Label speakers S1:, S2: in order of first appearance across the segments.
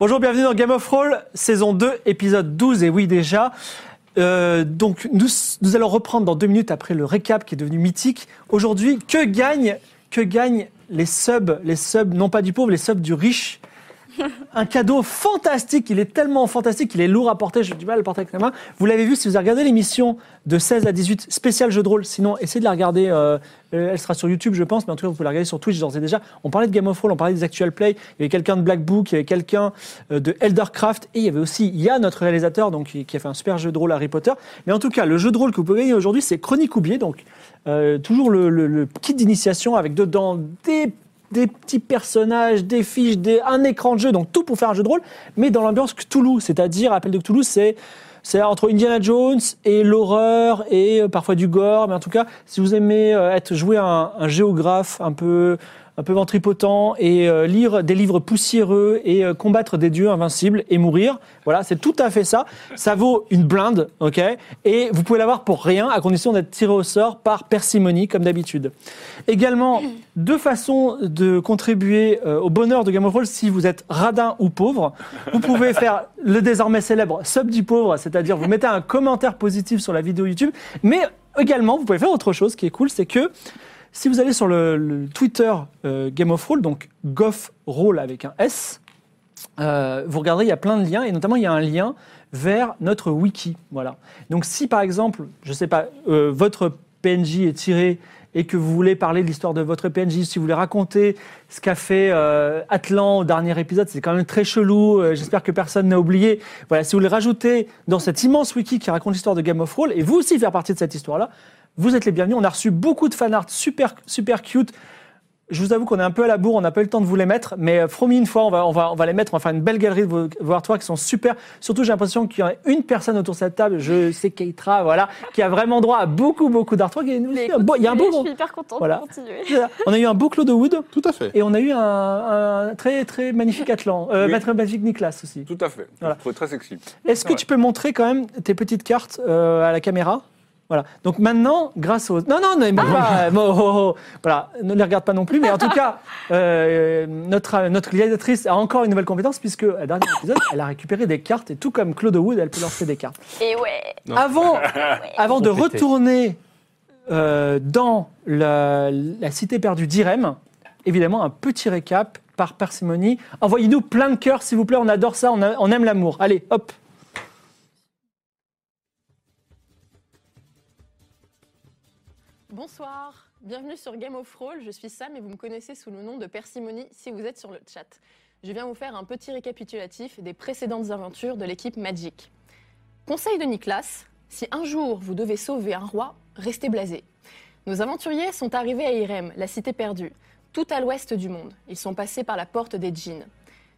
S1: Bonjour, bienvenue dans Game of Roll, saison 2, épisode 12, et oui déjà. Euh, donc nous, nous allons reprendre dans deux minutes après le récap qui est devenu mythique. Aujourd'hui, que gagnent, que gagnent les subs, les subs non pas du pauvre, les subs du riche un cadeau fantastique. Il est tellement fantastique, il est lourd à porter. J'ai du mal à le porter avec la main. Vous l'avez vu si vous avez regardé l'émission de 16 à 18 spécial jeu de rôle. Sinon, essayez de la regarder. euh, euh, elle sera sur YouTube, je pense, mais en tout cas, vous pouvez la regarder sur Twitch. J'en sais déjà. On parlait de Game of Thrones, on parlait des actual play. Il y avait quelqu'un de Black Book, il y avait quelqu'un euh, de Eldercraft, et il y avait aussi, il y a notre réalisateur donc qui, qui a fait un super jeu de rôle Harry Potter. Mais en tout cas, le jeu de rôle que vous pouvez gagner aujourd'hui, c'est Chronique oubliée. Donc euh, toujours le, le- le kit d'initiation avec dedans des des petits personnages, des fiches, des, un écran de jeu, donc tout pour faire un jeu de rôle, mais dans l'ambiance Cthulhu, c'est-à-dire, Appel de Cthulhu, c'est c'est entre Indiana Jones et l'horreur et euh, parfois du gore, mais en tout cas, si vous aimez euh, être jouer un, un géographe un peu un peu ventripotent et euh, lire des livres poussiéreux et euh, combattre des dieux invincibles et mourir, voilà, c'est tout à fait ça. Ça vaut une blinde, ok Et vous pouvez l'avoir pour rien à condition d'être tiré au sort par parcimonie comme d'habitude. Également, deux façons de contribuer euh, au bonheur de Game of Thrones si vous êtes radin ou pauvre. Vous pouvez faire le désormais célèbre sub du pauvre, c'est-à-dire vous mettez un commentaire positif sur la vidéo YouTube. Mais également, vous pouvez faire autre chose qui est cool, c'est que si vous allez sur le, le Twitter euh, Game of Roll, donc Goff Roll avec un S, euh, vous regarderez, il y a plein de liens, et notamment il y a un lien vers notre wiki. Voilà. Donc si par exemple, je ne sais pas, euh, votre PNJ est tiré et que vous voulez parler de l'histoire de votre PNJ, si vous voulez raconter ce qu'a fait euh, Atlan au dernier épisode, c'est quand même très chelou, euh, j'espère que personne n'a oublié. Voilà, si vous voulez rajouter dans cet immense wiki qui raconte l'histoire de Game of Thrones, et vous aussi faire partie de cette histoire-là, vous êtes les bienvenus. On a reçu beaucoup de fanarts super, super cute. Je vous avoue qu'on est un peu à la bourre, on n'a pas eu le temps de vous les mettre, mais euh, promis une fois, on va, on va, on va les mettre, on va faire une belle galerie de vos, vos artworks qui sont super. Surtout, j'ai l'impression qu'il y a une personne autour de cette table, je sais Keitra, voilà, qui a vraiment droit à beaucoup, beaucoup d'artworks. Et nous aussi,
S2: Mais
S1: un beau- Il y a un beau.
S2: Je suis hyper contente
S1: Voilà.
S2: de continuer.
S1: On a eu un beau Claude Wood
S3: Tout à fait.
S1: et on a eu un, un très, très magnifique Atlan, euh,
S3: Oui.
S1: très magnifique Nicolas aussi.
S3: Tout à fait.
S1: Voilà.
S3: Je trouve très sexy.
S1: Est-ce que
S3: Ouais.
S1: tu peux montrer quand même tes petites cartes euh, à la caméra Voilà. Donc maintenant, grâce aux... Non, non, ne les montre pas. Oh, oh, oh. Voilà, ne les regarde pas non plus. Mais en tout cas, euh, notre, notre réalisatrice a encore une nouvelle compétence puisque, à dernier épisode, elle a récupéré des cartes et tout comme Claude Wood, elle peut lancer des cartes.
S2: Et ouais.
S1: Avant, avant de
S4: Compléter.
S1: retourner euh, dans la, la cité perdue d'Irem, évidemment, un petit récap par parcimonie. Envoyez-nous plein de cœurs, s'il vous plaît. On adore ça. On, a- on aime l'amour. Allez, hop.
S5: Bonsoir, bienvenue sur Game of Roll, je suis Sam et vous me connaissez sous le nom de Persimony si vous êtes sur le chat. Je viens vous faire un petit récapitulatif des précédentes aventures de l'équipe Magic. Conseil de Niklas, si un jour vous devez sauver un roi, restez blasé. Nos aventuriers sont arrivés à Irem, la cité perdue, tout à l'ouest du monde. Ils sont passés par la porte des djinns.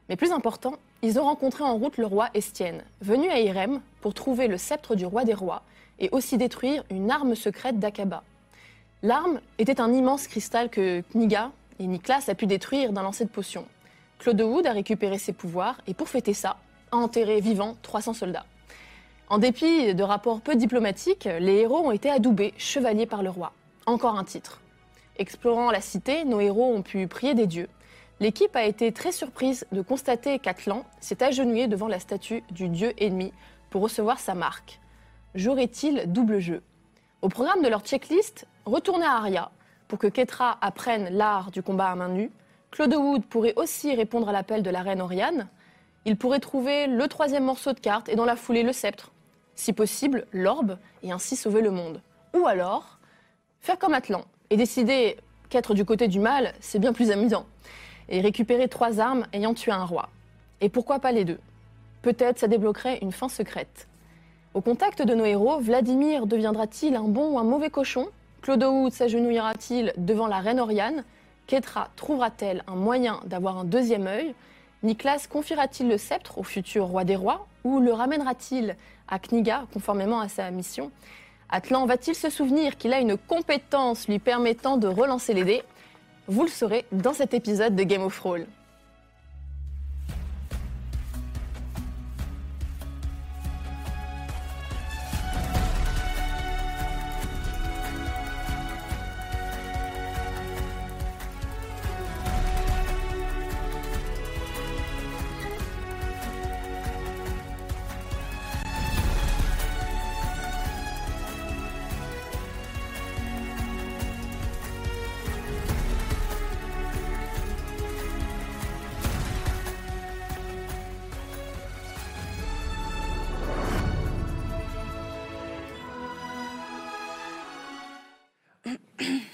S5: Mais plus important, ils ont rencontré en route le roi Estienne, venu à Irem pour trouver le sceptre du roi des rois et aussi détruire une arme secrète d'Akaba. L'arme était un immense cristal que Kniga et Niklas a pu détruire d'un lancer de potion. Claude Wood a récupéré ses pouvoirs et pour fêter ça, a enterré vivant 300 soldats. En dépit de rapports peu diplomatiques, les héros ont été adoubés, chevaliers par le roi. Encore un titre. Explorant la cité, nos héros ont pu prier des dieux. L'équipe a été très surprise de constater qu'Atlan s'est agenouillé devant la statue du dieu ennemi pour recevoir sa marque. Jouerait-il double jeu au programme de leur checklist, retourner à Aria pour que Ketra apprenne l'art du combat à main nue. Claude Wood pourrait aussi répondre à l'appel de la reine Oriane. Il pourrait trouver le troisième morceau de carte et dans la foulée le sceptre. Si possible, l'orbe et ainsi sauver le monde. Ou alors, faire comme Atlan et décider qu'être du côté du mal, c'est bien plus amusant. Et récupérer trois armes ayant tué un roi. Et pourquoi pas les deux Peut-être ça débloquerait une fin secrète. Au contact de nos héros, Vladimir deviendra-t-il un bon ou un mauvais cochon Claude Wood s'agenouillera-t-il devant la reine Oriane Ketra trouvera-t-elle un moyen d'avoir un deuxième œil Niklas confiera-t-il le sceptre au futur roi des rois ou le ramènera-t-il à Kniga conformément à sa mission Atlan va-t-il se souvenir qu'il a une compétence lui permettant de relancer les dés Vous le saurez dans cet épisode de Game of Thrones.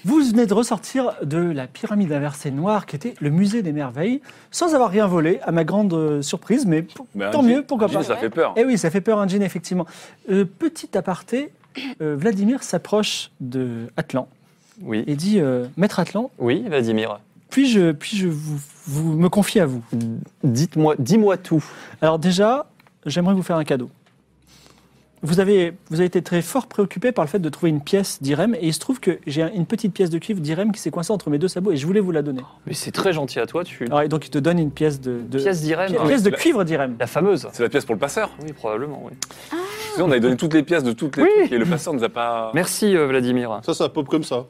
S1: Vous venez de ressortir de la pyramide à versets noirs qui était le musée des merveilles, sans avoir rien volé, à ma grande euh, surprise, mais p-
S2: Ben,
S1: tant
S2: un
S1: mieux,
S2: jean-
S1: pourquoi
S2: jean,
S1: pas.
S2: Ça fait peur.
S1: Eh oui, ça fait peur un djinn, effectivement. Euh, petit aparté, euh, Vladimir s'approche de Atlan
S3: Oui,
S1: et dit euh, Maître Atlan,
S3: oui, Vladimir.
S1: puis-je puis -je vous, vous me confier à vous
S3: Dites-moi, dis-moi tout.
S1: Alors déjà, j'aimerais vous faire un cadeau. Vous avez, vous avez été très fort préoccupé par le fait de trouver une pièce d'Irem, et il se trouve que j'ai un- une petite pièce de cuivre d'Irem qui s'est coincée entre mes deux sabots, et je voulais vous la donner.
S3: Mais c'est très gentil à toi, tu.
S1: Alors, et donc il te donne une pièce de, de-
S3: pièce d'Irem.
S1: pi-
S3: hein.
S1: Ah, euh, pièce de
S2: la-
S1: cuivre d'Irem.
S3: La fameuse.
S2: C'est la pièce pour le passeur.
S3: Oui, probablement, oui.
S2: Tu sais, on avait donné toutes les pièces de toutes les
S3: Oui.
S2: trucs et le passeur nous a pas.
S3: Merci, euh, Vladimir.
S4: Ça, ça pop comme ça.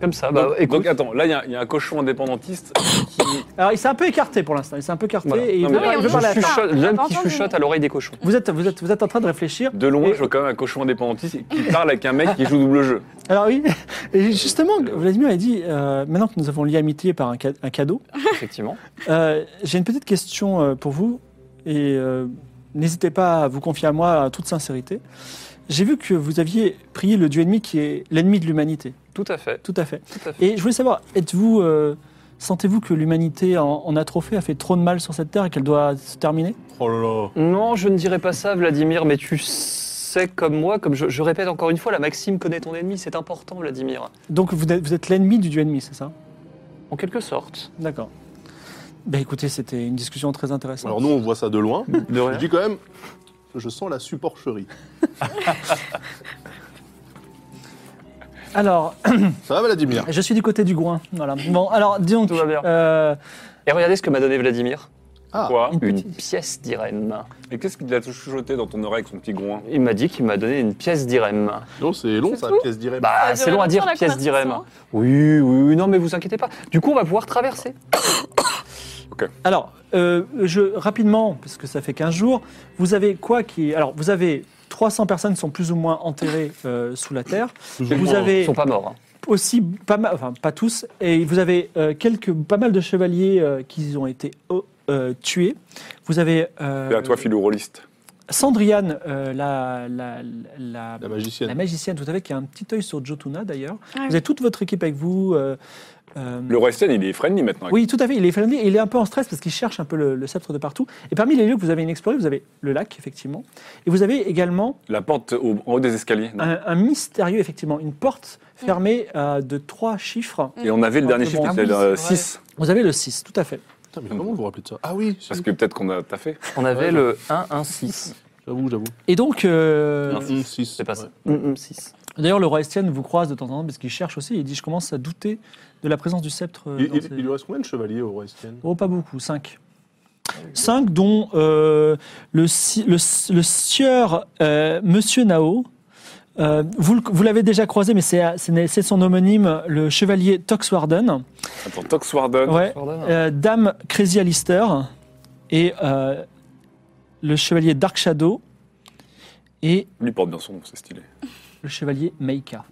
S3: Comme ça, bah
S2: Donc,
S3: écoute.
S2: donc, attends, là il y a- il y, a un cochon indépendantiste qui.
S1: Alors il s'est un peu écarté pour l'instant, il s'est un peu écarté
S3: Voilà.
S1: et il
S2: Non,
S1: veut,
S2: mais-
S1: pas- il veut
S3: je
S1: parler à
S3: chuchote-
S1: toi.
S6: Attends, on a
S3: L'homme
S6: pas
S3: qui
S6: entendu.
S3: chuchote à l'oreille des cochons.
S1: Vous êtes, vous, êtes, vous êtes en train de réfléchir.
S2: De loin,
S1: Et-
S2: je vois quand même un cochon indépendantiste et qui parle avec un mec qui joue double jeu.
S1: Alors oui, et justement, Vladimir a dit, euh, maintenant que nous avons lié amitié par un, ca- un cadeau,
S3: Effectivement.
S1: euh, j'ai une petite question euh, pour vous, et euh, n'hésitez pas à vous confier à moi en toute sincérité. J'ai vu que vous aviez prié le dieu ennemi qui est l'ennemi de l'humanité,
S3: Tout à fait.
S1: tout à fait.
S3: Tout à fait.
S1: Et je voulais savoir, êtes-vous... euh, Sentez-vous que l'humanité en, en a trop fait, a fait trop de mal sur cette terre et qu'elle doit se terminer
S4: Oh là là.
S3: Non, je ne dirais pas ça, Vladimir, mais tu sais comme moi, comme je, je répète encore une fois, la maxime connaît ton ennemi, c'est important, Vladimir.
S1: Donc vous êtes, vous êtes l'ennemi du dieu ennemi, c'est ça
S3: En quelque sorte.
S1: D'accord. Ben écoutez, c'était une discussion très intéressante.
S4: Alors nous, on voit ça de loin.
S3: De
S4: Je dis quand même, je sens la supporcherie.
S1: Alors,
S4: Ça va, Vladimir
S1: je suis du côté du groin. Voilà. Bon, alors euh, disons
S3: Tout va bien. Et regardez ce que m'a donné Vladimir.
S4: Ah,
S2: Quoi
S3: Une pièce d'Irem.
S2: Et qu'est-ce qu'il a chuchoté dans ton oreille avec son petit groin
S3: Il m'a dit qu'il m'a donné une pièce d'Irem.
S4: non, c'est long,
S5: C'est
S4: ça,
S5: tout
S4: pièce d'Irem.
S3: Bah, c'est long à dire, pièce d'Irem. Oui, oui, oui, non, mais vous inquiétez pas. Du coup, on va pouvoir traverser.
S1: Alors, euh, je, rapidement, parce que ça fait 15 jours, vous avez quoi qui. Alors, vous avez 300 personnes qui sont plus ou moins enterrées euh, sous la terre.
S4: Plus ou
S1: Vous
S4: moins.
S3: Ils
S1: avez
S3: sont pas morts. hein.
S1: aussi pas mal, enfin pas tous, et vous avez euh, quelques, pas mal de chevaliers euh, qui ont été oh, euh, tués. Vous avez euh,
S2: C'est à toi, Philou rôliste.
S1: Sandriane, euh, la, la, la,
S4: La
S1: La
S4: magicienne.
S1: magicienne, tout à fait, qui a un petit œil sur Jotuna d'ailleurs.
S6: Ah
S1: vous
S6: oui.
S1: avez toute votre équipe avec vous. euh, euh,
S2: Le roi Estienne, il est friendly maintenant.
S1: Oui, tout à fait. Il est friendly et il est un peu en stress parce qu'il cherche un peu le, le sceptre de partout. Et parmi les lieux que vous avez inexplorés, vous avez le lac, effectivement. Et vous avez également
S2: La porte au- en haut des escaliers. non.
S1: un, un mystérieux, effectivement, une porte fermée euh, de trois chiffres.
S2: Et on avait le dernier
S1: Ah,
S2: chiffre,
S1: oui,
S2: c'était
S3: c'est vrai.
S2: le 6.
S1: Vous avez le 6, tout à fait.
S4: Putain, mais comment vous vous rappelez de ça Ah oui,
S2: Parce que peut-être qu'on a t'as fait.
S3: On avait le 1-1-6.
S4: j'avoue, Mm, j'avoue.
S1: Et donc, euh,
S3: Non.
S4: 6.
S3: C'est pas ça. Mm,
S4: Ouais.
S3: 6.
S1: d'ailleurs, le roi Estienne vous croise de temps en temps parce qu'il cherche aussi. Il dit Je commence à douter de la présence du sceptre. euh,
S4: Il,
S1: dans
S4: il-
S1: ces-
S4: il lui reste combien de chevaliers au roi Estienne
S1: Oh, pas beaucoup, 5. 5 dont euh, le, si- le, s- le sieur euh, Monsieur Nao, euh, vous, le- vous l'avez déjà croisé, mais c'est, c'est né- c'est son homonyme, le chevalier Toxwarden,
S2: Attends, Tox Warden.
S1: ouais, euh, Dame Crazy Alistair et euh, le chevalier Dark Shadow et
S2: Lui porte bien son nom, c'est stylé.
S1: le chevalier Meika.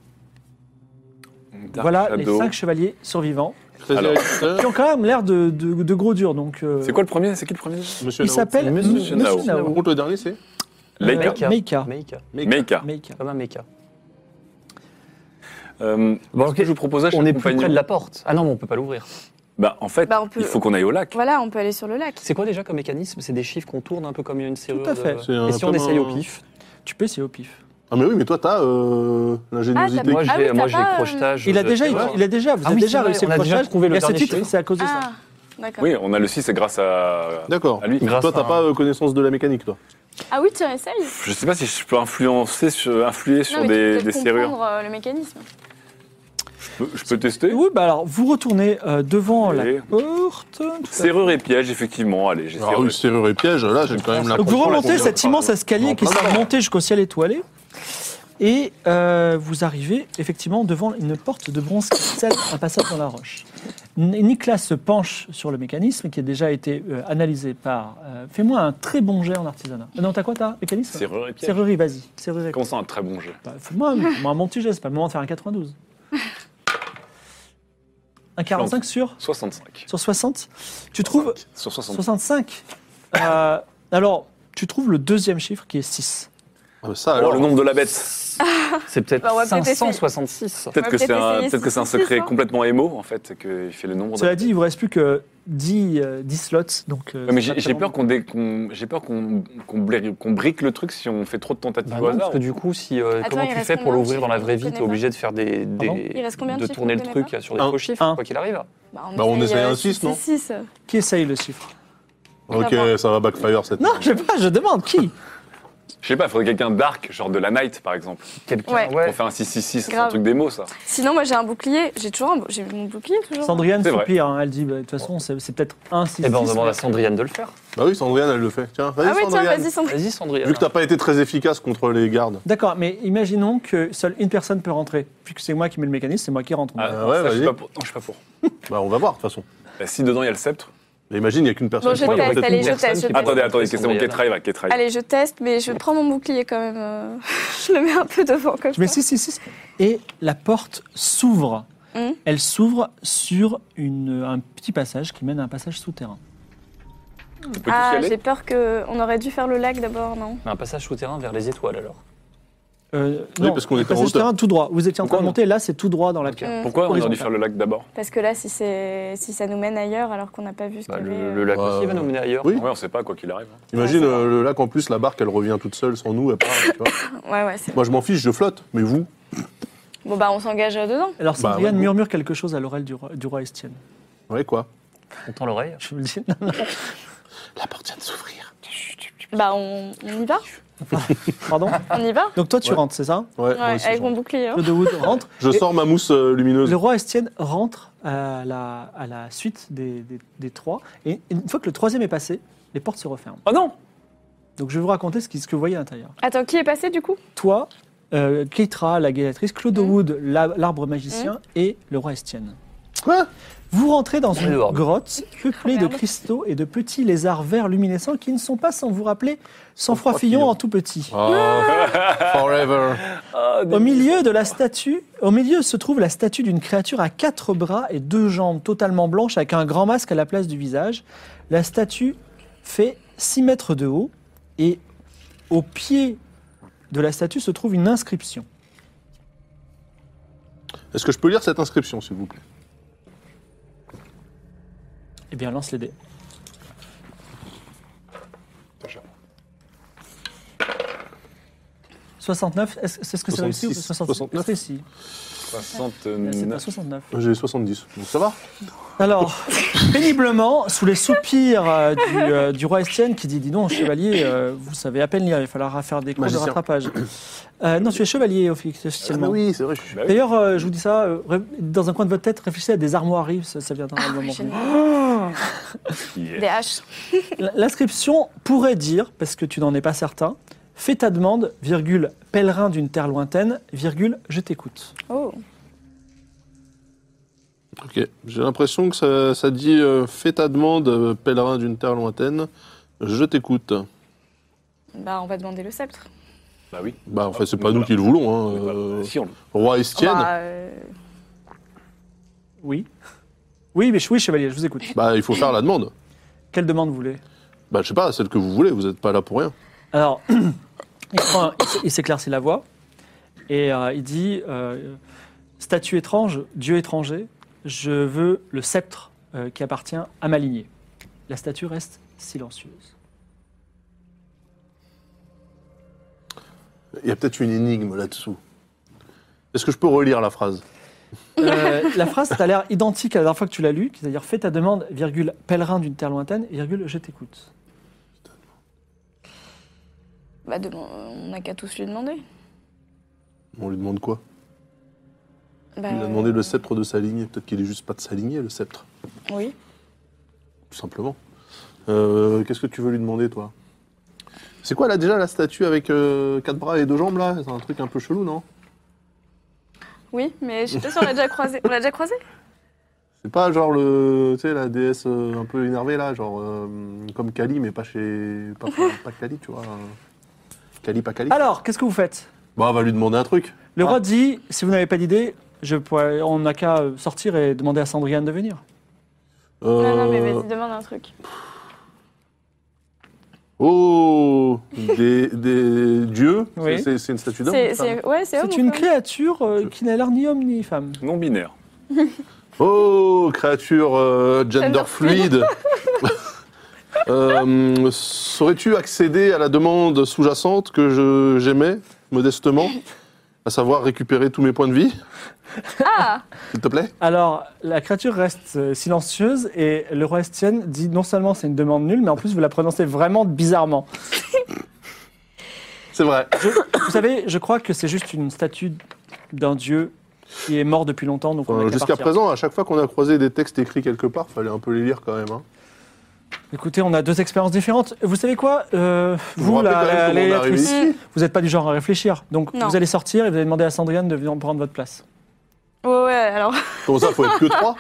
S2: Dark
S1: voilà les
S2: Shadow.
S1: 5 chevaliers survivants
S4: Très
S2: Alors-
S4: électeur.
S1: qui ont quand même l'air de, de- de gros durs. Donc, euh,
S2: C'est quoi le premier C'est qui le premier
S4: Monsieur
S1: il
S4: Nao.
S1: s'appelle
S3: Monsieur
S1: Monsieur
S2: Nao.
S4: Par
S1: Nao.
S4: contre, le dernier, c'est
S1: Euh,
S2: Leica.
S1: Meika.
S3: Meika.
S2: Meika.
S1: Meika.
S3: Comme un mecha.
S2: Euh,
S3: Bon,
S2: ce que je vous proposais,
S3: On
S2: cher
S3: est plus
S2: compagnon-
S3: près de la porte. Ah non, mais on peut pas l'ouvrir.
S2: Bah, en fait,
S6: Bah, on peut-
S2: il faut qu'on aille au lac.
S6: Voilà, on peut aller sur le lac.
S3: C'est quoi déjà comme mécanisme C'est des chiffres qu'on tourne un peu comme une serrure.
S1: à fait.
S3: de-
S4: C'est un
S3: Et si on
S4: peu
S3: essaye
S4: un-
S3: au pif
S1: Tu peux essayer au pif.
S4: Ah, mais oui, mais toi, t'as euh,
S5: Ah, t'as-
S4: l'ingéniosité.
S3: Moi,
S5: Ah oui,
S3: j'ai
S5: t'as
S3: moi, j'ai
S5: pas, euh,
S3: crochetage.
S1: Il a
S3: je-
S1: déjà,
S3: c'est
S1: il,
S3: vrai.
S1: a déjà, vous
S3: Ah
S1: avez
S3: oui,
S1: déjà
S3: c'est vrai,
S1: réussi
S3: on a déjà
S1: crochage.
S3: trouvé le
S1: Et à ce
S3: dernier
S1: titre,
S3: chiffre.
S1: c'est à cause de ça.
S5: Ah, d'accord.
S2: Oui, on a le 6, c'est grâce à.
S4: D'accord.
S2: À lui.
S4: Donc,
S3: Grâce
S4: Toi,
S3: à
S4: t'as
S3: un-
S4: pas euh, connaissance de la mécanique, toi.
S5: Ah oui, tu essayes Non,
S2: Je sais pas si je peux influencer sur, influer sur
S5: mais tu
S2: des,
S5: peux
S2: des
S5: peut-être
S2: serrures.
S5: comprendre, euh, le mécanisme.
S2: Je peux, je peux tester
S1: Oui, bah alors, vous retournez euh, devant
S2: Allez.
S1: la porte.
S2: Serrure et piège, effectivement. Allez, j'ai
S4: Ah
S2: serrure.
S4: oui, serrure et piège, là, j'ai quand même la
S1: Donc vous
S4: comprends la
S1: remontez
S4: confiance.
S1: cet immense escalier qui
S4: Non,
S1: s'est
S4: pardon.
S1: remonté jusqu'au ciel étoilé. Et euh, vous arrivez effectivement devant une porte de bronze qui scelle un passage dans la roche. N- Nicolas se penche sur le mécanisme qui a déjà été euh, analysé par... euh, Fais-moi un très bon jet en artisanat. Euh, Non, t'as quoi, t'as mécanisme
S2: Serrure et piège.
S1: Serrurerie, vas-y. Serrurerie.
S2: Comment ça, un très bon jeu
S1: Bah, Fais-moi un, fais-moi un bon petit jet, c'est pas le moment de faire un 92. Un 45 sur,
S2: 65.
S1: sur 60 Tu trouves
S2: Sur 65.
S1: 65 Euh, Alors, tu trouves le deuxième chiffre qui est 6.
S4: Ah, bah, ça,
S2: Alors,
S4: alors,
S2: Oh, le nombre de la bête.
S3: C'est peut-être
S5: Bah, on va peut-être essayer.
S3: 566.
S2: Peut-être
S5: va
S2: que
S5: Ah, peut-être
S2: c'est un,
S5: essayer
S2: peut-être que c'est un
S5: 66,
S2: secret
S5: hein.
S2: complètement émo, en fait, et qu'il fait le nombre de.
S1: Cela dit, il vous reste plus que 10, euh, 10 slots. Donc, euh,
S2: Ouais, mais
S1: c'est
S2: j'ai
S1: pas
S2: j'ai
S1: très
S2: peur
S1: long.
S2: qu'on dé- qu'on- j'ai peur qu'on qu'on blairie- qu'on brique le truc si on fait trop de tentatives
S3: Bah
S2: au
S3: non, parce
S2: hasard. hein.
S3: que du coup, si, euh,
S5: Attends,
S3: comment
S5: il
S3: tu
S5: reste
S3: fais pour
S5: combien de
S3: l'ouvrir dans la
S5: chiffres
S3: vraie
S5: qu'on
S3: vie T'es
S5: connaît
S3: obligé de faire des, des-
S1: Pardon
S5: Il reste combien de
S3: de
S5: chiffres
S3: tourner
S5: qu'on
S3: le
S5: connaît
S3: truc
S5: pas
S3: euh, sur des
S4: Un.
S3: faux chiffres,
S1: Un.
S3: quoi qu'il arrive.
S4: Bah, on essaye un
S5: euh,
S4: six, non
S5: six, six.
S1: Qui essaye le chiffre
S4: ok, ça va backfire cette.
S1: Non, je sais pas, je demande qui
S2: Je sais pas, il faudrait quelqu'un dark, genre de la night par exemple.
S3: Quelqu'un,
S5: Ouais.
S2: Pour faire un 666, c'est un
S5: Grave.
S2: truc d'émo ça.
S5: Sinon, moi j'ai un bouclier. J'ai toujours un... bou- j'ai mon bouclier toujours. Ah
S1: Sandriane
S2: C'est vrai.
S1: soupire, hein, elle dit bah, de toute façon, c'est c'est peut-être un 6.
S3: Eh ben, on demande à Sandriane de le faire.
S4: Bah oui, Sandriane, elle le fait. Tiens, vas-y,
S5: Ah oui, tiens,
S4: Sandriane.
S5: vas-y, Sandrine.
S3: Vas-y, Sandriane.
S4: Vu que t'as pas été très efficace contre les gardes.
S1: D'accord, mais imaginons que seule une personne peut rentrer. Puisque c'est moi qui mets le mécanisme, c'est moi qui rentre.
S2: Ah,
S4: ouais,
S2: ça, je suis
S4: vas-y.
S2: pas pour. Non, je suis pas pour.
S4: Bah, on va voir, de toute façon.
S2: Bah, si dedans il y a le sceptre.
S4: Mais imagine, il n'y a qu'une personne.
S5: Bon, je
S4: qui
S3: Ouais, il y
S4: va
S3: aurait
S5: teste,
S4: peut-être
S5: allez, je
S3: une personne
S5: teste, je
S3: qui-
S5: test.
S2: Attendez, attendez, c'est bon,
S3: Sandriane.
S2: Ketra, il va, Ketra, il va.
S5: Allez, je teste, mais je prends mon bouclier quand même. euh, je le mets un peu devant comme
S1: Je mets
S5: ça.
S1: 6, 6, 6. Et la porte s'ouvre.
S5: Mhm.
S1: Elle s'ouvre sur une, un petit passage qui mène à un passage souterrain.
S2: On peut tous y
S5: Ah,
S2: aller
S5: j'ai peur que on aurait dû faire le lac d'abord, non
S3: Mais un passage souterrain vers les étoiles alors.
S1: Euh,
S4: Oui, parce qu'on
S1: le
S4: était en
S1: passage
S4: hauteur.
S1: souterrain tout droit. Vous étiez en train de
S2: Pourquoi
S1: monter, là c'est tout droit dans la
S3: Ok.
S1: pierre.
S5: Mm.
S2: Pourquoi on aurait dû
S1: Horizontal.
S2: faire le lac d'abord
S5: Parce que là, si c'est si ça nous mène ailleurs alors qu'on n'a pas vu ce
S3: Bah,
S5: qu'il y
S3: le,
S5: avait.
S3: le
S5: euh,
S3: lac
S4: Ouais,
S3: aussi va nous
S4: ouais.
S3: mener ailleurs.
S4: Oui.
S2: Ouais, on sait pas quoi qu'il arrive. hein.
S4: Imagine euh, le lac en plus, la barque elle revient toute seule sans nous, elle part. tu vois.
S5: Ouais, ouais. c'est-
S4: Moi je m'en fiche, je flotte, mais vous
S5: Bon bah, on s'engage euh, dedans.
S1: Alors
S4: Bah,
S1: Sandriane
S4: ouais, bon.
S1: murmure quelque chose à l'oreille du roi, du roi Estienne.
S4: Ouais quoi
S3: On tend l'oreille.
S1: Je vous le dis. Non, non,
S4: La porte vient de s'ouvrir.
S5: Bah, on, on y va.
S1: Pardon
S5: On y va.
S1: Donc toi tu
S4: Ouais.
S1: rentres, c'est ça
S4: Ouais,
S5: Ouais,
S4: moi aussi,
S5: avec
S4: je
S5: mon
S4: rentre.
S5: bouclier. hein.
S1: Claude Wood rentre.
S4: Je sors ma mousse euh, lumineuse.
S1: Le roi Estienne rentre à la, à la suite des, des- des trois. Et une fois que le troisième est passé, les portes se referment.
S2: Oh non
S1: Donc je vais vous raconter ce, qui- ce que vous voyez à l'intérieur.
S5: Attends, qui est passé du coup
S1: Toi, euh, Keitra, la guélatrice, Claude
S5: Mm.
S1: Wood, la- l'arbre magicien et le roi Estienne.
S4: Quoi
S1: Vous rentrez dans une
S3: dehors.
S1: grotte peuplée de
S5: Merde.
S1: cristaux et de petits lézards verts luminescents qui ne sont pas, sans vous rappeler, sans froid
S4: Froid
S1: fillon
S4: Fillon.
S1: en tout petit.
S4: Oh. Ah, forever.
S1: Au milieu de la statue, au milieu se trouve la statue d'une créature à quatre bras et deux jambes totalement blanches avec un grand masque à la place du visage. La statue fait 6 mètres de haut et au pied de la statue se trouve une inscription.
S4: Est-ce que je peux lire cette inscription s'il vous plaît
S1: Eh bien, lance les dés.
S2: cher.
S1: 69, est-ce c'est ce que c'est réussi ou
S4: 66?
S1: 69 C'est réussi.
S4: Mm.
S1: C'est à
S2: 69.
S1: 69.
S4: J'ai 70, donc ça va
S1: Alors, péniblement, sous les soupirs euh, du, euh, du roi Estienne qui dit Dis donc, chevalier, euh, vous savez à peine lire, il falloir faire des cours de
S4: Magicien.
S1: rattrapage. Euh, non, tu es chevalier officiellement.
S4: Ah, Oui, c'est vrai, je suis.
S2: Bah oui.
S1: D'ailleurs, euh, je vous dis ça, euh, ré- dans un coin de votre tête, réfléchissez à des armoiries, ça, ça viendra à un moment.
S5: génial.
S2: Yeah.
S5: Des haches.
S1: L- L'inscription pourrait dire, parce que tu n'en es pas certain, fais ta demande, virgule, pèlerin d'une terre lointaine, virgule, je t'écoute.
S5: Oh.
S4: Ok. J'ai l'impression que ça, ça dit euh, fais ta demande, euh, pèlerin d'une terre lointaine, je t'écoute.
S5: Bah, on va demander le sceptre.
S2: Bah oui.
S4: Bah en fait, c'est
S2: Ah,
S4: pas nous
S2: voilà.
S4: qui le voulons, hein. euh,
S2: Si, on-
S4: Roi Estienne,
S5: Bah, euh,
S1: Oui Oui, mais oui, chevalier, je vous écoute.
S4: bah il faut faire la demande.
S1: Quelle demande voulez
S4: Bah je sais pas, celle que vous voulez, vous êtes pas là pour rien.
S1: Alors, il, prend un- il s- il s'éclaircit la voix et euh, il dit euh, Statue étrange, Dieu étranger, je veux le sceptre euh, qui appartient à ma lignée. La statue reste silencieuse.
S4: Il y a peut-être une énigme là-dessous. Est-ce que je peux relire la phrase
S1: Euh, la phrase, t'as l'air identique à la dernière fois que tu l'as lue, c'est-à-dire fais ta demande, virgule, pèlerin d'une terre lointaine, virgule, je t'écoute.
S6: Bah, de- on n'a qu'à tous lui demander.
S4: On lui demande quoi
S6: Bah,
S4: Il a demandé le sceptre de s'aligner. Peut-être qu'il est juste pas de s'aligner, le sceptre,
S6: Oui.
S4: tout simplement. Euh, Qu'est-ce que tu veux lui demander, toi C'est quoi, là, déjà, la statue avec euh, quatre bras et deux jambes, là C'est un truc un peu chelou, non
S6: Oui, mais je suis pas sûre, on l'a déjà croisé. On l'a déjà croisé
S4: C'est pas genre le, tu sais, la déesse euh, un peu énervée là, genre euh, comme Kali, mais pas chez, pas, pas Kali, tu vois. Euh, Kali, pas Kali.
S1: Alors, qu'est-ce que vous faites
S4: Bah, on va lui demander un truc.
S1: Le
S4: Ah.
S1: roi dit, si vous n'avez pas d'idée, je pourrais- on n'a qu'à euh, sortir et demander à Sandriane de venir.
S6: Non, non, mais
S4: Euh,
S6: vas-y, demande un truc.
S4: Oh, des, des dieux.
S1: Oui.
S4: C'est- C'est c'est une statue d'homme.
S6: C'est,
S4: une femme
S6: c'est- ouais, c'est homme
S1: C'est
S6: ou
S1: une
S6: femme
S1: créature euh, qui n'a l'air ni homme ni femme.
S2: Non binaire.
S4: Oh, créature euh, gender
S6: Gender
S4: fluide. Euh, Saurais-tu accéder à la demande sous-jacente que je- j'aimais modestement, à savoir récupérer tous mes points de vie,
S6: Ah
S4: s'il te plaît
S1: Alors, la créature reste euh, silencieuse et le roi Estienne dit non seulement c'est une demande nulle, mais en plus vous la prononcez vraiment bizarrement.
S4: C'est vrai.
S1: Vous savez, je crois que c'est juste une statue d'un dieu qui est mort depuis longtemps, donc on hein.
S4: Enfin,
S1: n'a qu'à
S4: Euh, Jusqu'à
S1: partir.
S4: présent, à chaque fois qu'on a croisé des textes écrits quelque part, fallait un peu les lire quand même. hein.
S1: Écoutez, on a deux expériences différentes. Vous savez quoi Euh,
S4: Vous vous
S1: Vous, la,
S4: rappelez quand même
S1: la-
S4: comment on est
S1: l'électrice,
S6: arrivé
S1: vous n'êtes pas du genre à réfléchir. Donc,
S6: Non.
S1: vous allez sortir et vous allez demander à Sandriane de venir prendre votre place.
S6: Ouais, ouais, alors.
S4: Comment ça, faut être que trois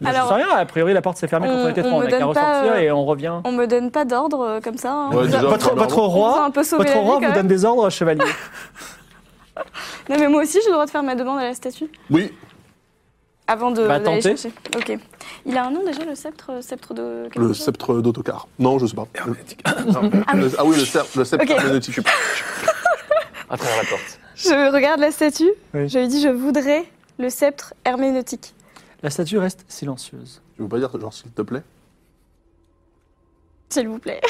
S1: Je ne
S6: Alors-
S1: sais rien, a priori, la porte s'est fermée quand
S6: On-
S1: on était
S6: on
S1: trois. On
S6: me
S1: n'a qu'à
S6: donne pas,
S1: ressortir
S6: euh,
S1: et on revient.
S6: On me donne pas d'ordre euh, comme ça. hein.
S4: Ouais,
S6: On nous a-
S4: déjà,
S1: votre,
S4: premièrement.
S1: votre
S6: on nous a
S1: roi,
S6: un peu sauvé
S1: votre
S6: la
S1: roi
S6: vie,
S1: vous
S6: quand
S1: donne
S6: même.
S1: des ordres, chevalier.
S6: Non, mais moi aussi, j'ai le droit de faire ma demande à la statue.
S4: Oui.
S6: Avant de.
S1: Bah,
S6: d'aller
S1: tentez.
S6: chercher. Ok. Il a un nom déjà, le sceptre euh, Sceptre de. quelque
S4: Le
S6: chose
S4: sceptre d'autocar. Non, je sais pas. Le- ah oui, le, cer- le sceptre
S6: Ok.
S4: herméneutique.
S3: à travers la porte.
S6: Je regarde la statue,
S1: Oui.
S6: je lui dis je voudrais le sceptre herméneutique.
S1: La statue reste silencieuse.
S4: Tu veux pas dire, genre, s'il te plaît
S6: S'il vous plaît.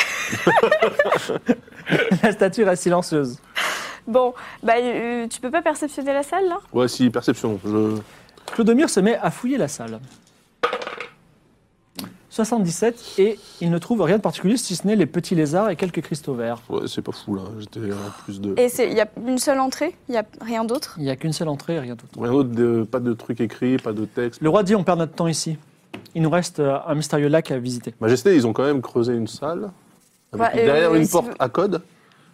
S1: La statue reste silencieuse.
S6: Bon, bah euh, tu peux pas perceptionner la salle là
S4: Ouais, si, perception. Je...
S1: Clodomir se met à fouiller la salle. 77 et il ne trouve rien de particulier si ce n'est les petits lézards et quelques cristaux verts.
S4: Ouais, c'est pas fou là. J'étais à plus de.
S6: Et c'est il y a une seule entrée, il y a rien d'autre.
S1: Il n'y a qu'une seule entrée et rien d'autre.
S4: Rien d'autre, de- pas de trucs écrits, pas de texte.
S1: Le roi dit on perd notre temps ici. Il nous reste euh, un mystérieux lac à visiter.
S4: Majesté, ils ont quand même creusé une salle. avec-
S6: Ouais, et-
S4: derrière
S6: et
S4: une
S6: si
S4: porte
S6: vous-
S4: à code,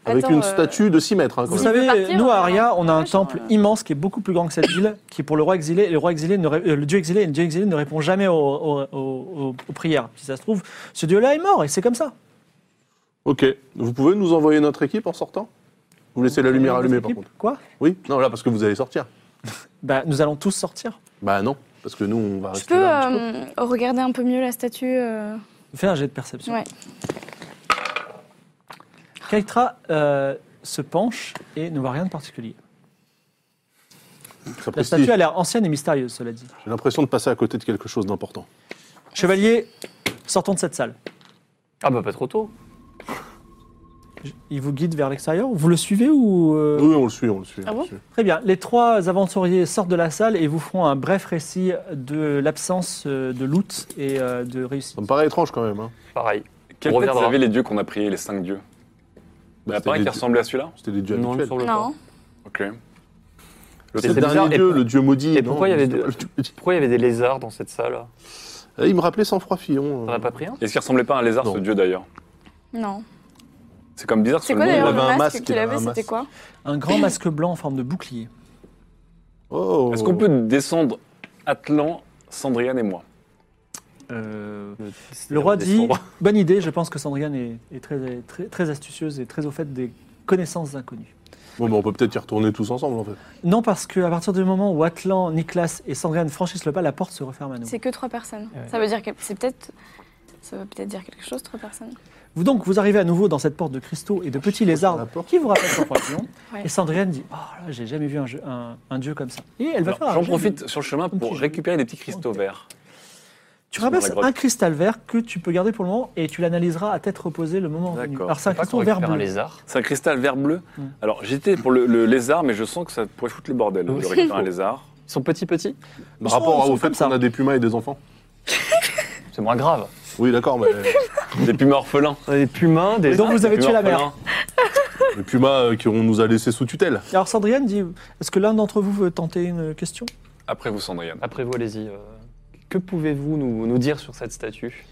S4: avec
S6: Attends,
S4: une
S6: euh,
S4: statue de 6 mètres. hein, quand
S1: Vous
S4: même.
S1: savez,
S6: partir,
S1: nous
S6: on
S1: à
S6: va
S1: Aria, on a un
S6: vache,
S1: temple
S6: hein.
S1: immense qui est beaucoup plus grand que cette ville, qui est pour le roi exilé. Et le roi exilé, ne ré- euh, le dieu exilé et le dieu exilé ne répond jamais aux, aux- aux- aux prières. Si ça se trouve, ce dieu-là est mort et c'est comme ça.
S4: Ok. Vous pouvez nous envoyer notre équipe en sortant Vous laissez la lumière allumée par contre.
S1: Quoi
S4: Oui Non, là, parce que vous allez sortir.
S1: Bah, nous allons tous sortir.
S4: Bah non, parce que nous, on va
S6: Je
S4: rester
S6: peux
S4: là. un petit
S6: euh, regarder un peu mieux la statue euh,
S1: Fais un jet de perception.
S6: Ouais.
S1: Keitra euh, se penche et ne voit rien de particulier.
S4: peu. Ça
S1: La
S4: prestige.
S1: statue a l'air ancienne et mystérieuse, cela dit.
S4: J'ai l'impression de passer à côté de quelque chose d'important.
S1: Chevalier, sortons de cette salle.
S3: Ah bah pas trop tôt.
S1: Je- Il vous guide vers l'extérieur. Vous le suivez ou euh,
S4: Oui, on le suit, on le suit.
S6: Ah
S4: on le
S6: bon
S4: suit.
S1: Très bien. Les trois aventuriers sortent de la salle et vous feront un bref récit de l'absence euh, de loot et euh, de réussite.
S4: ça me paraît étrange quand même. Hein.
S3: Pareil.
S2: Quel
S3: On
S2: tête
S3: reviendra.
S2: avaient les dieux qu'on a priés, les cinq dieux Il y en a
S4: Bah, C'était
S2: pas un
S4: des
S2: qui
S4: dieux-
S2: ressemblait Bah, à celui-là
S4: C'était des dieux habituels.
S3: semble
S6: Non.
S2: Ok.
S4: C'est
S3: Et
S4: le
S3: c'est
S4: dernier
S3: bizarre, et
S4: dieu,
S3: pour-
S4: le dieu maudit.
S3: et
S4: non,
S3: pourquoi il y avait
S4: c'était
S3: des-
S4: pas le dieu maudit.
S3: Pourquoi il y avait des lézards dans cette salle
S4: Euh, Il me rappelait sans froid Fillon. euh.
S3: T'en as pas pris hein un
S2: Est-ce qu'il ressemblait pas à un lézard,
S4: Non.
S2: ce dieu d'ailleurs
S6: Non.
S2: C'est comme bizarre
S6: C'est
S2: sur
S6: quoi
S2: le nom.
S6: d'ailleurs
S4: avait
S6: le
S4: un
S6: masque,
S4: masque,
S6: qu'il
S4: il avait
S6: avait
S4: un
S6: C'était
S4: masque.
S6: quoi
S1: Un grand masque blanc en forme de bouclier.
S4: Oh.
S2: Est-ce qu'on peut descendre Atlan, Sandriane et moi
S3: Euh,
S1: Le roi dit Bonne idée, je pense que Sandriane est, est très, très, très astucieuse et très au fait des connaissances inconnues.
S4: Bon, bah, on peut peut-être y retourner tous ensemble en fait.
S1: Non, parce qu'à partir du moment où Atlan, Niklas et Sandriane franchissent le pas, la porte se referme à nous.
S6: C'est que trois personnes.
S1: Ouais.
S6: Ça veut dire que c'est peut-être ça veut peut-être dire quelque chose trois personnes.
S1: Vous donc, vous arrivez à nouveau dans cette porte de cristaux et de petits
S4: la
S1: lézards
S4: porte.
S1: qui vous rappellent son papillon.
S6: Ouais.
S1: Et Sandriane dit Oh là, j'ai jamais vu un, jeu- un- un dieu comme ça. Et elle va
S2: Alors,
S1: faire un jet
S2: J'en
S1: de-
S2: profite sur le chemin
S1: un petit
S2: pour
S1: jeu.
S2: récupérer des petits cristaux verts.
S1: Tu
S2: Ils sont dans la
S1: ramasses
S2: grotte.
S1: un cristal vert que tu peux garder pour le moment et tu l'analyseras à tête reposée le moment venu.
S2: D'accord.
S1: Alors c'est un
S3: Faut pas qu'on
S1: cristal vert
S3: récupère un
S1: bleu.
S3: lézard.
S2: C'est un cristal vert bleu.
S1: Mm.
S2: Alors j'étais pour le, le lézard, mais je sens que ça pourrait foutre le bordel. hein,
S3: Oui.
S2: de récupérer un lézard.
S3: Ils sont petits petits,
S1: Ils
S4: Par
S1: sont- ils
S4: rapport
S1: sont
S4: au fait
S1: comme ça.
S4: qu'on a des pumas et des enfants.
S3: c'est moins grave.
S4: Oui, d'accord, mais
S2: Des pumas orphelins.
S3: On a des pumains, des...
S1: Et donc vous avez
S2: Des
S1: tué
S2: pumas
S1: la mère.
S2: orphelins.
S4: les pumas euh, qu'on nous a laissés sous tutelle.
S1: Alors Sandrine dit, est-ce que l'un d'entre vous veut tenter une question
S2: Après vous, Sandrine.
S3: Après vous, allez-y. euh, Que pouvez-vous nous, nous dire sur cette statue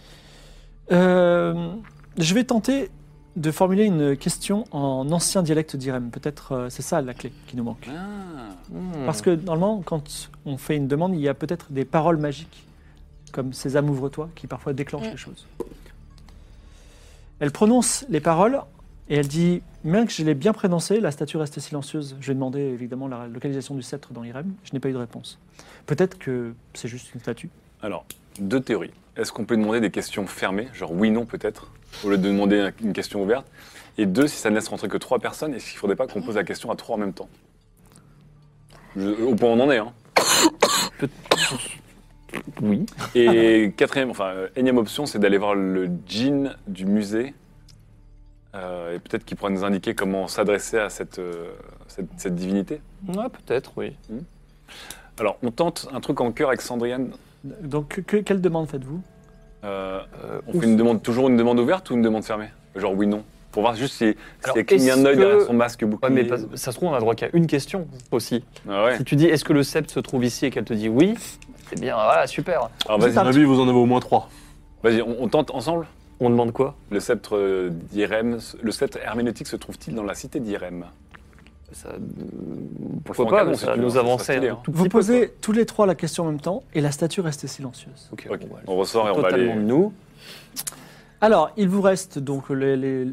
S1: Euh, Je vais tenter de formuler une question en ancien dialecte d'Irem. Peut-être euh, c'est ça la clé qui nous manque.
S3: Ah.
S1: Parce que normalement, quand on fait une demande, il y a peut-être des paroles magiques, comme ces amouvre-toi, qui parfois déclenchent
S6: Mm.
S1: les choses. Elle prononce les paroles et elle dit Bien que je l'ai bien prononcé, la statue restait silencieuse. Je vais demander évidemment la localisation du sceptre dans Irem. Je n'ai pas eu de réponse. Peut-être que c'est juste une statue.
S2: Alors, deux théories. Est-ce qu'on peut demander des questions fermées, genre oui, non peut-être, au lieu de demander une question ouverte Et deux, si ça ne laisse rentrer que trois personnes, est-ce qu'il ne faudrait pas qu'on pose la question à trois en même temps Je- Au point où on en est, hein.
S3: Oui.
S2: Et quatrième, enfin, euh, énième option, c'est d'aller voir le djinn du musée. Euh, et peut-être qu'il pourra nous indiquer comment s'adresser à cette, euh, cette, cette divinité.
S3: Ouais, peut-être, oui.
S2: Alors, on tente un truc en cœur avec Sandriane.
S1: Donc, que- quelle demande faites-vous
S2: Euh,
S3: Euh,
S2: on fait une demande, toujours une demande ouverte ou une demande fermée Genre oui, non. Pour voir juste si, si
S3: Alors,
S2: elle cligne un
S3: est-ce
S2: œil
S3: que-
S2: derrière son masque
S3: Ouais,
S2: bouclier.
S3: mais pas- ça se trouve, on a droit qu'à une question aussi.
S2: Ah ouais.
S3: Si tu dis est-ce que le sceptre se trouve ici et qu'elle te dit oui, eh bien voilà, super.
S2: Alors
S4: À
S2: vas-y,
S4: mon avis, vous en avez au moins trois.
S2: vas-y, on, on tente ensemble
S3: On demande quoi
S2: Le sceptre euh, d'Irem, le sceptre herméneutique se trouve-t-il dans la cité d'Irem
S3: ça,
S2: faire
S3: Pourquoi
S2: en
S3: pas
S2: canon,
S3: mais
S2: si
S3: Ça
S2: tu veux,
S3: nous
S2: ça
S3: avancer
S2: sera stylé,
S3: un
S2: hein.
S3: tout petit
S1: Vous
S3: peu,
S1: posez tous les trois la question en même temps et la statue restait silencieuse.
S3: quoi.
S2: Ok,
S3: Ok, bon,
S2: On ressort et on va
S3: totalement
S2: aller...
S3: de nous.
S1: Alors, il vous reste donc les, les-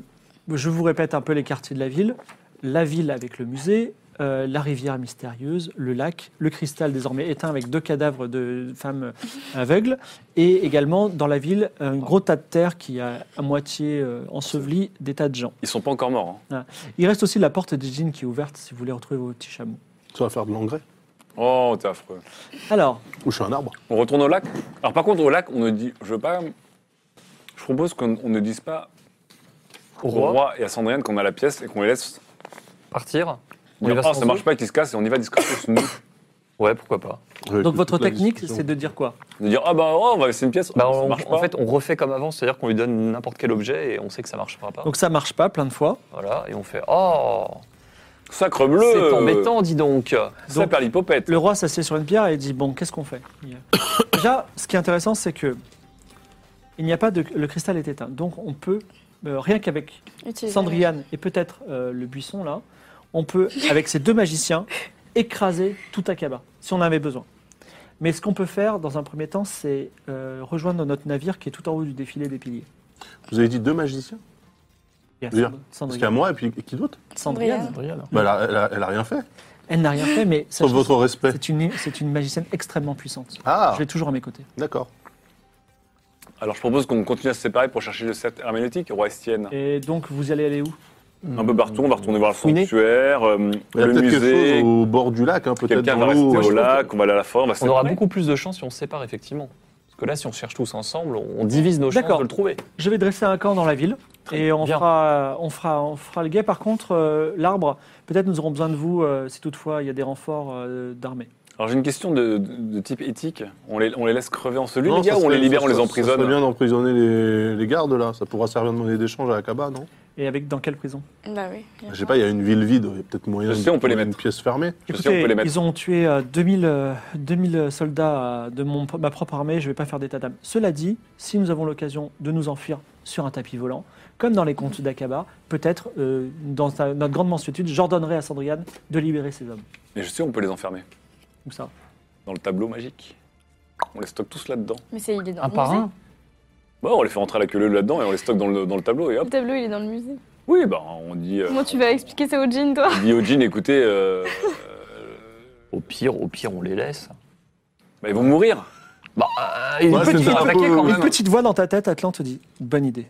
S1: Je vous répète un peu les quartiers de la ville. La ville avec le musée, euh, la rivière mystérieuse, le lac, le cristal désormais éteint avec deux cadavres de femmes aveugles, et également dans la ville, un gros tas de terre qui a à moitié euh, enseveli des tas de gens.
S2: Ils sont pas encore morts. hein.
S1: Il reste aussi la porte des jeans qui est ouverte si vous voulez retrouver vos petits chameaux.
S4: Ça va faire de l'engrais.
S2: Oh, t'es affreux.
S1: Alors,
S4: Ou je suis un arbre.
S2: On retourne au lac. Alors par contre, au lac, on ne dit, je veux pas, je propose qu'on on ne dise pas au roi, et à Sandrine qu'on a la pièce et qu'on les laisse.
S3: Partir. On y
S2: Dire,
S3: va
S2: Ah,
S3: sans
S2: ça marche
S3: eux
S2: pas, qu'ils se cassent et on y va discuter. nous.
S3: Ouais, pourquoi pas.
S1: donc votre technique, c'est de dire quoi
S2: De dire ah bah oh, on va laisser une pièce.
S3: Bah,
S2: ça
S3: on-
S2: marche pas.
S3: en fait, on refait comme avant, c'est-à-dire qu'on lui donne n'importe quel objet et on sait que ça marchera pas.
S1: Donc ça marche pas plein de fois.
S3: Voilà, et on fait oh,
S2: sacre bleu.
S3: c'est embêtant, dis donc.
S2: Ça perd l'hypopète.
S1: Le roi s'assied sur une pierre et dit Bon, qu'est-ce qu'on fait Il y a- Déjà, ce qui est intéressant, c'est que il n'y a pas de. Le cristal est éteint. Donc, on peut, euh, rien qu'avec
S6: Utiliser-
S1: Sandriane et peut-être euh, le buisson, là, on peut, avec ces deux magiciens, écraser tout Akaba, si on en avait besoin. Mais ce qu'on peut faire, dans un premier temps, c'est euh, rejoindre notre navire qui est tout en haut du défilé des piliers.
S4: Vous avez dit deux magiciens
S1: Il y a
S4: Bien.
S1: Sand-
S4: Parce qu'il y a
S1: Sandriane.
S4: moi et puis et qui d'autre
S1: Sandriane.
S4: bah, elle, a, elle a- elle a rien fait.
S1: Elle n'a rien fait, mais
S4: Sauf
S1: sachez-
S4: votre respect.
S1: c'est une, c'est une magicienne extrêmement puissante.
S4: Ah,
S1: Je l'ai toujours à mes côtés.
S4: d'accord.
S2: Alors je propose qu'on continue à se séparer pour chercher le sceptre herméneutique, roi Estienne.
S1: Et donc, vous allez aller où
S2: Un peu partout, on va retourner voir le
S3: Hmm. Fouiner.
S2: sanctuaire, euh,
S4: Il y a
S2: le
S4: peut-être quelque
S2: musée.
S4: chose au bord du lac, hein, peut-être
S2: Quelqu'un
S4: dans
S2: va rester
S4: l'eau.
S2: au lac, on va aller à la forêt, on va se
S3: On aura
S2: séparer.
S3: beaucoup plus de chance si on se sépare, effectivement. Parce que là, si on cherche tous ensemble, on on divise nos chances
S1: D'accord.
S3: de le trouver.
S1: Je vais dresser un camp dans la ville et on
S3: bien.
S1: fera, on, fera, on fera le guet. Par contre, euh, l'arbre, peut-être nous aurons besoin de vous euh, si toutefois il y a des renforts euh, d'armée.
S2: Alors j'ai une question de, de- de type éthique. On les, on les laisse crever en celui,
S4: Non,
S2: les gars,
S4: ça
S2: ou on
S4: serait-
S2: les libère,
S4: ça
S2: on les
S4: serait- Ça
S2: emprisonne
S4: serait bien d'emprisonner les, les gardes là. Ça pourra servir de monnaie d'échange à Akaba, non
S1: Et avec dans quelle prison
S6: Bah oui. il y a
S4: Je sais pas, il y a une ville vide, il y a peut-être moyen
S2: Je
S4: de
S2: sais, on peut les
S4: trouver une
S2: mettre.
S4: pièce fermée.
S2: Je sais, on peut les mettre.
S1: ils ont tué euh, 2000, euh, 2000 soldats euh, de mon, ma propre armée, je ne vais pas faire d'état d'âme. Cela dit, si nous avons l'occasion de nous enfuir sur un tapis volant, comme dans les contes d'Akaba, peut-être, euh, dans sa- notre grande mansuétude, j'ordonnerai à Sandriane de libérer ces hommes.
S2: Mais je sais, on peut les enfermer
S1: Ou ça.
S2: dans le tableau magique. On les stocke tous là-dedans.
S6: Mais c'est, il est dans
S3: Un
S6: le
S3: par
S6: musée.
S3: un
S2: Bah, on les fait rentrer à la queue leu là-dedans et on les stocke dans le, dans le tableau et
S6: Le
S2: hop.
S6: tableau, il est dans le musée.
S4: Euh,
S2: Oui, bah, on dit, euh,
S6: Comment tu vas expliquer ça au jean, toi
S2: on dit au djinn, écoutez, euh, euh,
S3: Au pire, au pire, on les laisse.
S2: bah, ils vont mourir.
S3: Bah, euh, ils
S4: Ouais,
S3: peuvent
S4: c'est
S3: nous
S4: ça.
S3: attaquer quand
S4: Ouais,
S1: Une
S3: même.
S1: petite voix dans ta tête, Atlante, te dit Bonne idée.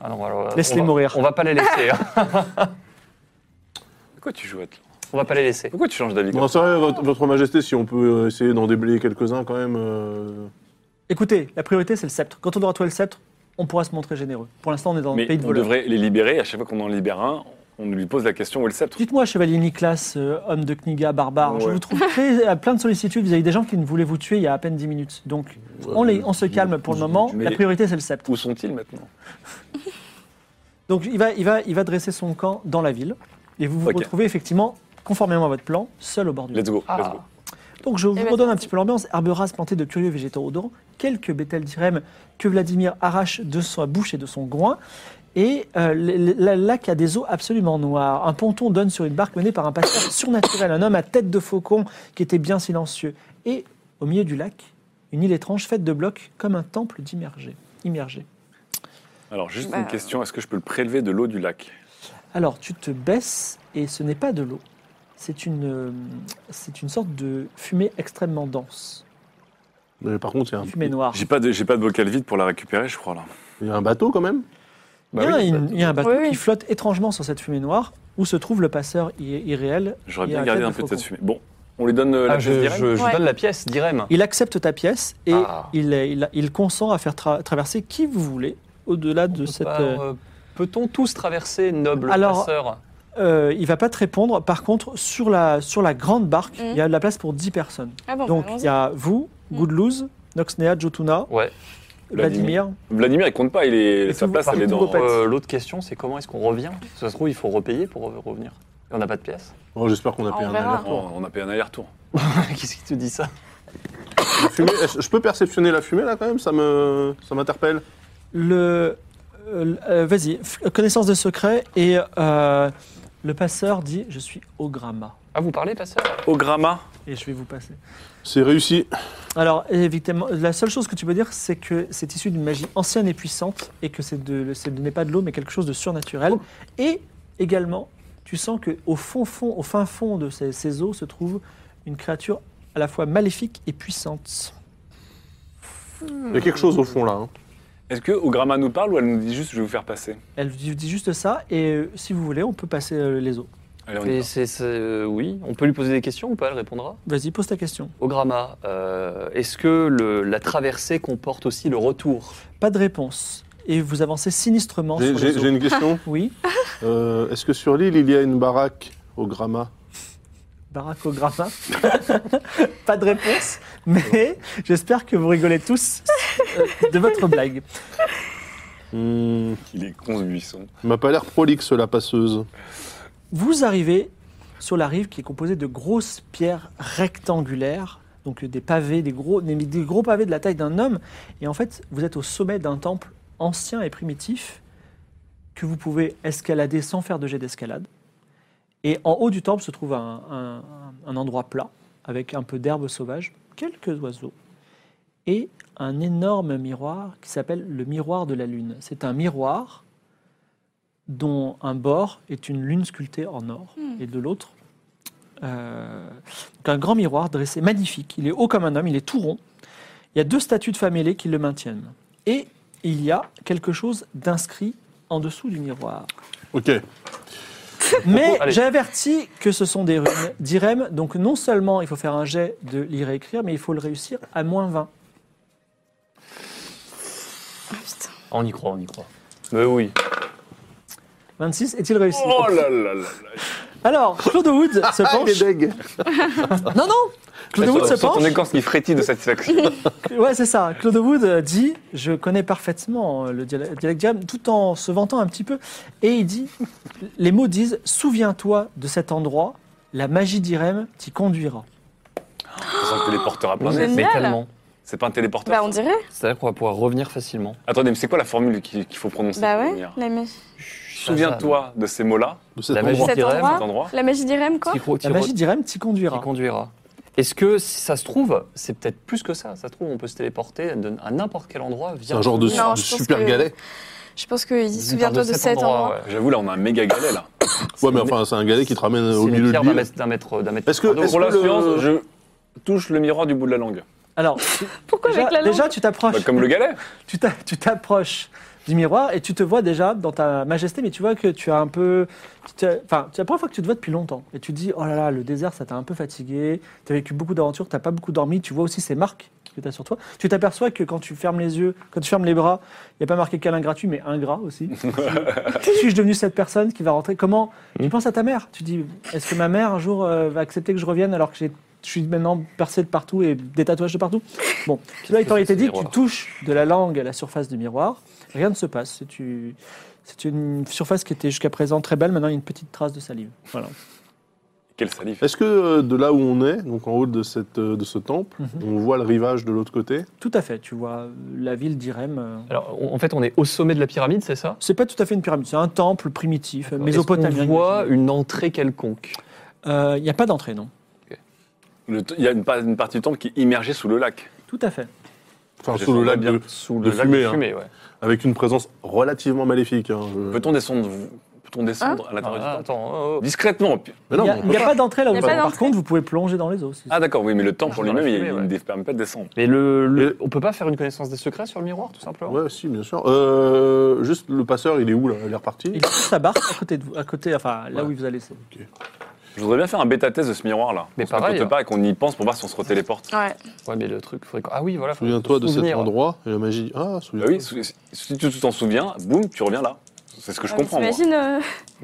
S3: Ah non, alors, euh,
S1: Laisse-les
S3: on va-
S1: mourir.
S3: On va pas les laisser. hein.
S2: Pourquoi tu joues à Atlan
S3: On va pas les laisser.
S2: Pourquoi tu changes d'avis
S4: Non,
S2: comme
S4: c'est vrai, votre, votre Majesté, si on peut euh, essayer d'en déblayer quelques-uns quand même. euh,
S1: Écoutez, la priorité, c'est le sceptre. Quand on aura trouvé le sceptre, on pourra se montrer généreux. Pour l'instant, on est dans le
S2: Mais
S1: pays de
S2: on
S1: voleurs.
S2: devrait les libérer. À chaque fois qu'on en libère un, on lui pose la question où est le sceptre.
S1: Dites-moi, chevalier Nicolas, euh, homme de Kniga, barbare, je
S2: Ouais.
S1: vous trouve très, à plein de sollicitudes vis-à-vis des gens qui ne voulaient vous tuer il y a à peine 10 minutes. Donc, on, les, on se calme pour le moment.
S2: Mais-
S1: La priorité, c'est le sceptre.
S2: Où sont-ils maintenant
S1: Donc il va, il, va, il va dresser son camp dans la ville et vous vous
S2: Ok.
S1: retrouvez effectivement, conformément à votre plan, seul au bord du lac.
S2: Let's go.
S3: Ah.
S2: let's go.
S1: Donc je vous
S6: ben,
S1: redonne un
S6: merci.
S1: petit peu l'ambiance. Arberas planté de curieux végétaux odorants, quelques bétels d'irem que Vladimir arrache de sa bouche et de son groin. Et euh, le- le le lac a des eaux absolument noires. Un ponton donne sur une barque menée par un pasteur surnaturel, un homme à tête de faucon qui était bien silencieux. Et au milieu du lac, une île étrange faite de blocs comme un temple d'immergés. immergés.
S2: Alors, juste
S6: Bah,
S2: une question est-ce que je peux le prélever de l'eau du lac
S1: Alors, tu te baisses et ce n'est pas de l'eau. C'est une, euh, c'est une sorte de fumée extrêmement dense.
S4: Mais par contre, il y a un-
S1: Fumée noire.
S2: J'ai pas, de, j'ai pas de bocal vide pour la récupérer, je crois là.
S4: il y a un bateau quand même
S2: Bah
S1: il, y a une- il y a un bateau
S6: Oui, oui.
S1: qui flotte étrangement sur cette fumée noire où se trouve le passeur i- irréel.
S2: J'aurais
S1: Il y a
S2: bien
S1: un
S2: gardé
S1: tête
S2: un
S1: de
S2: peu de
S1: faucon.
S2: cette fumée. Bon, on lui donne euh, la
S3: Ah,
S2: pièce
S3: je,
S2: directe.
S3: je- je
S6: Ouais.
S3: donne la pièce d'Irem.
S1: Il accepte ta pièce et
S3: Ah.
S1: il, il- il consent à faire tra- traverser qui vous voulez au-delà de cette.
S3: Bah,
S1: euh,
S3: euh, Peut-on tous traverser, noble
S1: Alors-
S3: passeur
S1: euh, il va pas te répondre. Par contre, sur la, sur la grande barque,
S6: Mhm.
S1: il y a de la place pour 10 personnes.
S6: Ah bon,
S1: Donc,
S6: bah,
S1: il y a vous,
S6: Mhm.
S1: Goodlouz, Noxnea, Jotuna,
S3: Ouais.
S1: Vladimir.
S2: Vladimir, il compte pas, il est,
S1: Et
S2: sa
S1: tout-
S2: place,
S1: par
S2: elle est
S1: tout
S2: dans.
S1: vos pets.
S3: Euh, L'autre question, c'est comment est-ce qu'on revient Ça se trouve, il faut repayer pour re- revenir. Et on n'a pas de pièce.
S4: Oh, J'espère qu'on a
S6: Ah,
S4: payé
S6: on
S4: un
S6: verra.
S2: Oh, on a payé un aller-retour.
S3: Qu'est-ce qui te dit ça
S4: La fumée, est-ce- je peux perceptionner la fumée là quand même Ça me, ça m'interpelle.
S1: Le. euh, euh, Vas-y, f- connaissance de secret. Et euh, le passeur dit Je suis au gramma.
S3: Ah, vous parlez, passeur
S2: Au Gramma
S1: Et je vais vous passer.
S4: C'est réussi.
S1: Alors, évidemment, la seule chose que tu peux dire, c'est que c'est issu d'une magie ancienne et puissante. Et que c'est de, c'est de- n'est pas de l'eau, mais quelque chose de surnaturel. Et également, tu sens qu'au fond, fond, au fin fond de ces, ces eaux se trouve une créature à la fois maléfique et puissante.
S4: Il y a quelque chose au fond là. hein.
S2: Est-ce que au Gramma nous parle ou elle nous dit juste je vais vous faire passer
S1: Elle vous dit juste ça. Et euh, si vous voulez, on peut passer euh, les eaux.
S2: Allez, on y
S3: Et
S2: va.
S3: c'est- c'est- euh, Oui, on peut lui poser des questions ou pas Elle répondra.
S1: Vas-y, pose ta question.
S3: Au Gramma, euh, est-ce que le- la traversée comporte aussi le retour
S1: Pas de réponse. Et vous avancez sinistrement
S4: J'ai-
S1: sur les
S4: J'ai j'ai
S1: eaux.
S4: une question.
S1: Oui,
S4: Euh, Est-ce que sur l'île il y a une baraque au Gramma
S1: Barack Obama. Pas de réponse, mais j'espère que vous rigolez tous euh, de votre blague.
S4: Hmm,
S2: Il est con ce buisson.
S4: Il m'a pas l'air prolixe la passeuse.
S1: Vous arrivez sur la rive qui est composée de grosses pierres rectangulaires, donc des pavés, des gros, des, des gros pavés de la taille d'un homme. Et en fait, vous êtes au sommet d'un temple ancien et primitif que vous pouvez escalader sans faire de jet d'escalade. Et en haut du temple se trouve un, un- un endroit plat avec un peu d'herbe sauvage, quelques oiseaux et un énorme miroir qui s'appelle le miroir de la lune. C'est un miroir dont un bord est une lune sculptée en or et de l'autre euh, donc un grand miroir dressé magnifique. Il est haut comme un homme, il est tout rond. Il y a deux statues de femmes ailées qui le maintiennent. Et il y a quelque chose d'inscrit en dessous du miroir.
S4: Ok.
S1: Mais
S3: Allez.
S1: j'avertis que ce sont des runes d'Irem, donc non seulement il faut faire un jet de lire et écrire, mais il faut le réussir à moins 20.
S6: Ah, putain.
S3: Ah, On y croit, on y croit.
S1: Bah
S3: Mais oui.
S1: 26, est-il réussi
S2: Oh là là là là
S1: Alors, Claude Wood se
S4: Ah, il est
S1: penche.
S4: deg.
S1: Non, non Claude Wood se
S2: Sur
S1: penche.
S2: ton écorce qui frétille de satisfaction.
S1: Ouais, c'est ça. Claude Wood euh, dit Je connais parfaitement euh, le dialecte dialecte d'Irem, tout en se vantant un petit peu. Et il dit Les mots disent Souviens-toi de cet endroit, la magie d'Irem t'y conduira.
S2: C'est un téléporteur à plein
S6: Génial.
S2: nez.
S3: Mais tellement.
S2: C'est pas un téléporteur.
S6: Bah, on dirait.
S3: C'est-à-dire qu'on va pouvoir revenir facilement.
S2: Attendez, mais c'est quoi la formule qu'il qu'il faut prononcer
S6: Bah
S2: pour
S6: ouais,
S2: venir
S6: la magie.
S2: Souviens-toi de ces mots-là,
S4: De cet
S3: La magie
S4: endroit.
S6: Cet
S3: d'Irem,
S2: cet
S6: endroit,
S2: endroit.
S6: la magie d'Irem, quoi.
S3: Qui, ro- qui
S1: La
S3: ro-
S1: magie d'Irem t'y
S3: qui
S1: conduira.
S3: conduira. Est-ce que si ça se trouve, c'est peut-être plus que ça Ça se trouve, on peut se téléporter de- à n'importe quel endroit.
S4: C'est un genre de,
S6: Non,
S4: de
S6: je pense
S4: super
S6: que-
S4: galet.
S6: Je pense qu'il dit souviens-toi de hein. cet endroit.
S2: J'avoue, là, on a un méga galet, là.
S4: Ouais, mais enfin, c'est un galet qui te ramène
S3: C'est
S4: au
S3: une
S4: milieu de
S3: pierre d'un
S4: l'île.
S3: mètre, d'un mètre, d'un mètre.
S4: Est-ce que-
S3: trente-deux.
S4: est-ce
S2: Pour
S4: que-
S2: la
S4: le-
S2: science, je touche le miroir du bout de la langue.
S1: Alors,
S6: Pourquoi
S1: déjà,
S6: avec la langue
S1: déjà, tu t'approches.
S2: Bah, comme le galet.
S1: tu t'a- tu t'approches du miroir et tu te vois déjà dans ta majesté, mais tu vois que tu as un peu. tu t'es- Enfin, c'est la première fois que tu te vois depuis longtemps. Et tu te dis, oh là là, le désert, ça t'a un peu fatigué. Tu as vécu beaucoup d'aventures, tu n'as pas beaucoup dormi. Tu vois aussi ces marques que tu as sur toi. Tu t'aperçois que quand tu fermes les yeux, quand tu fermes les bras, il n'y a pas marqué câlin gratuit, mais ingrat aussi. Tu- Suis-je devenu cette personne qui va rentrer Comment Tu penses à ta mère. Tu dis, est-ce que ma mère un jour euh, va accepter que je revienne alors que j'ai- je suis maintenant percé de partout et des tatouages de partout Bon, là, il t'aurait été dit, tu
S2: miroir
S1: touches de la langue à la surface du miroir, rien ne se passe. C'est tu- c'est une surface qui était jusqu'à présent très belle, maintenant il y a une petite trace de salive. Voilà.
S2: Quelle salive.
S4: Est-ce que euh, de là où on est, donc en haut de, cette, euh, de ce temple,
S1: Mhm.
S4: on voit le rivage de l'autre côté
S1: Tout à fait, tu vois, la ville d'Irem. euh,
S3: Alors, on- en fait, on est au sommet de la pyramide, c'est ça
S1: C'est pas tout à fait une pyramide, c'est un temple primitif,
S3: Est-ce
S1: mésopotamien.
S3: qu'on voit une entrée quelconque.
S1: Il n'y a pas d'entrée, non
S2: Le t- Il y a une, pa- une partie du temple qui est immergée sous le lac.
S1: Tout à fait.
S4: Enfin,
S2: Je
S4: sous le
S2: sens
S4: lac
S2: bien.
S4: de,
S2: Sous
S4: de fumée, hein,
S3: Fumée, ouais.
S4: avec une présence relativement maléfique. hein, je-
S2: Peut-on descendre, vous- peut-on
S6: Hein
S2: descendre à l'intérieur
S3: Euh. Ah,
S2: du temple
S3: attends, oh, oh.
S2: Discrètement. puis-
S4: Mais
S1: Il
S4: non,
S1: n'y a,
S4: mais
S1: y a pas d'entrée là où
S6: Y a
S1: vous
S6: pas
S1: êtes. Par
S6: d'entrée.
S1: contre, vous pouvez plonger dans les eaux. si-
S2: Ah d'accord, oui, mais le temple
S3: Ah,
S2: pour
S3: dans la
S2: lui-même, il,
S3: fumée,
S2: il
S3: ouais.
S2: ne dé- permet pas de descendre.
S3: Mais le, le-
S4: Et-
S3: on peut pas faire une connaissance des secrets sur le miroir, tout simplement
S4: Ouais, si, bien sûr. Euh, juste, le passeur, il est où, là Il est reparti
S1: Il pousse sa barque à côté de vous, à côté, enfin là
S4: Ouais.
S1: où il vous a laissé.
S2: Je voudrais bien faire un bêta-test de ce miroir-là.
S3: Mais
S2: On se
S3: pareil, hein.
S2: mette quelque part et qu'on y pense pour voir si on se retéléporte.
S6: Ouais.
S3: Ouais, mais le truc, faudrait... Ah oui, voilà. faut
S4: Souviens-toi de cet
S3: souvenir.
S4: endroit et la magie. Ah,
S2: Bah
S4: souviens-toi.
S2: oui, si si tu t'en souviens, boum, tu reviens là. C'est ce que je
S6: Ah, mais
S2: comprends. moi.
S6: T'imagines, euh,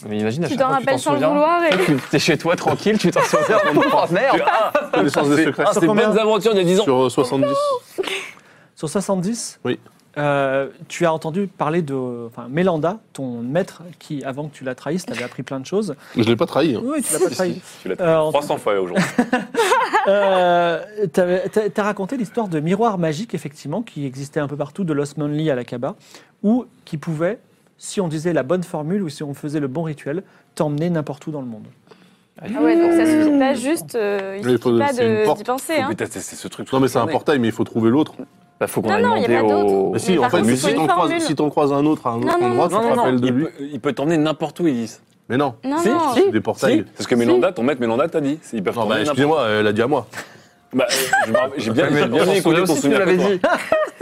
S3: Mais imagine, à
S6: tu
S3: chaque
S6: t'en
S3: fois que
S6: rappelles sans le
S3: souviens,
S6: vouloir et.
S3: tu- T'es chez toi tranquille, tu t'en souviens, on te prend. Merde Bah,
S4: Connaissance des secrets.
S2: Ah, c'est
S1: Sur combien
S2: bonnes aventures il y a 10 ans.
S4: Sur euh, 70.
S1: Oh, Sur 70,
S4: Oui.
S1: euh, tu as entendu parler de enfin, Mélanda, ton maître, qui avant que tu la trahisses, t'avais appris plein de choses.
S4: Je l'ai pas trahi. hein.
S1: Oui, tu l'as pas
S2: Si,
S1: trahi.
S2: si, tu l'as
S1: Euh, en-
S2: 300 fois aujourd'hui.
S1: Euh, t'avais- T'as t'as raconté l'histoire de miroirs magiques, effectivement, qui existaient un peu partout, de Lost Manly à la Kaaba, où qui pouvaient, si on disait la bonne formule ou si on faisait le bon rituel, t'emmener n'importe où dans le monde.
S6: Ah ouais, donc ça suffit pas juste. euh, il
S4: Mais il faut-
S6: suffit pas
S4: c'est une
S6: de-
S4: porte.
S6: d'y penser. Hein.
S2: Mais t'as- c'est c'est ce truc.
S4: Non, mais c'est un
S2: important.
S4: portail, mais il faut trouver l'autre.
S3: Bah, faut qu'on
S6: Non,
S3: aille
S6: non, y a
S3: demander
S6: pas
S3: au...
S4: Mais si,
S6: Mais
S4: en
S6: par
S4: fait,
S6: contre,
S4: mais
S6: il faut
S4: si
S6: une
S4: t'en
S6: formule.
S4: croises, si t'en croises un autre à un autre
S6: Non, non,
S4: endroit, tu
S2: Non,
S4: te
S2: non, non,
S4: rappelles de
S2: il
S4: lui.
S2: peut- il peut t'emmener n'importe où, Elise.
S4: Mais non.
S6: Non,
S2: Si,
S6: non.
S2: si.
S4: Des portails.
S2: C'est ce que Mélanda, ton maître Mélanda t'a dit. Ils peuvent
S4: Non, bah,
S2: t'emmener n'importe
S4: excusez-moi, elle a dit à moi.
S2: où. Bah, euh, je me rappelle- J'ai bien, j'ai bien
S3: On
S2: écouté
S3: aussi,
S2: ton
S3: tu
S2: souvenir.
S3: l'avais
S2: que toi.
S3: dit.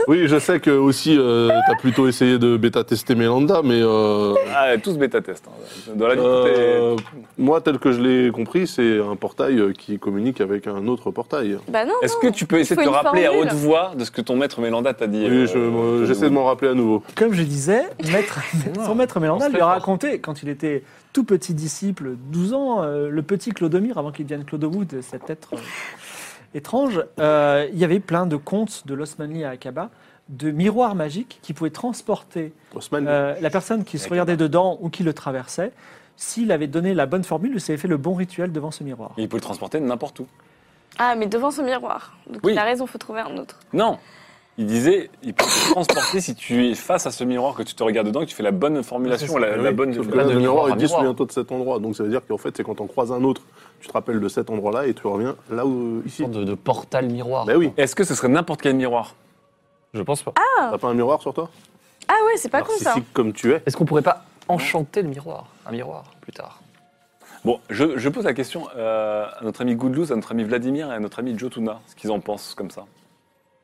S4: Oui, je sais que aussi, euh, t'as plutôt essayé de bêta-tester Mélanda, mais euh,
S2: Ah, tous bêta-test. hein. Dans la vie,
S4: euh, moi, tel que je l'ai compris, c'est un portail euh, qui communique avec un autre portail.
S6: Bah non.
S2: t'es- Est-ce que tu peux essayer de
S6: Il
S2: te
S6: faut une
S2: rappeler à
S6: formule.
S2: haute voix de ce que ton maître Mélanda t'a dit euh,
S4: Oui, je- euh,
S2: euh,
S4: j'essaie de m'en rappeler à nouveau.
S1: Comme je disais, maître- son maître Mélanda
S3: On se
S1: lui a
S3: fait
S1: raconté, quand il était tout petit disciple, 12 ans, euh, le petit Clodomir, avant qu'il devienne Clodowood, cet être euh, étrange, euh, il y avait plein de contes de l'Osmanli à Akaba, de miroirs magiques qui pouvaient transporter
S4: Osman,
S1: Euh, la personne qui se regardait dedans ou qui le traversait, s'il avait donné la bonne formule ou s'il avait fait le bon rituel devant ce miroir.
S2: Il peut le transporter n'importe où.
S6: Ah, mais devant ce miroir. Donc
S2: Oui.
S6: il a raison, faut trouver un autre.
S2: Non il disait, il peut te transporter si tu es face à ce miroir que tu te regardes dedans, que tu fais la bonne formulation, la,
S4: Ah oui,
S2: la bonne.
S4: sauf que
S2: la-
S4: là,
S3: de
S4: le
S3: miroir
S4: miroir
S3: à
S4: est dit
S3: miroir.
S4: bientôt de cet endroit. Donc ça veut dire qu'en fait, c'est quand on croise un autre, tu te rappelles de cet endroit-là et tu reviens là où ici.
S3: Sorte De, de portal miroir.
S4: Bah oui,
S2: Est-ce que ce serait n'importe quel miroir
S3: Je pense pas.
S4: t'as pas un miroir sur toi
S6: Ah ouais, c'est pas con ça.
S4: Narcissique comme tu es.
S3: Est-ce qu'on pourrait pas enchanter le miroir Un miroir, plus tard.
S2: Bon, je, je pose la question euh, à notre ami Goodloose, à notre ami Vladimir et à notre ami Jotuna, ce qu'ils en pensent comme ça.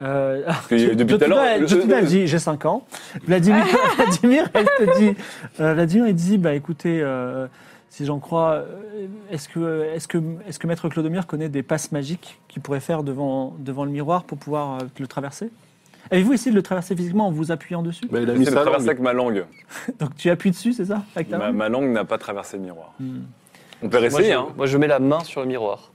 S1: Euh,
S2: que depuis tout à l'heure,
S1: Jotuna,
S2: le-
S1: Jotuna, elle
S2: le-
S1: dit j'ai 5 ans. Vladimir, Vladimir, elle te dit, euh, Vladimir, il dit bah écoutez, euh, si j'en crois, euh, est-ce que est-ce que est-ce que Maître Clodomir connaît des passes magiques qu'il pourrait faire devant devant le miroir pour pouvoir euh, le traverser Avez-vous essayé de le traverser physiquement en vous appuyant dessus
S4: Bah, il a mis
S2: J'essaie de
S4: ça
S2: traverser avec ma langue.
S1: Donc tu appuies dessus, c'est ça avec ta
S2: Ma,
S1: main
S2: ma langue n'a pas traversé le miroir.
S1: Hmm.
S2: On peut
S3: moi, je,
S2: essayer, hein.
S3: moi, je mets la main sur le miroir.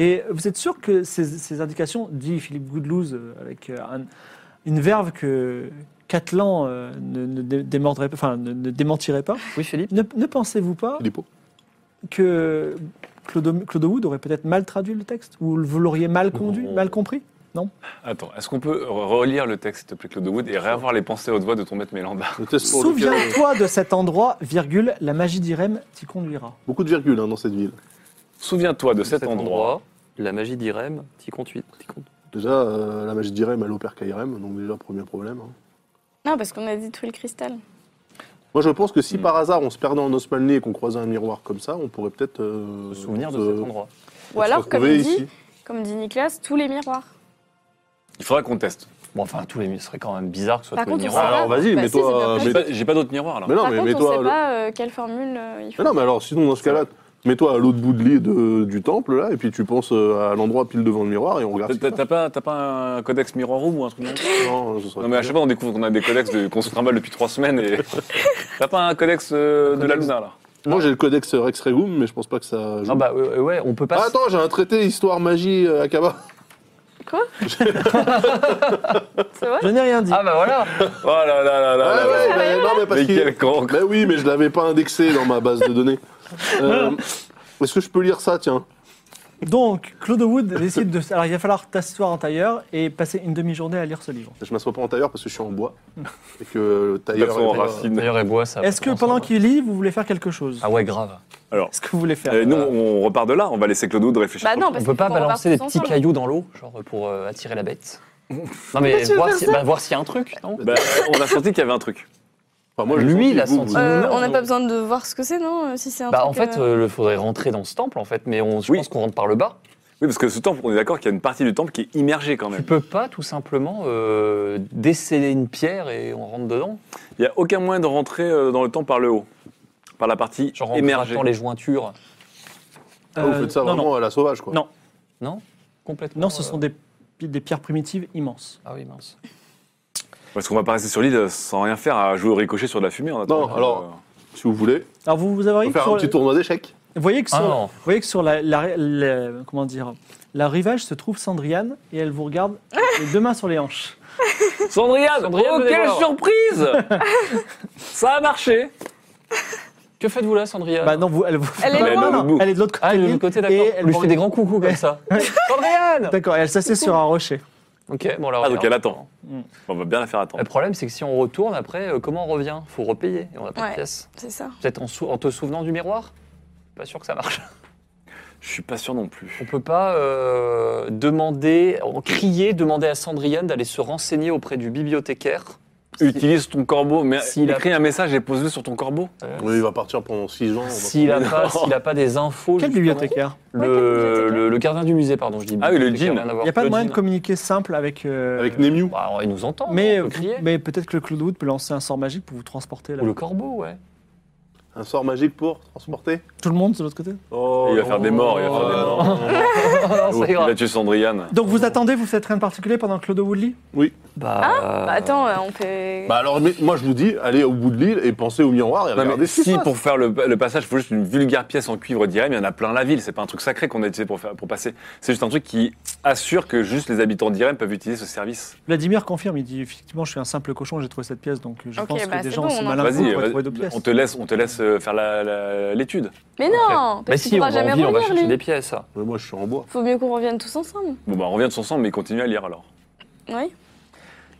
S1: Et vous êtes sûr que ces, ces indications, dit Philippe Goodlouse euh, avec euh, un- une verve que Catlan euh, ne, ne dé- démordrait- enfin, ne- ne démentirait pas,
S3: Oui, Philippe
S1: ne, ne pensez-vous pas
S4: Filippo.
S1: que Clodo, Clodo Wood aurait peut-être mal traduit le texte Ou vous l'auriez mal conduit,
S2: Non.
S1: mal compris
S2: Attends, est-ce qu'on peut re- relire le texte, s'il te plaît, Claude Wood, et réavoir les pensées à haute voix de ton maître Mélanda
S4: Le test pour lequel, euh,
S1: Souviens-toi de cet endroit, virgule, la magie d'Irem t'y conduira.
S4: Beaucoup de virgules hein, dans cette ville.
S2: Souviens-toi de cet endroit.
S3: La magie d'Irem, t'y comptes huit, t'y comptes.
S4: Déjà, euh, la magie d'Irem, elle opère qu'à Irem, donc déjà, premier problème. hein.
S6: Non, parce qu'on a dit tout le cristal.
S4: Moi, je pense que si
S2: Hmm.
S4: par hasard on se perdait en Osmanli et qu'on croisait un miroir comme ça, on pourrait peut-être. euh,
S3: Le souvenir de
S4: se-
S3: cet endroit.
S6: Ou
S4: se
S6: alors, comme
S4: retrouver
S6: il dit,
S4: ici.
S6: comme dit Nicolas, tous les miroirs.
S2: Il faudra qu'on teste.
S3: Bon, enfin, tous les ce serait quand même bizarre que ce soit
S6: Par
S3: tous les
S6: contre, on sait
S3: miroirs.
S6: pas.
S4: Alors, vas-y,
S6: Bah,
S4: mets-toi,
S6: si, c'est bien
S4: euh,
S6: fait.
S2: J'ai
S4: mets-
S2: pas, j'ai pas d'autres miroirs, là.
S4: Mais non,
S6: Par
S4: mais
S6: contre, on
S4: mets-toi.
S6: sait pas euh, quelle formule euh, il
S4: Mais
S6: faut.
S4: non, mais alors, sinon, dans ce cas-là, Mets-toi à l'autre bout de l'île de- du temple, là, et puis tu penses euh, à l'endroit pile devant le miroir et on regarde.
S2: T'as-
S4: ce
S2: T'as
S4: qu'il y a.
S2: t'as pas, t'as pas un codex Mirror Room ou un truc comme ça
S4: Non, ce serait
S2: Non mais à
S4: pas
S2: chaque fois on découvre qu'on a des codex de- qu'on se trimballe depuis trois semaines et... T'as pas un codex euh, de la Luna là
S4: bien. Moi, j'ai le codex Rex Regum, mais je pense pas que ça. joue.
S3: Ah bah euh, ouais, on peut pas.
S4: Ah, attends, j'ai un traité histoire magie euh, Akaba.
S6: C'est vrai
S1: Je n'ai rien dit.
S3: Ah bah voilà.
S2: Oh là là là là
S4: Ah,
S2: là
S4: ouais,
S2: là.
S4: mais- non, mais parce
S2: Mais
S4: qu'il-
S2: quel grand
S4: Ben oui, mais je l'avais pas indexé dans ma base de données. Euh, Est-ce que je peux lire ça, tiens
S1: Donc, Claude Wood décide de. Alors, il va falloir t'asseoir en tailleur et passer une demi-journée à lire ce
S3: Ah,
S1: livre.
S4: Je m'assois pas en tailleur parce que je suis en bois. Et que le tailleur.
S2: Tape-toi en
S4: est pas-
S2: racine.
S3: D'ailleurs, et bois bah, ça.
S1: Est-ce que
S3: ensemble.
S1: pendant qu'il lit, vous voulez faire quelque chose
S3: Ah ouais, grave.
S2: Alors,
S1: Est-ce que vous voulez faire
S2: euh, nous on repart de là, on va laisser Claude Wood réfléchir.
S6: Bah
S2: sur le
S6: non,
S2: truc.
S3: On
S6: parce
S3: peut
S6: qu'il
S3: pas
S6: faut qu'on
S3: balancer des
S6: reparte tous
S3: petits
S6: ensemble.
S3: cailloux dans l'eau, genre pour euh, attirer la bête. Non mais
S6: Pourquoi tu veux
S3: voir
S6: faire
S3: si-
S6: ça
S3: bah, voir s'il y a un truc, non
S2: Bah, on a senti qu'il y avait un truc.
S4: Enfin, moi, j'ai
S3: Lui, il a
S4: vous,
S3: senti.
S4: vous-
S6: Euh,
S3: Non,
S6: on n'a
S3: non.
S6: pas besoin de voir ce que c'est, non euh, Si c'est un
S3: Bah en
S6: truc,
S3: fait,
S6: euh,
S3: il faudrait rentrer dans ce temple en fait, mais on, je
S2: Oui.
S3: pense qu'on rentre par le bas.
S2: Oui parce que ce temple, on est d'accord qu'il y a une partie du temple qui est immergée quand
S3: Tu
S2: même.
S3: peux pas tout simplement euh, déceler une pierre et on rentre dedans
S2: Il n'y a aucun moyen de rentrer euh, dans le temple par le haut. Par la partie
S3: Genre en
S2: émergée.
S3: grattant les jointures
S4: Ah, vous faites ça
S1: Euh, non,
S4: vraiment
S1: non.
S4: à la sauvage, quoi.
S1: Non.
S3: Non Complètement
S1: Non, ce
S3: euh,
S1: sont des, des pierres primitives immenses.
S3: Ah oui, mince.
S2: Parce qu'on va pas rester sur l'île euh, sans rien faire à jouer au ricochet sur de la fumée. en attendant.
S4: Non, alors- Si vous voulez,
S1: Alors, vous, vous
S4: on
S1: avez
S4: va faire
S1: sur-
S4: un petit tournoi d'échecs.
S1: Vous voyez que
S3: Ah
S1: sur,
S3: non.
S1: vous voyez que sur la, la- la- comment dire, la rivage se trouve Sandriane et elle vous regarde les deux mains sur les hanches.
S2: Euh, Sandriane,
S3: Sandriane,
S2: oh
S3: venez
S2: quelle
S3: voir.
S2: surprise Ça a marché
S3: Que faites-vous là, Sandria
S1: Bah non, vous, elle, vous-
S6: Elle est
S2: Elle est
S6: loin.
S2: loin. debout.
S1: elle est de l'autre côté.
S3: Ah, elle est de l'autre côté,
S1: Et
S3: d'accord.
S1: elle
S3: On lui
S1: vous
S3: fait des grands coucous comme ça. Sandriane
S1: D'accord, et elle s'assied sur un rocher.
S3: Ok, bon alors.
S2: Ah, donc
S3: regarde.
S2: elle attend.
S1: Mm.
S2: On va bien la faire attendre.
S3: Le problème, c'est que si on retourne après, euh, comment on revient Faut repayer. Et on n'a pas
S6: Ouais.
S3: de pièces.
S6: C'est ça.
S3: Peut-être en, sou- en te souvenant du miroir Pas sûr que ça marche.
S2: Je suis pas sûr non plus.
S3: On peut pas euh, demander, en crier, demander à Sandriane d'aller se renseigner auprès du bibliothécaire.
S2: Utilise ton corbeau, mais
S3: S'il a-
S2: écris un message et pose-le sur ton corbeau.
S3: Euh,
S4: Oui, il va partir pendant 6 ans. on va-
S3: S'il n'a pas, s'il a pas des infos.
S1: Quelle hein.
S3: justement.
S1: bibliothécaire
S6: Ouais, quel
S3: le,
S6: bibliothécaire
S3: le, le gardien du musée, pardon, je dis.
S2: Ah oui, le djinn.
S3: bibliothécaire, rien à
S1: Il
S3: voir.
S1: n'y a pas de
S3: Le
S1: moyen de
S3: djinn.
S1: communiquer simple avec. euh,
S4: Avec Nemiu.
S3: Bah, alors, il nous entend.
S1: mais euh,
S3: on peut crier.
S1: mais peut-être que le Claude Wood peut lancer un sort magique pour vous transporter là.
S3: Ou le corbeau, ouais.
S4: Un sort magique pour transporter.
S1: Tout le monde de l'autre côté.
S4: Oh,
S2: Il va faire des morts, il va faire des morts.
S3: Ah, non, ça
S2: il
S3: ira.
S2: va tuer Sandriane.
S1: Donc vous attendez, vous faites rien de particulier pendant que Claude Wood lit
S3: Bah,
S6: Bah, attends, euh, on fait.
S4: Bah alors, mais- moi je vous dis, allez au bout de l'île et pensez au miroir et
S2: Non, mais
S4: regardez ce qui
S2: si
S4: se passe.
S2: pour faire le, le passage, il faut juste une vulgaire pièce en cuivre d'IRM, il y en a plein la ville, c'est pas un truc sacré qu'on a utilisé pour, faire, pour passer. C'est juste un truc qui assure que juste les habitants d'IRM peuvent utiliser ce service.
S1: Vladimir confirme, il dit effectivement, je suis un simple cochon, j'ai trouvé cette pièce, donc euh, je
S6: Ok,
S1: pense
S6: bah,
S1: que des
S6: c'est
S1: gens
S6: bon,
S1: aussi
S6: on en
S1: malins
S6: parle.
S1: qu'on
S2: Vas-y,
S1: pourrait trouver d'autres
S2: vas-
S1: pièces.
S2: on te laisse, on te laisse euh, faire la- la- l'étude.
S6: Mais non
S3: Bah
S6: Parce qu'il
S3: si, on
S6: pourra
S3: va
S6: jamais
S3: en ville, on va
S6: revenir,
S3: chercher des
S6: lui.
S3: pièces.
S4: Mais moi je suis en bois.
S6: Faut mieux qu'on revienne tous ensemble.
S2: Bon, bah, on revient tous ensemble, mais continue à lire alors.
S6: Oui.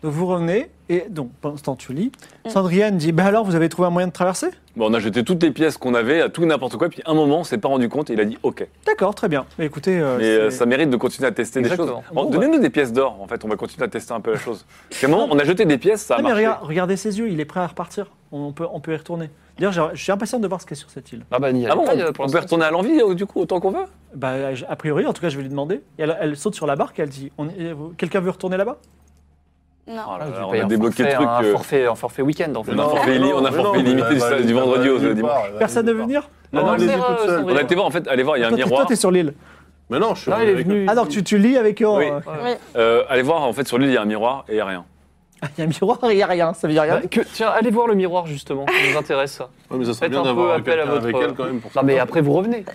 S1: Donc vous revenez, et donc pendant ce temps tu lis,
S6: Mm.
S1: Sandriane dit, bah alors vous avez trouvé un moyen de traverser
S2: Bon, on a jeté toutes les pièces qu'on avait, à tout et n'importe quoi, puis à un moment, on s'est pas rendu compte, et il a dit OK.
S1: D'accord, très bien. Bah, écoutez, euh,
S2: Mais euh,
S1: c'est-
S2: ça mérite de continuer à tester des
S3: Exactement.
S2: choses. Bon,
S1: Bon, bah.
S2: Donnez-nous des pièces d'or, en fait, on va continuer à tester un peu la chose. Parce qu'à un moment, on a jeté des pièces, ça a
S1: Non, mais
S2: marché.
S1: regarde- regardez ses yeux, il est prêt à repartir. On peut, on peut y retourner. D'ailleurs, j'ai- je suis impatient de voir ce qu'il y a sur cette île.
S3: Ah bah, n'y
S2: Ah bon,
S3: allez pas,
S2: on,
S3: pour
S2: on peut
S3: l'instant.
S2: retourner à l'envie, euh, du coup, autant qu'on veut
S1: Bah, j- a priori, en tout cas, je vais lui demander. Et elle, elle saute sur la barque et elle dit on est- euh, vous- Quelqu'un veut retourner là-bas
S2: Bah,
S6: Non.
S2: Oh là
S3: Ah, je vais
S2: là,
S3: payer
S2: On a
S3: un
S2: débloqué le
S3: forfait,
S2: truc.
S3: Un
S2: euh,
S3: forfait, un forfait week-end en fait.
S2: Non, forfait illi- on a forfait illimité du- du vendredi au dimanche.
S1: Personne n'est venu
S4: Non,
S3: Non,
S4: non, allez-y
S3: c'est
S4: toute
S3: vrai,
S4: seule.
S3: c'est
S2: On a
S3: vrai.
S2: été voir, en fait, allez voir, il y a un
S1: Toi, t'es- Toi,
S2: miroir.
S1: t'es sur l'île.
S4: Mais non, je suis
S3: Là, il est
S4: avec eux.
S3: venu.
S1: Ah, donc tu, tu lis avec eux. en-
S2: Oui.
S1: euh,
S6: Oui.
S2: Euh, allez voir, en fait, sur l'île, il y a un miroir et il y a rien.
S1: Il y a un miroir et il n'y a rien. Ça veut dire rien.
S3: Bah, que- tiens, allez voir le miroir justement, ça nous intéresse. ça.
S4: Ouais, mais ça serait
S3: Faites
S4: bien
S3: un peu
S4: d'avoir
S3: appel à
S4: quelqu'un
S3: votre-
S4: avec elle quand même pour
S3: Non
S4: ça.
S3: mais après vous revenez.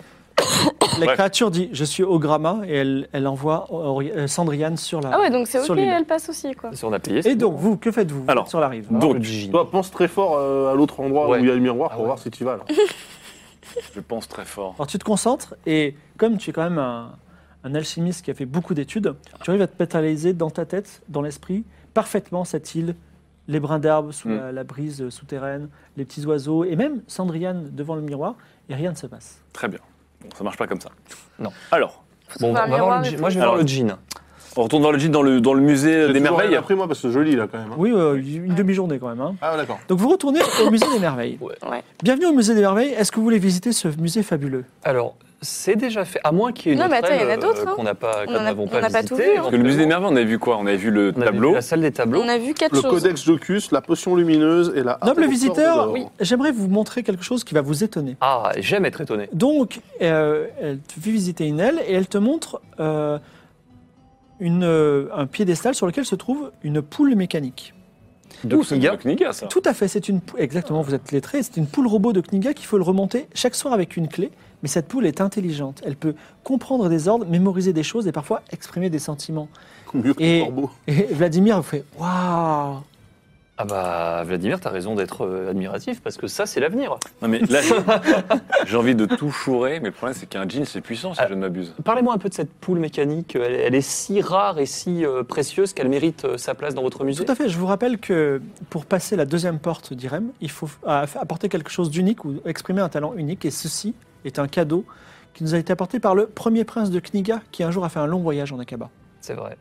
S1: La
S2: Ouais.
S1: créature dit Je suis au Gramma et elle, elle envoie Ori- euh, Sandriane sur la.
S6: Ah ouais, donc c'est
S1: sur
S6: ok,
S1: l'île.
S6: elle passe aussi, quoi.
S3: Si on a payé.
S1: Et donc, vous, que faites-vous Vous
S2: Alors,
S1: êtes sur la rive.
S2: donc,
S4: Toi, pense très fort euh, à l'autre endroit
S3: Ouais.
S4: où il y a le miroir
S3: Ah
S4: pour
S3: ouais.
S4: voir si tu vas là.
S2: Je pense très fort.
S1: Alors tu te concentres et comme tu es quand même un, un alchimiste qui a fait beaucoup d'études, tu arrives à te pétaliser dans ta tête, dans l'esprit, parfaitement cette île, les brins d'arbres sous
S2: Mm.
S1: la, la brise euh, souterraine, les petits oiseaux et même Sandriane devant le miroir et rien ne se passe.
S2: Très bien. Bon, ça marche pas comme ça.
S3: Non.
S2: Alors,
S3: Bon, on
S6: trouver
S3: va
S6: un
S3: voir
S6: miroir
S3: le
S6: et
S3: djinn.
S6: tout.
S3: Moi je vais
S2: Alors,
S3: voir le jean.
S2: on retourne voir le jean dans le, dans le musée
S4: J'ai
S2: des
S4: toujours rien
S2: merveilles.
S4: Après moi, parce que je lis là quand même. hein.
S1: Oui, euh, une demi-journée quand même. hein.
S4: Ah d'accord.
S1: Donc vous retournez au musée des merveilles.
S3: Ouais.
S6: Ouais.
S1: Bienvenue au musée des merveilles. Est-ce que vous voulez visiter ce musée fabuleux
S3: Alors c'est déjà fait. À moins qu'il y ait une
S6: Non, mais
S3: autre
S6: attends, il y en a
S3: aile,
S6: d'autres,
S3: euh,
S6: hein.
S3: qu'on n'a pas,
S6: On
S3: qu'on
S6: en a-
S3: n'avons
S6: on
S3: pas
S6: n'a pas
S3: visité.
S6: tout vu, hein.
S2: Parce que le musée des merveilles, on avait vu quoi On avait vu le
S3: On avait vu
S2: tableau.
S3: la salle des tableaux.
S6: On a vu quatre
S4: Le
S6: choses.
S4: codex Jocus, la potion lumineuse et la.
S1: Noble visiteur,
S4: Ah, oui.
S1: j'aimerais vous montrer quelque chose qui va vous étonner.
S3: Ah, j'aime être étonné.
S1: Donc, euh, elle te fait visiter une aile et elle te montre euh, une, euh, un piédestal sur lequel se trouve une poule mécanique.
S3: De
S2: Ouh, c'est
S3: Kniga.
S2: de Kniga, ça.
S1: Tout à fait, c'est une pou- exactement. Vous êtes lettré. C'est une poule robot de Kniga qu'il faut le remonter chaque soir avec une clé. Mais cette poule est intelligente. Elle peut comprendre des ordres, mémoriser des choses et parfois exprimer des sentiments.
S4: Mieux que
S1: Et-
S4: le corbeau.
S1: Et Vladimir fait waouh.
S3: Ah bah, Vladimir, t'as raison d'être euh, admiratif, parce que ça, c'est l'avenir.
S2: Non, mais là, j'ai- j'ai envie de tout chourer, mais le problème, c'est qu'un jean, c'est puissant, si
S3: Ah.
S2: je ne m'abuse.
S3: Parlez-moi un peu de cette poule mécanique. Elle, elle est si rare et si euh, précieuse qu'elle mérite euh, sa place dans votre musée.
S1: Tout à fait. Je vous rappelle que pour passer la deuxième porte d'Irem, il faut euh, apporter quelque chose d'unique ou exprimer un talent unique. Et ceci est un cadeau qui nous a été apporté par le premier prince de Kniga qui un jour a fait un long voyage en Akaba.
S3: C'est vrai.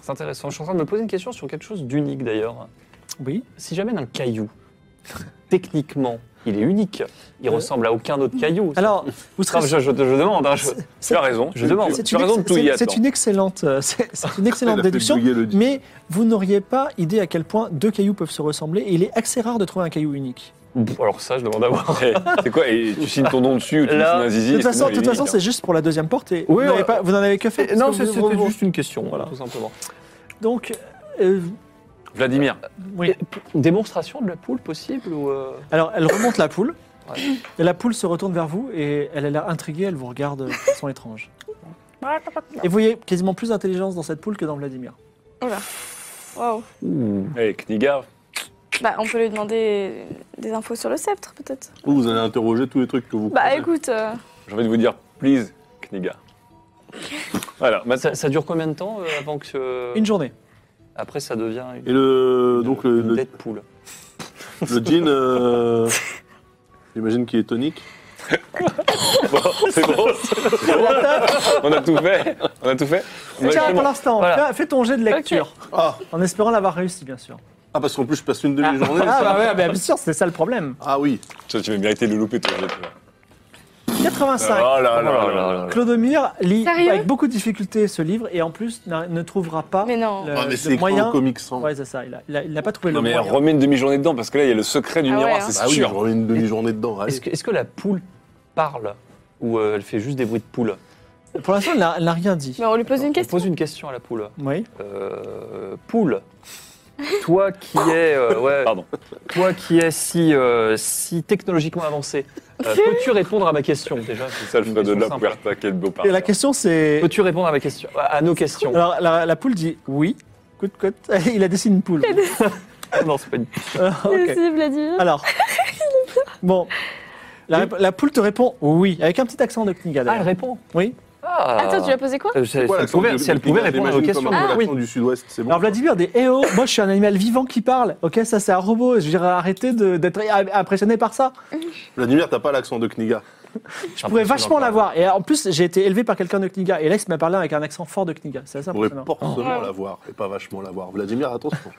S3: C'est intéressant. Je suis en train de me poser une question sur quelque chose d'unique, d'ailleurs.
S1: Oui.
S3: Si j'amène un caillou, techniquement, il est unique. Il
S1: Euh,
S3: ressemble à aucun autre caillou.
S1: Alors, vous
S3: Enfin,
S1: serez.
S3: je, je- je demande. hein, je-
S2: Tu as raison.
S3: Je
S2: tu-
S3: demande.
S2: tu-
S1: C'est
S2: Tu as
S1: une,
S2: raison de
S1: ex-
S2: tout y
S1: c'est- c'est
S2: attendre.
S1: une excellente, euh, c'est c'est une
S4: Il a
S1: excellente
S4: fait
S1: déduction.
S4: bouiller le-
S1: Mais vous n'auriez pas idée à quel point deux cailloux peuvent se ressembler. Et il est assez rare de trouver un caillou unique.
S3: Pff, Alors ça, je demande à voir.
S2: Eh, C'est quoi et Tu signes ton nom dessus ou tu signes
S3: Là-
S2: un zizi
S1: De toute
S2: et
S1: façon,
S2: sinon,
S1: de
S2: il
S1: toute
S2: est
S1: façon,
S2: vide.
S1: c'est juste pour la deuxième porte. Et vous
S3: Oui,
S1: n'avez
S3: on-
S1: pas- vous n'en avez que faire. parce
S3: Non,
S1: que vous-
S3: c'était
S1: vous-
S3: juste une question,
S1: voilà,
S3: voilà, tout simplement.
S1: Donc, euh,
S2: Vladimir,
S1: oui.
S3: Une démonstration de la poule possible ou euh,
S1: Alors, elle remonte la poule.
S3: Ouais.
S1: Et la poule se retourne vers vous et elle a l'air intriguée, elle vous regarde euh, de façon étrange. Et vous voyez quasiment plus d'intelligence dans cette poule que dans Vladimir.
S6: Oh là. Waouh.
S2: eh, Kniga,
S6: Bah, on peut lui demander des infos sur le sceptre, peut-être.
S4: Vous, vous allez interroger tous les trucs que vous.
S6: Bah,
S4: croisez.
S6: écoute. euh,
S2: j'ai envie de vous dire, please, Kniga. Voilà, maintenant,
S3: ça, ça dure combien de temps euh, avant que euh,
S1: Une journée.
S3: après ça devient une,
S4: Et
S3: une-
S4: le Euh, donc le,
S3: une
S4: le-
S3: Deadpool
S4: le jean, euh, j'imagine qu'il est tonique.
S2: bon, c'est bon, on a tout fait. On a tout fait. On a-
S1: Tiens, pour l'instant,
S3: Voilà.
S1: fais- fais ton jet de lecture.
S4: Ah,
S1: En espérant l'avoir réussi, bien sûr.
S4: ah parce qu'en plus je passe une demi-journée.
S1: Ah,
S4: ça.
S1: bah ouais, bah, bien sûr, c'est ça le problème.
S4: Ah oui.
S2: Toi, Tu vas mériter de le louper, toi. toi.
S1: Ah, 85.
S2: Oh là là là
S3: Oh là là
S2: là.
S3: là là.
S1: Clodomir lit
S6: Sérieux
S1: avec beaucoup de difficulté ce livre et en plus n'a- ne trouvera pas
S6: Mais non.
S1: le,
S4: Ah,
S1: euh, le
S4: mais c'est
S1: moyen.
S4: moyen... comics hein. sans.
S1: Ouais, c'est ça, il a- il a- il n'a pas trouvé
S2: Non,
S1: le
S2: mais
S1: moyen.
S2: remets une demi-journée dedans parce que là, il y a le secret du
S6: Ah ouais,
S2: miroir,
S6: hein.
S2: c'est
S4: Ah oui, je
S2: sûr.
S4: remets une demi-journée dedans. allez.
S3: Est-ce que, est-ce que la poule parle ou euh, elle fait juste des bruits de poule
S1: Pour l'instant, il n'a- il n'a rien dit.
S6: Mais on lui pose une
S3: On
S6: question.
S3: pose une question à la poule.
S1: Oui.
S3: Euh, poule, toi qui es euh, ouais,
S2: Pardon.
S3: toi qui es si euh, si technologiquement avancé, euh, peux-tu répondre à ma question déjà c'est
S2: Ça, le
S3: une
S2: ferait de
S3: question
S2: la
S3: simple.
S2: puerta, quel beau
S1: Et
S2: parfum.
S1: la question, c'est.
S3: Peux-tu répondre à ma question à à nos questions
S1: Alors, la, la poule dit oui. Coute, coute. Il a dessiné une poule.
S3: Non, c'est pas Euh, une-
S1: Euh, ok.
S6: Merci, Vladimir.
S1: Alors, bon, la, la poule te répond oui, avec un petit accent de Kniga.
S3: Ah, elle
S1: d'ailleurs.
S3: répond.
S1: Oui.
S3: Ah.
S6: Attends, tu lui as posé quoi
S3: Euh, c'est-
S4: C'est quoi
S3: si elle
S4: l'accent
S3: pouvait-
S4: du-
S3: si elle
S4: du
S3: pouvait
S4: Kniga
S3: répondre aux
S4: J'imagine
S3: questions.
S4: comme un peu
S3: Ah, oui.
S4: l'accent du sud-ouest, c'est bon.
S1: Alors Vladimir dit Eh oh, moi je suis un animal vivant qui parle. Ok, ça c'est un robot. Je dirais arrêtez de- d'être impressionné par ça.
S4: Vladimir, t'as pas l'accent de Kniga.
S1: Je pourrais vachement l'avoir. Et en plus, j'ai été élevé par quelqu'un de Kniga. Et là, il m'a parlé avec un accent fort de Kniga. C'est
S3: Ah,
S1: assez
S4: On pourrait
S1: impressionnant.
S4: forcément l'avoir et pas vachement l'avoir. Vladimir, attention.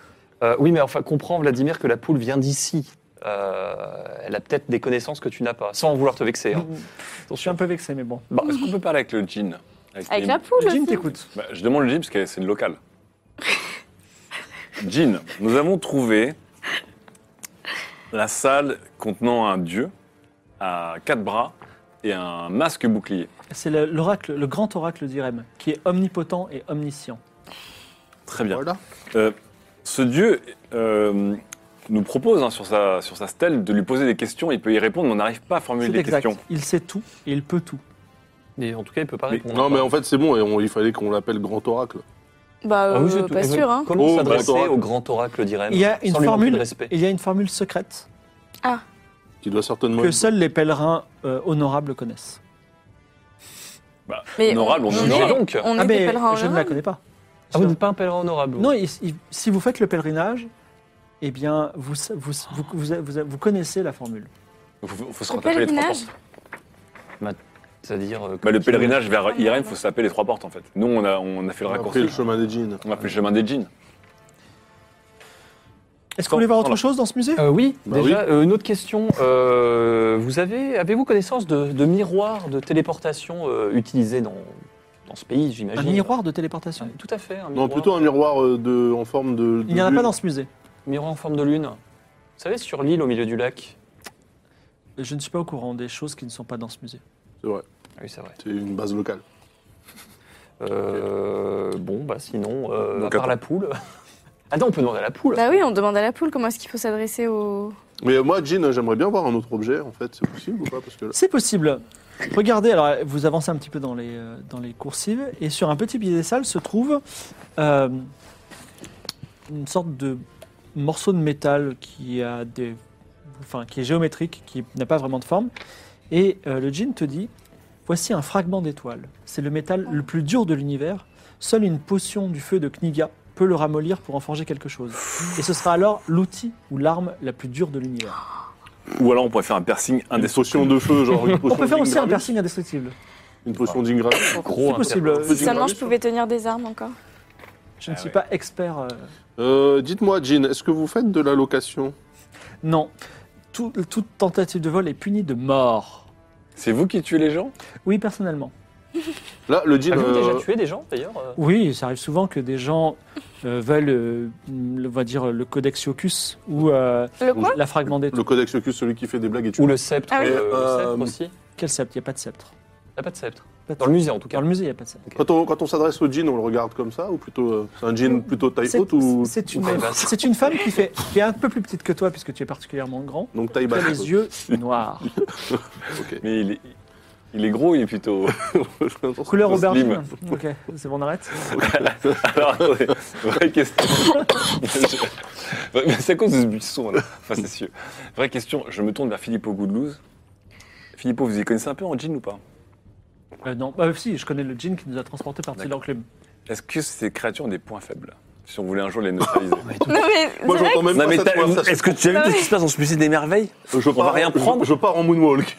S3: Euh, oui, mais enfin, comprends, Vladimir, que la poule vient d'ici. Euh, elle a peut-être des connaissances que tu n'as pas, sans vouloir te vexer. hein.
S1: Je suis un peu vexé, mais bon.
S2: Bah, Est-ce qu'on peut parler avec le jean
S6: Avec
S2: les-
S6: la poule
S1: Jim
S6: aussi.
S1: t'écoute.
S2: Bah, je demande le jean parce que c'est une locale. Jean, nous avons trouvé la salle contenant un dieu à quatre bras et un masque bouclier.
S1: C'est le- l'oracle, le grand oracle d'Irem, qui est omnipotent et omniscient.
S2: Très bien.
S4: Voilà.
S2: Euh, ce dieu euh, nous propose hein, sur, sa, sur sa stèle de lui poser des questions. Il peut y répondre, mais on n'arrive pas à formuler
S1: C'est
S2: des
S1: exact.
S2: questions.
S1: Il sait tout et il peut tout.
S3: Mais en tout cas, il peut pas
S2: Mais-
S3: répondre.
S4: Non, mais en fait, c'est bon, et on- il fallait qu'on l'appelle Grand Oracle.
S6: Bah,
S3: Ah oui,
S6: euh,
S3: c'est tout.
S6: pas
S3: Et
S6: sûr, hein.
S3: Comment
S4: Oh,
S3: s'adresser
S4: grand oracle.
S3: au grand oracle d'Irem
S1: Il y a
S3: sans
S1: une
S3: lui manquer de
S1: formule.
S3: respect
S1: Il y a une formule secrète
S4: Qui doit certainement.
S1: que seuls les pèlerins euh, honorables connaissent.
S2: Bah,
S6: Mais
S2: honorable, on,
S6: on-
S2: est
S6: on
S3: Dis
S6: est-
S2: honorable.
S3: donc
S6: On
S1: ah
S6: était
S1: mais
S6: pèlerins hein. en
S1: je ne la
S6: Europe.
S1: connais pas.
S3: Ah, vous n'êtes pas un pèlerin honorable vous
S1: Non, il- il- si vous faites le pèlerinage, eh bien, vous, vous, vous, vous- vous- vous connaissez la formule.
S2: Il faut, faut se
S6: Le
S2: rattraper les trois
S6: pèlerinage
S2: portes.
S3: C'est-à-dire. euh,
S2: Bah, le
S3: qui-
S2: pèlerinage vers Irem, il faut se taper les trois portes en fait. Nous, on a, on a fait le
S4: On a
S2: raccourci.
S4: pris le chemin des jeans.
S2: On a fait le chemin des jeans.
S1: Est-ce que vous voulez voir autre
S2: Voilà.
S1: chose dans ce musée
S3: Euh, oui,
S4: Bah
S3: déjà, euh, une autre question. Euh, vous avez, avez-vous connaissance de, de miroirs de téléportation euh, utilisés dans, dans ce pays,
S1: Un
S3: j'imagine
S1: miroir de téléportation.
S3: Ouais, Tout à fait. Un
S4: Non,
S3: miroir,
S4: plutôt un miroir euh, de, en forme de.
S1: Il n'y en a pas dans ce musée.
S3: miroir en forme de lune. Vous savez, sur l'île au milieu du lac.
S1: Je ne suis pas au courant des choses qui ne sont pas dans ce musée.
S3: Ah Oui, c'est vrai.
S4: C'est une base locale.
S3: Euh, Bon, bah sinon, euh,
S2: Donc,
S3: à
S2: attends.
S3: part la poule. ah non, on peut demander à la poule.
S6: Bah oui, on demande à la poule comment est-ce qu'il faut s'adresser au.
S4: Mais moi, Jean, j'aimerais bien voir un autre objet, en fait. C'est possible ou pas Parce que là-
S1: C'est possible. Regardez, alors vous avancez un petit peu dans les, euh, dans les coursives, et sur un petit piédestal se trouve euh, une sorte de morceau de métal qui, a des, enfin, qui est géométrique, qui n'a pas vraiment de forme. Et euh, le djinn te dit, voici un fragment d'étoile. C'est le métal le plus dur de l'univers. Seule une potion du feu de Kniga peut le ramollir pour en forger quelque chose. Et ce sera alors l'outil ou l'arme la plus dure de l'univers.
S2: Ou alors on pourrait faire un piercing
S4: Une potion
S2: indestructible.
S4: de feu, genre une potion
S1: On peut faire aussi un
S4: d'Ingramus,
S1: piercing indestructible.
S4: Une potion d'Ingramus.
S3: Gros,
S1: C'est possible.
S3: inter-
S6: Si seulement je pouvais tenir des armes encore.
S1: Je ne
S2: Ah
S1: suis
S2: ouais.
S1: pas expert. euh,
S4: Euh, Dites-moi, Jean, est-ce que vous faites de la location
S1: Non. Tout- toute tentative de vol est punie de mort.
S2: C'est vous qui tuez les gens
S1: Oui, personnellement.
S4: Là, le Jean.
S3: Avez-vous
S4: euh,
S3: Ah, déjà tué des gens d'ailleurs euh
S1: Oui, ça arrive souvent que des gens euh, veulent, euh, le- on va dire, le codex Iocus ou euh,
S6: Le quoi
S1: la fragment des...
S4: le Codex Locus, celui qui fait des blagues et tu.
S3: Ou le sceptre,
S6: Ah oui.
S3: euh, le
S4: Euh,
S3: sceptre aussi
S1: Quel sceptre Il n'y a pas de sceptre.
S3: Il n'y a pas de sceptre.
S1: Pas de
S3: Dans le musée en tout
S1: Dans
S3: cas.
S1: le musée, il n'y a pas de sceptre.
S4: Quand on, quand on s'adresse au jean, on le regarde comme ça ou plutôt euh, c'est un jean plutôt taille
S1: C'est
S4: haute ou
S1: c'est
S4: ou
S1: une,
S4: taille basse
S1: c'est une femme qui, fait, qui est un peu plus petite que toi, puisque tu es particulièrement grand,
S4: Donc taille
S1: qui a
S4: basse.
S1: les yeux noirs.
S4: Ok.
S2: Mais il est, il est gros, il est plutôt.
S1: Couleur
S2: Slim.
S1: aubergine. Ok, c'est bon, on arrête
S2: Alors, attendez, vraie question. Mais c'est à cause de ce buisson, là, facétieux. Vraie question, je me tourne vers Philippot Goodlouse. Philippot, vous y connaissez un peu en jean ou pas
S1: Euh, Non, bah si, je connais le djinn qui nous a transportés par-dessus
S2: D'accord.
S1: l'enclume.
S2: Est-ce que ces créatures ont des points faibles Si on voulait un jour les neutraliser.
S6: Non, mais. c'est
S4: Moi
S6: vrai
S4: j'entends même
S7: Non, mais
S4: pas cette
S7: t'as-
S4: conversation.
S7: est-ce que tu as vu
S6: Ah
S7: tout ce
S6: oui.
S7: qui se passe dans ce musée des merveilles
S4: Je
S7: va rien prendre
S4: Je, je pars en moonwalk.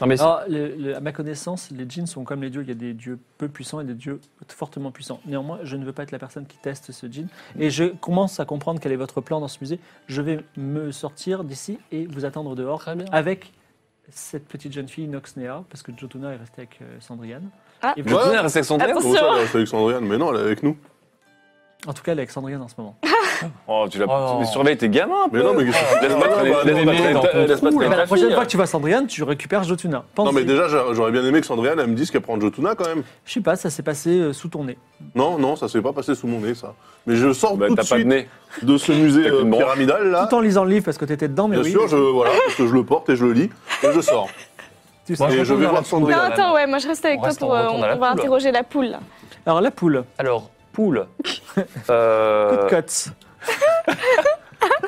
S3: Non, mais
S1: Alors, le- le- à ma connaissance, les djinns sont comme les dieux. Il y a des dieux peu puissants et des dieux fortement puissants. Néanmoins, je ne veux pas être la personne qui teste ce djinn. Et je commence à comprendre quel est votre plan dans ce musée. Je vais me sortir d'ici et vous attendre dehors
S3: Très bien.
S1: avec cette petite jeune fille, Noxnea, parce que Jotuna est restée avec euh, Sandriane.
S6: Ah.
S1: Et vous-
S2: Je tenais à rester avec son père.
S4: Comment ça, là, c'est Alexandriane Mais non, elle est avec nous.
S1: En tout cas, elle est avec Sandriane en ce moment.
S2: Oh, tu l'as.
S3: Oh.
S2: Mais surveille tes gamins un peu.
S4: Mais non, mais qu'est-ce que-
S2: Laisse pas
S4: Ah,
S2: traîner-
S4: bah,
S2: laisse
S4: non,
S2: pas
S4: mais-
S2: traîner ta- laisse pas
S1: Eh
S2: traîner
S1: ben,
S2: ta
S1: la prochaine
S2: fille,
S1: fois
S2: hein.
S1: que tu vois Sandriane, tu récupères Jotuna.
S4: Non,
S1: Pensez.
S4: mais déjà, j'a- j'aurais bien aimé que Sandriane, elle me dise qu'elle prend Jotuna quand même.
S1: Je sais pas, ça s'est passé euh, sous ton nez.
S4: Non, non, ça s'est pas passé sous mon nez, ça. Mais je sors
S2: Bah,
S4: tout de
S2: t'as pas de
S4: suite
S2: nez.
S4: de ce musée
S2: T'as qu'une
S4: euh,
S2: branche.
S4: pyramidal, là.
S1: Tout en lisant le livre parce que t'étais dedans, mais
S4: Bien
S1: oui.
S4: sûr, je, voilà, parce que je le porte et je le lis, et je sors.
S1: tu sais.
S3: Moi,
S4: Et je
S3: retourne
S4: vais
S3: vers
S4: voir
S3: la
S6: que-
S4: Sandrine.
S6: Non,
S3: poule.
S6: attends, ouais, moi je reste avec
S3: On
S6: toi
S3: reste-
S6: pour.
S3: on
S6: euh,
S3: retourne
S6: On
S3: à la
S6: on va
S3: poule.
S6: interroger la poule. là.
S1: Alors la poule,
S3: Alors, poule.
S1: coup de
S3: euh,
S1: cote.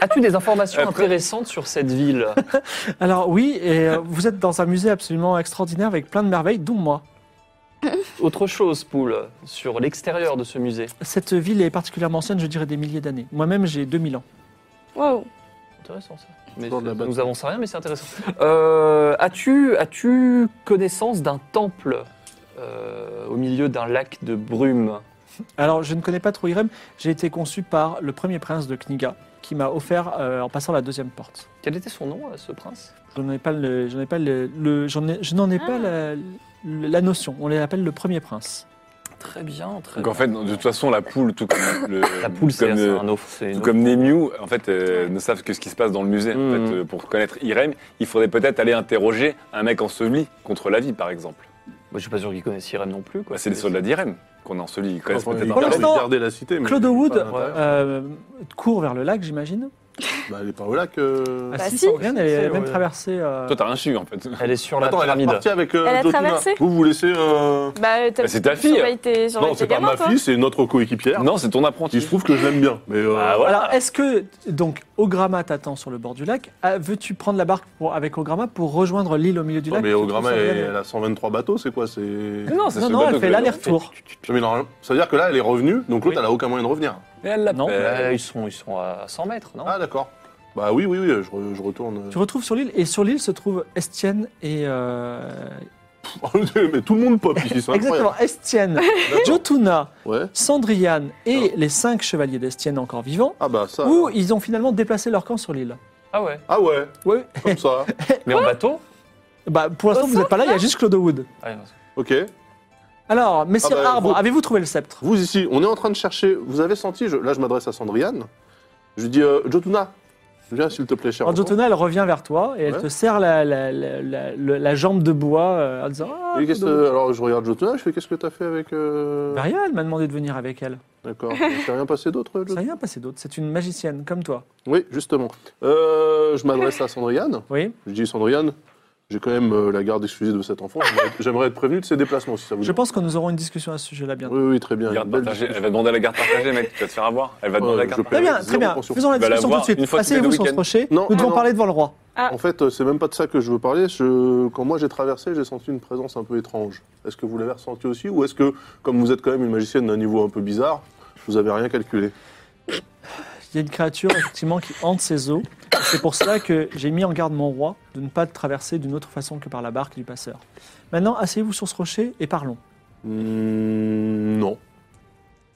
S3: As-tu des informations intéressantes sur cette ville
S1: Alors oui, et euh, vous êtes dans un musée absolument extraordinaire avec plein de merveilles, dont moi.
S3: Autre chose, Poule, sur l'extérieur de ce musée.
S1: Cette ville est particulièrement ancienne, je dirais des milliers d'années. Moi-même, j'ai 2000 ans.
S6: Waouh.
S3: Intéressant ça. Mais
S4: Dans de la
S3: ça-
S4: bonne-
S3: nous avançons rien, mais c'est intéressant. Euh, as-tu, as-tu connaissance d'un temple euh, au milieu d'un lac de brume
S1: Alors, je ne connais pas trop Irem, j'ai été conçu par le premier prince de Kniga, qui m'a offert euh, en passant la deuxième porte.
S3: Quel était son nom, euh, ce prince
S1: Je n'en ai pas le, je n'en ai pas le, le- j'en ai- je n'en ai pas la, la notion. On l'appelle le premier prince.
S3: Très bien, très
S2: Donc en
S3: bien.
S2: fait, de toute façon, la poule, tout comme le,
S3: la poule, c'est
S2: comme,
S3: c'est
S2: euh,
S3: un offre. c'est une
S2: tout
S3: offre.
S2: comme Nemiu, en fait, euh, ne savent que ce qui se passe dans le musée. En
S3: Mhm.
S2: fait, euh, pour connaître Irem, il faudrait peut-être aller interroger un mec enseveli contre la vie, par exemple.
S3: Moi, je suis pas sûr qu'il connaisse Irem non plus. Quoi.
S2: Bah, c'est les soldats d'Irem qu'on a ensevelis. Ils connaissent
S4: Enfin,
S2: peut-être
S4: il
S2: un
S4: garde-
S2: peu.
S4: il
S1: l'instant,
S4: gardait la cité, mais
S1: Claude
S4: il est pas
S1: Wood
S4: à l'intérieur.
S1: euh, court vers le lac, j'imagine.
S4: Bah, elle est pas au lac. euh.
S1: Ah,
S6: Bah
S1: si,
S6: si.
S1: sans rien, elle est
S3: Si,
S1: même
S3: ouais.
S1: traversée. euh,
S2: Toi, t'as rien su, en fait.
S3: Elle est sur
S4: Attends,
S3: la
S4: elle est
S3: pyramide.
S4: repartie avec euh,
S6: Elle a
S4: Jotuna.
S6: traversé
S4: Vous, vous laissez... euh,
S6: Bah, t'as-
S2: Bah, c'est ta fille.
S6: surveille tes- surveille
S4: Non,
S6: tes
S4: c'est pas
S6: gamins,
S4: ma
S6: toi.
S4: fille, c'est notre coéquipière.
S2: Non, c'est ton
S4: Il
S2: apprenti.
S4: se trouve que je l'aime bien, mais... euh,
S2: Ah, voilà.
S1: Alors, est-ce que, donc, Ograma t'attend sur le bord du lac Ah, Veux-tu prendre la barque pour- avec Ograma pour rejoindre l'île au milieu du
S4: Non,
S1: lac
S4: mais
S1: qui se
S4: au Gramma,
S1: trouve sur
S4: elle,
S1: le lac
S4: elle a 123 bateaux, c'est quoi C'est. Non,
S2: Non, c'est
S1: Non,
S2: ce
S1: non,
S2: bateau
S1: elle
S2: que
S1: fait
S2: j'ai-
S1: l'aller-retour.
S4: mais non, ça veut dire que là, elle est revenue, donc l'autre, elle a aucun moyen de revenir.
S2: Et elle l'appelle.
S1: Non.
S3: Euh, ils, sont, ils sont à 100 mètres, non
S4: Ah, d'accord. Bah oui, oui, oui, je, re- je retourne.
S1: Tu retrouves sur l'île, et sur l'île se trouvent Estienne et euh,
S4: Mais tout le monde pop ici, c'est incroyable.
S1: Exactement, Estienne, Jotuna,
S4: Ouais.
S1: Sandriane et les cinq chevaliers d'Estienne encore vivants,
S4: Ah bah ça.
S1: où ils ont finalement déplacé leur camp sur l'île.
S3: Ah ouais.
S4: Ah ouais,
S1: Oui.
S4: comme ça.
S3: Mais en bateau
S1: Bah, pour l'instant, vous n'êtes pas là, il y a juste Claude Wood.
S3: Ah, non,
S4: Ok.
S1: Alors, messieurs
S4: Ah bah,
S1: Arbre,
S4: vous-
S1: avez-vous trouvé le sceptre
S4: Vous ici, on est en train de chercher. Vous avez senti, je- là je m'adresse à Sandriane. Je lui dis euh, Jotuna, viens s'il te plaît, cher.
S1: Alors,
S4: enfant.
S1: Jotuna, elle revient vers toi et elle
S4: Ouais.
S1: te serre la, la- la- la- la- la jambe de bois euh, en disant Ah,
S4: Et qu'est-ce
S1: Claude
S4: que-
S1: Wood.
S4: alors je regarde Jotuna, je fais qu'est-ce que t'as fait avec. euh,
S1: Bah, rien, elle m'a demandé de venir avec elle.
S4: D'accord. Il s'est rien passé d'autre,
S1: Ça
S4: Jotuna
S1: rien passé d'autre, c'est une magicienne comme toi.
S4: Oui, justement. Euh, je m'adresse à Sandriane.
S1: Oui
S4: Je dis Sandriane, j'ai quand même euh, la garde exclusive de cet enfant. J'aimerais être- J'aimerais être prévenu de ses déplacements si ça vous
S1: Je pense que nous aurons une discussion à ce sujet-là bientôt.
S4: Oui, oui, très bien.
S2: Garde
S4: Belle
S2: partagée.
S4: discussion.
S2: Elle va demander à la garde partagée, mec. Tu vas te faire avoir. Elle va demander à la
S4: Ouais,
S2: garde
S4: je
S1: Très
S2: partagée.
S1: bien,
S4: Zéro
S1: très bien.
S4: conscience.
S1: Faisons la
S2: Tu vas la
S1: discussion tout
S2: voir
S1: de suite.
S2: une fois qu'il fait
S1: Asseyez-vous
S2: le
S1: sur ce
S2: week-end.
S1: rocher.
S4: Non,
S1: Nous
S4: non,
S1: devons
S4: non.
S1: parler devant le roi.
S4: En fait, euh, c'est même pas de ça que je veux parler. Je- Quand moi j'ai traversé, j'ai senti une présence un peu étrange. Est-ce que vous l'avez ressenti aussi Ou est-ce que, comme vous êtes quand même une magicienne d'un niveau un peu bizarre, vous avez rien calculé
S1: Il y a une créature effectivement qui hante ces eaux. C'est pour cela que j'ai mis en garde mon roi de ne pas traverser d'une autre façon que par la barque du passeur. Maintenant, asseyez-vous sur ce rocher et parlons.
S4: Hmm, Non.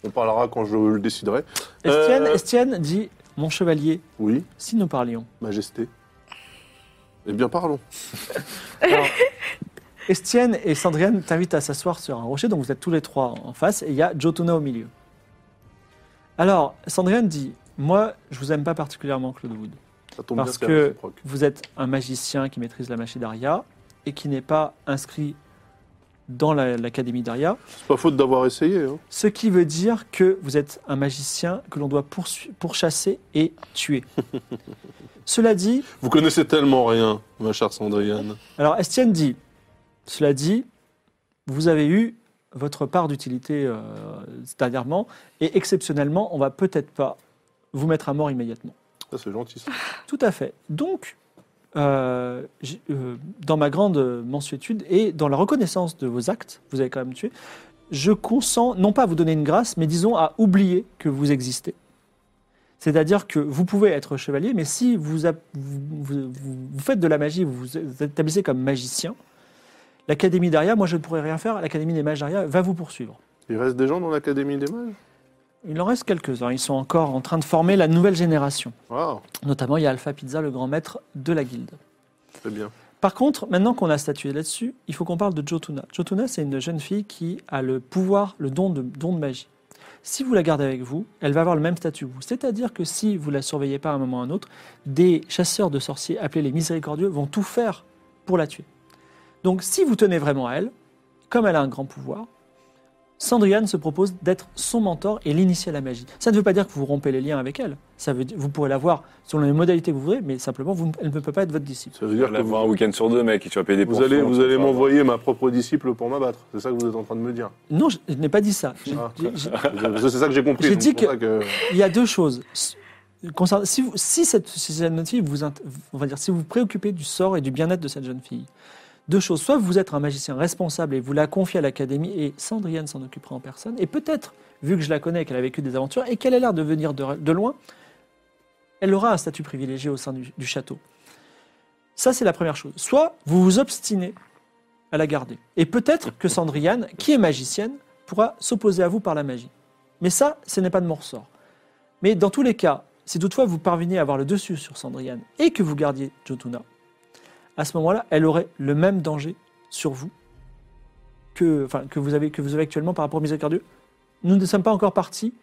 S4: On parlera quand je le déciderai.
S1: Estienne,
S4: Euh.
S1: Estienne dit Mon chevalier,
S4: Oui,
S1: si nous parlions.
S4: majesté. Eh bien, parlons.
S1: Alors, Estienne et Sandriane t'invitent à s'asseoir sur un rocher, donc vous êtes tous les trois en face, et il y a Jotuna au milieu. Alors, Sandriane dit Moi, je vous aime pas particulièrement, Claude Wood.
S4: Ça tombe
S1: Parce
S4: bien, c'est
S1: que-
S4: réciproque.
S1: Vous êtes un magicien qui maîtrise la magie d'Aria et qui n'est pas inscrit dans la- l'académie d'Aria.
S4: C'est pas faute d'avoir essayé. hein.
S1: Ce qui veut dire que vous êtes un magicien que l'on doit poursu- pourchasser et tuer. Cela dit,
S4: Vous connaissez tellement rien, ma chère Sandriane.
S1: alors Estienne dit, cela dit, vous avez eu votre part d'utilité euh, dernièrement et exceptionnellement, on va peut-être pas vous mettre à mort immédiatement.
S4: Ça, c'est gentil. ça.
S1: Tout à fait. Donc, euh, j'ai- euh, dans ma grande mansuétude et dans la reconnaissance de vos actes, vous avez quand même tué, je consens, non pas à vous donner une grâce, mais disons à oublier que vous existez. C'est-à-dire que vous pouvez être chevalier, mais si vous, a- vous- vous- vous faites de la magie, vous vous établissez comme magicien, l'Académie d'Aria, moi je ne pourrai rien faire, l'Académie des mages d'Aria va vous poursuivre.
S4: Il reste des gens dans l'Académie des Mages
S1: Il en reste quelques-uns, ils sont encore en train de former la nouvelle génération.
S4: Waouh,
S1: Notamment, il y a Alpha Pizza, le grand maître de la guilde.
S4: très bien.
S1: Par contre, maintenant qu'on a statué là-dessus, il faut qu'on parle de Jotuna. Jotuna, c'est une jeune fille qui a le pouvoir, le don de, don de magie. Si vous la gardez avec vous, elle va avoir le même statut que vous. C'est-à-dire que si vous la surveillez pas à un moment ou à un autre, des chasseurs de sorciers appelés les miséricordieux vont tout faire pour la tuer. Donc si vous tenez vraiment à elle, comme elle a un grand pouvoir, Sandriane se propose d'être son mentor et l'initier à la magie. Ça ne veut pas dire que vous rompez les liens avec elle. Ça veut dire, vous pourrez la voir selon les modalités que vous voulez, mais simplement, vous- elle ne peut pas être votre disciple.
S4: Ça veut
S2: Tu vas
S4: dire que
S2: la
S4: vous,
S2: voir un week-end sur deux, mec. Et tu vas payer des
S4: vous allez,
S2: pourcents,
S4: vous
S2: tu vas
S4: allez
S2: te faire avoir.
S4: m'envoyer ma propre disciple pour m'abattre. C'est ça que vous êtes en train de me dire.
S1: Non, je, je n'ai pas dit ça. J'ai-
S4: Ah.
S1: j'ai- j'ai-
S4: C'est ça que j'ai compris.
S1: J'ai
S4: donc
S1: dit
S4: c'est pour
S1: que-
S4: ça que...
S1: Il y a deux choses. S- concernant- si, vous- si cette, si cette jeune fille vous, int- on va dire, si vous vous préoccupez du sort et du bien-être de cette jeune fille, deux choses. Soit vous êtes un magicien responsable et vous la confiez à l'académie et Sandriane s'en occupera en personne. Et peut-être, vu que je la connais, qu'elle a vécu des aventures et qu'elle a l'air de venir de, de loin, elle aura un statut privilégié au sein du, du château. Ça, c'est la première chose. Soit vous vous obstinez à la garder. Et peut-être que Sandriane, qui est magicienne, pourra s'opposer à vous par la magie. Mais ça, ce n'est pas de mon ressort. Mais dans tous les cas, si toutefois vous parveniez à avoir le dessus sur Sandriane et que vous gardiez Jotuna, à ce moment-là, elle aurait le même danger sur vous que, enfin, que, vous, avez, que vous avez actuellement par rapport au miséricordieux. Nous ne sommes pas encore partis.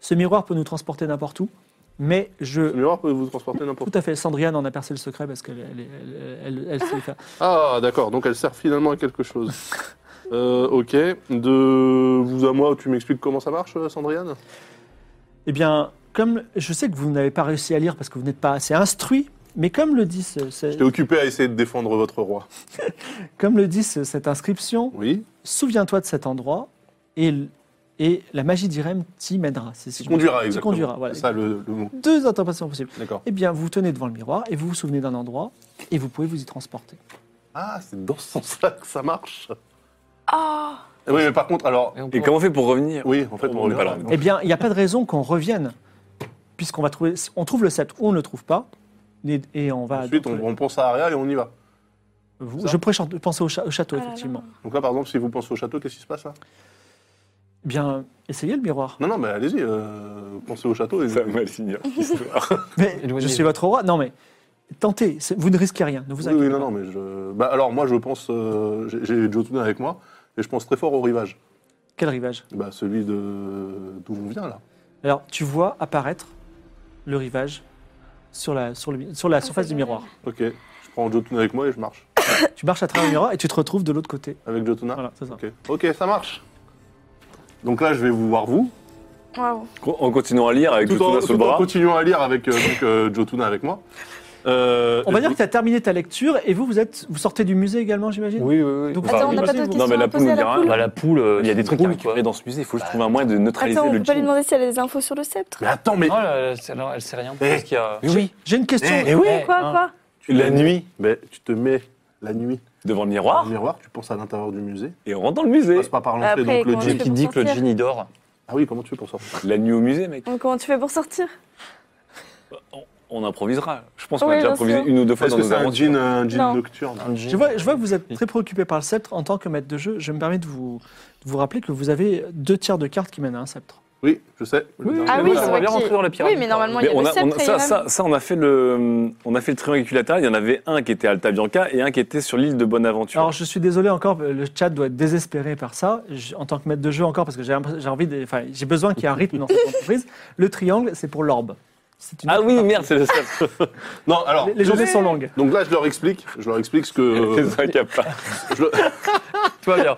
S1: Ce miroir peut nous transporter n'importe où. Mais
S4: Le
S1: je.
S4: miroir peut vous transporter n'importe
S1: Tout à fait, Sandriane en a percé le secret parce qu'elle elle, elle- elle- elle sait le faire.
S4: où. Ah, d'accord. Donc elle sert finalement à quelque chose. Euh, ok. De vous à moi, tu m'expliques comment ça marche, euh, Sandriane
S1: Eh bien, comme je sais que vous n'avez pas réussi à lire parce que vous n'êtes pas assez instruit, mais comme le dit, ce- ce-
S4: J'étais occupé à essayer de défendre votre roi.
S1: comme le dit ce- cette inscription,
S4: Oui.
S1: souviens-toi de cet endroit et, l- et la magie d'Irem t'y mènera. C'est
S4: Qui conduira,
S1: T'y
S4: exactement.
S1: conduira, voilà.
S4: C'est ça le, le mot.
S1: Deux interprétations possibles.
S4: D'accord.
S1: Eh bien, vous tenez devant le miroir et vous vous souvenez d'un endroit et vous pouvez vous y transporter.
S4: Ah, c'est dans ce sens-là que ça marche.
S6: Oh
S4: Oui, mais par contre, alors.
S3: Et on peut-
S2: Et comment on fait pour revenir
S4: Oui, en fait,
S2: On
S4: on
S2: n'est
S4: revient
S2: pas
S4: là.
S2: là.
S1: Eh bien, il n'y a pas de raison qu'on revienne puisqu'on va trouver, on trouve le sceptre ou on ne le trouve pas et, et on va. euh,
S4: Ensuite, on, on pense à Aria et on y va.
S1: Vous-
S3: Ça.
S1: Je pourrais chan- penser au, cha- au château,
S6: Ah là là.
S1: effectivement.
S4: Donc là, par exemple, si vous pensez au château, qu'est-ce qui se passe là
S1: Bien, essayez le miroir.
S4: Non, non, mais allez-y, euh, pensez au château. Et...
S2: Ça m'aligne. l'histoire.
S1: Mais
S3: Éloignez-vous.
S1: je suis votre roi. Non, mais tentez. c'est- Vous ne risquez rien. Ne vous
S4: Oui,
S1: inquiétez
S4: oui, non,
S1: pas.
S4: non, mais je. Bah, alors, moi, je pense. euh, j'ai- J'ai Jotun avec moi, et je pense très fort au rivage.
S1: Quel rivage
S4: Bah, celui de. d'où on vient, là.
S1: Alors, tu vois apparaître le rivage sur la, sur le- sur la surface
S6: Ah,
S1: du
S6: c'est
S1: miroir.
S4: Ok, je prends Jotun avec moi et je marche.
S1: Tu marches à travers le miroir et tu te retrouves de l'autre côté.
S4: Avec Jotuna
S1: Voilà, c'est ça.
S4: Ah. Ok. ok, ça marche. Donc là, je vais vous voir, vous.
S6: Waouh.
S2: En continuant à lire avec
S4: tout en,
S2: Jotuna sous le
S4: tout en
S2: bras.
S4: continuant à lire avec euh, donc, euh, Jotuna avec moi. Euh,
S1: On va
S4: et-
S1: dire que tu as terminé ta lecture et vous, vous, êtes, vous sortez du musée également, j'imagine
S3: Oui, oui, oui.
S1: Donc,
S6: Attends,
S2: oui,
S6: on n'a
S2: bah,
S6: pas
S1: c'est-
S6: d'autres
S1: non,
S6: questions
S2: mais la
S6: à
S2: poule, on
S6: poser à la
S2: dira-
S6: poule.
S3: Bah, la poule. euh,
S2: Il y a des trucs
S3: c'est
S2: à
S3: une poule, quoi.
S2: récupérer dans ce musée. Il faut juste trouver un moyen de neutraliser
S6: Attends, on
S2: le
S6: peut pas lui
S2: djinn.
S6: demander si elle a des infos sur le sceptre.
S4: Mais attends, mais.
S3: Oh
S1: Ah,
S3: là là, elle, elle sait rien.
S4: Eh.
S3: Parce qu'il y a...
S4: Mais oui,
S1: J'ai une question.
S4: Eh, eh
S6: Oui,
S3: Eh,
S6: quoi,
S3: hein.
S6: quoi
S4: la nuit. Mais tu te mets la nuit
S2: Devant le
S4: dans
S2: miroir
S1: Ah.
S6: Ah.
S4: le miroir, tu penses à l'intérieur du musée.
S2: et on rentre dans le musée.
S4: Passe pas par
S6: Après,
S4: l'entrée, donc le
S6: comment tu
S4: jean.
S6: fais
S3: qui
S6: pour
S3: dit que le
S6: sortir
S3: djinn il dort.
S4: Ah oui, comment tu fais pour sortir
S2: La nuit au musée, mec.
S6: Donc, Comment tu fais pour sortir
S2: On, on improvisera. Je pense qu'on
S6: Oui,
S2: a déjà
S6: bien
S2: improvisé
S6: sûr.
S2: une ou deux fois
S4: Est-ce
S2: dans
S4: que
S2: nos
S4: c'est un jean,
S2: aventures.
S4: un jean
S6: Non.
S4: nocturne
S1: Je vois, je vois que vous êtes très préoccupé par le sceptre en tant que maître de jeu. Je me permets de vous, de vous rappeler que vous avez deux tiers de cartes qui mènent à un sceptre.
S4: Oui, je sais.
S6: Ah
S3: oui,
S6: oui,
S3: ça va
S6: c'est vrai
S3: bien
S6: qu'il-
S3: rentrer dans la pyramide.
S6: Oui, mais normalement, il y
S2: Mais
S6: a
S2: on
S6: le
S2: a, on a-
S6: sceptre et
S2: ça,
S6: il y a
S2: ça, ça, on a fait le, on a fait le triangle équilatéral. Il y en avait un qui était à Alta Bianca et un qui était sur l'île de Bonaventure.
S1: Alors je suis désolé encore, le chat doit être désespéré par ça. Je- en tant que maître de jeu encore, parce que j'ai l'impr- j'ai envie, de- enfin j'ai besoin qu'il y ait un rythme dans cette entreprise. Le triangle, c'est pour l'orbe. C'est une
S2: ah
S1: autre
S2: oui,
S1: partie.
S2: merde, c'est le sceptre.
S4: Non, alors.
S1: Les, les journées sont longues.
S4: Donc là, je leur explique. Je leur explique ce que.
S2: C'est ça qui a pas.
S4: je, le-
S3: Tout va bien.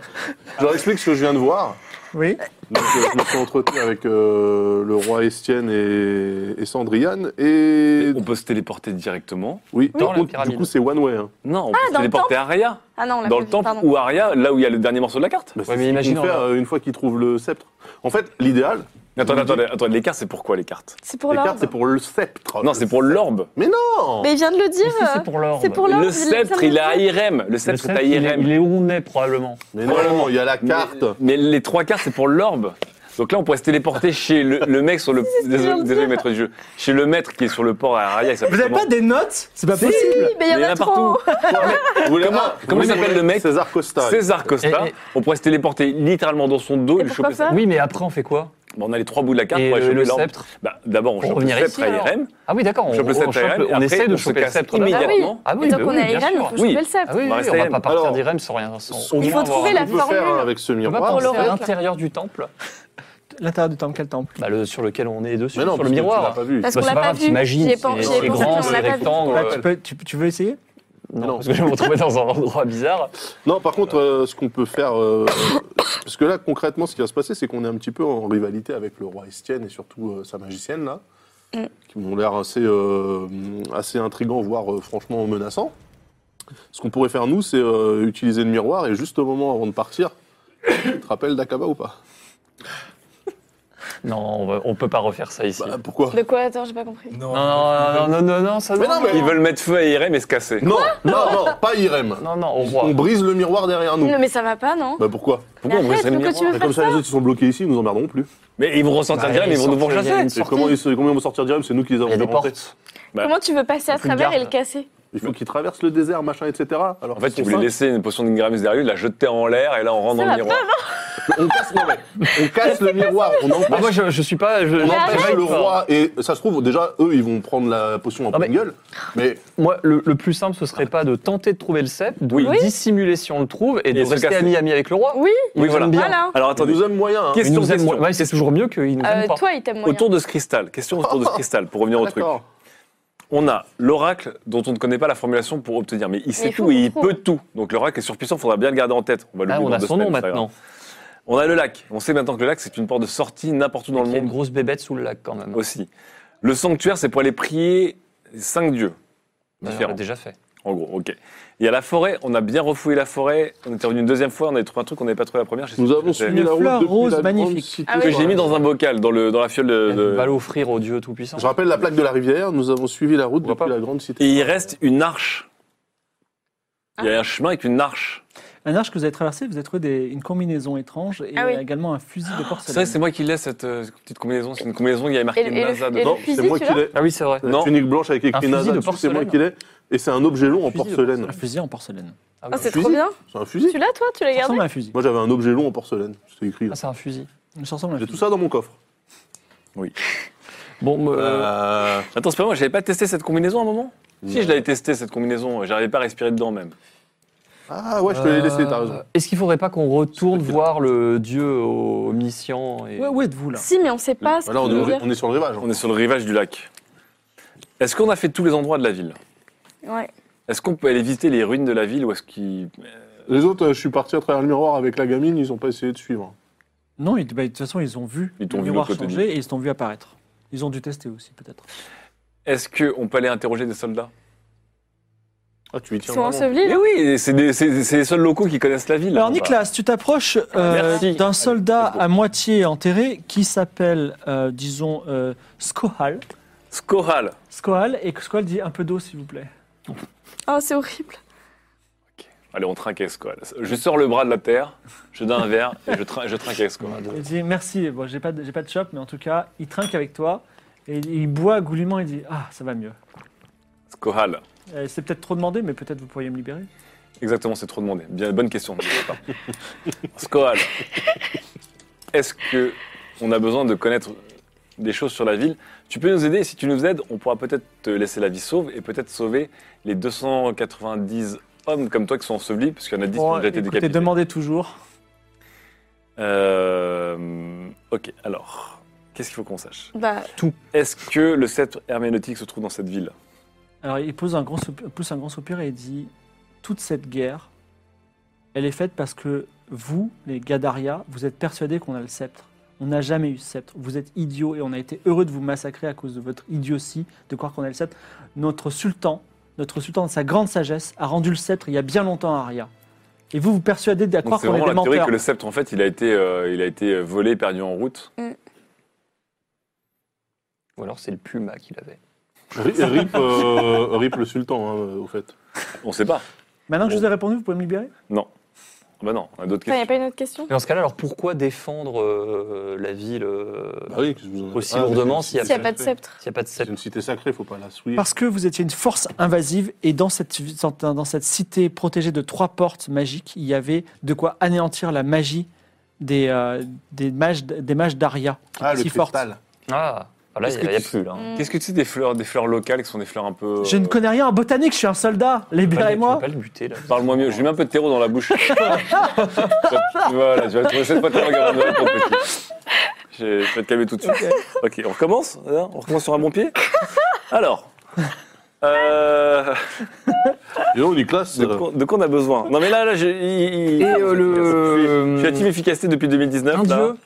S4: je leur explique ce que je viens de voir.
S1: Oui.
S4: Donc, euh, je me suis entretenu avec euh, le roi Estienne et, et Sandriane. Et.
S2: On peut se téléporter directement.
S4: Oui,
S3: Dans
S4: par
S3: la
S4: contre,
S3: pyramide.
S4: du coup, c'est one way. hein.
S2: Non, on peut se
S6: Ah, dans le
S2: téléporter à Aria.
S6: Ah non, on l'a
S2: Dans
S6: pas
S2: le
S6: vu,
S2: temple
S6: pardon.
S2: ou Aria, là où il y a le dernier morceau de la carte.
S4: Bah, c'est
S3: Ouais, mais
S4: ce qu'ils
S3: imagine,
S4: vont
S3: on
S4: faire
S3: va-
S4: euh, une fois qu'ils trouvent le sceptre. En fait, l'idéal,
S2: Attendez, attendez, attendez. Les cartes, c'est pour quoi les cartes
S6: C'est pour
S4: les cartes, c'est
S6: l'orbe.
S4: pour le
S3: Oh,
S4: sceptre.
S2: Non, c'est pour l'orbe.
S4: Non
S6: Mais il vient de le dire.
S3: Ici,
S6: euh,
S3: c'est pour l'or.
S6: C'est pour l'orbe.
S2: Le sceptre, il est à IRM. Le
S3: Le
S2: sceptre est
S3: sceptre,
S2: à
S3: il est-
S2: IRM.
S3: il est où on est, probablement.
S4: Mais non, il y a la carte.
S2: Mais, mais les trois cartes, c'est pour l'orbe. Donc là, on pourrait se téléporter chez le, le mec sur le. Désolé,
S6: gentil.
S2: désolé, maître du jeu. Chez le maître qui est sur le port à Araya. il
S1: Vous
S2: s'appelle
S1: n'avez
S2: comment
S1: pas des notes C'est pas
S6: Oui,
S1: possible.
S6: mais il y en a trop.
S4: Vous voulez-
S2: Comment-
S4: ah, vous
S2: comment il
S4: voulez-
S2: s'appelle le mec
S4: César Costa.
S2: César Costa.
S3: Et- et-
S2: On pourrait se téléporter littéralement dans son dos et,
S6: Et
S2: le
S6: pourquoi
S2: choper.
S6: pas
S2: ça.
S3: Oui, mais après, on fait quoi
S2: Bon, on a les trois bouts de la carte
S3: Et
S2: pour aller
S3: le,
S2: choper
S3: le
S2: l'orbe.
S3: sceptre
S2: Bah, D'abord, on
S3: Pour
S2: chope le
S3: revenir
S2: sceptre à
S3: ici, alors.
S2: IRM.
S3: Ah oui, d'accord, on,
S2: On chope le
S3: on
S2: sceptre
S3: chope-
S2: à IRM, et
S3: on
S2: après,
S3: essaie de
S2: on se
S3: choper le
S2: casse
S3: sceptre
S2: immédiatement.
S3: d'abord.
S6: Ah oui.
S2: Ah oui,
S6: Et tant
S2: bah
S6: qu'on
S2: oui,
S6: est à
S2: bien
S6: Irène,
S2: sûr.
S6: il faut choper
S2: Oui.
S6: le sceptre.
S3: Ah
S2: On va
S3: oui, oui,
S2: rester
S3: on
S2: à
S3: va
S2: Irem.
S3: pas partir
S4: Alors,
S3: d'Irem sans rien. Sans...
S4: On
S6: Il faut
S4: va
S6: trouver
S4: voir
S6: la
S4: ce qu'on peut faire
S6: formule.
S4: avec ce
S3: On va
S4: miroir.
S6: pour
S3: penser
S6: le
S3: à
S6: rec, là.
S3: l'intérieur du temple,
S1: L'intérieur du temple, quel temple
S3: bah, le, sur lequel on est dessus,
S4: Mais non,
S3: sur le
S4: parce que tu l'as
S3: miroir.
S4: pas vu.
S6: Parce
S3: Bah,
S6: qu'on
S3: c'est pas
S6: l'a pas
S3: grave,
S6: vu.
S3: t'imagines,
S6: J'y ai pen-
S3: c'est-
S6: j'y ai
S3: c'est
S6: pensé,
S3: grand,
S6: mais on
S3: c'est
S6: l'a pas vu.
S3: rectangle.
S1: Là,
S3: ouais.
S1: tu, peux- tu- tu veux essayer
S3: Non,
S4: Non.
S3: parce que je vais me retrouver dans un endroit bizarre.
S4: Non, par contre, euh, ce qu'on peut faire, euh, parce que là, concrètement, ce qui va se passer, c'est qu'on est un petit peu en rivalité avec le roi Estienne et surtout euh, sa magicienne, là,
S6: Mm.
S4: qui m'ont l'air assez, euh, assez intrigants, voire euh, franchement menaçants. Ce qu'on pourrait faire, nous, c'est euh, utiliser le miroir et juste au moment avant de partir, tu te rappelles d'Akaba ou pas
S3: Non, on, va- on peut pas refaire ça ici.
S4: Bah, Pourquoi
S6: De quoi Attends, j'ai pas compris.
S3: non, non, non, non, non, non, ça
S4: Mais non, mais-
S2: Ils veulent mettre feu à IRM et se casser.
S4: Non, non, non, pas Irem.
S3: Non, non, au roi.
S4: On brise le miroir derrière nous.
S6: Non, mais ça va pas, non
S4: Bah pourquoi
S2: Pourquoi on
S6: Mais
S2: briserait
S6: arrête,
S2: le miroir
S6: pourquoi tu veux
S4: Mais
S6: faire
S4: Comme ça,
S6: ça
S4: les autres, ils sont bloqués ici, ils nous emmerderont plus.
S2: Mais ils vont ressortir
S3: Bah,
S2: d'IRM, ils vont nous
S3: sortent, il y a
S2: pourchasser.
S3: une
S4: Et
S3: sortie.
S4: comment ils, se- comment ils vont sortir d'Irem C'est nous qui les
S3: Il y a
S4: avons
S3: des
S4: fait rentrer.
S3: portes.
S2: Bah,
S6: Comment tu veux passer à
S3: faut une
S6: travers et
S3: garde.
S6: le casser
S4: Il faut qu'ils traversent le désert, machin, etc. Alors,
S2: En fait,
S4: ils sont
S2: ils voulaient
S4: cinq.
S2: laisser une potion d'Ingramus derrière lui, la jeter en l'air et là, on rentre dans
S6: Ça
S2: le
S6: va
S2: miroir.
S4: On casse, non, mais on casse le miroir, on
S3: Ah, moi, Bah,
S4: empêche,
S3: je, je suis pas. Je,
S4: on
S3: je-
S4: empêche
S3: j'arrive
S4: le
S3: pas.
S4: roi. Et ça se trouve, déjà, eux, ils vont prendre la potion en
S3: Non, mais-
S4: pleine gueule. Mais
S3: Moi, le, le plus simple, ce serait pas de tenter de trouver le sceptre, de
S2: Oui.
S3: le dissimuler si on le trouve et de
S2: Et se le
S3: rester
S2: casser.
S3: ami-ami avec le roi.
S6: Oui,
S3: Ils
S2: Oui,
S3: nous
S2: voilà.
S3: aiment bien.
S6: voilà.
S2: Alors
S4: on
S2: attendez,
S4: nous aime moyen. hein.
S3: Ils nous
S2: question,
S3: aiment
S2: question.
S3: moins. Ouais, c'est toujours mieux qu'ils nous aiment
S6: Euh,
S3: pas.
S6: toi, il t'aime moyen.
S2: Autour de ce cristal, question autour de ce cristal, pour revenir au truc.
S4: D'accord.
S2: On a l'oracle dont on ne connaît pas la formulation pour obtenir, mais il sait
S6: il faut
S2: tout et
S6: qu'on
S2: il
S6: trouve.
S2: peut tout. Donc l'oracle est surpuissant, faudra bien le garder en tête. On va
S3: Ah,
S2: l'oublier
S3: on
S2: dans
S3: a
S2: deux
S3: son nom
S2: semaines, c'est pas grave.
S3: maintenant.
S2: On a le lac. On sait maintenant que le lac, c'est une porte de sortie n'importe où dans le
S3: Il y a une
S2: monde
S3: grosse bébête sous le lac quand même.
S2: aussi. Le sanctuaire, c'est pour aller prier cinq dieux
S3: Euh, on
S2: différents.
S3: l'a déjà fait.
S2: En gros, ok. Il y a la forêt, on a bien refouillé la forêt. On est revenu une deuxième fois, on avait trouvé un truc qu'on n'avait pas trouvé la première. je sais
S4: Nous
S2: plus
S4: avons
S2: ce que
S4: suivi
S2: c'était.
S4: la route
S1: fleur
S4: depuis
S1: rose
S4: la grande
S1: magnifique.
S4: cité.
S6: Ah oui.
S2: que j'ai mis dans un bocal, dans, le, dans la fiole de.
S3: On
S2: de-
S3: va l'offrir au dieu tout-puissant.
S4: Je rappelle la plaque de la rivière. Nous avons suivi la route
S3: voit
S4: depuis
S3: pas.
S4: la grande cité.
S6: Ah.
S2: Et il reste une arche. Il y a un chemin avec une arche.
S1: La narche que vous avez traversée, vous avez trouvé des- une combinaison étrange et
S6: Ah oui.
S1: également un fusil de porcelaine.
S2: C'est vrai, c'est moi qui l'ai cette euh, petite combinaison. C'est une combinaison, il y avait
S6: Et,
S2: marqué
S6: le- et le,
S2: NASA
S6: et le
S2: dedans.
S6: fusil,
S4: C'est moi
S6: tu
S4: qui
S6: l'as
S4: l'ai.
S3: Ah oui, c'est vrai.
S2: Non.
S4: La tunique blanche avec écrit
S3: Un fusil
S4: NASA
S3: de
S4: dessus, c'est moi
S3: porcelaine.
S4: qui l'ai. Et c'est un objet long en
S3: Fusil de
S4: porcelaine.
S1: Un fusil en porcelaine.
S3: Ah, oui.
S6: Ah, c'est
S4: fusil.
S6: trop bien.
S4: C'est un fusil
S6: Tu l'as, toi Tu l'as
S1: Ça
S6: gardé
S1: ressemble à un fusil.
S4: Moi j'avais un objet long en porcelaine. C'est écrit là.
S3: Ah, c'est un fusil.
S1: Ça ressemble à un
S4: J'ai
S1: fusil.
S4: tout ça dans mon coffre.
S3: Bon, euh,
S4: Euh,
S2: Attends, c'est pas moi, j'avais pas testé cette combinaison à un moment Si,
S4: Non.
S2: je l'avais testé cette combinaison, j'arrivais pas à respirer dedans même.
S4: Ah ouais, je te l'ai laissé, t'as raison.
S3: euh, Est-ce qu'il faudrait pas qu'on retourne
S4: C'est pas
S3: voir le dieu omniscient et...
S1: Ouais, où êtes-vous là
S6: Si, mais Bah on sait pas ce
S4: Voilà, on,
S6: qu'il veut
S4: est,
S6: dire.
S4: on est sur le rivage. hein.
S2: On est sur le rivage du lac. Est-ce qu'on a fait tous les endroits de la ville
S6: Ouais.
S2: Est-ce qu'on peut aller visiter les ruines de la ville ou est-ce qu'il.
S4: Les autres, euh, je suis parti à travers le miroir avec la gamine, ils ont pas essayé de suivre.
S1: Non, ils- bah, de toute façon, ils ont vu
S2: Ils t'ont
S1: le
S2: vu
S1: miroir
S2: au côté
S1: changer et ils t'ont vu apparaître. Ils ont dû tester aussi, peut-être.
S2: Est-ce qu'on peut aller interroger des soldats
S4: Ah, tu y
S6: Ils
S4: tiens.
S6: sont
S4: vraiment.
S6: ensevelis,
S2: Mais
S6: là.
S2: oui, c'est des- c'est c'est les seuls locaux qui connaissent la ville.
S1: Alors,
S2: On va-
S1: Nicolas, tu t'approches euh,
S2: bah. Merci.
S1: d'un soldat
S2: let's go.
S1: à moitié enterré qui s'appelle, euh, disons, euh, Skohal.
S2: Skoral.
S1: Skohal, et que Skohal dit un peu d'eau, s'il vous plaît.
S6: Oh, c'est horrible.
S2: Allez, on trinque avec Skoral. Je sors le bras de la terre, je donne un verre et je, trin- je trinque avec Skoral.
S1: Il dit merci, bon, j'ai pas, de- j'ai pas de chope, mais en tout cas, il trinque avec toi et il, il boit goulûment il dit Ah, ça va mieux.
S2: Skoral.
S1: Euh, C'est peut-être trop demandé, mais peut-être vous pourriez me libérer.
S2: Exactement, c'est trop demandé. Bien, bonne question. je sais pas. Skoal, est-ce que on a besoin de connaître des choses sur la ville Tu peux nous aider. Si tu nous aides, on pourra peut-être te laisser la vie sauve et peut-être sauver les 290 hommes comme toi qui sont ensevelis, parce qu'il y en a 10 qui ont
S1: Bon,
S2: déjà été
S1: écoutez,
S2: décapités.
S1: demandez toujours.
S2: Euh, ok, alors, qu'est-ce qu'il faut qu'on sache
S6: Bah,
S2: Est-ce que le sceptre herméneutique se trouve dans cette ville
S1: Alors il pose un grand soupi- pousse un grand soupir et il dit toute cette guerre, elle est faite parce que vous, les Gadaria, vous êtes persuadés qu'on a le sceptre. On n'a jamais eu ce sceptre. Vous êtes idiots et on a été heureux de vous massacrer à cause de votre idiotie de croire qu'on a le sceptre. Notre sultan, notre sultan de sa grande sagesse, a rendu le sceptre il y a bien longtemps à Aria. Et vous vous persuadez de
S2: Donc
S1: croire
S2: c'est
S1: qu'on est
S2: vraiment
S1: des
S2: la théorie
S1: menteurs.
S2: que le sceptre, en fait, il a été, euh, il a été volé, perdu en route.
S3: Ou alors c'est le puma qu'il avait.
S4: Ri- Rip, euh, rip le sultan, hein, au fait.
S2: On sait pas.
S1: Maintenant que je vous ai répondu, vous pouvez me libérer
S2: Ah Bah non, on a d'autres
S6: il n'y
S2: questions.
S6: a pas une autre question
S3: Mais dans ce cas-là, alors pourquoi défendre euh, la ville euh,
S4: Bah oui, qu'est-ce que vous en avez-
S3: aussi
S4: Ah,
S3: lourdement
S4: c'est-
S3: s'il
S6: S'il n'y a pas de sceptre.
S3: s'il n'y a pas de
S4: C'est
S3: sceptre
S4: une cité sacrée, faut pas la souiller.
S1: Parce que vous étiez une force invasive et dans cette, dans cette cité protégée de trois portes magiques, il y avait de quoi anéantir la magie des, euh, des mages des mages d'Aria. qui
S4: Ah,
S1: est
S4: le
S1: si forte.
S4: cristal.
S3: Ah, alors là,
S2: Est-ce
S3: il n'y a,
S2: que tu-
S3: plus. Là, hein.
S6: Mm.
S2: Qu'est-ce que tu sais des fleurs, des fleurs locales qui sont des fleurs un peu. euh,
S1: Je ne connais rien en botanique, je suis un soldat,
S3: Tu peux
S1: libérez-moi.
S3: pas le buter, là.
S2: Parle-moi mieux, je lui mets un peu de terreau dans la bouche. voilà, tu vas trouver cette fois ta langue avant de répondre, petit. Je je vais te calmer tout de suite. Ok, on recommence hein On recommence sur un bon pied Alors. euh,
S4: Et oh, euh, là, on y classe.
S2: de, quoi, de quoi on a besoin Non mais là, là, j'ai. il- il-
S3: Et euh,
S2: Je
S3: le.
S2: suis à Team Efficacité depuis 2019.
S3: Un
S2: là.
S3: dieu,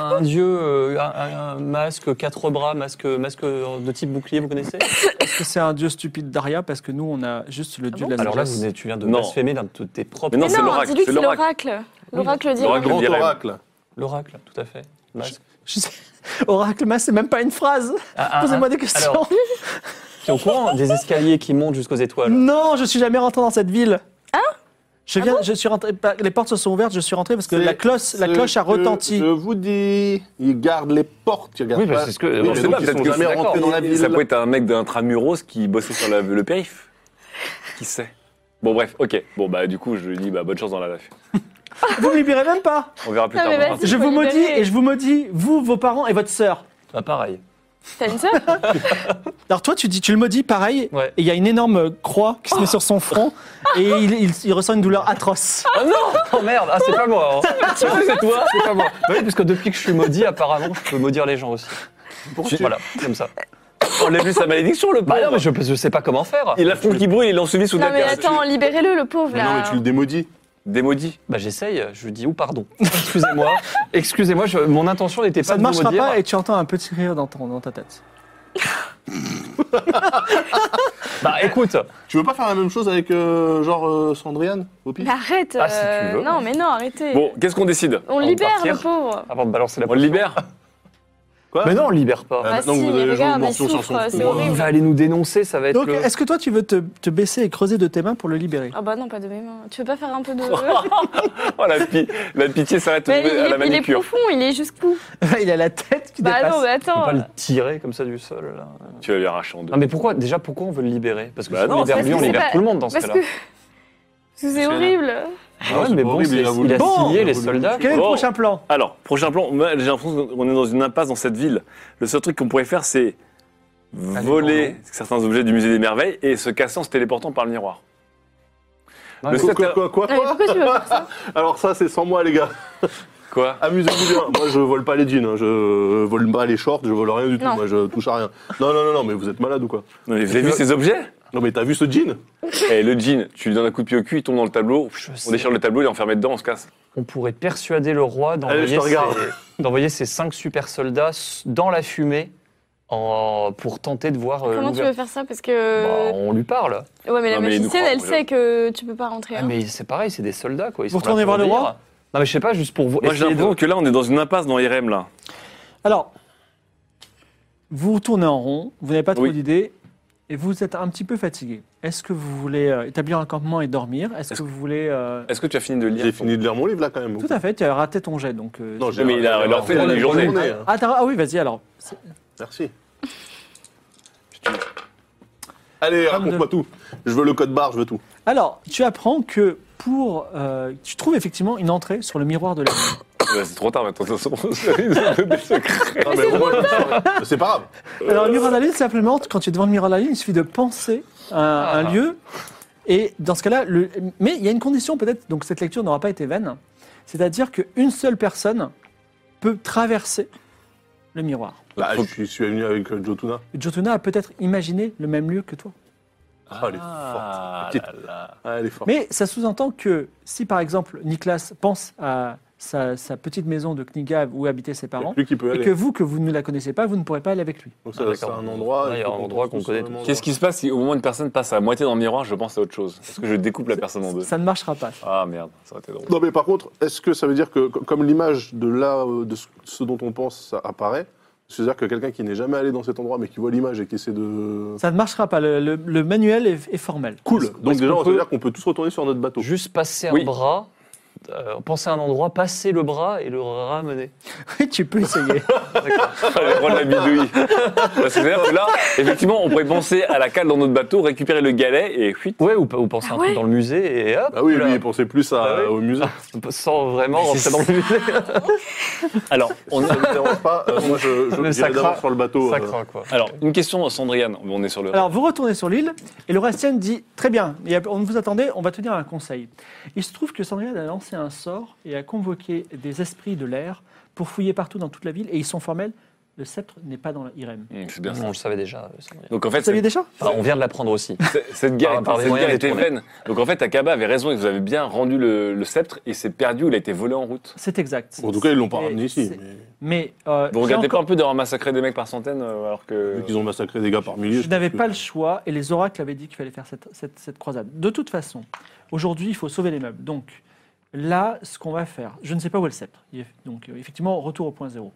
S3: un dieu, euh, un, un- un masque, quatre bras, masque, masque de type bouclier, vous connaissez
S1: Est-ce que c'est un dieu stupide d'Aria Parce que nous, on a juste le dieu de la
S3: Alors là,
S1: sagesse.
S3: vous êtes- tu viens de
S2: Non.
S3: blasphémer d'un de tes propres.
S2: Mais non,
S6: Mais
S2: c'est
S6: non,
S2: l'oracle,
S6: dis-lui que
S2: c'est
S6: c'est l'oracle. L'oracle dit.
S2: L'oracle.
S4: Grand
S2: Je dirais-
S4: oracle.
S3: L'oracle, tout à fait. Masque.
S1: Je sais- Oracle, mais c'est même pas une phrase.
S3: Ah, ah,
S1: Posez-moi
S3: ah.
S1: des questions.
S3: Alors, tu es au courant des escaliers qui montent jusqu'aux étoiles
S1: Non, je suis jamais rentré dans cette ville. je viens, je suis rentré, pas- les portes se sont ouvertes, je suis rentré parce que
S4: C'est
S1: la cloche, la
S4: ce
S1: cloche a
S4: que
S1: retenti.
S4: Je vous dis, ils gardent les portes, ils gardent
S3: Oui, bah,
S4: pas-
S3: c'est ce que-
S4: mais
S3: on sait
S4: donc,
S3: pas,
S4: ils
S3: peut-être
S4: sont
S3: que
S4: jamais
S3: c'est
S4: rentrés dans la
S2: Et
S4: ville.
S2: Ça peut être un mec d'intramuros qui bossait sur la- le périph. Qui sait Bon bref, ok. Bon bah du coup je lui dis bah, bonne chance dans la life.
S1: Vous me libérez même pas.
S2: On verra plus
S6: Non,
S2: tard.
S6: mais
S2: on verra.
S3: Ah,
S6: vas-y.
S1: Je
S6: faut
S1: vous maudis
S6: libérer.
S1: et je vous maudis, vous, vos parents et votre sœur.
S3: Bah, Pareil.
S6: T'as une sœur
S1: Alors toi, tu dis, tu le maudis pareil.
S3: Ouais. Oh.
S1: Et il y a une énorme croix qui se met sur son front et il, il- il ressent une douleur atroce.
S3: Oh non Oh merde Ah, c'est pas moi hein. C'est toi C'est pas moi Bah Oui, parce que depuis que je suis maudit, apparemment, je peux maudire les gens aussi.
S2: tu-
S3: Voilà, comme ça.
S2: On lève juste sa malédiction le
S3: Bah non, mais
S2: pauvre.
S3: je, je sais pas comment faire.
S2: Il a fond qui brûle, il est enseveli sous
S6: Non,
S2: la
S6: mais
S2: terre.
S6: attends, libérez-le, le pauvre,
S4: Mais non, mais
S6: là.
S4: tu le démaudis.
S2: Démaudit.
S3: Bah j'essaye, je lui dis ou pardon. Excusez-moi, excusez-moi, je- mon intention n'était pas
S1: Ça
S3: de
S1: ne
S3: vous
S1: marchera
S3: maudire.
S1: pas et tu entends un petit rire dans, ton, dans ta tête.
S3: Bah écoute,
S4: Tu veux pas faire la même chose avec euh, genre euh, Sandriane au pire
S6: Mais arrête.
S3: Ah, si tu
S6: euh,
S3: veux.
S6: Non, mais non, arrêtez.
S2: Bon, qu'est-ce qu'on décide
S6: On
S3: va
S6: libère
S3: partir.
S6: le pauvre.
S3: avant de balancer la
S2: On le libère
S4: Quoi
S3: Mais non, on le libère pas.
S1: Euh,
S4: Ah,
S6: Bah
S4: maintenant
S6: si,
S4: que vous
S6: mais
S4: avez joué
S6: regarde,
S4: le
S6: elle
S4: morceau sur son
S6: souffre, c'est
S4: cou,
S3: Il
S6: horrible.
S3: va aller nous dénoncer, ça va être
S1: Donc,
S3: le...
S1: est-ce que toi, tu veux te, te baisser et creuser de tes mains pour le libérer
S6: Ah bah non, pas de mes mains. Tu veux pas faire un peu de...
S2: Oh, la, pi- la pitié s'arrête
S6: Mais il,
S2: à la
S6: est, il est
S2: manicure.
S6: profond, il est jusqu'où
S1: Ah Il a la tête qui
S6: Bah
S1: dépasse.
S6: non, mais
S3: On
S6: attends.
S3: va le tirer comme ça du sol. Là.
S2: Tu vas lui arracher en deux.
S3: Non mais pourquoi Déjà, pourquoi on veut le libérer Parce que
S2: Bah
S3: si on
S2: non,
S3: libère
S6: parce
S3: lui,
S6: que
S3: on
S6: c'est
S3: libère
S6: pas-
S3: tout le monde dans ce
S6: Parce
S3: cas-là.
S6: que... C'est horrible.
S3: Ah ouais, mais bon,
S4: horrible,
S3: c'est-
S4: il a voulu-
S3: il a
S1: Bon.
S3: signé les
S4: Il a voulu-
S3: soldats.
S1: Quel est le
S2: Bon.
S1: prochain plan
S2: Alors, prochain plan, moi, j'ai l'impression qu'on est dans une impasse dans cette ville. Le seul truc qu'on pourrait faire, c'est voler
S3: dans l'eau.
S2: certains objets du musée des merveilles et se casser en se téléportant par le miroir.
S3: Ouais,
S2: Le
S3: mais-
S2: seul-
S4: Quoi, quoi, quoi, quoi
S6: Non, mais pourquoi tu veux faire ça
S4: Alors ça, c'est sans moi, les gars.
S2: Quoi
S4: Amusez-vous bien. Moi, je vole pas les jeans. hein. Je vole pas les shorts. Je vole rien du tout.
S6: Non.
S4: Moi, je touche à rien. Non, non, non, non. Mais vous êtes malade ou quoi
S2: Non, mais vous avez vu ces objets
S4: Non, mais t'as vu ce jean
S2: Et Eh, le jean, tu lui donnes un coup de pied au cul, il tombe dans le tableau,
S3: Je
S2: on
S3: sais.
S2: déchire le tableau, il est enfermé dedans, on se casse.
S3: On pourrait persuader le roi
S4: Allez, je
S3: d'envoyer
S4: te regarde.
S3: ses- d'envoyer ses cinq super soldats s- dans la fumée en- pour tenter de voir. euh,
S6: Comment tu
S3: l'ouver-
S6: veux faire euh, ça Parce que...
S3: Bah, On lui parle.
S6: Ouais, mais la
S2: Non, mais il nous
S6: magicienne,
S2: croit,
S6: elle
S2: regarde.
S6: sait que tu peux pas rentrer.
S3: Ah,
S6: hein.
S3: mais c'est pareil, c'est des soldats quoi. Ils
S1: Vous
S3: sont là
S1: retournez
S3: pour
S1: voir le
S3: dire.
S1: roi
S3: Non mais je sais pas, juste pour vous.
S2: Moi, j'ai
S3: essayer de-
S2: l'impression que là, on est dans une impasse dans IRM, là.
S1: Alors, vous tournez en rond, vous n'avez pas trop
S2: Oui.
S1: d'idées et vous êtes un petit peu fatigué. Est-ce que vous voulez euh, établir un campement et dormir Est-ce que
S2: Est-ce-
S1: vous voulez... euh,
S2: Est-ce que tu as fini de lire
S4: J'ai fini de lire mon livre là quand même.
S1: Tout à fait, tu as raté ton jet, donc... euh,
S4: Non, j'ai
S2: Mais il a-
S4: j'ai
S2: il a refait la
S4: bonne
S2: journée.
S4: hein.
S1: Ah, t'as- ah oui, vas-y, alors.
S4: Merci. Allez,
S1: Femme de-
S4: raconte-moi tout. Je veux le code barre, je veux tout.
S1: Alors, tu apprends que pour... euh, tu trouves effectivement une entrée sur le miroir de la nuit.
S2: Ouais, C'est trop tard maintenant, de toute façon. Ils ont donné des secrets.
S4: Ah, mais au moins, je le saurai. C'est pas grave.
S1: Alors, le miroir de la lune, simplement, quand tu es devant le miroir de la lune, il suffit de penser à un,
S3: Ah.
S1: un lieu. Et dans ce cas-là, le- mais il y a une condition peut-être, donc cette lecture n'aura pas été vaine, c'est-à-dire qu'une seule personne peut traverser le miroir.
S4: Bah, je suis- je suis venu avec euh, Jotuna.
S1: Jotuna a peut-être imaginé le même lieu que toi.
S4: Ah, elle est forte.
S2: Ah,
S4: Petite.
S2: là, là.
S4: Ah, elle est forte.
S1: Mais ça sous-entend que si par exemple Niklas pense à sa, sa petite maison de Knigav où habitaient ses parents,
S4: Lui qui peut
S1: et
S4: aller.
S1: que vous, que vous ne la connaissez pas, vous ne pourrez pas aller avec lui.
S4: Donc,
S3: Ah,
S4: ça,
S3: d'accord.
S4: c'est un
S3: Ouais,
S4: endroit.
S3: il y a
S4: il faut
S3: un
S4: qu'on
S3: endroit qu'on
S4: trouve
S3: connaît
S4: ce
S3: tous.
S4: même
S2: Qu'est-ce qui se passe si au moment où une personne passe à moitié dans le miroir, je pense à autre chose Est-ce que je découpe la personne en deux
S1: Ça ne marchera pas. ça.
S2: Ah merde, ça aurait été drôle.
S4: Non, mais par contre, est-ce que ça veut dire que, co- comme l'image de là, euh, de ce- ce dont on pense, ça apparaît, c'est-à-dire que quelqu'un qui n'est jamais allé dans cet endroit, mais qui voit l'image et qui essaie de.
S1: Ça ne marchera pas. Le, le- le manuel est, est formel.
S4: Cool Donc,
S3: est-ce
S4: déjà,
S3: qu'on
S4: on veut
S3: peut-
S4: dire qu'on peut tous retourner sur notre bateau.
S3: Juste passer
S2: Oui.
S3: un bras, euh, penser à un endroit, passer le bras et le ramener.
S1: Oui, tu peux essayer.
S2: Allez, prendre la bidouille. Parce que c'est-à-dire que là, effectivement, on pourrait penser à la cale dans notre bateau, récupérer le galet et fuite.
S3: Ouais, ou, ou penser à un
S6: ouais
S3: truc dans le musée et hop.
S4: Ah oui, lui,
S3: là.
S4: il pensait plus à,
S3: Ah oui.
S4: au musée.
S3: sans vraiment
S2: Bah Mais c'est-
S3: rentrer dans le musée.
S2: Alors,
S4: On ne me dérange pas. euh, moi, je, je
S3: Mais ça
S4: j'irai d'abord
S3: craint.
S4: sur le
S2: Oh.
S4: bateau.
S3: Ça
S4: euh,
S3: craint quoi.
S2: alors une question à Sandriane. On est sur le.
S1: Alors, vous retournez sur l'île et le Rastian dit Très bien, il y a- on vous attendait, on va tenir un conseil. Il se trouve que Sandriane a lancé un sort et a convoqué des esprits de l'air pour fouiller partout dans toute la ville et ils sont formels le sceptre n'est pas dans l'Irem.
S2: Hum, c'est bien ça.
S3: On le savait déjà. euh, Sandrine.
S2: Donc en fait,
S1: Vous saviez
S2: cette,
S1: déjà
S3: Enfin, on vient de l'apprendre aussi.
S2: cette- cette guerre,
S3: Par- par des
S2: cette
S3: moyens
S2: guerre était
S3: détournés.
S2: vaine. Donc en fait, Akaba avait raison et vous avez bien rendu le, le sceptre et s'est perdu, il a été volé en route.
S1: C'est exact.
S4: En tout cas, ils l'ont pas
S1: Mais
S4: ramené ici.
S1: c'est-
S4: mais
S1: Mais euh,
S2: Vous
S1: j'ai
S2: regardez
S1: encore-
S2: pas un peu d'avoir massacré des mecs par centaines euh, alors que.
S4: Vu qu'ils ont massacré des gars par milliers.
S1: je n'avais
S4: pense
S1: pas
S4: que-
S1: le choix et les oracles avaient dit qu'il fallait faire cette, cette- cette croisade. De toute façon, aujourd'hui, il faut sauver les meubles. Donc là, ce qu'on va faire, je ne sais pas où est le sceptre. Il est- Donc euh, effectivement, retour au point zéro.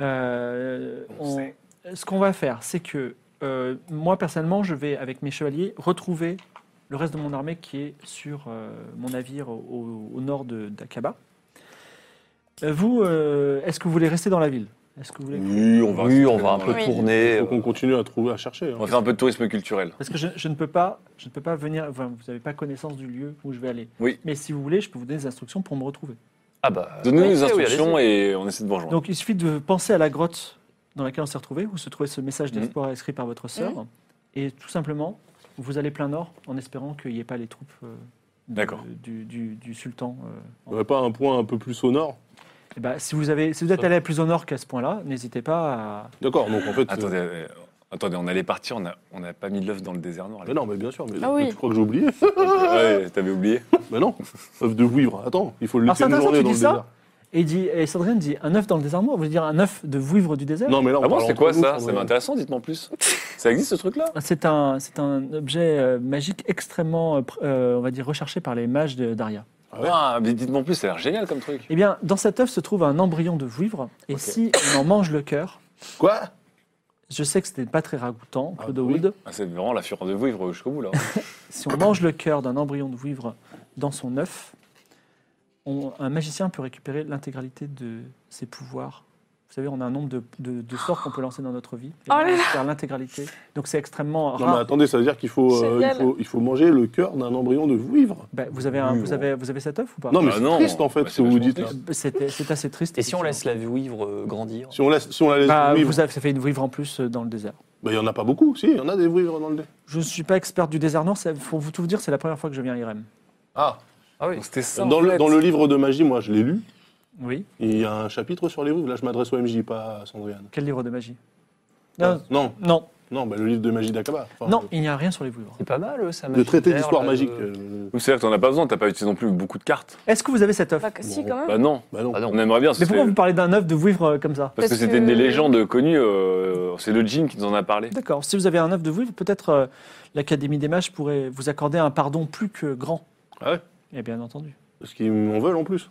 S1: Euh, on- ce qu'on va faire, c'est que euh, moi personnellement, je vais avec mes chevaliers retrouver le reste de mon armée qui est sur euh, mon navire au, au- au nord de- d'Aqaba. Euh, Vous, euh, est-ce que vous voulez rester dans la ville Est-ce que vous voulez
S2: Oui, on va.
S3: Oui, on va un peu
S6: Oui.
S3: tourner. euh.
S4: Faut qu'on continue à trouver, à chercher. hein.
S2: On va faire un peu de tourisme culturel.
S1: Parce que je, je ne peux pas, je ne peux pas venir. enfin, vous n'avez pas connaissance du lieu où je vais aller.
S2: Oui.
S1: Mais si vous voulez, je peux vous donner des instructions pour me retrouver.
S3: Ah bah.
S2: Donnez-nous
S3: oui,
S2: des
S3: oui,
S2: instructions
S3: allez-y.
S2: et on essaie de vous rejoindre.
S1: Donc, il suffit de penser à la grotte dans laquelle on s'est retrouvé, où se trouvait ce message
S2: Mmh.
S1: d'espoir inscrit par votre sœur, et tout simplement, vous allez plein nord en espérant qu'il n'y ait pas les troupes euh, de-
S2: D'accord.
S1: du, du- du sultan. euh, en-
S4: On aurait pas un point un peu plus sonore
S1: Eh ben, si vous avez, si vous êtes allé plus au nord qu'à ce point-là, n'hésitez pas à.
S4: D'accord, donc en fait.
S2: Attendez,
S4: euh,
S2: euh, attendez, on allait partir, on n'a on n'a pas mis l'œuf dans le désert noir.
S4: Mais non, mais bien sûr. Mais
S6: Ah oui.
S4: Tu crois que j'ai oublié
S2: Oh. Ouais, t'avais oublié.
S4: Mais non, œuf de vivre. Attends, il faut le
S1: Alors,
S4: laisser
S1: c'est
S4: une
S1: intéressant que
S4: journée
S1: tu
S4: dans le
S1: dis ça.
S4: désert.
S1: Et il dit, et Sandrine dit, un œuf dans le désert noir, vous voulez dire un œuf de vouivre du désert
S4: Non, mais là, on
S2: Ah bon,
S4: parle
S2: c'est
S4: entre
S2: quoi
S4: nous,
S2: ça
S4: Sandrine.
S2: C'est intéressant, dites-moi en plus. Ça existe ce truc-là
S1: C'est un, c'est un objet euh, magique extrêmement, euh, pr- euh, on va dire, recherché par les mages de- d'Aria.
S4: ouais.
S2: Ah, mais dites-moi en plus, ça a l'air génial comme truc.
S1: Eh bien, dans cet œuf se trouve un embryon de vouivre, et
S2: Ok.
S1: si on en mange le cœur,
S4: Quoi
S1: Je sais que c'était pas très ragoûtant,
S4: Ah,
S1: peu de
S4: oui.
S1: wood.
S2: Ah, c'est vraiment la fureur de vivre jusqu'au bout, là.
S1: Si on mange le cœur d'un embryon de vivre dans son œuf, on- un magicien peut récupérer l'intégralité de ses pouvoirs. Vous savez, on a un nombre de, de- de sorts qu'on peut lancer dans notre vie. Et
S6: Oh
S1: on
S6: là là.
S1: récupère l'intégralité. Donc c'est extrêmement
S4: Non, mais
S1: rare.
S4: attendez, ça veut dire qu'il faut, euh, il
S6: Génial.
S4: faut, il faut manger le cœur d'un embryon de vivre.
S1: Ben, vous, avez un-
S2: Oui,
S1: vous,
S2: bon.
S1: avez, vous avez cet œuf ou pas Euh,
S4: Non, mais
S2: Ah
S4: c'est
S2: non,
S4: triste en fait
S2: bah,
S4: ce
S2: c'est
S4: que vous
S2: vachement
S4: dites. là.
S2: triste.
S1: C'était- C'est assez triste.
S3: Et si on laisse la vivre euh, grandir
S4: Si on, laisse, si on la laisse
S1: Bah,
S4: vivre,
S1: vous avez- Ça fait une vivre en plus euh, dans le désert.
S4: bah, il n'y en a pas beaucoup. Si, il y en a des vivres dans le dé.
S1: Je ne suis pas experte du désert noir. Il faut vous tout vous dire, c'est la première fois que je viens à Irem.
S4: Ah,
S3: Ah oui.
S2: Donc, C'était ça.
S4: dans
S2: en
S4: le,
S2: fait.
S4: dans le livre de magie, moi je l'ai lu.
S1: Oui.
S4: Il y a un chapitre sur les vivres. Là, je m'adresse au MJ, pas à Sandriane.
S1: Quel livre de magie
S4: Ah,
S1: Non,
S4: Non,
S1: non,
S4: non, bah, le livre de magie d'Akaba. Enfin,
S1: non, il n'y a rien sur les vivres.
S3: C'est pas mal, euh, ça.
S4: Le traité
S3: Magictaire,
S4: d'histoire
S3: là,
S4: magique.
S3: euh,
S4: euh,
S2: Oui, C'est vrai que t'en as pas besoin, t'as pas utilisé non plus beaucoup de cartes.
S1: Est-ce que vous avez cet œuf
S6: Bah, que- si, quand
S2: Bah
S6: même.
S2: non.
S4: bah non.
S3: Ah non.
S2: On aimerait bien. ce
S1: Mais pourquoi
S2: serait-
S1: vous parlez d'un œuf de vouivre euh, comme ça
S2: Parce que
S6: Parce
S2: c'était
S6: que-
S2: une des légendes connues, euh, c'est le djinn qui nous en a parlé.
S1: D'accord. Si vous avez un œuf de vouivre, peut-être euh, l'Académie des mages pourrait vous accorder un pardon plus que grand.
S4: Ah ouais
S1: Et bien entendu.
S4: Parce qu'ils m'en veulent en plus.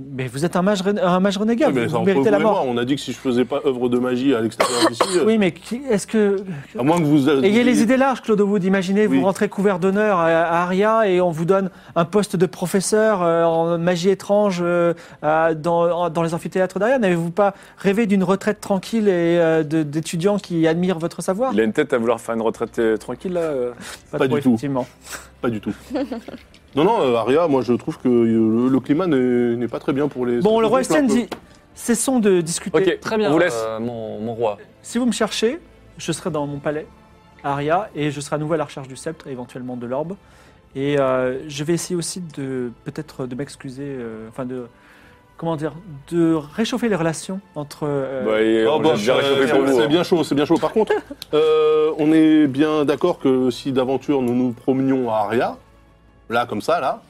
S1: Mais vous êtes un mage, rén- un mage
S4: Oui,
S1: renégat, vous,
S4: mais ça,
S1: vous
S4: entre vous
S1: méritez
S4: et
S1: la
S4: moi,
S1: mort.
S4: On a dit que si je faisais pas œuvre de magie à l'extérieur d'ici, euh,
S1: Oui, mais qui- est-ce que...
S4: à moins que vous
S1: Ayez les idées larges, Claude Wood. Imaginez,
S4: Oui.
S1: vous rentrez couvert d'honneur à, à Aria et on vous donne un poste de professeur euh, en magie étrange euh, à- dans, en- dans les amphithéâtres d'Aria. N'avez-vous pas rêvé d'une retraite tranquille et euh, de- d'étudiants qui admirent votre savoir
S2: Il a une tête à vouloir faire une retraite euh, tranquille, là. euh.
S4: pas
S1: trop,
S4: du tout.
S1: effectivement.
S4: Pas du tout. non, non, euh, Aria, moi je trouve que euh, le, le climat n'est n'est pas très bien pour les.
S1: Bon, le roi
S4: Sten
S1: Sten dit cessons de discuter.
S2: Ok,
S3: Très bien,
S2: On vous laisse.
S3: euh, mon, mon roi.
S1: Si vous me cherchez, je serai dans mon palais, à Aria, et je serai à nouveau à la recherche du sceptre et éventuellement de l'orbe. Et euh, je vais essayer aussi de peut-être de m'excuser, euh, enfin de comment dire, de réchauffer les relations entre. euh,
S2: Bah, et
S3: Oh,
S2: on l'a déjà réchauffé pour vous,
S4: c'est
S2: hein.
S4: bien chaud, c'est bien chaud. Par contre, euh, on est bien d'accord que si d'aventure nous nous promenions à Aria, là comme ça, là,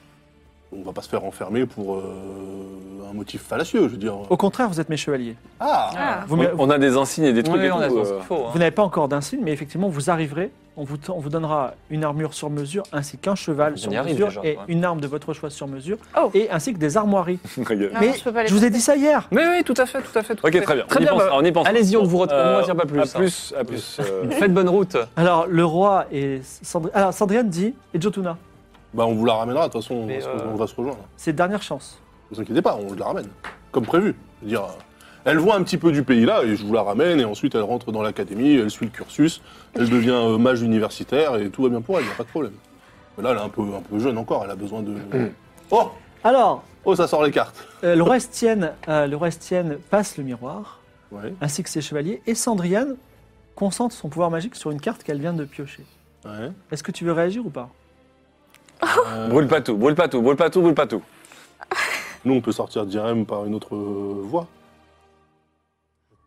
S4: on va pas se faire enfermer pour euh, un motif fallacieux, je veux dire.
S1: Au contraire, vous êtes mes chevaliers.
S4: Ah,
S6: Ah.
S1: Vous, m'a-
S2: On, on a des insignes et des trucs.
S3: Oui,
S2: et
S3: on a
S2: tout,
S3: ce
S2: euh.
S3: qu'il faut. hein.
S1: vous n'avez pas encore d'insigne, mais effectivement, vous arriverez. On vous, on vous donnera une armure sur mesure, ainsi qu'un cheval
S3: On
S1: sur
S3: y arrive
S1: mesure,
S3: déjà,
S1: et
S3: ouais.
S1: une arme de votre choix sur mesure,
S6: Oh.
S1: et ainsi que des armoiries.
S2: Regarde.
S6: Non,
S1: Mais
S6: je peux pas les
S1: Je vous ai dit ça hier.
S3: Mais oui, tout à fait, tout à fait. tout à
S2: euh, Ok,
S3: fait.
S2: très bien.
S3: Très
S2: on, y
S3: bien,
S2: pense,
S3: bah,
S2: on y pense. Euh,
S3: allez-y, on vous retrouve, on vous retire pas plus,
S2: À
S3: hein.
S2: plus, à plus. euh,
S3: Faites bonne route.
S1: Alors, le roi et Sandri- Alors, Sandriane dit et Jotuna,
S4: bah on vous la ramènera, de toute façon, on va,
S3: Mais,
S4: se,
S3: euh,
S4: on va se rejoindre.
S1: c'est dernière chance.
S4: vous inquiétez pas, on la ramène, comme prévu. Je veux dire, euh, elle voit un petit peu du pays là, et je vous la ramène, et ensuite elle rentre dans l'académie, elle suit le cursus, elle devient euh, mage universitaire, et tout va bien pour elle, il n'y a pas de problème. Mais là, elle est un peu, un peu jeune encore, elle a besoin de... Oh
S1: Alors,
S4: Oh, ça sort les cartes
S1: euh, le roi Estienne, euh, le roi Estienne passe le miroir,
S4: Ouais,
S1: ainsi que ses chevaliers, et Sandriane concentre son pouvoir magique sur une carte qu'elle vient de piocher.
S4: ouais.
S1: Est-ce que tu veux réagir ou pas
S4: Euh,
S2: Brûle pas tout, brûle pas tout, brûle pas tout, brûle pas tout.
S4: nous, on peut sortir d'Irem par une autre euh, voie.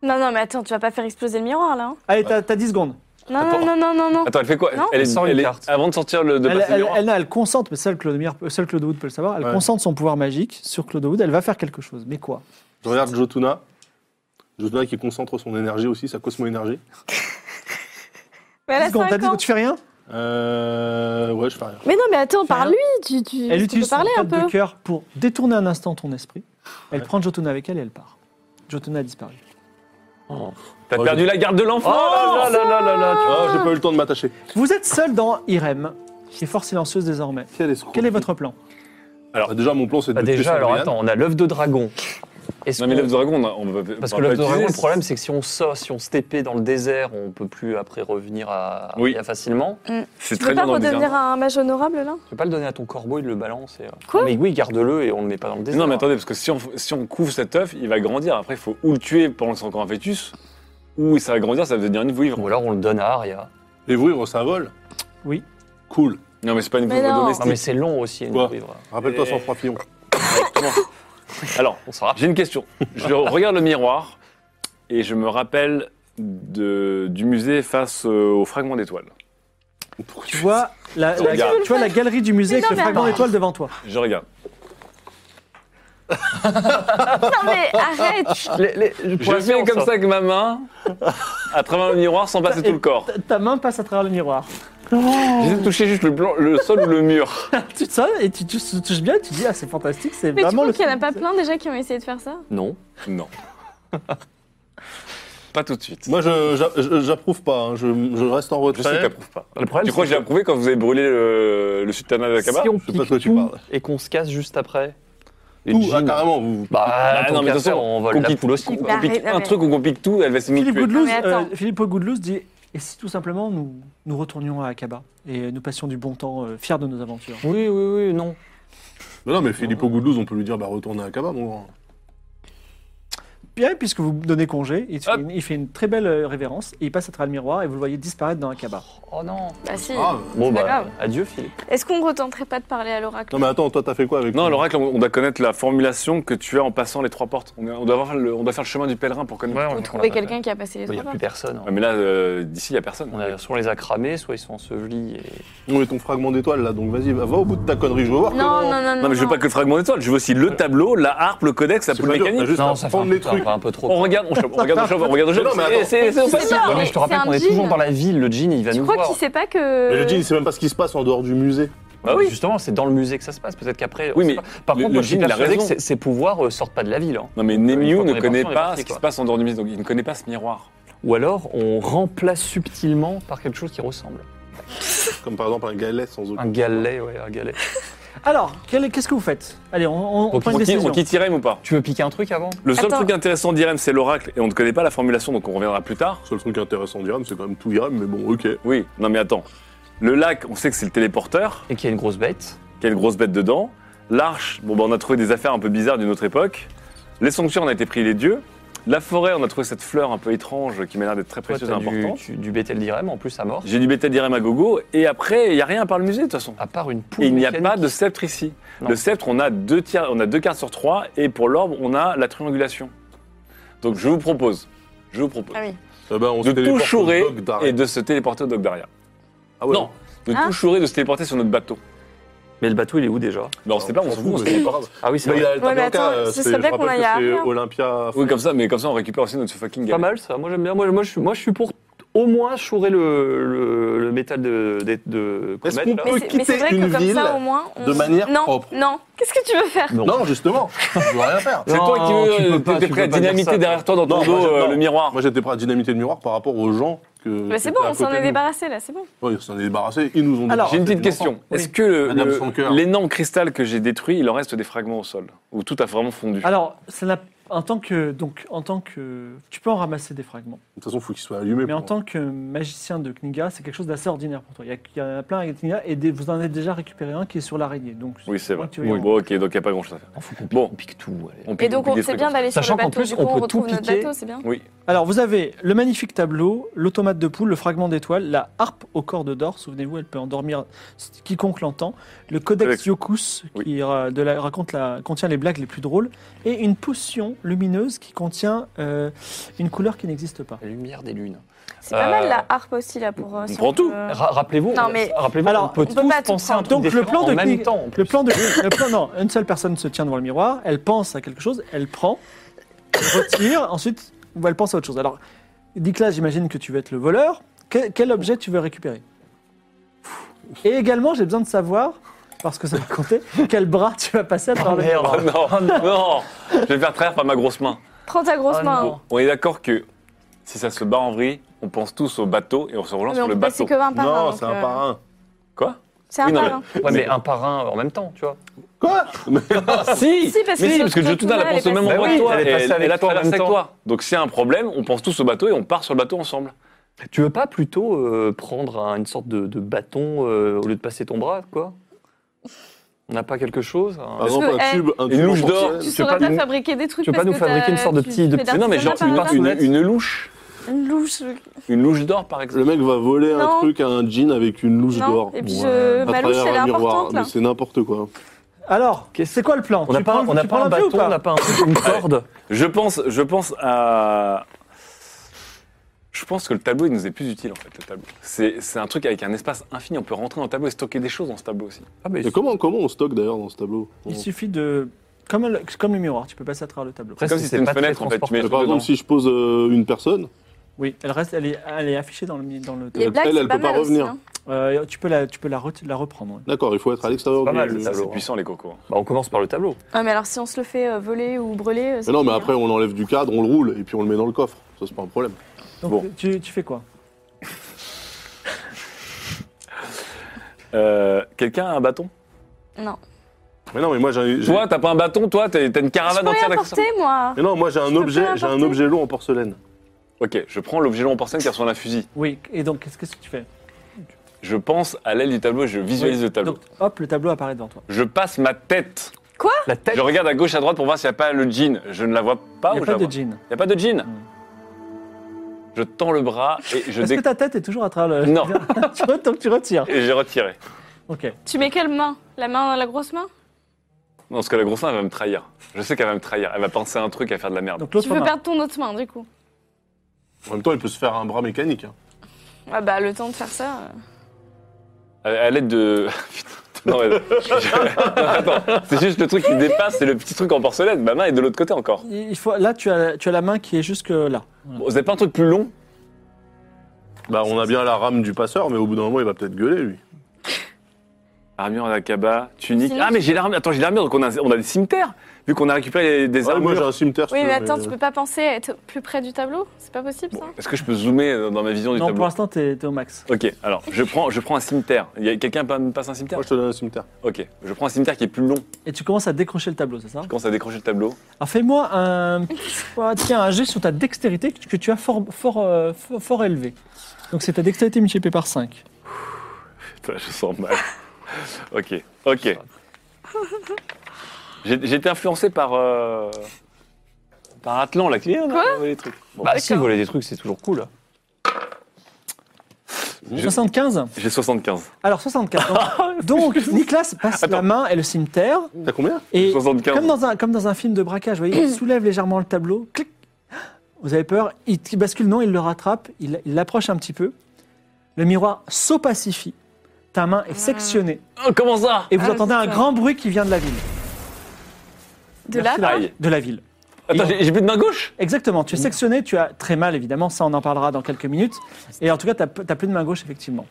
S6: Non, non, mais attends, tu vas pas faire exploser le miroir là. hein.
S1: Allez, t'as t'as 10 secondes.
S6: Non,
S2: Attends.
S6: non, non, non, non, non.
S2: Attends, elle fait quoi
S6: Non.
S2: Elle, est-
S3: Elle sort une
S2: elle est-
S3: carte.
S2: Avant de sortir le. De
S1: Elle,
S2: passer le
S1: elle-
S2: miroir.
S1: elle- non, elle concentre, mais seul Claude, Mir- seul Claude Wood peut le savoir, elle
S4: Ouais.
S1: concentre son pouvoir magique sur Claude Wood, elle va faire quelque chose. Mais quoi
S4: Je regarde Jotuna. Jotuna qui concentre son énergie aussi, sa cosmo-énergie.
S6: Mais elle a
S1: 10 secondes, t'as
S6: 5
S1: dit
S6: ans.
S1: que tu fais rien
S4: Euh... Ouais, je fais rien.
S6: Mais non, mais attends,
S1: Fais
S6: parle-lui. Tu, tu...
S1: Elle
S6: tu
S1: utilise son
S6: peux parler un
S1: code
S6: peu.
S1: de cœur pour détourner un instant ton esprit. Elle
S4: Ouais.
S1: prend Jotuna avec elle et elle part. Jotuna a disparu.
S2: T'as
S4: Oh,
S2: perdu la garde de
S3: Oh
S2: l'enfant
S3: là là là là là, tu vois.
S4: Ah, j'ai pas eu le temps de m'attacher.
S1: Vous êtes seul dans Irem, qui est fort silencieuse désormais.
S4: Quel escroc.
S1: Quel est votre plan
S4: Alors, déjà, mon plan, c'est de
S3: Bah,
S4: tuer
S3: déjà, alors
S4: Sandriane.
S3: attends, on a l'œuf de dragon. Est-ce
S2: Non, mais
S3: qu'on-
S2: l'œuf de dragon, on a- on va.
S3: Parce
S2: on
S3: que
S2: va
S3: l'œuf de
S2: pas
S3: dragon, le
S2: utiliser.
S3: problème, c'est que si on sort, si on se TP dans le désert, on peut plus après revenir à
S2: Oui.
S3: à facilement.
S2: C'est
S6: Tu
S2: très
S6: peux
S2: bien
S6: pas
S2: dans le
S6: redevenir
S2: désert.
S6: un mage honorable là
S3: Tu peux pas le donner à ton corbeau, il le balance. Et... euh,
S6: Quoi
S3: non, Mais oui, garde-le et on le met pas dans le désert.
S2: Non, mais attendez, parce que si on, si on couvre cet œuf, il va grandir. Après, il faut ou le tuer pendant que c'est encore un fœtus, ou ça va grandir, ça va devenir une vouivre.
S3: Ou alors on le donne à Arya.
S4: Les vouivres, ça vole
S1: Oui.
S4: Cool.
S2: Non, mais c'est pas une
S6: Mais
S2: vouivre
S6: non.
S3: Non,
S2: domestique.
S3: mais c'est long aussi, une
S4: Quoi
S3: vouivre.
S4: Rappelle-toi
S2: Et-
S4: sans froid Fillon.
S2: Alors,
S3: On sera.
S2: j'ai une question. Je regarde le miroir et je me rappelle de, du musée face euh, au fragment d'étoile.
S1: Tu vois la,
S2: Tu
S1: la-
S2: regardes.
S1: tu vois la galerie du musée
S6: Mais
S1: avec
S6: non,
S1: le
S6: mais
S1: fragment
S6: attends.
S1: d'étoile devant toi.
S2: Je regarde.
S6: Non, mais arrête
S2: Je fais comme ça avec ma main à travers le miroir sans
S3: Bah,
S2: passer
S1: Et
S2: tout le corps.
S1: ta- Ta main passe à travers le miroir.
S2: J'essaie de toucher juste le, plan- le sol ou le mur.
S1: Tu te sens et tu, tu te touches bien, tu te dis ah c'est fantastique, c'est
S6: Mais tu
S1: vraiment
S6: crois
S1: le.
S6: qu'il y en a pas plein déjà qui ont essayé de faire ça
S3: Non.
S2: Non. Pas tout de suite.
S4: Moi, je- j'a- je- j'approuve pas, hein. je, je reste en
S2: Je sais que
S4: retrait.
S2: t'approuves pas.
S3: Le problème,
S2: Tu crois que j'ai
S3: c'est
S2: approuvé quand vous avez brûlé le, le sultanat
S3: que
S2: d'Akaba
S3: si on
S4: Je sais pas de
S3: pique
S4: quoi tu
S3: tout
S4: parles.
S3: et qu'on se casse juste après. et
S4: Tout,
S3: Jean-
S4: ah, carrément, vous-
S3: Bah,
S2: non,
S3: non,
S2: mais
S3: mais
S2: attention,
S3: on vole
S2: qu'on
S3: la
S2: pique-
S3: poule aussi.
S2: qu'on
S3: quoi.
S6: Bah,
S2: pique
S6: arrête, non,
S2: un
S6: mais-
S2: truc où on pique tout, elle va s'imiter.
S1: Philippe Goudelouz,
S6: Non, mais attends.
S1: euh, Philippe Goudelouz dit Et si tout simplement nous, nous retournions à Akaba et nous passions du bon temps, euh, fiers de nos aventures
S3: Oui, oui, oui, non.
S4: Bah non, mais Filippo Goudelouz, on peut lui dire, bah retourne à Akaba, mon grand.
S1: Bien, puisque vous donnez congé, il fait,
S2: Hop.
S1: une, il fait une très belle euh, révérence et il passe à travers le miroir et vous le voyez disparaître dans Akaba.
S3: Oh non.
S6: Bah si.
S4: Ah,
S3: Bon,
S6: pas
S3: bah,
S6: grave.
S3: adieu, Philippe.
S6: Est-ce qu'on retenterait pas de parler à l'oracle
S4: non, mais attends, toi, t'as fait quoi avec
S2: Non, l'oracle, on on doit connaître la formulation que tu as en passant les trois portes. On, est- on doit, avoir le, on doit faire le chemin du pèlerin pour connaître.
S6: Ou trouver quelqu'un qui a passé les
S3: Il n'y a
S6: trois
S3: plus personne. hein.
S2: Ouais, mais là, euh, d'ici, il n'y a personne.
S3: On a, soit on les a cramés, soit ils sont ensevelis. Et...
S4: Non, mais ton fragment d'étoile, là, donc vas-y, bah, va au bout de ta connerie, je veux voir.
S6: Non, non, non, non.
S2: Non, mais je veux pas que le fragment d'étoile, je veux aussi le tableau, la harpe, le codex, la
S4: C'est
S2: poule
S4: pas dur, t'as
S2: mécanique.
S4: juste
S3: ça
S4: à
S3: fait un
S4: prendre
S3: peu,
S4: les
S3: peur,
S4: trucs.
S3: un peu trop.
S2: On regarde, on chope, on regarde, on chope, on regarde, on chope.
S4: Mais non, mais
S2: C'est-
S4: attends.
S2: c'est- c'est-
S6: C'est ça,
S3: Ouais, mais je te rappelle
S6: c'est un
S3: qu'on est
S6: jean.
S3: toujours dans la ville, le jean il va
S6: Tu
S3: nous
S6: crois
S3: voir.
S6: qu'il sait pas que.
S4: Mais le jean, il sait même pas ce qui se passe en dehors du musée.
S2: Bah oui.
S3: Justement, c'est dans le musée que ça se passe. Peut-être qu'après. on
S2: Oui,
S3: sait
S2: mais
S3: pas. Par
S2: le-
S3: contre,
S2: le
S3: moi, je suis
S2: jean, il a
S3: persuadé que
S2: raison.
S3: ses- ses pouvoirs euh, sortent pas de la ville. hein.
S2: Non, mais
S3: Une fois
S2: Nemiu
S3: qu'on
S2: ne
S3: est
S2: connaît
S3: parti, on est
S2: pas
S3: parti,
S2: ce qui
S3: quoi.
S2: se passe en dehors du musée, donc il ne connaît pas ce miroir.
S3: Ou alors, on remplace subtilement par quelque chose qui ressemble.
S4: Comme par exemple un galet sans
S2: Ah.
S4: aucun.
S3: Un galet, ouais, un galet.
S1: Alors, quel- qu'est-ce que vous faites Allez, on, on, on
S3: Donc,
S1: prend
S2: On
S1: une
S2: qui- on
S1: décision.
S2: quitte Irem ou pas
S3: Tu veux piquer un truc avant
S2: Le seul
S6: Attends.
S2: truc intéressant d'Irem, c'est l'oracle, et on ne connaît pas la formulation, donc on reviendra plus tard.
S4: Le seul truc intéressant d'Iram, c'est quand même tout Iram, mais bon, ok.
S2: Oui, non, mais attends. Le lac, on sait que c'est le téléporteur,
S3: Et qu'il y a une grosse bête.
S2: qu'il y a une grosse bête dedans. L'arche, bon, bah, on a trouvé des affaires un peu bizarres d'une autre époque. Les sanctuaires, on a été pris les dieux. La forêt, on a trouvé cette fleur un peu étrange qui m'a l'air d'être très
S3: Toi,
S2: précieuse et
S3: t'as du,
S2: importante.
S3: tu- du Bethel d'Irem, en plus à mort.
S2: J'ai du bêta d'Irem à gogo, et après, il n'y a rien à part le musée de toute façon.
S3: À part une poule.
S2: Et il n'y a
S3: mécanique.
S2: pas de sceptre ici.
S3: Non.
S2: Le sceptre, on a, deux tiers, on a deux cartes sur trois, et pour l'orbe, on a la triangulation. Donc je vous propose, je vous propose
S6: Ah oui.
S4: Eh ben, on se
S2: de tout
S4: téléporte au
S2: chourer
S4: dock d'Arrête.
S2: et de se téléporter au Dogdaria.
S4: Ah ouais,
S2: Non, de
S6: Ah.
S2: tout chourer, de se téléporter sur notre bateau.
S3: Mais le bateau, il est où déjà
S2: Mais on sait pas, on
S4: s'en
S2: s'en fout. on
S4: mais
S2: sait
S4: c'est
S2: pas.
S4: pas grave.
S3: Ah oui, c'est
S4: Là, il y
S3: vrai.
S4: a
S6: Ouais, mais
S4: Tabianca,
S6: attends,
S4: euh,
S6: ce
S4: c'est-
S6: serait
S4: je
S6: bien qu'on
S4: rappelle que
S6: aille à
S4: c'est
S6: Arles.
S4: Olympia.
S2: Oui, comme ça, mais comme ça, on récupère aussi notre fucking
S3: Pas
S2: galère.
S3: mal ça. Moi, j'aime bien. Moi, je- moi, je, suis- moi, je suis pour au moins chourer le, le, le métal de, de, de
S4: Est-ce
S3: Comet,
S4: qu'on
S3: là.
S4: peut-
S6: Mais c'est- mais
S4: quitter
S6: c'est vrai
S4: une
S6: que comme
S4: ville
S6: ça, au moins. on-
S4: de manière
S6: Non,
S4: propre.
S6: non. Qu'est-ce que tu veux faire
S3: Non.
S4: Non, justement, je veux rien faire.
S2: C'est
S3: Non,
S2: toi qui
S3: tu peux
S2: veux,
S3: pas,
S2: t'es
S3: tu
S2: prêt à
S3: peux pas dire
S2: dynamiter
S3: ça.
S2: derrière toi dans ton
S4: Non, moi,
S2: dos
S4: je-
S2: euh,
S4: non.
S2: le miroir.
S4: Moi, j'étais prêt à dynamiter le miroir par rapport aux gens que.
S6: Bah, C'est
S4: qui
S6: bon,
S4: étaient à
S6: on s'en
S4: côté
S6: est
S4: de nous.
S6: débarrassé là, c'est bon.
S4: Oui, on s'en est débarrassé. Ils nous ont dit.
S1: Alors,
S2: J'ai une petite
S4: C'était
S2: question.
S4: longtemps.
S2: Est-ce que le-
S4: Madame
S2: le-
S4: sans cœur.
S2: l'énorme cristal que j'ai détruit, il en reste des fragments au sol Ou tout a vraiment fondu
S1: Alors, ça n'a- en tant que donc en tant que tu peux en ramasser des fragments,
S4: De toute façon, il faut qu'il soit allumé.
S1: mais en
S4: pour-
S1: tant que magicien de Kniga, c'est quelque chose d'assez ordinaire pour toi. Il y, a, il y en a plein avec Kniga et des- vous en avez déjà récupéré un qui est sur l'araignée. Donc
S2: Oui, c'est vrai.
S1: tu vas y
S2: Oui.
S1: en-
S2: Bon, ok, donc il n'y a pas grand chose à faire.
S3: Oh, faut qu'on pique-
S2: Bon.
S3: on pique tout. allez.
S2: On pique-
S6: Et donc,
S2: on pique
S6: on-
S2: des
S6: c'est
S2: trucs
S6: bien
S2: comme ça.
S6: d'aller sur
S3: Sachant
S6: le
S3: qu'en
S6: bateau,
S3: plus,
S6: du
S3: on
S6: coup, on
S3: peut tout
S6: retrouve notre
S3: piquer.
S6: bateau, c'est bien.
S2: Oui.
S1: Alors, vous avez le magnifique tableau, l'automate de poule, le fragment d'étoile, la harpe au corde d'or, souvenez-vous, elle peut endormir quiconque l'entend, le codex
S2: Codex.
S1: Yokus, qui ra- de la- raconte la, contient les blagues les plus drôles, et une potion lumineuse qui contient euh, une couleur qui n'existe pas.
S3: La lumière des lunes.
S6: C'est pas
S3: Euh,
S6: mal la harpe aussi là pour. euh,
S2: on
S6: si
S2: prend tout.
S6: peut-
S3: Ra- Rappelez-vous,
S6: Non, mais-
S3: rappelez-vous,
S1: Alors,
S3: on peut
S6: on peut
S3: tous
S6: pas tout
S3: penser à un
S6: prendre.
S3: truc
S1: Donc, le
S3: différent
S1: plan de
S3: en même
S1: Knig-
S3: temps.
S1: Le plan de... le plan, non, une seule personne se tient devant le miroir, elle pense à quelque chose, elle prend, elle retire, ensuite elle pense à autre chose. Alors, Diclas, j'imagine que tu veux être le voleur. Que- quel objet tu veux récupérer Et également, j'ai besoin de savoir, parce que ça va compter, quel bras tu vas passer à travers
S3: Oh,
S1: le
S3: merde.
S2: Oh non, non Je vais faire travers par ma grosse main.
S6: Prends ta grosse
S3: Oh,
S6: main.
S3: non.
S6: hein.
S2: On est d'accord que si ça se bat en vrille, on pense tous au bateau et on se relance
S6: Mais
S2: sur
S6: on
S2: le
S6: peut passer
S2: bateau.
S6: que un par un.
S4: Non,
S6: donc,
S4: c'est un
S6: euh,
S4: par un.
S2: Quoi
S6: C'est un
S2: Oui, non,
S6: par un.
S3: Ouais, mais un par un en même temps, tu vois.
S4: Quoi
S2: Ah, si,
S6: Si, parce que
S2: Mais
S6: sinon,
S2: parce que
S6: tout
S2: je
S6: le
S2: tout
S6: monde
S2: à l'heure,
S6: allait
S2: pense au même
S6: passer-
S2: endroit
S3: Bah
S2: que
S3: oui,
S2: toi.
S3: elle
S2: Et
S3: est passée
S2: elle
S3: avec
S2: elle a
S3: toi en
S2: traversé
S3: même
S2: avec
S3: temps.
S2: toi. Donc s'il y a un problème, on pense tous au bateau et on part sur le bateau ensemble.
S3: Tu veux pas plutôt euh, prendre un- une sorte de, de bâton euh, au lieu de passer ton bras, quoi On n'a pas quelque chose hein un-
S4: Par exemple,
S6: que,
S4: un
S6: eh,
S4: tube, un
S2: une
S4: tube. en
S2: louche d'or.
S4: porcelaine.
S6: Tu
S3: Tu
S6: saurais
S3: peux
S6: pas
S3: pas nous-
S6: fabriquer des trucs.
S3: tu peux pas
S6: parce
S3: nous
S6: que
S3: fabriquer une
S6: t'as-
S3: sorte de
S6: tu
S3: petit- de
S6: fais
S3: petit-
S2: Mais non, mais genre
S6: d'artisanat par
S2: une,
S6: là.
S2: une- une louche.
S6: Une louche.
S2: Une louche d'or, par exemple.
S4: Le mec va voler un
S6: Non.
S4: truc à un jean avec une louche
S6: Non.
S4: d'or.
S6: Et puis
S3: Ouais.
S6: je-
S4: À
S6: ma louche,
S4: travers
S6: elle est
S4: un miroir,
S6: importante
S4: mais
S6: là.
S4: c'est n'importe quoi.
S1: Alors,
S3: Qu'est-ce-
S1: c'est quoi le plan
S3: On n'a
S1: Tu
S3: pas,
S1: prends-
S3: on n'a
S1: tu
S3: pas
S1: prends
S3: un
S1: l'avion ou
S3: bâton, on n'a pas un truc, une corde.
S2: Je pense, je pense à. Je pense que le tableau, il nous est plus utile, en fait, le tableau. C'est c'est un truc avec un espace infini. On peut rentrer dans le tableau et stocker des choses dans ce tableau aussi.
S3: Ah, mais
S4: Et comment, comment on stocke d'ailleurs dans ce tableau
S1: Il
S4: On-
S1: suffit de... Comme le, comme le miroir, tu peux passer à travers le tableau.
S3: Après,
S2: comme
S3: c'est-
S2: si
S3: c'est
S2: c'était une
S3: pas très
S2: fenêtre, en fait. Tu mets
S3: transportable.
S2: le
S4: Mais
S2: truc
S4: par
S2: dedans.
S4: exemple, si je pose euh, une personne,
S1: Oui, elle, reste, elle, est, elle est affichée dans le, mi- dans le
S6: Les
S1: tableau.
S6: blagues,
S4: elle,
S6: c'est
S4: elle
S6: pas
S4: peut pas
S6: mal aussi,
S4: revenir.
S6: hein.
S1: Euh, tu peux la, tu peux la, re- la reprendre. ouais.
S4: d'accord, il faut être à l'extérieur
S3: C'est pas
S4: du-
S3: mal,
S4: du-
S3: le
S2: Ça,
S3: tableau,
S2: c'est
S3: hein.
S2: puissant, les cocos.
S3: Bah, on commence par le tableau.
S6: Ah, mais alors si on se le fait euh, voler ou brûler. euh, c'est
S4: Mais non, mais
S6: bien.
S4: après, on l'enlève du cadre, on le roule et puis on le met dans le coffre. Ça, Ça, c'est pas un problème.
S1: Donc,
S2: Bon.
S1: tu, tu fais quoi
S2: Euh, Quelqu'un a un bâton
S6: Non.
S4: Mais non, mais moi, j'ai j'ai-
S2: Toi, t'as pas un bâton, toi, t'as t'as une
S6: Je
S2: caravane
S6: peux rien
S2: entière d'accessoires.
S6: porter, moi.
S4: mais non, moi, j'ai un
S6: peux
S4: objet,
S6: pas
S4: j'ai un
S6: apporter.
S4: objet long en porcelaine.
S2: Ok, je prends l'objet long en porcelaine qui ressemble à un fusil.
S1: Oui, et donc qu'est-ce qu'est-ce que tu fais
S2: Je pense à l'aile du tableau et je visualise
S1: Oui.
S2: le tableau.
S1: Donc, hop, le tableau apparaît devant toi.
S2: Je passe ma tête.
S3: La tête.
S2: Je regarde à gauche, à droite pour voir s'il n'y a pas le jean. Je ne la vois pas
S1: Il n'y
S2: ou
S1: a
S2: je la
S1: pas
S2: vois
S1: de jean. Hmm.
S2: Il n'y a pas de jean. Je tends le bras et je,
S1: Est-ce
S2: dé-
S1: que ta tête est toujours à travers le.
S2: Non.
S1: tu, re- donc tu retires.
S2: et j'ai retiré.
S1: Ok.
S6: Tu mets quelle main La main, la grosse main
S2: Non, parce que la grosse main, elle va me trahir. Je sais qu'elle va me trahir. Elle va penser à un truc, à faire de la merde.
S1: Donc l'autre
S6: Tu peux
S1: main.
S6: perdre ton autre main, du coup.
S4: En même temps, il peut se faire un bras mécanique. hein.
S6: Ah bah, le temps de faire ça. euh.
S2: À, à l'aide de. Putain, non, mais- Non, attends. C'est juste le truc qui dépasse, c'est le petit truc en porcelaine. Ma main est de l'autre côté encore.
S1: Il il faut, là, tu as, tu as la main qui est jusque là.
S2: Bon, vous n'avez pas un truc plus long
S4: Bah, on a bien la rame du passeur, mais au bout d'un moment, il va peut-être gueuler, lui.
S2: Armure en akaba, tunique.
S6: Sinon-
S2: Ah, mais j'ai l'armure. Attends, j'ai l'armure, donc on a, on a des cimetières. Vu qu'on a récupéré les- des
S4: Ouais, moi, j'ai
S2: armures.
S4: un cimetière. si
S6: Oui,
S4: tu
S6: mais
S4: veux, euh,
S6: attends, tu peux pas penser à être plus près du tableau C'est pas possible, ça
S2: Bon, Est-ce que je peux zoomer euh, dans- dans ma vision du
S1: non, pour
S2: tableau
S1: l'instant, t'es es au max.
S2: Ok, alors je prends, je prends un cimetière. Il y a- Quelqu'un pa- me passe un cimetière
S4: Moi, je te donne un cimetière.
S2: Ok, je prends un cimetière qui est plus long.
S1: Et tu commences à décrocher le tableau, c'est ça
S2: Je commence à décrocher le tableau.
S1: Alors fais-moi un. Ah, tiens, un jet sur ta dextérité que que tu as fort, fort, euh, fort, fort élevé. Donc c'est ta dextérité multipliée par 5.
S2: Putain, je sens mal. ok, ok. J'ai j'ai été influencé par. euh, par Atlan, là, qui vient
S6: Quoi
S2: voler des trucs. Bon.
S3: Bah, si,
S6: D'accord.
S3: voler des trucs, c'est toujours cool.
S2: Je-
S1: 75
S2: J'ai 75.
S1: Alors 75. Donc, donc, Nicolas passe la main et le cimetière.
S4: T'as combien
S1: Et
S2: 75.
S1: comme dans, un, comme dans un film de braquage, vous voyez, il soulève légèrement le tableau. Clic. Vous avez peur. Il, il bascule, non, il le rattrape. Il il l'approche un petit peu. Le miroir s'opacifie. Ta main est sectionnée.
S2: Oh, comment ça
S1: Et vous
S6: Ah,
S1: entendez
S6: c'est
S1: un
S6: ça.
S1: grand bruit qui vient de la ville.
S6: De là
S1: Merci,
S2: Aïe.
S1: Laura. De la ville.
S2: Attends,
S1: Et-
S2: j'ai j'ai plus de main gauche
S1: Exactement, tu es sectionné, tu as très mal évidemment, ça on en parlera dans quelques minutes. Et en tout cas, tu n'as plus de main gauche effectivement.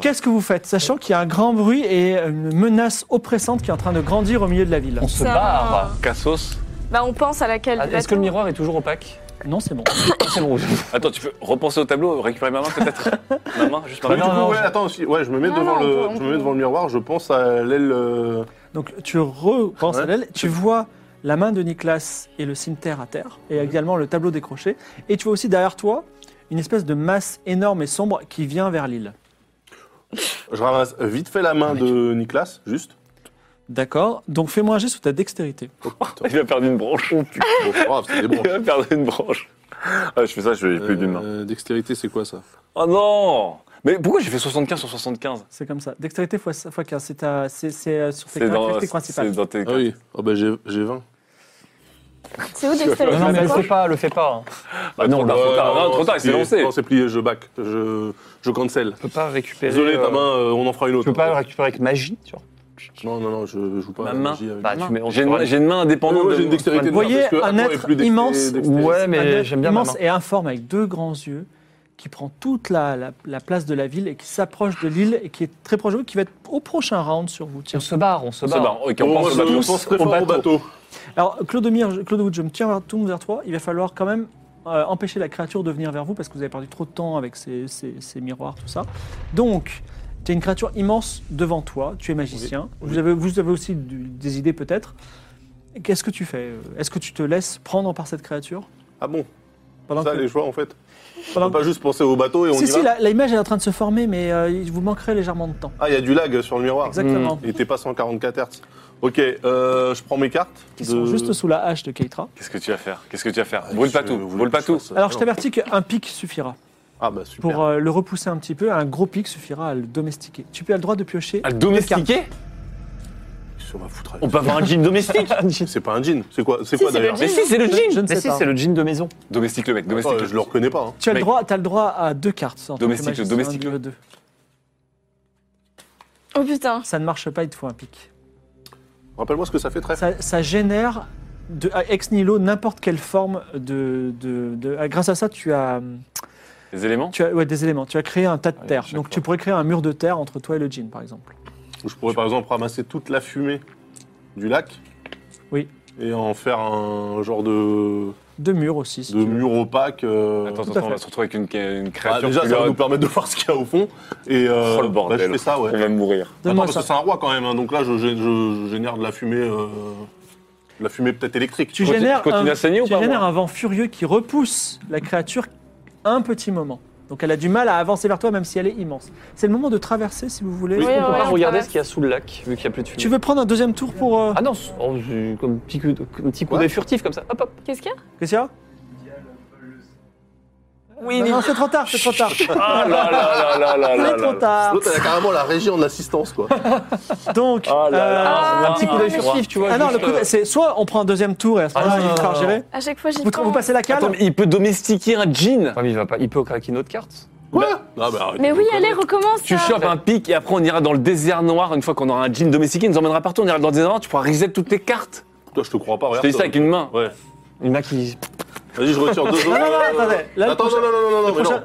S1: Qu'est-ce que vous faites Sachant qu'il y a un grand bruit et une menace oppressante qui est en train de grandir au milieu de la ville.
S3: On se
S6: Ça-
S3: barre.
S2: Cassos.
S6: Bah, on pense à laquelle
S3: Ah,
S6: du
S3: Est-ce que le
S6: bateau.
S3: miroir est toujours opaque
S1: Non, c'est bon.
S3: C'est bon.
S2: Attends, tu peux repenser au tableau, récupérer ma main peut-être Ma main, juste ma
S4: Bah,
S2: main.
S4: du
S3: non,
S4: coup,
S3: non,
S4: ouais,
S3: je-
S4: attends, si- ouais, je me mets,
S6: Non,
S4: devant,
S6: non, on
S4: le,
S6: peut- on
S4: je me mets
S6: peut-
S4: devant le miroir, je pense à l'aile. euh,
S1: Donc tu repenses à
S4: Ouais.
S1: elle, tu vois la main de Nicolas et le cimetière à terre, et également le tableau décroché. Et tu vois aussi derrière toi une espèce de masse énorme et sombre qui vient vers l'île.
S4: Je ramasse euh, vite fait la main de Nicolas, juste.
S1: D'accord, donc fais-moi un geste sous ta dextérité.
S4: Oh, putain.
S2: Il a perdu une branche.
S4: Bon, c'est pas grave, c'est des
S2: Il
S4: branches.
S2: a perdu une branche. Ah, je fais ça, je n'ai plus d'une main.
S4: Euh, dextérité, c'est quoi ça
S2: Oh non Mais pourquoi j'ai fait 75 sur 75
S1: C'est comme ça. Dextérité x 15, c'est ta- c'est- c'est, euh, sur tes
S2: C'est dans,
S1: caractéristiques principales.
S2: c'est dans tes...
S4: Ah oui, ah bah, j'ai j'ai 20.
S6: C'est où dextérité
S3: Non, non, mais
S6: c'est
S3: le
S6: quoi
S3: fais pas, le fais pas. hein.
S2: Ah non,
S4: Attends,
S2: bah,
S4: ouais,
S2: trop tard,
S4: non,
S2: non, trop tard, il
S4: c'est
S2: s'est
S4: plié.
S2: lancé.
S4: Non, c'est plié, je back, je, je cancel.
S3: Tu peux pas récupérer.
S4: Désolé,
S3: euh,
S4: ta main, euh, on en fera une
S3: Tu
S4: autre.
S3: peux pas récupérer avec magie, tu vois.
S4: Non, non, non, je je joue pas.
S2: Ma
S4: à la
S2: main.
S4: magie avec-
S3: Bah,
S4: Ouais,
S3: tu mets- on
S2: J'ai
S3: fera
S2: une, j'ai une main indépendante.
S4: moi,
S2: de
S4: j'ai une
S2: moi.
S4: dextérité de
S1: Vous voyez,
S4: merde, parce que
S1: un
S4: Atlan est
S1: être
S4: plus dexté-
S1: immense.
S4: dexté-
S3: Ouais,
S1: Un
S3: mais
S1: être
S3: j'aime bien ma main.
S1: immense et informe avec deux grands yeux qui prend toute la, la- la place de la ville et qui s'approche de l'île et qui est très proche de vous, qui va être au prochain round sur vous.
S3: On
S1: Tiens.
S3: se barre, on se
S2: On se barre.
S3: barre.
S2: Ok, on
S4: Bon, moi,
S2: pense
S4: je
S2: au bateau.
S4: pense très
S3: Au
S4: fort au
S3: bateau.
S4: bateau.
S1: Alors, Claudemir, je- Claude Wood, je me tiens vers, tourne vers toi. Il va falloir quand même euh, empêcher la créature de venir vers vous parce que vous avez perdu trop de temps avec ces, ces- ces miroirs, tout ça. Donc, tu as une créature immense devant toi. Tu es magicien. Vous, avez, vous avez aussi du- des idées peut-être. Qu'est-ce que tu fais Est-ce que tu te laisses prendre par cette créature
S4: Ah bon,
S1: pendant
S4: ça,
S1: que-
S4: les choix, en fait. On
S1: pendant
S4: peut pas juste penser au bateau et on
S1: Si,
S4: y
S1: si,
S4: va.
S1: la, la image est en train de se former, mais euh, il vous manquerait légèrement de temps.
S4: Ah, Mmh. il y a du lag sur le miroir.
S1: Exactement.
S4: Il était pas 144 Hz. Ok, euh, je prends mes cartes.
S1: Qui
S4: de-
S1: sont juste sous la hache de Keitra.
S2: Qu'est-ce que tu vas faire Qu'est-ce que tu vas faire
S4: Ah,
S2: Brûle
S4: je-
S2: pas tout.
S4: vous voulez
S2: Brûle
S4: que
S2: pas tout.
S4: fasse ça
S1: Alors, je
S4: Non.
S1: t'avertis qu'un pic suffira.
S4: Ah bah super.
S1: Pour euh, le repousser un petit peu, un gros pic suffira à le domestiquer. Tu peux as le droit de piocher.
S2: À le domestiquer
S4: Ça va foutre.
S2: Ah,
S4: euh,
S2: On peut avoir un jean domestique
S4: C'est pas un jean. C'est quoi, c'est
S6: Si,
S4: quoi
S6: c'est le
S4: d'ailleurs
S6: jean.
S3: Mais si, c'est le
S1: Je-
S3: jean
S1: je ne
S3: Mais
S1: sais
S3: si,
S1: pas.
S3: c'est le jean de maison.
S2: Domestique le mec, domestique
S4: Attends,
S2: le
S4: je le reconnais pas. hein.
S1: Tu as le
S2: Mec.
S1: droit, as le droit à deux cartes. en tant que
S2: Domestique,
S1: magicien,
S2: domestique.
S1: niveau deux.
S6: Oh putain.
S1: Ça ne marche pas, il te faut un pic.
S4: Rappelle-moi ce que ça fait, très.
S1: Ça, ça génère de, à ex nihilo n'importe quelle forme de, de- de- ah, Grâce à ça, tu as,
S2: Les éléments
S1: tu as ouais, des éléments. Tu as créé un tas de
S2: Ouais,
S1: terre.
S2: chaque
S1: Donc,
S2: fois.
S1: tu pourrais créer un mur de terre entre toi et le djinn, par exemple.
S4: Je pourrais par exemple ramasser toute la fumée du lac.
S1: Oui.
S4: Et en faire un genre de.
S1: Deux murs aussi. si
S4: de
S1: tu veux.
S4: murs opaques. euh,
S2: Attends,
S1: tout à
S2: attends, on
S1: fait.
S2: va se retrouver avec une, une
S4: bah,
S2: créature.
S4: déjà,
S2: qui
S4: ça va
S2: leur-
S4: nous permettre de voir ce qu'il y a au fond. Et euh,
S2: Oh, le
S4: bah,
S2: bordel.
S4: je fais ça, ouais.
S2: On va mourir.
S4: Attends,
S1: Donne-moi
S4: parce
S1: ça.
S4: que c'est un roi quand même, hein, donc là je, je- je- je génère de la fumée, euh, de la fumée peut-être électrique.
S1: Tu
S2: Je continue-
S1: génères,
S2: je continue
S1: un,
S2: à saigner ou
S1: tu
S2: pas,
S1: génères
S2: moi
S1: un vent furieux qui repousse la créature un petit moment. Donc elle a du mal à avancer vers toi, même si elle est immense. C'est le moment de traverser, si vous voulez.
S3: Oui,
S6: Oui,
S3: on peut
S6: ouais,
S3: pas
S6: on
S3: regarder
S6: traverse.
S3: ce qu'il y a sous le lac, vu qu'il n'y a plus de fumée.
S1: Tu veux prendre un deuxième tour pour... euh,
S3: Ah non, c'est- oh, j'ai- comme petit coup, comme petit coup
S4: Ouais.
S3: d'œil furtif comme ça. Hop hop.
S6: Qu'est-ce qu'il y a
S1: Qu'est-ce qu'il y a
S3: Oui,
S1: Non, non, c'est trop tard, c'est trop tard.
S2: Ah là là là là là là
S1: C'est
S2: là
S1: trop tard.
S4: L'autre, elle a carrément la régie en assistance, quoi.
S1: Donc,
S2: Ah là là,
S1: euh,
S3: un petit coup d'œil
S6: Ah,
S3: furtif, tu vois.
S1: ah non, le
S3: juste,
S1: coup de-
S3: euh,
S1: c'est soit on prend un deuxième tour et à ce
S3: Ah,
S1: moment-là,
S3: non,
S1: il va
S3: non,
S1: falloir
S3: non,
S1: gérer.
S6: À chaque fois, j'y
S1: Vous, vous
S6: pense.
S1: passez la cale
S2: Attends, mais il peut domestiquer un djinn
S3: Ouais, mais il va pas, il peut craquer une autre carte.
S4: Quoi Ah, bah, arrête.
S6: Mais oui, allez, recommence
S2: Tu
S4: Ah,
S6: ça.
S2: chopes
S4: bah.
S2: un pic et après on ira dans le désert noir. Une fois qu'on aura un jean domestiqué, il nous emmènera partout. On ira dans le désert noir, tu pourras reset toutes tes cartes.
S4: Toi, je te crois pas,
S2: Je
S4: regarde.
S2: te dis ça avec une main.
S4: Ouais.
S3: Il y en a qui.
S4: Vas-y, je retire deux
S1: Non, non, non,
S4: autres.
S1: attendez. Là, le
S4: Attends,
S1: prochain-
S4: non, non, non, non, non, mais
S1: prochain-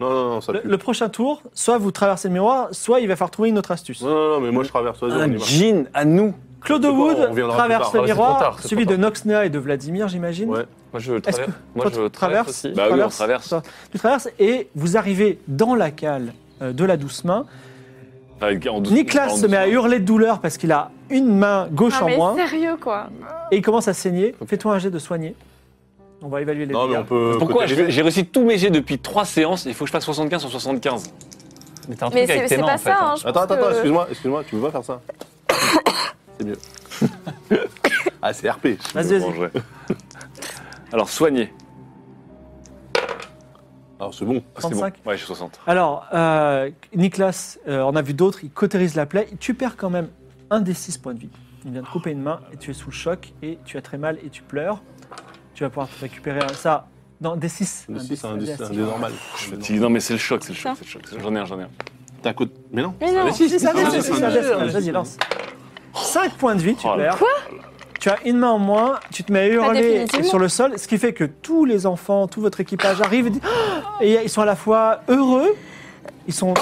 S4: non. Non, non, non, ça
S1: Le,
S4: pue.
S1: le prochain tour, soit vous traversez le miroir, soit il va falloir trouver une autre astuce.
S4: Non, non, non, mais moi je traverse, vas-y, on y
S2: Un
S4: va.
S2: jean à nous.
S1: Claude
S4: C'est quoi, on
S1: Wood
S4: reviendra plus
S1: traverse
S4: tard.
S1: le
S3: Ah, c'est trop
S1: miroir,
S3: tard, c'est
S1: suivi
S3: trop
S1: de
S3: tard.
S1: Noxnea et de Vladimir, j'imagine.
S4: Ouais.
S3: Moi je
S1: Est-ce
S3: traverse.
S1: que
S3: Moi
S1: toi,
S3: je
S1: tu
S3: traverse
S1: traverses
S3: aussi.
S2: Bah oui, on
S1: traverses.
S2: traverse.
S1: Toi, Tu traverses et vous arrivez dans la cale euh, de la douce main.
S2: Avec- en douce-
S1: Nicolas
S2: en
S1: se met à
S2: douce-
S1: hurler de douleur parce qu'il a une main gauche
S6: Ah,
S1: en
S6: mais
S1: moins
S6: sérieux, quoi.
S1: et il commence à saigner. Fais-toi un jet de soigner. On va évaluer les
S4: Non, mais
S1: dégâts.
S4: on peut.
S2: Pourquoi
S4: côté-
S2: J'ai j'ai réussi tous mes Euh, jets depuis 3 séances. Il faut que je fasse 75 sur 75.
S3: Mais t'as un
S6: Mais
S3: truc
S6: c'est
S3: avec tes
S6: c'est
S3: mains en
S6: pas
S3: fait.
S6: ça,
S3: hein.
S6: hein. je
S4: Attends,
S6: pense
S4: attends, attends,
S6: que-
S4: excuse-moi, excuse-moi, tu peux pas faire ça. C'est mieux. ah, c'est RP.
S1: Vas-y,
S2: Je
S1: vas-y.
S2: mangerai. Alors soigner.
S4: Alors, c'est bon.
S2: Ah, C'est bon.
S1: 35.
S2: Ouais, je suis 60.
S1: Alors, euh, Nicolas, euh, on a vu d'autres, il cautérise la plaie. Tu perds quand même un des six points de vie. Il vient de couper une main et tu es sous le choc et tu as très mal et tu pleures. Tu vas pouvoir récupérer euh, ça. Non, des 6.
S4: Le 6, c'est un dé- un dé normal.
S2: Non, mais c'est le choc, c'est le choc, c'est le choc. J'en ai un, j'en ai un.
S4: T'es à côté. Mais non.
S6: Mais non,
S1: Si, si, c'est un
S4: Ah,
S1: dé,
S4: c'est
S1: c'est
S4: un
S1: un dé,
S4: dé,
S1: c'est un dé.
S4: ouais.
S1: Vas-y, lance. 5 points de vie, tu
S2: Oh là
S1: perds. Tu as une main en moins, tu te mets à hurler
S6: définitivement.
S1: sur le sol, ce qui fait que tous les enfants, tout votre équipage arrive et, dit- et ils sont à la fois heureux, ils sont.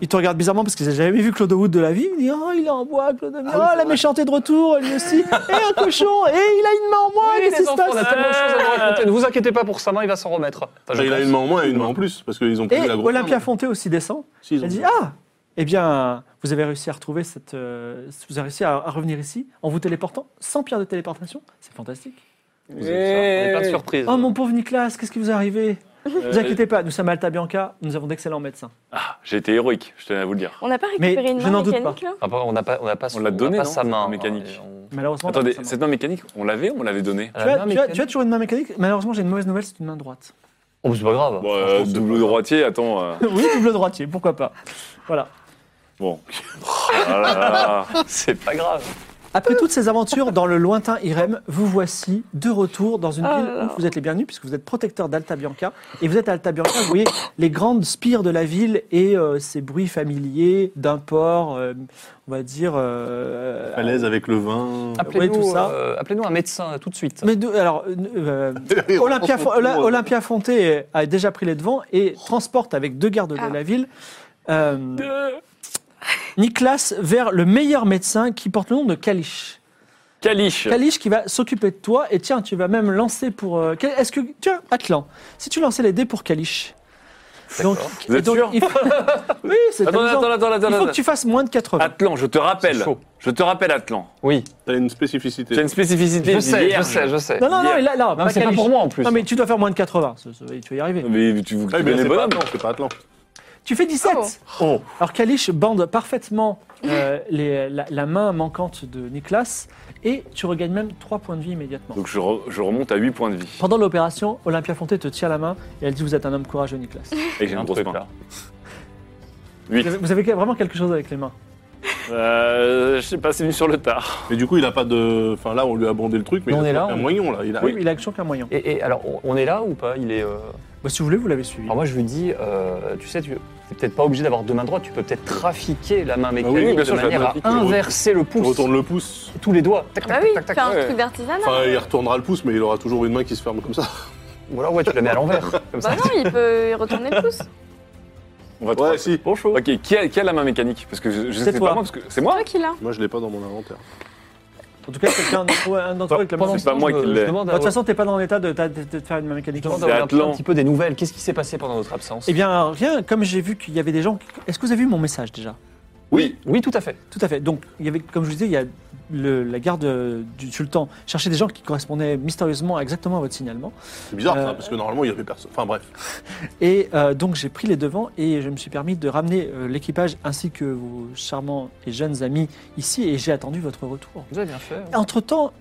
S1: Ils te regardent bizarrement parce qu'ils n'avaient jamais vu Claude Wood de la vie. Ils disent Oh, il est en bois, Claude
S3: Ah
S1: Wood. oh, la méchante est de retour, lui aussi. Et un cochon. Et il a une main en moins.
S3: Oui,
S1: Qu'est-ce qui
S3: les
S1: se
S3: enfants, on a
S1: passe
S3: tellement de choses à nous raconter. Ne vous inquiétez pas pour sa main, il va s'en remettre. Enfin, je
S4: Ah, il a
S3: pense.
S4: une main en moins et une main en plus, parce qu'ils ont pris
S1: Et
S4: la grosse.
S1: Eh, Olympia
S4: main.
S1: Fonté aussi descend.
S4: Si, ils ont
S1: Elle dit
S4: pris-
S1: Ah Eh bien, vous avez réussi à retrouver cette. euh, vous avez réussi à, à revenir ici en vous téléportant sans pierre de téléportation. C'est fantastique.
S3: Vous avez ça, on est plein de surprises.
S1: Oh, mon pauvre Nicolas, qu'est-ce qui vous est arrivé Ne vous inquiétez pas, nous sommes à Alta Bianca, nous avons d'excellents médecins.
S2: Ah, J'ai été héroïque, je tenais à vous le dire.
S6: on n'a pas
S1: Mais
S6: récupéré une
S1: je
S6: main
S1: n'en doute
S6: mécanique, là
S3: Après, on n'a pas, on n'a pas,
S2: On l'a
S3: n'a
S2: donné,
S3: pas
S2: non,
S3: sa main
S2: en mécanique.
S3: hein, et on-
S1: Malheureusement,
S2: Attendez,
S1: ça marche.
S2: cette main mécanique, on l'avait ou on l'avait donnée
S3: Ah,
S1: tu,
S3: la
S1: as,
S3: main
S1: tu, as,
S3: mécanique.
S1: tu as toujours une main mécanique Malheureusement, j'ai une mauvaise nouvelle, c'est une main droite.
S3: Oh, c'est pas grave.
S2: Bon, euh,
S4: c'est
S2: double
S4: pas
S2: droitier, attends. euh,
S1: oui, double droitier, pourquoi pas. Voilà.
S2: Bon. Ah là là là.
S3: C'est pas grave.
S1: Après toutes ces aventures dans le lointain Irem, vous voici de retour dans une
S6: Oh
S1: ville
S6: là
S1: où
S6: là.
S1: vous êtes les bienvenus puisque vous êtes protecteur d'Alta Bianca. Et vous êtes à Alta Bianca, vous voyez les grandes spires de la ville et euh, ces bruits familiers d'un port, euh, on va dire... euh,
S4: à l'aise avec le vin.
S3: Appelez-nous
S1: tout ça.
S3: euh, appelez-nous un médecin euh, tout de suite.
S1: Mais de- alors, euh, euh, Olympia, Fo- Ola- Olympia Fonté a déjà pris les devants et transporte avec deux gardes de
S6: Ah.
S1: la ville euh, Nicolas vers le meilleur médecin qui porte le nom de Kalish.
S2: Caliche
S1: Kalish qui va s'occuper de toi et tiens, tu vas même lancer pour. euh, quel- Est-ce que. Tiens, Atlan, si tu lançais les dés pour Kalish. Donc,
S2: Vous êtes
S1: donc,
S2: sûr
S1: il faut- Oui, c'est
S2: Attends,
S1: amusant.
S2: attends, attends,
S1: Il
S2: attends,
S1: faut que
S2: attends.
S1: tu fasses moins de 80.
S2: Atlan, je te rappelle.
S3: C'est chaud.
S2: Je te rappelle, Atlan.
S3: Oui,
S4: T'as
S2: Tu
S4: une
S2: as
S4: spécificité. Ah,
S2: une spécificité.
S3: je sais, je
S2: vierge.
S3: sais, je sais.
S1: Non, non, non,
S2: hier.
S1: et là, là,
S3: Non, mais c'est pas
S1: Kalish.
S3: pour moi en plus.
S1: Non, mais tu dois faire moins de 80. Ça- ça- tu vas y arriver.
S2: Mais tu vous
S4: Ah, mais
S2: les
S4: c'est pas
S2: bonhommes.
S4: Atlan, c'est pas Atlan.
S1: Tu fais 17
S6: Ah bon
S4: Oh.
S1: Alors Kalish bande parfaitement euh, les- la, la main manquante de Niklas et tu regagnes même 3 points de vie immédiatement.
S2: Donc je, re- je remonte à 8 points de vie.
S1: Pendant l'opération, Olympia Fonté te tient la main et elle dit vous êtes un homme courageux Niklas.
S2: Et j'ai
S3: J'ai
S2: une
S3: un
S2: grosse
S3: truc
S2: main.
S3: là.
S1: Vous avez, vous avez vraiment quelque chose avec les mains.
S2: Euh, je sais pas, c'est venu sur le tard.
S4: Mais du coup, il a pas de. Enfin, là, on lui a bondé le truc, mais
S3: Mais on
S4: il
S3: est
S4: a
S3: là,
S4: un
S3: on-
S4: moignon, là. Il a-
S1: Ah Oui, il a action qu'un moyen.
S3: Et, et alors, on, on est là ou pas Il est. euh,
S1: Bah, si vous voulez, vous l'avez suivi.
S3: Alors Ah, moi, je lui dis, euh, tu sais, tu n'es peut-être pas obligé d'avoir deux mains droites. Tu peux peut-être trafiquer la main mécanique
S4: oui, bien
S3: de
S4: sûr, je la
S3: manière à
S4: trafique.
S3: inverser le
S4: Il
S3: pouce,
S4: retourne le pouce.
S3: tous les doigts. Tac,
S6: Bah
S3: tac,
S6: oui,
S3: tac, tac,
S6: faire un
S3: tac.
S6: truc d'artisanal.
S4: Enfin, il retournera le pouce, mais il aura toujours une main qui se ferme comme ça.
S3: Ou alors, ouais, tu la mets à l'envers. Comme ça.
S6: Bah non, il peut y retourner le pouce.
S2: On va te
S4: Ouais,
S2: croire.
S4: si.
S3: Bonjour.
S2: Ok, qui a, qui a la main mécanique Parce que je, je
S1: C'est
S2: sais
S1: toi.
S2: pas moi, parce que c'est
S6: C'est
S2: moi.
S6: toi qui l'as.
S4: Moi, je l'ai pas dans mon inventaire.
S1: En tout cas, quelqu'un d'entre un d'entre eux avec la main.
S2: Pendant
S1: Bah, De
S2: ce pas moi qui l'ai.
S3: demande à-
S1: toute façon, t'es pas dans l'état de, ta- de- de faire une
S3: je
S1: mécanique.
S3: demande à
S2: C'est
S3: Aurélien de faire
S2: Atlan.
S3: un petit peu des nouvelles. Qu'est-ce qui s'est passé pendant notre absence
S1: Eh bien, rien, comme j'ai vu qu'il y avait des gens. Est-ce que vous avez vu mon message déjà
S4: Oui,
S3: Oui, tout à fait.
S1: Tout à fait. Donc, il y avait, comme je vous disais, il y a le- la garde euh, du sultan cherchait des gens qui correspondaient mystérieusement exactement à votre signalement.
S4: c'est bizarre
S1: Euh,
S4: ça, parce que normalement il y avait personne. Enfin bref.
S1: Et euh, donc, j'ai pris les devants et je me suis permis de ramener euh, l'équipage ainsi que vos charmants et jeunes amis ici et j'ai attendu votre retour.
S3: Vous avez bien fait.
S1: Entre-temps,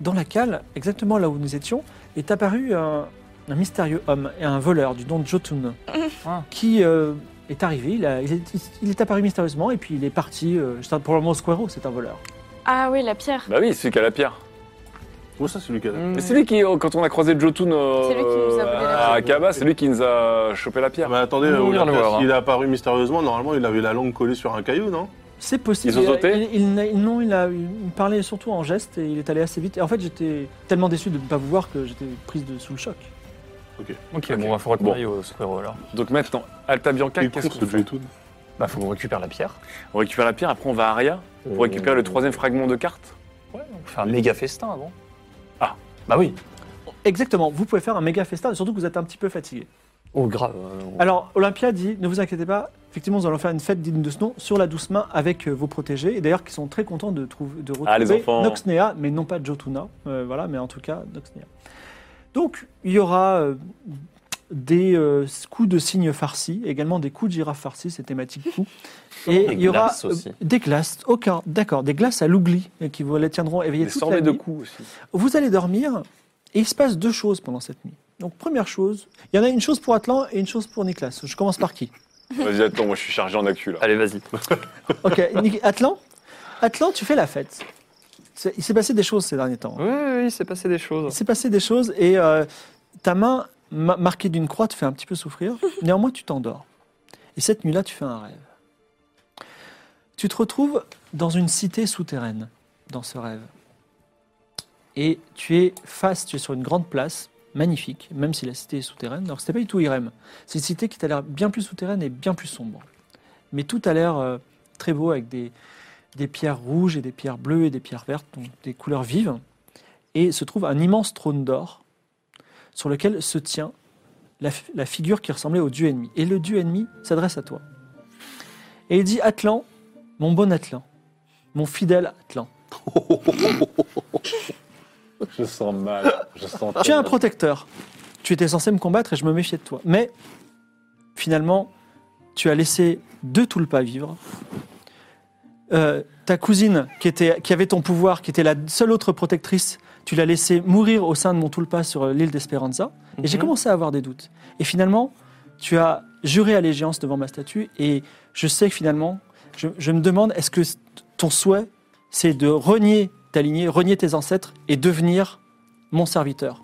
S1: dans la cale, exactement là où nous étions, est apparu un, un mystérieux homme et un voleur du nom de Jotun
S3: Ah.
S1: qui euh, est arrivé. Il, a- il est, il est apparu mystérieusement et puis il est parti. euh, c'est un- probablement Squero, c'est un voleur.
S6: Ah oui, la pierre.
S2: Bah oui, c'est celui qui a la pierre.
S4: Comment ça, celui qui a.
S3: Mm.
S2: Mais c'est lui qui, euh, quand on a croisé Jotun euh,
S6: C'est lui qui nous a volé la
S2: à
S4: pierre.
S2: Akaba, c'est lui qui nous a chopé la
S4: Ah,
S2: pierre.
S4: mais attendez,
S3: On va
S4: Olympia,
S3: le voir, hein.
S4: s'il est apparu mystérieusement, normalement il avait la langue collée sur un caillou, non
S1: C'est possible.
S2: Ils ont sauté
S1: il, il n'a- il- Non, il, a, il parlait surtout en geste et il est allé assez vite. Et en fait, j'étais tellement déçu de ne pas vous voir que j'étais prise de, sous le choc.
S3: Ok,
S2: bon,
S3: bon,
S2: bah,
S3: va
S2: faut
S3: falloir
S2: retourner
S3: au Squirrel alors.
S2: Donc maintenant, Alta Bianca,
S4: Il
S2: qu'est-ce
S4: court, ce
S2: qu'on fait
S4: Jotun.
S3: Bah, faut qu'on récupère la pierre.
S2: On récupère la pierre, après on va à Aria pour récupérer le troisième fragment de carte.
S3: Ouais, on fait un méga festin avant.
S2: Ah.
S3: bah oui.
S1: Exactement, vous pouvez faire un méga festin, surtout que vous êtes un petit peu fatigué.
S3: Oh, grave. euh, on-
S1: Alors, Olympia dit, ne vous inquiétez pas, effectivement, nous allons faire une fête digne de ce nom sur la douce main avec euh, vos protégés, et d'ailleurs qui sont très contents de, trouver, de retrouver
S2: Ah, les enfants.
S1: Noxnea, mais non pas Jotuna, euh, voilà, mais en tout cas Noxnea. Donc, il y aura euh, des euh, coups de cygnes farcis, également des coups de girafe farcis, c'est thématique coup. Et
S3: Des
S1: il y aura
S3: glaces aussi.
S1: des glaces, aucun, d'accord, des glaces à l'ougli euh, qui vous les tiendront éveillés
S2: Des
S1: toute la
S2: sorbets de
S1: nuit.
S2: coups aussi.
S1: Vous allez dormir et il se passe deux choses pendant cette nuit. Donc première chose, il y en a une chose pour Atlan et une chose pour Nicolas. Je commence par qui
S2: Vas-y, attends, moi je suis chargé en actu là.
S3: Allez, vas-y.
S1: Ok, Nic- Atlan, Atlan, tu fais la fête. C'est- Il s'est passé des choses ces derniers temps.
S3: Oui, oui, il s'est passé des
S1: Il
S3: choses.
S1: s'est passé des choses et euh, ta main ma- marquée d'une croix te fait un petit peu souffrir. Néanmoins, tu t'endors. Et cette nuit-là, tu fais un rêve. Tu te retrouves dans une cité souterraine, dans ce rêve. Et tu es face, tu es sur une grande place, magnifique, même si la cité est souterraine. Alors, c'était pas du tout Irem. C'est une cité qui t'a l'air bien plus souterraine et bien plus sombre. Mais tout a l'air euh, très beau avec des, des pierres rouges et des pierres bleues et des pierres vertes, donc des couleurs vives et se trouve un immense trône d'or sur lequel se tient la, fi- la figure qui ressemblait au dieu ennemi. Et le dieu ennemi s'adresse à toi. Et il dit Atlan, mon bon Atlan, mon fidèle Atlan,
S2: Je sens mal. Je sens
S1: tu es un protecteur. Tu étais censé me combattre et je me méfiais de toi. Mais finalement, tu as laissé deux Tulpas vivre. Euh, ta cousine, qui, était, qui avait ton pouvoir, qui était la seule autre protectrice, tu l'as laissée mourir au sein de mon Tulpa sur l'île d'Espéranza. Et j'ai
S3: Mhm.
S1: commencé à avoir des doutes. Et finalement, tu as juré allégeance devant ma statue. Et je sais que finalement, je, je me demande est-ce que c- ton souhait, c'est de renier ta lignée, renier tes ancêtres et devenir mon serviteur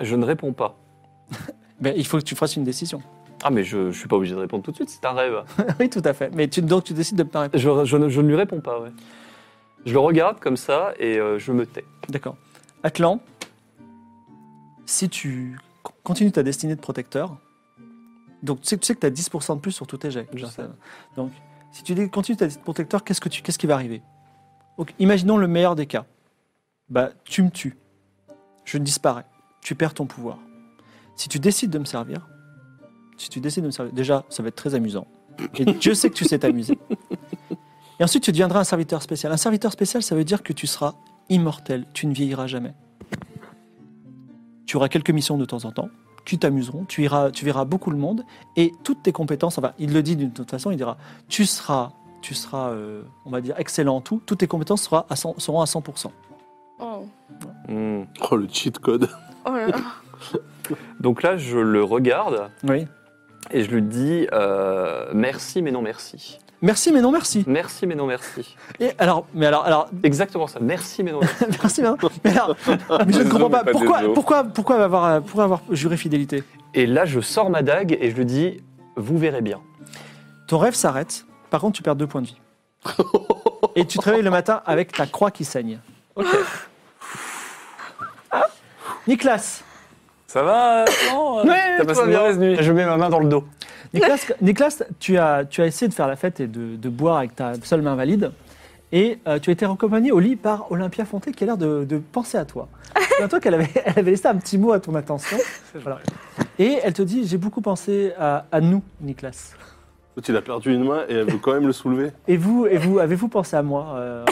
S3: Je ne réponds pas.
S1: Ben, il faut que tu fasses une décision.
S3: Ah, mais je, je suis pas obligé de répondre tout de suite, c'est un rêve.
S1: oui, tout à fait. Mais tu, donc tu décides de ne pas répondre.
S3: Je, je ne, je ne lui réponds pas, ouais. Je le regarde comme ça et euh, je me tais.
S1: D'accord. Atlan, si tu co- continues ta destinée de protecteur, donc tu sais, tu sais que tu as 10% de plus sur tous tes jets.
S3: Je
S1: Genre,
S3: sais.
S1: ça- Donc, si tu dé- continues ta destinée de protecteur, qu'est-ce, que tu, qu'est-ce qui va arriver Donc, Imaginons le meilleur des cas. Bah, tu me tues. Je disparais. Tu perds ton pouvoir. Si tu décides de me servir, si tu décides de me servir, déjà, ça va être très amusant. Et Dieu sait que tu sais t'amuser. Et ensuite, tu deviendras un serviteur spécial. Un serviteur spécial, ça veut dire que tu seras immortel, tu ne vieilliras jamais. Tu auras quelques missions de temps en temps qui t'amuseront, tu, iras, tu verras beaucoup le monde et toutes tes compétences, enfin, il le dit d'une autre façon, il dira tu seras, tu seras euh, on va dire, excellent en tout, toutes tes compétences sera à 100 seront à 100%.
S6: Oh,
S2: Hmm.
S4: Oh, le cheat code.
S6: oh là là.
S3: Donc là, je le regarde
S1: Oui.
S3: et je lui dis euh, merci, mais non merci.
S1: Merci, mais non merci.
S3: Merci, mais non merci.
S1: Et alors, mais alors, alors,
S3: Exactement ça, merci, mais non merci.
S1: merci, mais, non- mais alors, mais je ne
S2: Désolé,
S1: comprends pas,
S2: pas
S1: pourquoi,
S2: désolé.
S1: pourquoi, pourquoi avoir, euh, pourquoi avoir juré fidélité
S3: Et là, je sors ma dague et je lui dis vous verrez bien.
S1: Ton rêve s'arrête, par contre, tu perds deux points de vie. Et tu te réveilles le matin avec ta croix qui saigne. Ok. Nicolas,
S2: Ça va Non, T'as passé une mauvaise nuit.
S3: Je mets ma main dans le dos.
S1: Nicolas, Nicolas, tu, as, tu as essayé de faire la fête et de, de boire avec ta seule main valide. Et euh, tu as été accompagné au lit par Olympia Fonté qui a l'air de, de penser à toi. toi qu'elle avait, elle avait laissé un petit mot à ton attention. Voilà. Et elle te dit J'ai beaucoup pensé à, à nous, Nicolas.
S4: Quand il a perdu une main et elle veut quand même le soulever.
S1: Et vous, et vous avez-vous pensé à moi euh,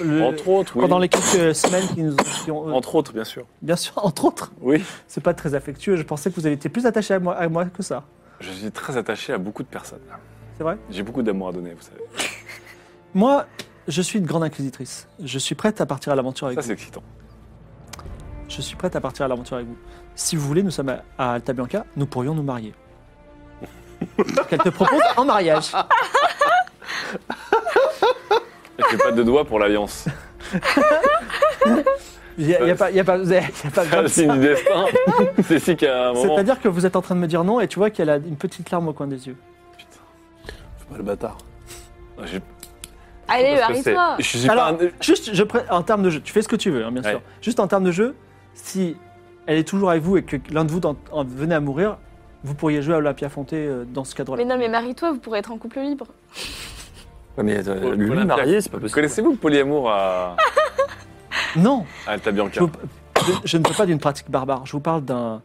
S1: le-
S2: Entre autres, oui.
S1: pendant les quelques semaines qui nous ont. qui ont- euh,
S2: Entre autres, bien sûr.
S1: bien sûr, entre autres.
S2: Oui.
S1: C'est pas très affectueux. Je pensais que vous avez été plus attaché à moi, à moi que ça.
S2: Je suis très attaché à beaucoup de personnes.
S1: C'est vrai
S2: J'ai beaucoup d'amour à donner, vous savez.
S1: Moi, je suis une grande inquisitrice. Je suis prête à partir à l'aventure avec
S2: Ça,
S1: vous.
S2: c'est excitant.
S1: Je suis prête à partir à l'aventure avec vous. Si vous voulez, nous sommes à- à Alta Bianca. Nous pourrions nous marier. Qu'elle te propose en mariage.
S2: Et fais pas de doigts pour l'alliance.
S1: Il n'y a, il y a pas, il y a pas, vous avez- il y a pas besoin de ça.
S2: Ah, c'est du destin. c'est si qu'à un moment.
S1: C'est-à-dire que vous êtes en train de me dire non et tu vois qu'elle a une petite larme au coin des yeux.
S4: Fais pas le bâtard.
S2: Ah, j'ai-
S6: Allez,
S2: parce que
S6: arrête-toi.
S2: c'est- Je suis
S1: Alors,
S2: pas un-
S1: juste je pré- en termes de jeu, tu fais ce que tu veux, hein, bien
S2: Ouais.
S1: sûr. Juste en termes de jeu, si elle est toujours avec vous et que l'un de vous dans- en- venait à mourir, vous pourriez jouer à Olympia Fonté euh, dans ce cadre-là.
S6: Mais non, mais marie-toi, vous pourrez être en couple libre.
S3: Ouais, mais euh, lui,
S2: Olympia-
S3: marié, c'est pas possible.
S2: Connaissez-vous le polyamour à,
S1: Non,
S2: à Alta
S1: je,
S2: Bianca
S1: vous- je- je ne veux pas d'une pratique barbare. Je vous parle d'un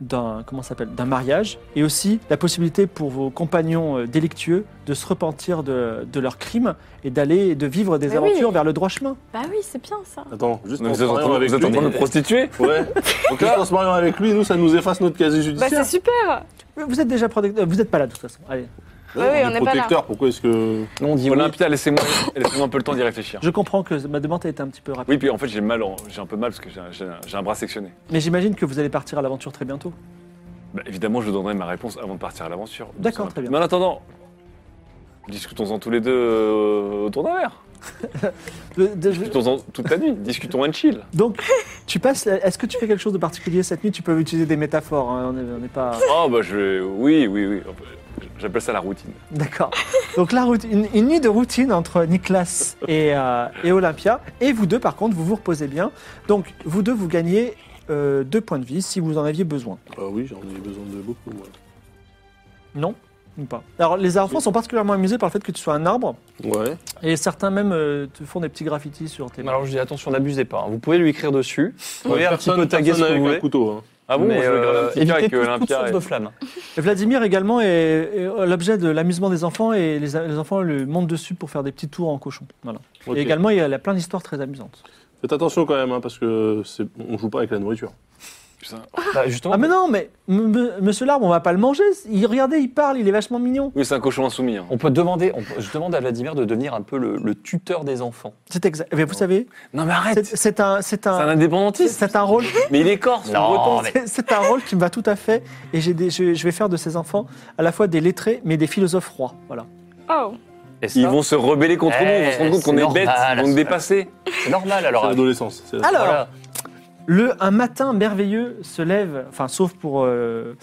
S1: d'un comment ça s'appelle d'un mariage et aussi la possibilité pour vos compagnons euh, délictueux de se repentir de, de leurs crimes et d'aller de vivre des
S6: Mais oui.
S1: aventures vers le droit chemin.
S6: Bah oui, c'est bien ça.
S4: Attends, juste
S2: Non, mais
S4: en
S2: Vous
S4: se
S2: êtes en
S4: mariant
S2: train-
S4: avec
S2: vous êtes en train de
S4: lui.
S2: me prostituer
S4: Ouais. Donc là, en se mariant avec lui, nous, ça nous efface notre casier
S6: Bah
S4: judiciaire.
S6: c'est super
S1: Vous êtes déjà protecteur, vous n'êtes pas là de toute façon. Allez,
S6: Ouais, ouais, on
S4: est
S6: n'est pas là.
S4: protecteur, pourquoi est-ce que.
S3: Non, on dit oui.
S2: Olympia, laissez-moi laissez un peu le temps d'y réfléchir.
S1: je comprends que ma demande a été un petit peu rapide.
S2: Oui, puis en fait, j'ai mal, en- j'ai un peu mal parce que j'ai un- j'ai un- j'ai un bras sectionné.
S1: Mais j'imagine que vous allez partir à l'aventure très bientôt.
S2: Bah, évidemment, je vous donnerai ma réponse avant de partir à l'aventure.
S1: D'accord,
S2: Ça
S1: très bien.
S2: Mais en attendant, discutons-en tous les deux euh, autour d'un verre.
S1: De- de-
S2: Discutons-en toute la nuit. Discutons and chill.
S1: donc, tu passes. la- Est-ce que tu fais quelque chose de particulier cette nuit Tu peux utiliser des métaphores. hein, on est- on n'est pas.
S2: Oh, bah, je vais. Oui, oui, oui. J'appelle ça la routine.
S1: D'accord. Donc la routine, une, une nuit de routine entre Niklas et, euh, et Olympia. Et vous deux, par contre, vous vous reposez bien. Donc vous deux, vous gagnez euh, deux points de vie si vous en aviez besoin.
S4: Bah oui, j'en ai besoin de beaucoup, moi.
S1: Non ou pas. Alors les enfants sont particulièrement amusés par le fait que tu sois un arbre.
S4: Ouais.
S1: Et certains même euh, te font des petits graffitis sur tes
S3: Mais
S1: mains.
S3: Alors je dis attention, n'abusez pas. hein. Vous pouvez lui écrire dessus. Vous pouvez un petit peu taguer ce
S4: personne
S3: que vous
S4: avec
S3: voulez.
S4: un couteau. hein.
S2: Ah bon,
S3: mais,
S2: je vais
S3: euh,
S2: graver un petit
S3: évitez
S2: cas avec
S3: toute- toute
S2: Olympia
S3: source
S2: et-
S3: de flamme.
S1: Et Vladimir également est, est l'objet de l'amusement des enfants et les, les enfants le montent dessus pour faire des petits tours en cochon. Voilà.
S4: Ok.
S1: Et également, il y a plein d'histoires très amusantes.
S4: Faites attention quand même, hein, parce que c'est- on joue pas avec la nourriture.
S2: Putain.
S3: Bah, justement,
S1: Ah mais non, mais m- m- Monsieur Larbre, on va pas le manger. Il, regardez, il parle, il est vachement mignon.
S2: Oui, c'est un cochon insoumis. hein.
S3: on peut demander, on peut- je demande à Vladimir de devenir un peu le, le tuteur des enfants.
S1: C'est exact. Mais vous savez,
S2: Non, mais
S3: Ah,
S1: c'est
S2: arrête. C'est
S1: c'est un, c'est
S2: un Oh,
S1: un, c'est-
S2: indépendantiste.
S1: c'est un rôle,
S2: Mais il est corse.
S3: Non,
S2: breton.
S3: mais-
S1: c'est- c'est un rôle qui me va tout à fait. Et j'ai des, je, je vais faire de ces enfants à la fois des lettrés, mais des philosophes rois. Voilà.
S6: Oh
S3: Et ça,
S2: Ils vont se rebeller contre
S3: Eh,
S2: nous. Ils vont se rendre compte
S3: c'est
S2: qu'on est
S3: normal,
S2: bêtes. Ils vont
S3: ça.
S2: nous dépasser.
S3: c'est normal
S4: C'est
S3: alors. euh,
S4: l'adolescence. c'est la-
S1: Alors,
S3: voilà.
S1: Le un matin merveilleux se lève, enfin sauf pour euh,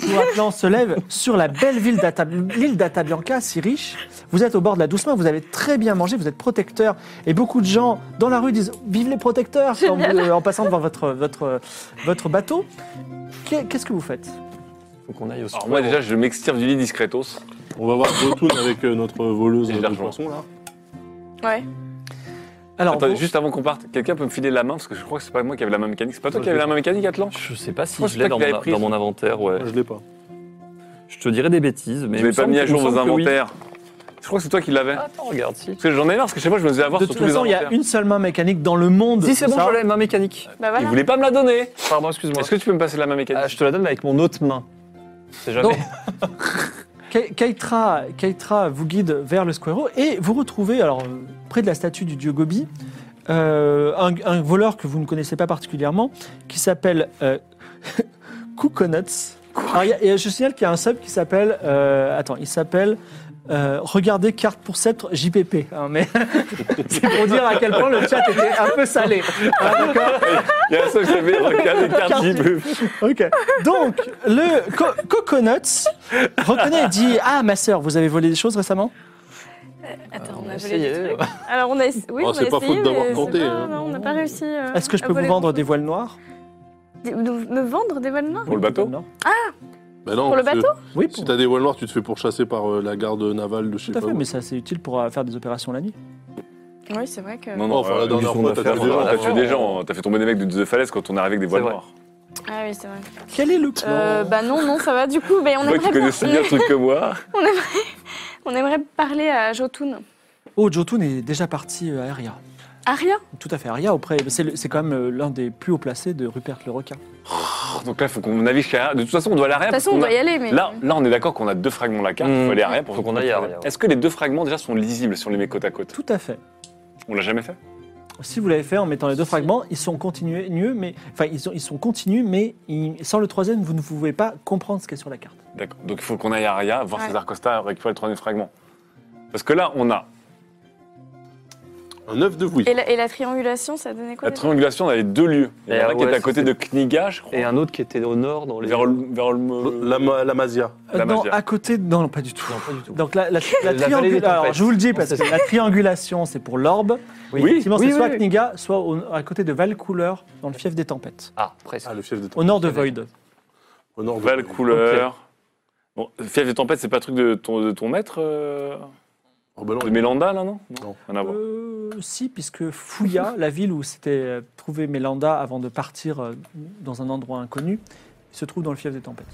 S1: pour Atlan se lève sur la belle ville d'Ata- l'île d'Atabianca, si riche. Vous êtes au bord de la douce main, vous avez très bien mangé, vous êtes protecteur et beaucoup de gens dans la rue disent vive les protecteurs quand vous- euh, en passant devant votre votre votre bateau. Qu'est- Qu'est-ce que vous faites
S3: Faut qu'on aille au
S2: Alors, moi, déjà, je m'extirpe du lit discretos.
S4: On va voir Jotun avec euh, notre voleuse
S2: Et je
S4: de
S2: la rejoins.
S4: poissons, là.
S6: Ouais.
S1: Alors
S2: Attendez,
S1: vous-
S2: juste avant qu'on parte, quelqu'un peut me filer la main parce que je crois que c'est pas moi qui avais la main mécanique. C'est pas toi qui avais la main mécanique, Atlan
S3: Je sais pas si
S2: Moi,
S3: je
S2: je
S3: l'ai
S2: crois
S3: dans,
S2: que je
S3: mon-
S2: l'avais prise.
S3: dans mon inventaire, ouais.
S4: Moi, Je l'ai pas.
S3: Je te dirais des bêtises,
S2: Vous
S3: mais. il me
S2: n'avez pas
S3: semble
S2: mis
S3: que-
S2: à jour
S3: il me
S2: vos
S3: semble que oui.
S2: inventaires. Je crois que c'est toi qui l'avais.
S3: Attends, regarde, si.
S2: Parce que j'en ai marre, parce que je sais pas, je me faisais avoir
S1: de
S2: sur
S1: toute
S2: tous les
S1: façon, il y a
S2: inventaires.
S1: une seule main mécanique dans le monde.
S3: Si c'est bon,
S1: ça
S3: je l'ai, main mécanique.
S6: Bah
S2: Il
S6: voilà.
S2: voulait pas me la donner.
S3: Pardon, excuse-moi.
S2: Est-ce que tu peux me passer la main mécanique
S3: Ah, je te la donne mais avec mon autre main. C'est jamais.
S1: Donc, Ke- Keitra, Keitra vous guide vers le Squero et vous retrouvez, alors, euh, près de la statue du dieu Gobi, euh, un, un voleur que vous ne connaissez pas particulièrement, qui s'appelle euh, Kukonuts. Alors, il y a- et je signale qu'il y a un sub qui s'appelle... euh, attends, il s'appelle... euh, regardez carte pour sceptre JPP, hein, mais c'est pour dire à quel point le chat était un peu salé. Hein, d'accord
S2: Il y a un seul qui avait regardé les cartes
S1: Carte.
S2: JPP.
S1: Ok. Donc, le co- Coconuts reconnaît et dit Ah, ma sœur, vous avez volé des choses récemment
S6: Attends, on
S3: on
S6: a
S3: a
S6: volé
S3: essayé,
S6: des
S3: ouais.
S6: trucs. Alors on a essayé. Oui,
S4: Oh,
S6: on a
S4: c'est pas
S6: essayé,
S4: faute d'avoir
S6: mais Ah, c'est
S4: tenté,
S6: pas-
S4: hein.
S6: Non, on n'a pas réussi. euh,
S1: Est-ce que je
S6: à
S1: peux vous
S6: voler
S1: vendre
S6: grand-chose.
S1: des voiles noires
S6: Des- de- Me vendre des voiles noires
S2: Pour le bateau
S1: Non.
S4: Bah non,
S6: Pour le
S4: parce que
S6: bateau
S1: Oui,
S4: Si
S1: pour-
S4: t'as des voiles noires, tu te fais pourchasser par euh, la garde navale de je sais
S1: tout à
S4: pas
S1: fait,
S4: où.
S1: mais ça c'est utile pour euh, faire des opérations la nuit.
S6: Oui, c'est vrai que.
S2: Non,
S4: Non, enfin, la
S2: euh,
S4: dernière
S2: ils
S4: fois,
S2: ont fait-
S4: t'as tué des gens.
S2: t'as tué des gens. hein. T'as fait tomber des mecs de, de falaise quand on est arrivé avec des voiles
S3: C'est vrai.
S2: noires.
S6: Ah oui, c'est vrai.
S1: Quel est le plan
S6: Euh, bah non, non, ça va du coup. Mais on,
S2: Moi qui
S6: aimerait
S2: connais si bien le truc que moi.
S6: on aimerait parler à Jotun.
S1: Oh, Jotun est déjà parti euh, à Aria.
S6: Aria
S1: Tout à fait, Aria auprès. C'est le- c'est quand même euh, l'un des plus hauts placés de Rupert le requin.
S2: Oh, Donc là, il faut qu'on navigue chez Aria. De toute façon, on doit aller à
S6: De
S2: Aria.
S6: toute façon, on
S2: parce qu'on
S6: doit
S2: a-
S6: y aller, mais.
S2: Là, là, on est d'accord qu'on a deux fragments de la carte. Il
S3: Mmh.
S2: faut aller à Aria pour
S3: Faut qu'on aille à
S2: contrôler.
S3: Aria, ouais.
S2: Est-ce que les deux fragments déjà sont lisibles si on les met côte à côte
S1: Tout à fait.
S2: On l'a jamais fait
S1: Si vous l'avez fait en mettant les deux fragments, ils sont continués, mais enfin ils sont, ils sont continus, mais ils- sans le troisième, vous ne pouvez pas comprendre ce qu'il y a sur la carte.
S2: D'accord. Donc il faut qu'on aille à Aria, voir
S6: Ouais.
S2: César Costa récupérer le troisième fragment. Parce que là, on a
S4: Un œuf de bouillie.
S6: Et la, et la triangulation, ça donnait quoi
S2: la triangulation, on a les deux lieux. Il y en a
S3: Et,
S2: un
S3: euh,
S2: qui est
S3: ouais,
S2: à côté
S3: c'est-
S2: de Kniga, je crois.
S3: Et un autre qui était au nord dans les.
S2: Vers, le- vers le.
S4: La, ma- la Mazia.
S2: La
S1: non,
S2: magia.
S1: à côté, de- non, pas du tout.
S3: Non, pas du tout.
S1: Donc la, la, la
S3: La vallée des
S1: triangula- alors,
S3: tempêtes.
S1: je vous le dis parce
S3: C'est
S1: que la triangulation, c'est pour l'orbe. Effectivement, c'est
S3: Oui,
S1: soit
S3: oui,
S1: à
S3: oui.
S1: Kniga, soit au- à côté de Valcouleur, dans le fief des tempêtes,
S3: Ah, presque.
S4: Ah, le fief des temps.
S1: au nord de Void.
S4: Au nord de-
S2: Val couleur. Bon, Fief des tempêtes, c'est pas le truc de ton, de ton maître euh,
S4: Oh, bah non,
S2: De Mélanda, là, non
S4: Non.
S2: Rien
S3: Ah
S2: à voir.
S1: Euh, si, puisque Fouya, la ville où s'était euh, trouvé Mélanda avant de partir euh, dans un endroit inconnu, se trouve dans le fief des tempêtes.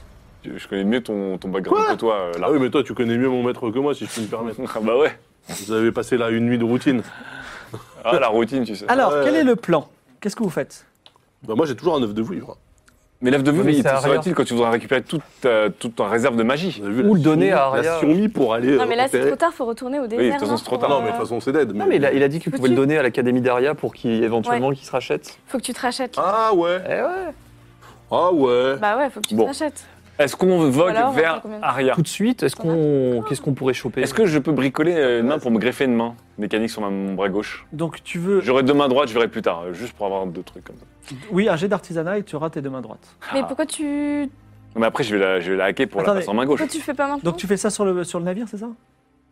S2: Je je connais mieux ton, ton background
S4: Quoi
S2: que toi, euh, là.
S4: Ah oui, mais toi, tu connais mieux mon maître que moi, si je puis me permettre.
S2: Ah bah ouais.
S4: Vous avez passé là une nuit de routine.
S2: Ah, la routine, tu sais.
S1: Alors,
S4: Ouais.
S1: quel est le plan Qu'est-ce que vous faites
S4: Bah, moi, j'ai toujours un œuf de bouillie. moi.
S2: Mais l'œuf de vous,
S3: Oui, mais
S2: il
S3: c'est
S2: te
S3: Aria.
S2: serait-il quand tu voudras récupérer toute ta, toute ta réserve de magie
S4: Vous avez vu
S3: Ou
S4: la
S3: le donner à
S4: Siomi- La
S3: Aria.
S4: Siomi pour aller.
S6: Non, mais là, c'est
S4: repérer-
S6: trop tard, faut retourner au désert.
S2: de toute façon,
S6: non,
S2: c'est trop
S6: pour,
S2: tard.
S4: Non, mais de
S6: euh,
S4: toute façon, c'est dead.
S3: Non, mais il a, il a dit qu'il
S6: Faut
S3: pouvait le
S6: tu-
S3: donner à l'Académie d'Aria pour qu'il éventuellement qu'il se rachète.
S6: Faut que tu te rachètes. là.
S4: Ah ouais.
S3: Eh ouais.
S4: Ah ouais.
S6: Bah ouais, faut que tu
S2: Bon.
S6: te rachètes.
S2: Est-ce qu'on vogue
S6: Voilà, on va
S2: vers
S6: faire combien de temps
S2: Aria
S3: Tout de suite, est-ce qu'on
S6: Ah.
S3: qu'est-ce qu'on pourrait choper
S2: Est-ce que je peux bricoler euh, une main pour me greffer une main mécanique sur ma- mon bras gauche
S1: Donc tu veux...
S2: J'aurai deux mains droites, je verrai plus tard, euh, juste pour avoir deux trucs comme ça.
S1: Oui, un jet d'artisanat et tu auras tes deux mains droites.
S6: Mais pourquoi tu.
S2: Non, mais après, je vais la, je vais la hacker pour
S1: Attendez.
S2: la passer en main gauche.
S6: Pourquoi tu fais pas maintenant
S1: Donc tu fais ça sur le, sur le navire, c'est ça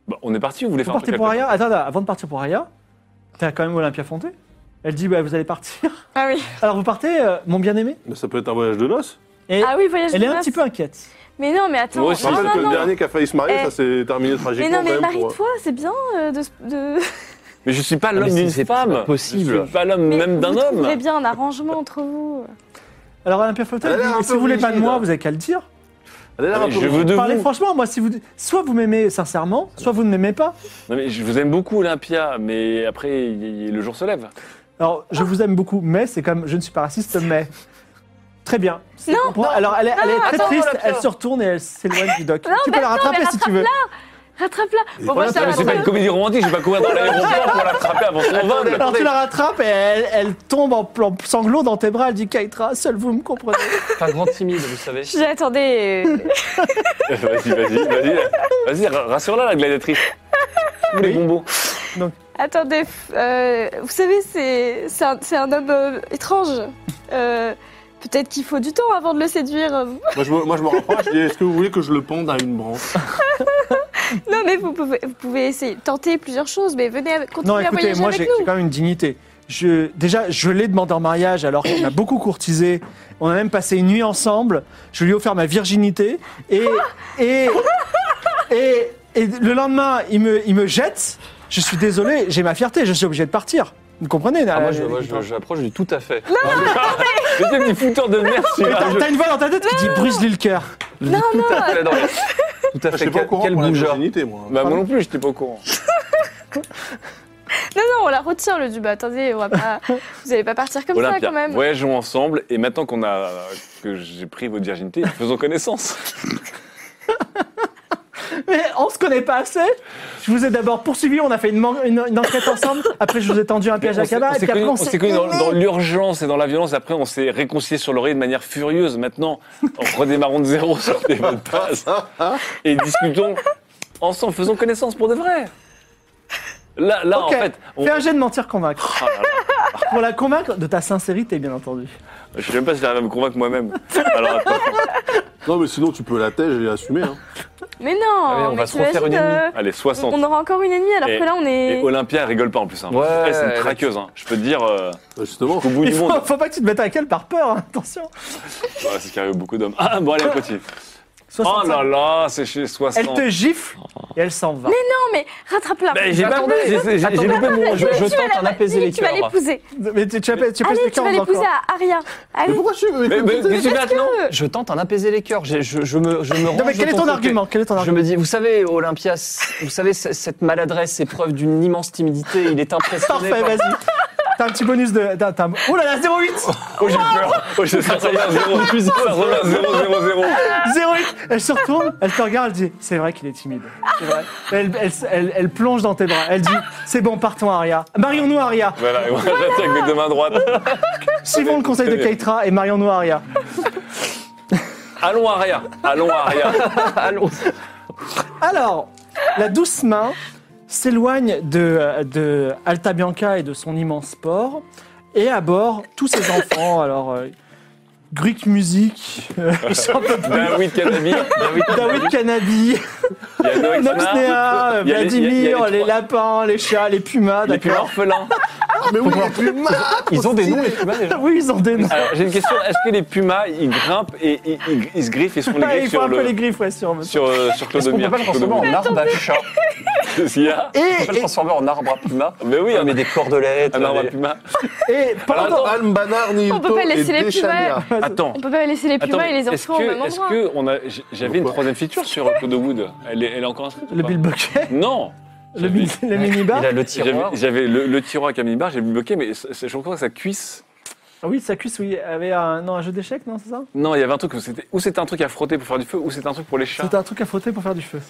S2: Bah, on est parti ou vous voulez
S1: Vous
S2: faire un
S1: partez
S2: truc
S1: pour
S2: après
S1: Aria Attends, attends, avant de partir pour Aria, t'as quand même Olympia Fonté. Elle dit, bah, vous allez partir.
S6: Ah oui.
S1: Alors vous partez, euh, mon bien-aimé
S4: Mais ça peut être un voyage de noces.
S1: Et
S6: Ah oui, voyage
S1: elle
S6: de
S1: est un
S6: noces.
S1: petit peu inquiète.
S6: Mais non, mais attends.
S2: Moi aussi,
S4: Je
S6: non,
S2: parce
S4: rappelle que
S6: non,
S4: le
S6: non.
S4: dernier qui a failli se marier,
S6: Eh.
S4: ça s'est terminé
S6: Mais
S4: tragiquement
S6: non, mais
S4: quand même. pour-
S6: marie-toi, c'est bien euh, de. de...
S2: Mais je suis pas
S3: Non, Ah, mais
S2: l'homme
S3: c'est-
S2: d'une
S3: c'est
S2: femme.
S3: pas possible.
S2: Je suis pas l'homme
S6: Mais
S2: même d'un
S6: vous
S2: homme.
S6: trouverez bien un arrangement entre vous.
S1: Alors Olympia Fonté, elle
S4: Elle a
S1: dit,
S4: l'air un
S1: mais si
S4: peu
S1: vous voulez pas de
S4: rigide,
S1: moi,
S4: hein.
S1: vous avez qu'à le dire.
S4: Elle a l'air un
S2: Non, mais
S4: peu
S2: je veux de
S1: Parlez
S2: vous.
S1: franchement, moi, si vous... soit vous m'aimez sincèrement, soit vous ne m'aimez pas.
S2: Non, mais je vous aime beaucoup, Olympia, mais après, il- il- le jour se lève.
S1: Alors, je vous aime beaucoup, mais c'est comme, je ne suis pas raciste, mais... Très bien. C'est-
S6: Non,
S1: on prend- Alors, elle est, elle est très
S6: attends,
S1: triste,
S6: Olympia.
S1: elle se retourne et elle s'éloigne du doc. tu peux la rattraper si tu veux.
S6: Rattrape-la. Bon, bah,
S4: voilà,
S6: ça
S2: Non, mais
S6: va.
S2: c'est pas une comédie romantique, je vais pas courir dans l'aéroport pour l'attraper avant son vol.
S1: Alors tu la rattrapes et elle, elle tombe en plan sanglot dans tes bras. Elle dit Kaitra, seul vous me comprenez.
S3: Pas grand timide, vous savez.
S6: Je dis, attendez. euh,
S2: Vas-y, vas-y, vas-y. Vas-y, ra- rassure-la, la gladiatrice. Tous les bonbons.
S6: Attendez, f- euh, vous savez, c'est c'est un, c'est un homme euh, étrange. Euh, Peut-être qu'il faut du temps avant de le séduire.
S4: Moi, je me, moi, je me rapproche. je dis, Est-ce que vous voulez que je le pende à une branche
S6: Non, mais vous pouvez, vous pouvez essayer, tenter plusieurs choses, mais venez avec- continuer
S1: Non,
S6: à
S1: écoutez,
S6: voyager
S1: moi
S6: avec
S1: j'ai j'ai
S6: nous.
S1: quand même une dignité. Je, déjà, je l'ai demandé en mariage alors qu'il m'a beaucoup courtisé. On a même passé une nuit ensemble. Je lui ai offert ma virginité et et et, et le lendemain, il me il me jette. Je suis désolé, j'ai ma fierté. Je suis obligé de partir. Vous comprenez
S3: Ah, moi,
S1: la-
S3: je, moi, je- j'approche du tout à fait.
S2: Mais quel petit fouteur de merde,
S1: T'as
S2: celui-là.
S1: t'as une voix dans ta tête qui dit brise-lui le cœur.
S3: Non, non. Tout à
S4: Ah, Je
S3: fait.
S4: suis pas au
S3: Quel,
S4: courant
S3: quel
S4: pour la
S3: bougeur.
S4: virginité, moi.
S2: Bah, moi non plus, j'étais pas au courant.
S6: Non, non, on la retire, le Duba. Attendez, on va pas... vous n'allez pas partir comme ça
S2: Olympia,
S6: quand même.
S2: voyageons ensemble et maintenant qu'on a que j'ai pris votre virginité, faisons connaissance.
S1: Mais on se connaît pas assez. Je vous ai d'abord poursuivi, on a fait une, man- une- une enquête ensemble. Après, je vous ai tendu un piège
S2: on
S1: à
S2: s'est-
S1: cabas.
S2: on
S1: Et
S2: s'est
S1: puis après,
S2: connus-
S1: on
S2: on s'est
S1: s'est
S2: connus dans, dans l'urgence et dans la violence. Après, on s'est réconciliés sur l'oreille de manière furieuse. Maintenant, on redémarrons de zéro sur des bonnes bases et discutons ensemble, faisons connaissance pour de vrai. Là, là,
S1: Ok.
S2: en fait, on...
S1: Fais un jet de mentir convaincre.
S2: Ah Oh. là là.
S1: Pour la convaincre de ta sincérité, bien entendu.
S2: je sais même pas si j'arrive à me convaincre moi-même. Alors, attends.
S4: Non, mais sinon, tu peux la tèche et assumer. hein.
S6: Mais non,
S3: Allez, Ah on
S6: mais
S3: va se refaire
S6: t'imagines,
S3: une ennemie.
S6: euh,
S2: allez, 60.
S6: on aura encore une ennemie alors
S2: Et-
S6: que là on
S2: Et
S6: est.
S2: Olympia, elle rigole pas en plus. Hein.
S3: Ouais,
S2: elle, c'est
S3: elle
S2: une
S3: est-
S2: traqueuse. hein. Je peux te dire, euh,
S4: Bah, Justement.
S2: au bout
S1: Il
S2: du
S1: faut,
S2: monde. Oh,
S1: faut pas que tu te mettes avec elle par peur, hein, attention.
S2: Ouais, c'est ce qui arrive à beaucoup d'hommes. Ah, bon, allez, on continue. Oh
S1: 65.
S2: là là, c'est chez 60.
S1: elle te gifle et elle s'en va.
S6: mais rattrape-la.
S3: Mais Ben, j'ai pas
S6: Ah, Attendez,
S3: j'ai- j'ai- j'ai loupé mon. Je, je
S6: tu vas
S3: tente un
S6: la-
S3: apaiser
S6: Lily,
S3: les
S6: Tu vas
S3: cœurs.
S6: l'épouser.
S1: Mais, tu, tu, appelles- tu appelles
S6: Allez,
S1: les
S6: tu vas
S1: quinze
S6: l'épouser
S1: encore.
S6: à Aria.
S4: Mais
S6: Allez.
S4: pourquoi tu veux
S2: Mais- mais- mais
S6: Parce
S3: maintenant,
S6: que-
S3: je tente un apaiser les cœurs. Je, je, je me, je me range
S1: Non, mais
S3: de
S1: quel est
S3: ton
S1: ton
S3: côté.
S1: argument Quel est ton
S3: Je
S1: argument
S3: me dis, vous savez, Olympias, vous savez, c- cette maladresse est preuve d'une immense timidité. Il est impressionné.
S1: Parfait,
S3: par-
S1: vas-y. T'as un petit bonus de. t'as- t'as un- Oh là là, 08
S2: Oh, j'ai peur. Oh, j'ai ça revient à 0. Ça revient à 0, 0, 0.
S1: 08 Elle se retourne, elle te regarde, elle dit C'est vrai qu'il est timide. C'est vrai. Elle, elle, elle- elle plonge dans tes bras. Elle dit C'est bon, partons, Aria. Marions-nous, Aria.
S2: Voilà, et moi j'attaque mes deux mains droites.
S1: Suivons le conseil de Keitra et marions-nous, Aria.
S2: Allons, Aria. Allons, Aria.
S3: Allons.
S1: Alors, la douce main s'éloigne de, euh, de Alta Bianca et de son immense port et aborde tous ses enfants. Alors, euh, Greek Music, euh, j'en peux plus.
S2: David Canabi. Ah
S1: David Canabi,
S2: Il y a Noé
S1: Noxnea,
S2: Il y a les- il y a- il y a les
S1: Vladimir, les,
S2: trois.
S1: lapins, les chats, les pumas,
S3: Les plus
S1: d'accord
S3: orphelins.
S4: Mais oui, mais tu es malade,
S3: Ils ont des noms, les
S4: hostile.
S3: pumas, déjà.
S1: Oui, ils ont des noms.
S2: Alors, j'ai une question. Est-ce que les pumas, ils grimpent et ils, ils- ils se griffent, ils se font les
S1: Ouais,
S2: griffes
S1: ils font
S2: sur
S1: un peu
S2: le.
S1: les griffes, ouais, sur
S2: Sur, euh, sur Claude
S3: Est-ce qu'on peut pas le transformer en arbre à chat
S2: Qu'est-ce qu'il y a
S3: On peut le transformer en arbre à puma
S2: Mais oui,
S3: Mais des cordelettes.
S2: un arbre à
S3: des-
S2: pumas.
S1: Et pendant,
S4: Attends, Albanar,
S6: On peut
S4: Nilto
S6: pas
S4: et
S6: laisser les pumas.
S4: Deschania.
S2: Attends.
S6: On peut pas laisser les
S2: Attends,
S6: pumas et les
S2: est-ce
S6: enfants au
S2: que-
S6: même
S2: Est-ce
S6: endroit.
S2: que on a- j- j'avais une
S4: Pourquoi
S2: troisième feature sur euh, Claude Wood Elle est, elle est encore inscrite ou
S1: le
S2: pas
S1: Bill Bokeh,
S2: Non
S1: le, mini- le minibar.
S3: Il a
S2: J'avais
S3: le tiroir.
S2: j'avais le, le tiroir avec un minibar, j'ai bloqué, mais c'est- c'est- je crois que sa cuisse.
S1: Ah oui, sa cuisse, oui, avait un, non, un jeu d'échecs, non, c'est ça
S2: Non, il y avait un truc où c'était ou c'était un truc à frotter pour faire du feu, ou c'était un truc pour les chats.
S1: C'était un truc à frotter pour faire du feu.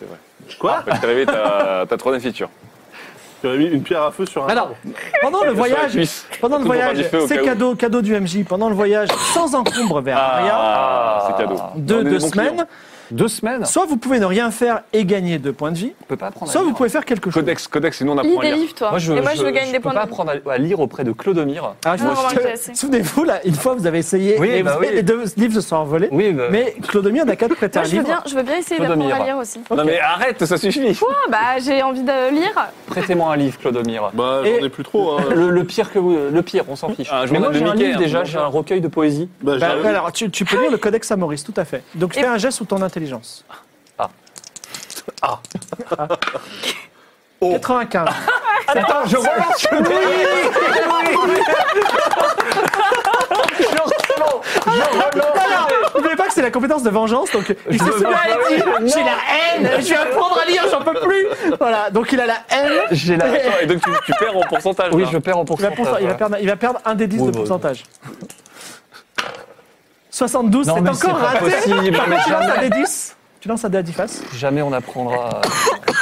S4: Quoi
S2: Après, t'as réveillé ta, ta troisième feature.
S4: Tu as mis une pierre à feu sur un.
S3: Ah,
S1: Alors, pendant le
S2: Sur la
S1: voyage,
S2: cuisse.
S1: Pendant le
S2: Tout pour faire
S1: voyage,
S2: du feu au
S1: c'est
S2: cas où.
S1: cadeau, cadeau du MJ. Pendant le voyage, sans encombre vers Aria,
S2: Ah, c'est cadeau. On
S1: deux,
S2: est des
S1: deux
S2: bons clients.
S1: semaines.
S3: Deux semaines.
S1: Soit vous pouvez ne rien faire et gagner deux points de vie,
S3: On peut pas apprendre. à
S1: soit vous
S3: lire.
S1: pouvez faire quelque chose.
S2: Codex, codex, sinon on apprend
S6: Lis
S2: à
S6: des
S2: lire.
S6: livres, toi.
S3: Moi, je,
S6: Et moi, je,
S3: je-
S6: veux gagner
S3: je
S6: des
S3: peux
S6: points
S3: pas
S6: de vie.
S3: apprendre à, à lire auprès de Clodomir.
S1: Ah, je-
S6: Non,
S1: je-
S6: on va intéresser.
S1: Souvenez-vous, là, une fois, vous avez essayé
S3: Oui,
S1: et
S3: bah
S1: vous avez-
S3: oui.
S1: les deux livres se sont envolés.
S3: Oui, bah,
S1: Mais Clodomir n'a qu'à te prêter
S6: Moi,
S1: un
S6: je veux
S1: livre.
S6: bien, je veux bien essayer
S3: Faut
S6: d'apprendre à
S3: dormir.
S6: lire aussi.
S2: Non mais arrête, ça suffit.
S6: Ah, bah, j'ai envie de lire.
S3: prêtez-moi un livre, Clodomir.
S4: Bah,
S1: Et-
S4: j'en ai plus trop. Hein.
S3: Le, le pire que vous, le pire, on s'en fiche.
S2: Un
S3: Mais
S2: journal
S3: moi,
S2: de
S3: j'ai un
S2: Mickey, un
S3: livre déjà,
S2: journal.
S3: j'ai un recueil de poésie.
S4: Bah,
S1: Bah,
S4: j'arrive.
S1: alors, tu, tu peux lire le Codex Amoris, tout à fait. Donc, fais
S6: Et-
S1: un geste sous ton intelligence.
S3: Ah.
S1: Ah.
S4: Oh.
S1: 95. Ah,
S3: Attends, je relance le Je relance, je relance.
S1: Alors, n'oubliez pas que c'est la compétence de vengeance, donc il s'est
S3: veux
S1: souvenu,
S3: venger.
S1: elle dit, j'ai la haine, je vais apprendre à lire, j'en peux plus. Voilà, donc il a la haine.
S3: J'ai la.
S2: Attends, et donc tu, tu perds en pourcentage.
S3: Oui,
S2: là.
S3: je perds en
S1: Il va,
S3: pourcentage.
S1: pourcent- il va perdre, il va perdre un des 10
S3: Oui,
S1: de
S3: bah,
S1: pourcentage. 72, c'est
S3: Non, mais c'est
S1: encore
S3: pas
S1: raté.
S3: possible,
S1: Par contre,
S3: mais
S1: tu lances un
S3: jamais.
S1: des 10. Tu lances un dé à 10 faces.
S3: Jamais on apprendra.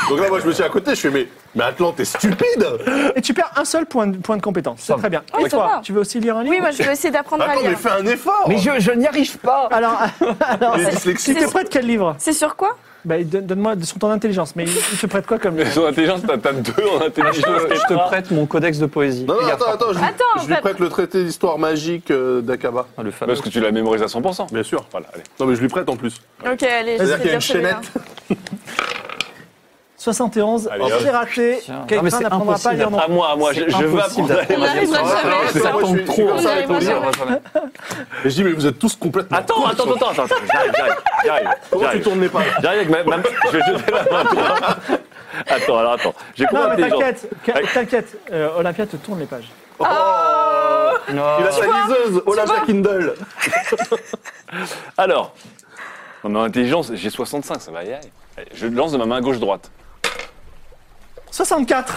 S4: Donc là, moi, je me suis à côté, je fais, mais, mais Atlan, t'es stupide
S1: Et tu perds un seul point de, point de compétence. C'est
S3: Ça
S1: très bien.
S6: va.
S1: Et toi,
S6: Ah Ça va.
S1: tu veux aussi lire un livre
S6: Oui, moi, je veux essayer d'apprendre à
S4: Attends, Ah, mais
S6: lire.
S4: fais un effort
S3: Mais je, je n'y arrive pas.
S1: Alors, alors
S4: Il est
S1: tu
S4: dyslexique.
S1: te prêtes quel livre
S6: C'est sur quoi
S1: bah, donne- Donne-moi sur ton intelligence, mais il il te prête quoi comme
S2: Mais
S1: livre
S2: son intelligence, t'as t'as deux en
S3: Je,
S2: intelligence. Ah,
S3: te- Ah, je te
S2: extra.
S3: prête mon codex de poésie.
S1: Bah,
S4: Non, non,
S3: Fais gaffe,
S4: attends,
S3: par
S4: attends, je, lui-
S6: Attends,
S4: je lui
S6: Fab-
S4: prête le traité d'histoire magique euh, d'Akaba.
S3: contre. Le fameux.
S2: Parce que tu l'as mémorisé à 100%.
S4: Bien sûr.
S2: Voilà, allez.
S4: Non, mais je lui prête en plus.
S6: Ok, allez, je
S4: C'est-à-dire
S6: vais
S4: qu'il y a une
S6: dire celui-là.
S4: chaînette.
S1: 71,
S2: Allez, hop.
S1: j'ai raté.
S3: Tiens. Non, mais
S1: Quelqu'un
S3: c'est
S1: n'apprendra pas à
S3: impossible
S1: lire non
S2: À moi, à moi, je,
S3: C'est
S2: je veux
S3: impossible
S2: apprendre.
S3: d'apprendre
S6: On
S3: à lire
S6: n'arrivera
S3: ça.
S6: jamais à
S3: Ça
S6: ça.
S4: Moi,
S3: tombe
S4: je suis- je suis
S3: trop.
S4: comme
S6: On
S4: ça avec
S6: n'arrivera
S4: ton livre.
S6: jamais.
S4: Et je dis, mais vous êtes tous complètement.
S2: Attends,
S4: cons,
S2: attends,
S4: ils sont-
S2: attends, attends, attends, j'arrive, j'arrive, j'arrive,
S4: Comment tu
S2: j'arrive.
S4: tournes les pages
S2: J'arrive avec ma, ma- Je vais jeter la main droite. Attends, alors attends. J'ai
S1: Non, mais
S2: compris
S1: t'inquiète, que- t'inquiète, euh, Olympia te tourne les pages.
S3: Non.
S4: Il a sa liseuse, Olympia
S6: vois
S4: Kindle.
S2: Alors, en intelligence, j'ai 65, ça va y aller. Allez, Je lance de ma main gauche-droite.
S1: 64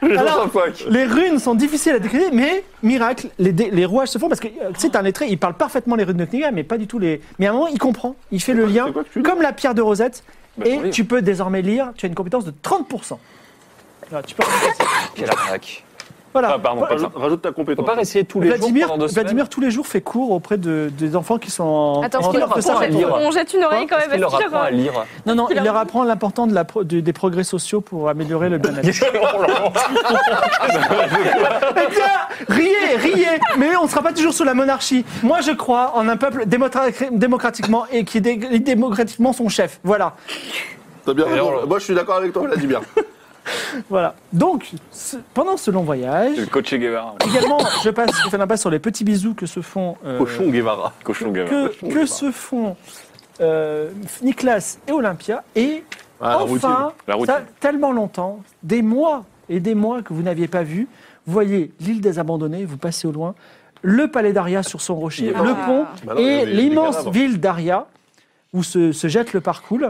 S2: Alors,
S1: Alors, les runes sont difficiles à décrire, mais miracle, les, dé- les rouages se font parce que euh, tu sais, t'as un lettré, il parle parfaitement les runes de Kniga, mais pas du tout les. Mais à un moment, il comprend, il fait le lien,
S4: quoi que tu dis
S1: comme la pierre de Rosette,
S2: Bah, ton
S1: et
S2: livre.
S1: tu peux désormais lire, tu as une compétence de 30%. Voilà, tu peux-
S3: Quelle arnaque.
S1: voilà.
S2: Ah, pardon, pas ça.
S4: Rajoute, rajoute ta
S3: Faut
S4: compétence.
S3: pas essayer tous les jours
S1: bah, Vladimir,
S3: pendant deux semaines.
S1: Vladimir, tous les jours, fait cours auprès de, des enfants qui sont en,
S6: Attends,
S1: en
S6: est-ce qu'il
S1: hors
S6: leur
S1: de
S6: apprend
S1: sa
S6: à
S3: à
S6: lire
S3: lire
S6: On jette une oreille quand
S3: Est-ce
S6: même.
S3: qu'il leur
S6: parce que-
S3: apprend à
S6: hein.
S3: lire
S1: Non, non, il
S6: leur-
S1: leur apprend l'importance de la pro- du- des progrès sociaux pour améliorer le bien-être. Eh bien, riez, riez, mais on ne sera pas toujours sous la monarchie. Moi, je crois en un peuple démotra- démocratiquement et qui est démocratiquement son chef. Voilà,
S4: T'as bien raison.
S3: alors-
S4: Moi, je suis d'accord avec toi, Vladimir.
S1: voilà. Donc, ce- pendant ce long voyage,
S2: J'ai le coaché Guevara.
S1: également, je passe, je fais un pas sur les petits bisous que se font. euh,
S4: Cochon Guevara.
S2: Cochon Guevara.
S1: que, que se font euh, Niklas et Olympia. Et
S4: Ah, la routine.
S1: enfin,
S2: La routine.
S1: ça- tellement longtemps, des mois et des mois que vous n'aviez pas vu, vous voyez l'île des abandonnés, vous passez au loin, le palais d'Aria sur son rocher,
S4: Ah.
S1: le pont
S4: Bah non, il y
S1: et
S4: avait des
S1: l'immense
S4: cadavres.
S1: ville d'Aria où se, se jette le parcours.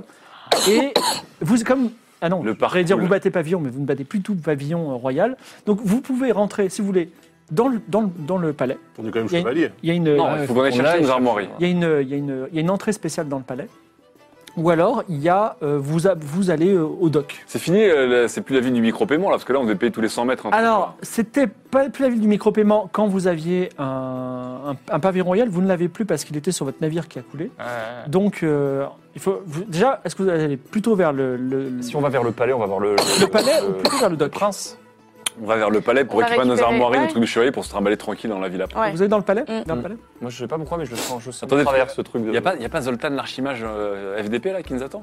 S1: Et vous, comme. Ah non,
S2: Le
S1: je voulais dire
S2: parcours.
S1: vous battez pavillon, mais vous ne battez plus tout pavillon euh, royal. Donc vous pouvez rentrer, si vous voulez, dans le, dans le- dans le palais.
S4: On est quand même
S1: Il y a-
S4: chevalier.
S1: Il y a une. euh,
S3: Non,
S2: il
S3: ouais,
S2: faut qu'on aille
S3: on
S2: chercher
S3: l'aille
S2: une
S3: chercher,
S2: armoirie.
S3: ouais.
S1: Il y, a une, il, y a une, il y a une entrée spéciale dans le palais. Ou alors, il y a, euh, vous, a- vous allez euh, au dock.
S2: C'est fini, euh, la- c'est plus la vie du micro-paiement là, parce que là on devait payer tous les 100 mètres. hein.
S1: Alors, c'était pas plus la ville du micro-paiement quand vous aviez un, un, un pavillon royal. Vous ne l'avez plus parce qu'il était sur votre navire qui a coulé. Donc, euh, il faut, vous- déjà, est-ce que vous allez plutôt vers le, le-
S3: Si on va vers le palais, on va voir le,
S1: le palais
S3: le-
S1: ou plutôt vers le dock
S3: prince.
S2: on va vers le palais pour
S6: On va
S2: récupérer nos
S6: récupérer,
S2: armoiries,
S6: ouais.
S2: nos trucs de chevalier pour se trimballer tranquille dans la ville après.
S6: Ouais.
S1: Vous allez dans le palais,
S6: Mm.
S1: Vers le palais
S3: Moi, je sais pas pourquoi, mais je le sens. Je sens
S2: Attendez,
S3: travers
S2: faut-
S3: ce truc. De...
S2: Il n'y a, pas- y a pas Zoltan l'archimage euh, FDP là qui nous attend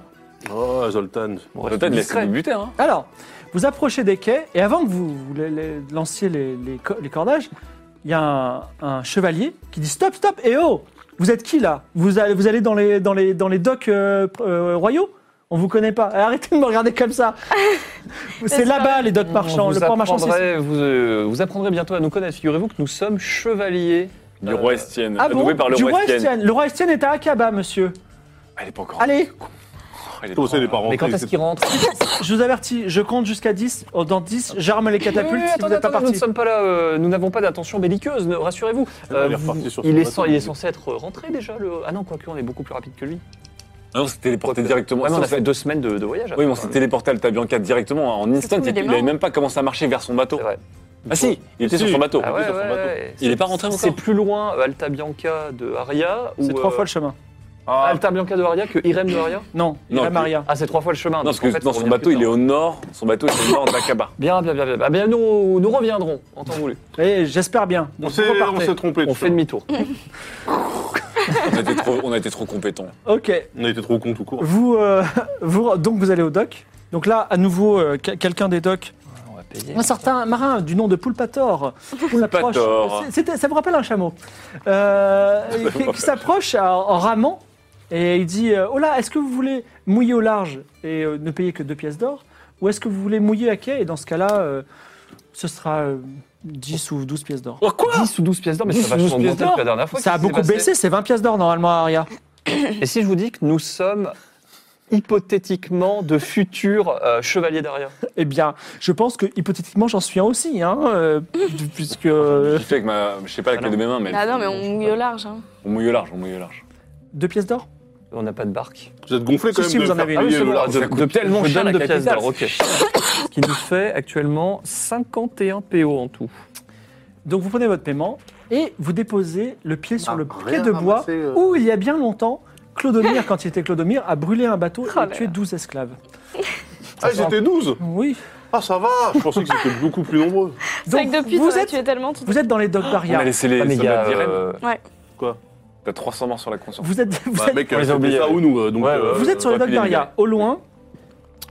S4: Oh, Zoltan.
S3: Bon, reste
S2: Zoltan il
S3: discret.
S2: est buté hein
S1: Alors, vous approchez des quais et avant que vous, vous les- les- lanciez les, les co- les cordages, il y a un, un chevalier qui dit stop, stop, et oh Vous êtes qui là vous allez, vous allez dans les, dans les, dans les docks euh, pr- euh, royaux on vous connaît pas. Arrêtez de me regarder comme ça. C'est là-bas les docks marchands,
S3: vous
S1: le port marchand. c'est-
S3: apprendrez- vous, euh, vous apprendrez bientôt à nous connaître. Figurez-vous que nous sommes chevaliers.
S2: Du
S3: Euh,
S2: roi Estienne,
S1: Ah bon
S2: adoré par le
S1: Du
S2: roi Estienne.
S1: Estienne. Le roi Estienne est à Akaba, monsieur.
S2: Elle est pas encore.
S1: Allez.
S2: Elle est
S4: Comment
S2: pas
S4: ça, il est pas rentré
S3: Mais quand est-ce
S4: etc.
S3: qu'il rentre
S1: Je vous avertis, je compte jusqu'à 10. Oh, Dans 10, j'arme les catapultes
S3: Oui,
S1: si
S3: oui,
S1: vous
S3: attendez,
S1: n'êtes pas
S3: attendez, nous ne
S1: parti.
S3: sommes pas là. euh, nous n'avons pas d'intention belliqueuse, ne- rassurez-vous. Euh,
S4: Il est
S3: vous-
S4: reparti sur son
S3: il, est
S4: bateau.
S3: sans- il est censé être rentré déjà. Le... Ah non, quoique, on est beaucoup plus rapide que lui.
S2: Non, on s'est téléporté
S3: Quoique-
S2: directement.
S3: Ouais, mais on
S2: Ça,
S3: a fait deux semaines de, de voyage.
S2: Oui, mais on s'est téléporté à Altabianca directement hein, en instant.
S6: trouve,
S2: Il
S6: il est
S2: n'avait
S6: mort.
S2: même pas commencé à marcher vers son bateau.
S3: C'est vrai.
S2: Ah si, il était
S4: Si.
S2: sur son bateau.
S3: Ah ouais,
S4: sur son
S3: ouais,
S4: bateau.
S3: ouais.
S2: Il est pas rentré
S3: C'est
S2: encore.
S3: plus loin euh, Alta Bianca de Aria ou
S1: C'est trois
S3: euh, Ah,
S1: fois le chemin.
S3: Alta Bianca de Aria que Irem de Aria
S1: Non, il
S2: Non,
S1: y a
S2: tu-
S1: Maria.
S3: Ah, c'est trois fois le chemin.
S2: Non,
S3: donc
S2: parce que
S3: en fait,
S2: dans
S3: on
S2: son
S3: revient
S2: bateau,
S3: plus
S2: il est
S3: tard.
S2: au nord. Son bateau, il est au nord d'Akaba.
S3: Bien, bien, bien, bien. Ah bien, nous, nous reviendrons en temps voulu.
S1: Et j'espère bien.
S4: On
S1: Donc,
S4: s'est
S1: vous
S4: on
S1: repartez.
S4: s'est trompé.
S3: On
S4: tout
S3: fait
S4: à l'heure.
S3: demi-tour.
S2: On a été trop, on a été trop compétents.
S1: Ok.
S4: On a été trop con tout court.
S1: Vous, euh, vous, donc vous allez au dock. Donc là, à nouveau, euh, que- quelqu'un des docks,
S3: On va payer.
S1: un certain marin du nom de Poulpator, Poulpator.
S2: Poulpator.
S1: ça me rappelle un chameau, Euh, qui, qui s'approche à- en ramant et il dit euh, Oh là, est-ce que vous voulez mouiller au large et euh, ne payer que deux pièces d'or Ou est-ce que vous voulez mouiller à quai Et dans ce cas-là, euh, ce sera euh, 10 ou 12 pièces d'or.
S2: Oh, quoi
S3: 10 ou 12 pièces d'or, mais
S1: 10
S3: ça a
S1: ou 12
S3: vachement
S1: pièces
S3: augmenté
S1: d'or.
S3: depuis la dernière fois.
S1: Ça a
S3: Qu'est-ce qui
S1: beaucoup
S3: s'est
S1: baissé, c'est 20 pièces d'or normalement à Aria.
S3: passé Et si je vous dis que nous sommes hypothétiquement de futurs euh, chevaliers d'Aria
S1: Eh bien, je pense que hypothétiquement, j'en suis un aussi, hein, euh, puisque. euh,
S2: Je fais avec ma. Je sais pas avec
S3: Ah non.
S2: les deux mains, mais.
S6: Ah non, mais on mouille au large. Hein.
S2: On mouille au large, on mouille au large.
S1: Deux pièces d'or
S3: On n'a pas de barque.
S4: Vous êtes gonflé quand
S1: Si,
S4: même.
S1: si, vous
S4: de
S1: en
S4: faire
S1: avez une.
S4: payer
S3: Ah oui, c'est
S4: le
S3: bon,
S4: large.
S3: de,
S2: coûte
S3: de-
S2: tellement
S3: je
S2: cher,
S3: donne
S2: la
S3: deux pièces
S2: capitale.
S3: d'or, ok. Ce qui nous fait actuellement 51 PO en tout.
S1: Donc vous prenez votre paiement et vous déposez le pied sur
S4: Ah,
S1: le
S4: rien
S1: quai de bois
S4: ramassé, euh.
S1: où il y a bien longtemps, Clodomir, quand il était Clodomir, a brûlé un bateau
S6: Oh là
S1: et tué 12 esclaves.
S4: Ah, ils étaient 12
S1: Oui.
S4: Ah, ça va Je pensais que c'était beaucoup plus nombreux.
S6: C'est vrai
S1: Donc
S6: que depuis,
S1: vous,
S6: t'en as
S1: êtes,
S6: tué tellement. tout-
S1: vous êtes dans les docks
S2: On a
S1: d'Aria.
S2: laissé les
S3: Ah, mais il y
S2: soldats
S3: a,
S2: d'Irem.
S3: euh,
S2: T'as 300 morts sur la conscience.
S1: Vous êtes, vous
S4: Bah,
S1: êtes,
S4: mec,
S3: on les a
S4: c'était
S3: oubliés,
S4: ça
S3: ouais.
S4: ou nous, euh, donc.
S3: Ouais,
S4: euh,
S3: ouais,
S1: vous êtes sur les
S2: aurait
S1: docks
S2: pu les
S1: d'Aria,
S2: libérer.
S1: au loin,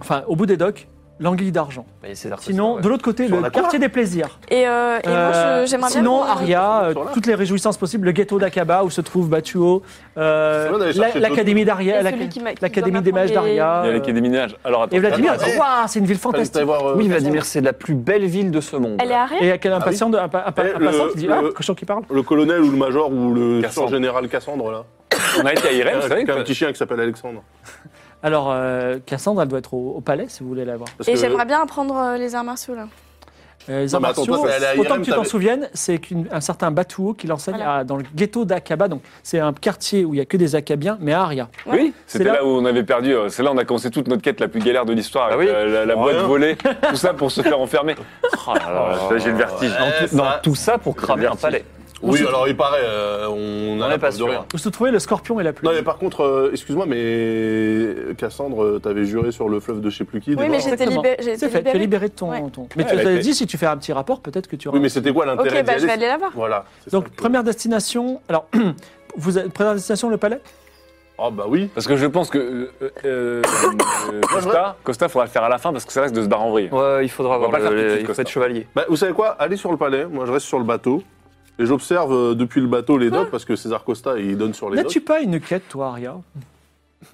S1: enfin au bout des docks, l'anguille d'argent.
S3: mais c'est l'artiste,
S1: Sinon,
S3: ouais.
S1: de l'autre côté,
S3: Sur
S1: le
S3: la
S1: quartier des plaisirs.
S6: Et, euh, et moi,
S1: Euh,
S6: je- j'aimerais bien.
S1: sinon,
S6: qu'on-
S1: Aria, euh,
S4: Sur là.
S1: toutes les réjouissances possibles, le ghetto d'Akaba où se trouve Batuo, euh,
S4: C'est vrai d'aller
S1: la-
S4: chercher
S1: l'académie
S6: Et
S1: d'Aria,
S6: celui
S1: l'ac-
S6: qui m'a- qui
S1: l'académie
S6: doit
S1: des mages
S6: m'apprendre les-
S1: d'Aria.
S2: Il y a
S1: euh,
S2: les quais des minages. Alors attends.
S1: Et Vladimir,
S4: Attends,
S1: waouh, c'est une ville
S4: Ah, fallait
S1: fantastique.
S4: aller voir, euh,
S3: Oui,
S4: le-
S3: Vladimir, c'est la plus belle ville de ce monde.
S6: Elle est arrêtée
S1: Et avec un impatient, de, un, pa- un pa-
S4: Eh,
S1: un passant
S4: Ah le-
S1: qui dit
S4: le-
S1: Ah, cochon qui parle.
S4: Le colonel ou le major ou le
S2: Cassandre.
S4: général Cassandre, là.
S2: On a été à Irem, vous savez
S4: Avec un
S2: que-
S4: petit chien qui s'appelle Alexandre.
S1: Alors, euh, Cassandre, elle doit être au, au palais si vous voulez la voir.
S4: Parce
S6: Et
S4: que-
S6: j'aimerais bien apprendre euh, les arts martiaux là.
S1: Euh, les
S4: Non,
S1: arts
S4: mais attends,
S1: martiaux,
S4: toi, c'est allé à
S1: autant
S4: IRM,
S1: que tu t'en
S4: t'avais-
S1: souviennes, c'est qu'un certain Batuo qui l'enseigne
S6: Voilà.
S1: à- dans le ghetto d'Akaba. Donc, c'est un quartier où il n'y a que des Akabiens, mais à Aria.
S2: Oui,
S1: C'est
S2: c'était
S1: là-
S2: là... où on avait perdu. euh, C'est là où on a commencé toute notre quête la plus galère de l'histoire.
S3: Ah
S2: avec,
S3: oui.
S2: euh, la, la
S4: Pour
S2: boîte
S4: rien.
S2: volée, tout ça pour se faire enfermer. Oh là là, ça, j'ai le vertige.
S3: Dans tout- dans tout ça pour cramer un
S2: Merci.
S3: palais.
S4: Oui, alors il paraît, euh, on
S3: On
S4: a
S3: n'est
S4: la
S3: pas
S4: preuve de
S3: sûr.
S4: rien.
S1: Vous se trouvez le scorpion et la pluie.
S4: Non, mais par contre, euh, excuse-moi, mais Cassandre, euh, t'avais juré sur le fleuve de je sais plus qui. des
S6: Oui, mais
S4: morts.
S6: j'ai été
S1: Exactement.
S6: libérée. j'ai
S1: C'est
S6: été
S1: fait, tu es
S6: libérée.
S1: libéré de ton.
S6: Ouais.
S1: ton- Mais
S4: Ouais,
S1: tu
S4: elle
S1: t'avais
S4: fait.
S1: dit, si tu fais un petit rapport, peut-être que tu auras.
S4: Oui, mais c'était quoi l'intérêt
S6: Ok,
S4: d'y
S6: bah je vais
S4: aller
S6: aller la voir.
S4: Voilà. c'est
S1: Donc,
S4: ça que-
S1: première destination. Alors, vous avez- première destination, le palais
S4: Ah, bah oui.
S2: Parce que je pense que euh, euh, euh, Costa, Costa, faudra le faire à la fin parce que ça risque de se barrer en vrille.
S3: Ouais, il faudra
S2: va
S3: voir.
S2: pas faire tout de
S3: le-
S2: suite,
S3: Il faut
S2: Costa.
S3: être chevalier.
S4: Bah, vous savez quoi Allez sur le palais, moi je reste sur le bateau. Et j'observe euh, depuis le bateau les docks parce que César Costa il donne sur les docks.
S1: N'as-tu pas une quête, toi, Aria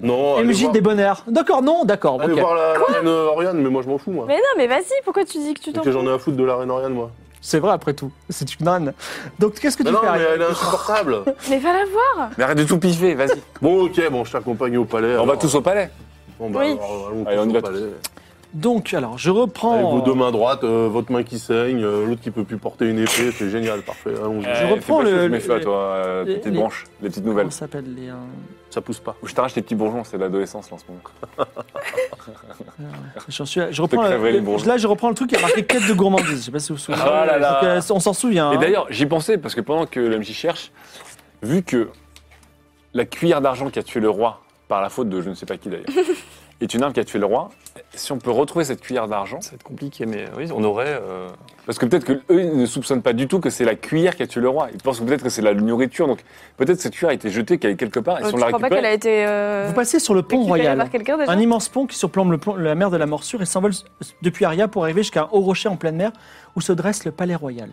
S4: Non, allez
S1: MJ
S4: voir,
S1: débonnaire. D'accord, non, d'accord.
S4: allez
S1: ok.
S4: voir la, la reine euh, Oriane, mais moi je m'en fous, moi.
S6: Mais non, mais vas-y, pourquoi tu dis que tu t'en
S4: Ok, j'en ai
S6: fous
S4: à foutre de la reine Oriane, moi.
S1: C'est vrai après tout. C'est une âne. Donc qu'est-ce que
S4: Mais
S1: tu
S4: non,
S1: fais
S4: mais
S1: Harry
S4: elle est insupportable.
S6: Mais va la voir
S2: Mais arrête de tout piffer, vas-y.
S4: bon, ok, bon, je t'accompagne au palais.
S2: On va
S4: alors.
S2: tous au palais.
S4: Bon, bah,
S6: Oui.
S4: alors, allons
S2: Allez,
S4: tous
S2: on y
S4: au
S2: va
S4: palais.
S1: Donc alors je
S4: Avec
S2: Oh.
S1: reprends.
S4: vos deux
S1: euh,
S4: mains droites, euh, votre main qui saigne, euh, l'autre qui peut plus porter une épée, c'est génial, parfait, allons-y.
S2: Eh,
S1: reprends
S2: fais pas
S1: le-
S2: chauffe
S1: le-
S2: mes feux à
S1: le-
S2: toi, euh,
S1: les-
S2: tes petites
S1: les-
S2: branches, les petites
S1: Comment
S2: nouvelles.
S1: ça s'appelle les. euh,
S4: Ça pousse pas.
S2: Ou je t'arrache tes petits bourgeons, c'est l'adolescence là, en ce moment.
S1: j'en suis à- je reprends.
S2: Te crèverais
S1: le-
S2: les bourges.
S1: là je reprends le truc qui a marqué quête de gourmandise. Je sais pas si vous vous souvenez.
S2: Ah là là.
S1: Donc, euh, on s'en souvient.
S2: Et
S1: hein.
S2: d'ailleurs, j'y pensais parce que pendant que l'MJ cherche, vu que la cuillère d'argent qui a tué le roi, par la faute de je ne sais pas qui d'ailleurs, est une arme qui a tué le roi, si on peut retrouver cette cuillère d'argent,
S3: Ça va être compliqué, mais oui, on aurait. euh,
S2: parce que peut-être que eux ils ne soupçonnent pas du tout que c'est la cuillère qui a tué le roi. Ils pensent que peut-être que c'est la nourriture, donc peut-être que cette cuillère a été jetée qu'elle est quelque part et
S6: Euh,
S2: si
S6: Tu
S2: on la
S6: crois pas
S2: récupère.
S6: qu'elle a été. euh,
S1: Vous passez sur le pont
S6: récupérée
S1: royal.
S6: par quelqu'un déjà
S1: Un immense pont qui surplombe le plomb- la mer de la morsure et s'envole s- depuis Aria pour arriver jusqu'à un haut rocher en pleine mer où se dresse le palais royal.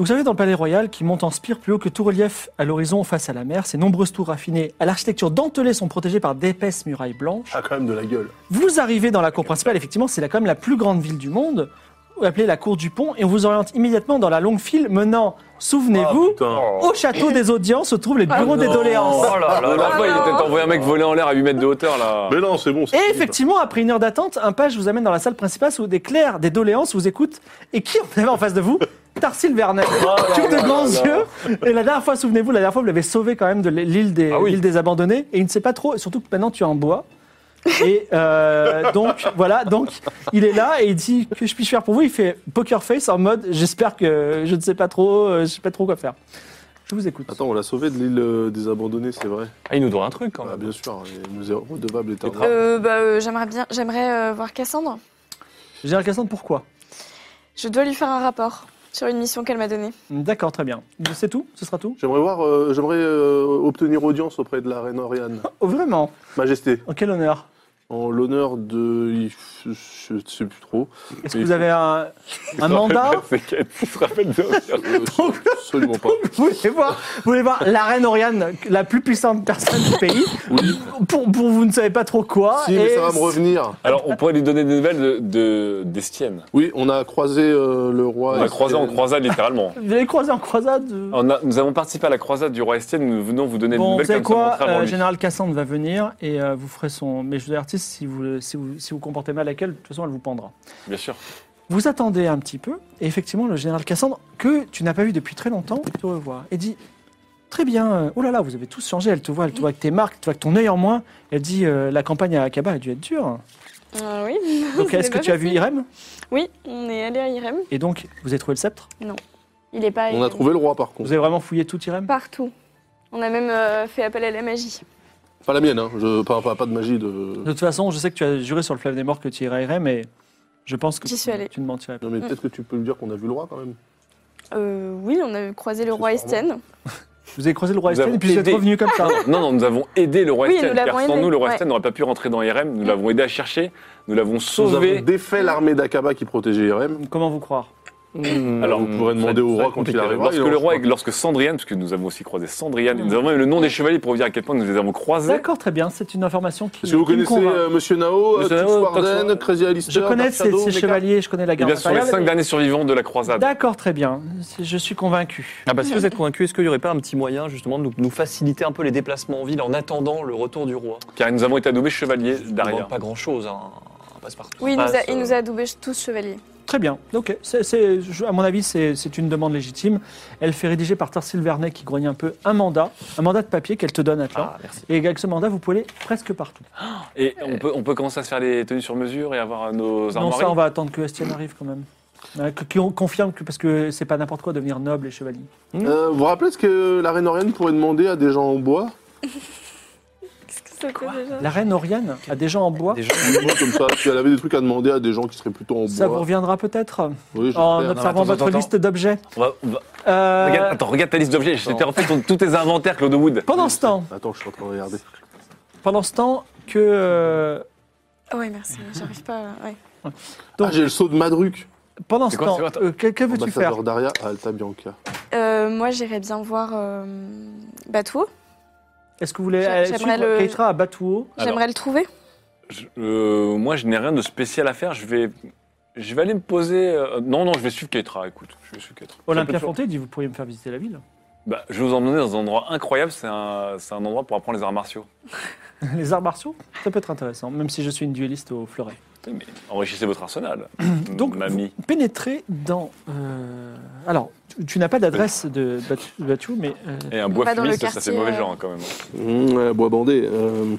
S1: Vous savez, dans le palais royal, qui monte en spire plus haut que tout relief à l'horizon face à la mer, ses nombreuses tours raffinées à l'architecture dentelée sont protégées par d'épaisses murailles blanches.
S4: Ah, quand même de la gueule.
S1: Vous arrivez dans la cour principale, effectivement, c'est la- quand même la plus grande ville du monde, appelée la cour du pont, et on vous oriente immédiatement dans la longue file menant, souvenez-vous,
S4: Ah, putain. Ah
S1: au château des audiences se trouvent les bureaux des
S4: non.
S1: doléances.
S3: Oh là là
S2: Oh,
S3: là
S2: l'enfant, il a peut-être envoyé un mec voler en l'air à 8 mètres de hauteur là.
S4: Mais non, c'est bon, c'est
S1: Et
S4: fini,
S1: effectivement, après une heure d'attente, un page vous amène dans la salle principale où des clercs, des doléances vous écoutent. Et qui vous avez en face de vous Tarsil Vernet.
S3: Oh
S1: Qui a de grands yeux. Et la dernière fois, souvenez-vous, la dernière fois, vous l'avez sauvé quand même de l'île des,
S3: Ah oui.
S1: l'île des abandonnés. Et il ne sait pas trop, et surtout que maintenant tu es en bois. Et euh, donc, voilà, donc il est là et il dit Que je puis faire pour vous Il fait poker face en mode J'espère que je ne sais pas trop, euh, je sais pas trop quoi faire. Je vous écoute.
S4: pas. Attends, on l'a sauvé de l'île euh, des abandonnés, c'est vrai.
S3: Ah, il nous doit un truc
S2: Oh.
S3: quand
S4: Ah,
S3: même.
S4: bien sûr, il nous est redevable éternellement.
S6: Euh, bah, euh, j'aimerais bien, j'aimerais euh, voir Cassandre.
S1: Gérald Cassandre, pourquoi
S6: Je dois lui faire un rapport sur une mission qu'elle m'a donnée.
S1: D'accord, très bien. C'est tout Ce sera tout
S4: J'aimerais voir, euh, j'aimerais euh, obtenir audience auprès de la reine Oriane.
S1: Oh, Vraiment
S4: Majesté,
S1: En quel honneur
S4: en l'honneur de. Je ne sais plus trop.
S1: Est-ce que vous avez un, un mandat
S2: C'est qu'elle se rappelle de
S4: Euh, Absolument pas.
S1: vous voulez, voir, vous voulez voir la reine Oriane, la plus puissante personne du pays,
S4: Oui.
S1: pour, pour vous ne savez pas trop quoi.
S4: Si, mais
S1: et
S4: ça va me revenir.
S2: Alors, on pourrait lui donner des nouvelles de, de, d'Estienne.
S4: Oui, on a croisé euh, le roi.
S2: On a croisé en croisade, littéralement.
S1: Vous allez croiser en croisade. euh.
S2: On a- nous avons participé à la croisade du roi Estienne, nous venons vous donner
S1: Bon,
S2: des
S1: vous savez
S2: nouvelles comme ça
S1: quoi
S2: montrera avant
S1: euh,
S2: lui.
S1: Général Cassandre va venir et euh, vous ferez son. Mais je vous avertis, si vous, si, vous, si vous comportez mal avec elle, de toute façon, elle vous pendra.
S2: Bien sûr.
S1: Vous attendez un petit peu, et effectivement, le général Cassandre, que tu n'as pas vu depuis très longtemps, te revoit et dit Très bien, euh, oh là là, vous avez tous changé. Elle te voit, elle te voit avec tes marques, elle te voit avec ton œil en moins. Elle dit euh, La campagne à Akaba a dû être dure.
S4: Ah
S6: Euh, oui.
S1: Donc,
S6: Ce
S1: est-ce
S6: n'est
S1: que
S6: pas
S1: tu as vu Irem
S6: Oui, on est allé à Irem.
S1: Et donc, vous avez trouvé le sceptre
S6: Il est pas.
S4: On a trouvé le roi, par
S1: Vous
S4: contre.
S1: avez vraiment fouillé tout, Irem
S6: partout. On a même euh, fait appel à la magie.
S4: Pas la mienne, hein. Je, pas, pas, pas de magie de.
S1: De toute façon, je sais que tu as juré sur le fleuve des morts que tu irais Irem, mais je pense que
S6: J'y suis allée.
S1: tu ne mentirais pas.
S4: Non, mais peut-être que tu peux me dire qu'on a vu le roi quand même.
S6: Euh, oui, on a croisé le
S4: C'est
S6: roi
S4: sûrement.
S6: Esten.
S1: Vous avez croisé le roi
S2: Nous
S1: Estelle et
S2: avons
S1: puis vous êtes
S2: aidé.
S1: revenu comme ça.
S2: Non, non, nous avons aidé le roi
S6: Oui,
S2: Estienne,
S6: nous l'avons
S2: car sans
S6: aidé,
S2: nous, le roi
S6: ouais.
S2: Estienne n'aurait pas pu rentrer dans IRM. Nous l'avons aidé à chercher, nous l'avons
S4: Nous
S2: sauvé.
S4: avons défait l'armée d'Akaba qui protégeait Irem.
S1: Comment vous croire
S3: Hmm.
S4: Alors, vous pourrez demander au roi quand il arrivera.
S2: Lorsque
S4: il en
S2: le roi,
S4: sera.
S2: lorsque Sandriane, parce que nous avons aussi croisé Sandriane, et
S6: Mm.
S2: nous avons même le nom des chevaliers pour vous dire à quel point nous les avons croisés.
S1: D'accord, très bien, c'est une information qui.
S4: Est-ce que vous
S1: qui me
S4: connaissez
S1: convainc.
S4: euh, Monsieur Nao,
S2: Monsieur
S4: Monsieur
S2: Nao, Toxo-
S4: Crazy Alistair
S1: Je connais
S4: Dark
S1: ces,
S4: Shadow,
S1: ces
S4: Mecha
S1: chevaliers, je connais la
S2: Eh
S1: garde
S2: bien, ce
S6: bah,
S2: sont les
S1: impériale.
S2: cinq derniers survivants de la croisade.
S1: D'accord, très bien. C'est- Je suis convaincu.
S3: Ah bah si vous êtes convaincu, est-ce qu'il n'y aurait pas un petit moyen justement de nous, nous faciliter un peu les déplacements en ville en attendant le retour du roi
S2: Car nous avons été nommés chevaliers
S3: On
S2: d'arrière.
S3: demande pas grand-chose, hein, un passe-partout.
S1: Ah,
S6: Oui, il nous,
S3: passe,
S6: a, il
S3: euh,
S6: nous a adoubés tous chevaliers.
S1: Très bien. Ok. C'est- c'est- je- à mon avis, c'est c'est une demande légitime. Elle fait rédiger par Tarsil Vernet qui grogne un peu un mandat, un mandat de papier qu'elle te donne, Atlan.
S3: Ah, merci.
S1: Et avec ce mandat, vous pouvez aller presque partout.
S2: Et on peut, on peut commencer à se faire les tenues sur mesure et avoir nos
S1: Non, ça, on
S2: armoiries.
S1: va attendre que Estienne arrive quand même. Euh, que- Qu'on confirme que, parce que c'est pas n'importe quoi devenir noble et chevalier.
S4: Euh, vous vous rappelez ce que la reine Oriane pourrait demander à des gens en bois
S6: Qu'est-ce que c'était déjà
S1: La reine Oriane a des gens en bois.
S3: Déjà,
S4: Des mots comme ça. Si elle avait des trucs à demander à des gens qui seraient plutôt en
S1: Ça vous Oh,
S4: bois.
S1: reviendra peut-être
S4: Oui,
S1: en
S4: j'espère.
S1: observant
S2: attends,
S1: votre
S2: attends,
S1: liste d'objets.
S2: On va- on va-
S1: Euh,
S2: Regarde, attends, regarde ta liste d'objets. Je t'ai refait ton- tous tes inventaires, Claude Wood.
S1: pendant ce temps,
S4: Attends, je suis en train de regarder.
S1: pendant ce temps que euh,
S6: Ah Oui, merci, j'arrive pas. à- ouais.
S1: Donc-
S4: ah, j'ai le saut de Madruc,
S1: pendant
S2: C'est
S1: ce
S2: quoi,
S1: temps,
S2: c'est quoi, attends.
S1: euh, que, que veux-tu faire
S4: ambassadeur d'Aria à Alta Bianca.
S6: Euh, moi, j'irais bien voir euh, Batwo.
S1: Est-ce que vous voulez
S6: J'a-
S1: euh,
S6: j'aimerais
S1: suivre
S6: le-
S1: Keitra à Batuo
S2: Alors.
S6: J'aimerais le trouver.
S2: Je- euh, moi, je n'ai rien de spécial à faire. Je vais, je vais aller me poser. euh, non, non, je vais suivre Keitra. Écoute, je vais suivre Keitra. Ça peut
S1: Olympia
S2: toujours-
S1: Fonté dit vous pourriez me faire visiter la ville.
S2: Bah, je vais vous emmener dans un endroit incroyable. C'est un, c'est un endroit pour apprendre les arts martiaux.
S1: Les arts martiaux, ça peut être intéressant, même si je suis une duelliste au fleuret.
S2: Oui, mais enrichissez votre arsenal.
S1: Donc,
S2: mamie.
S1: vous pénétrez dans. euh, Alors, tu, tu n'as pas d'adresse de Batu- Batu, mais euh,
S2: Et un
S6: On
S2: bois
S6: va dans le
S2: fumiste, ça,
S6: quartier,
S2: c'est mauvais
S6: euh,
S2: genre hein, quand même.
S4: Mmh, ouais, bois bandé. euh,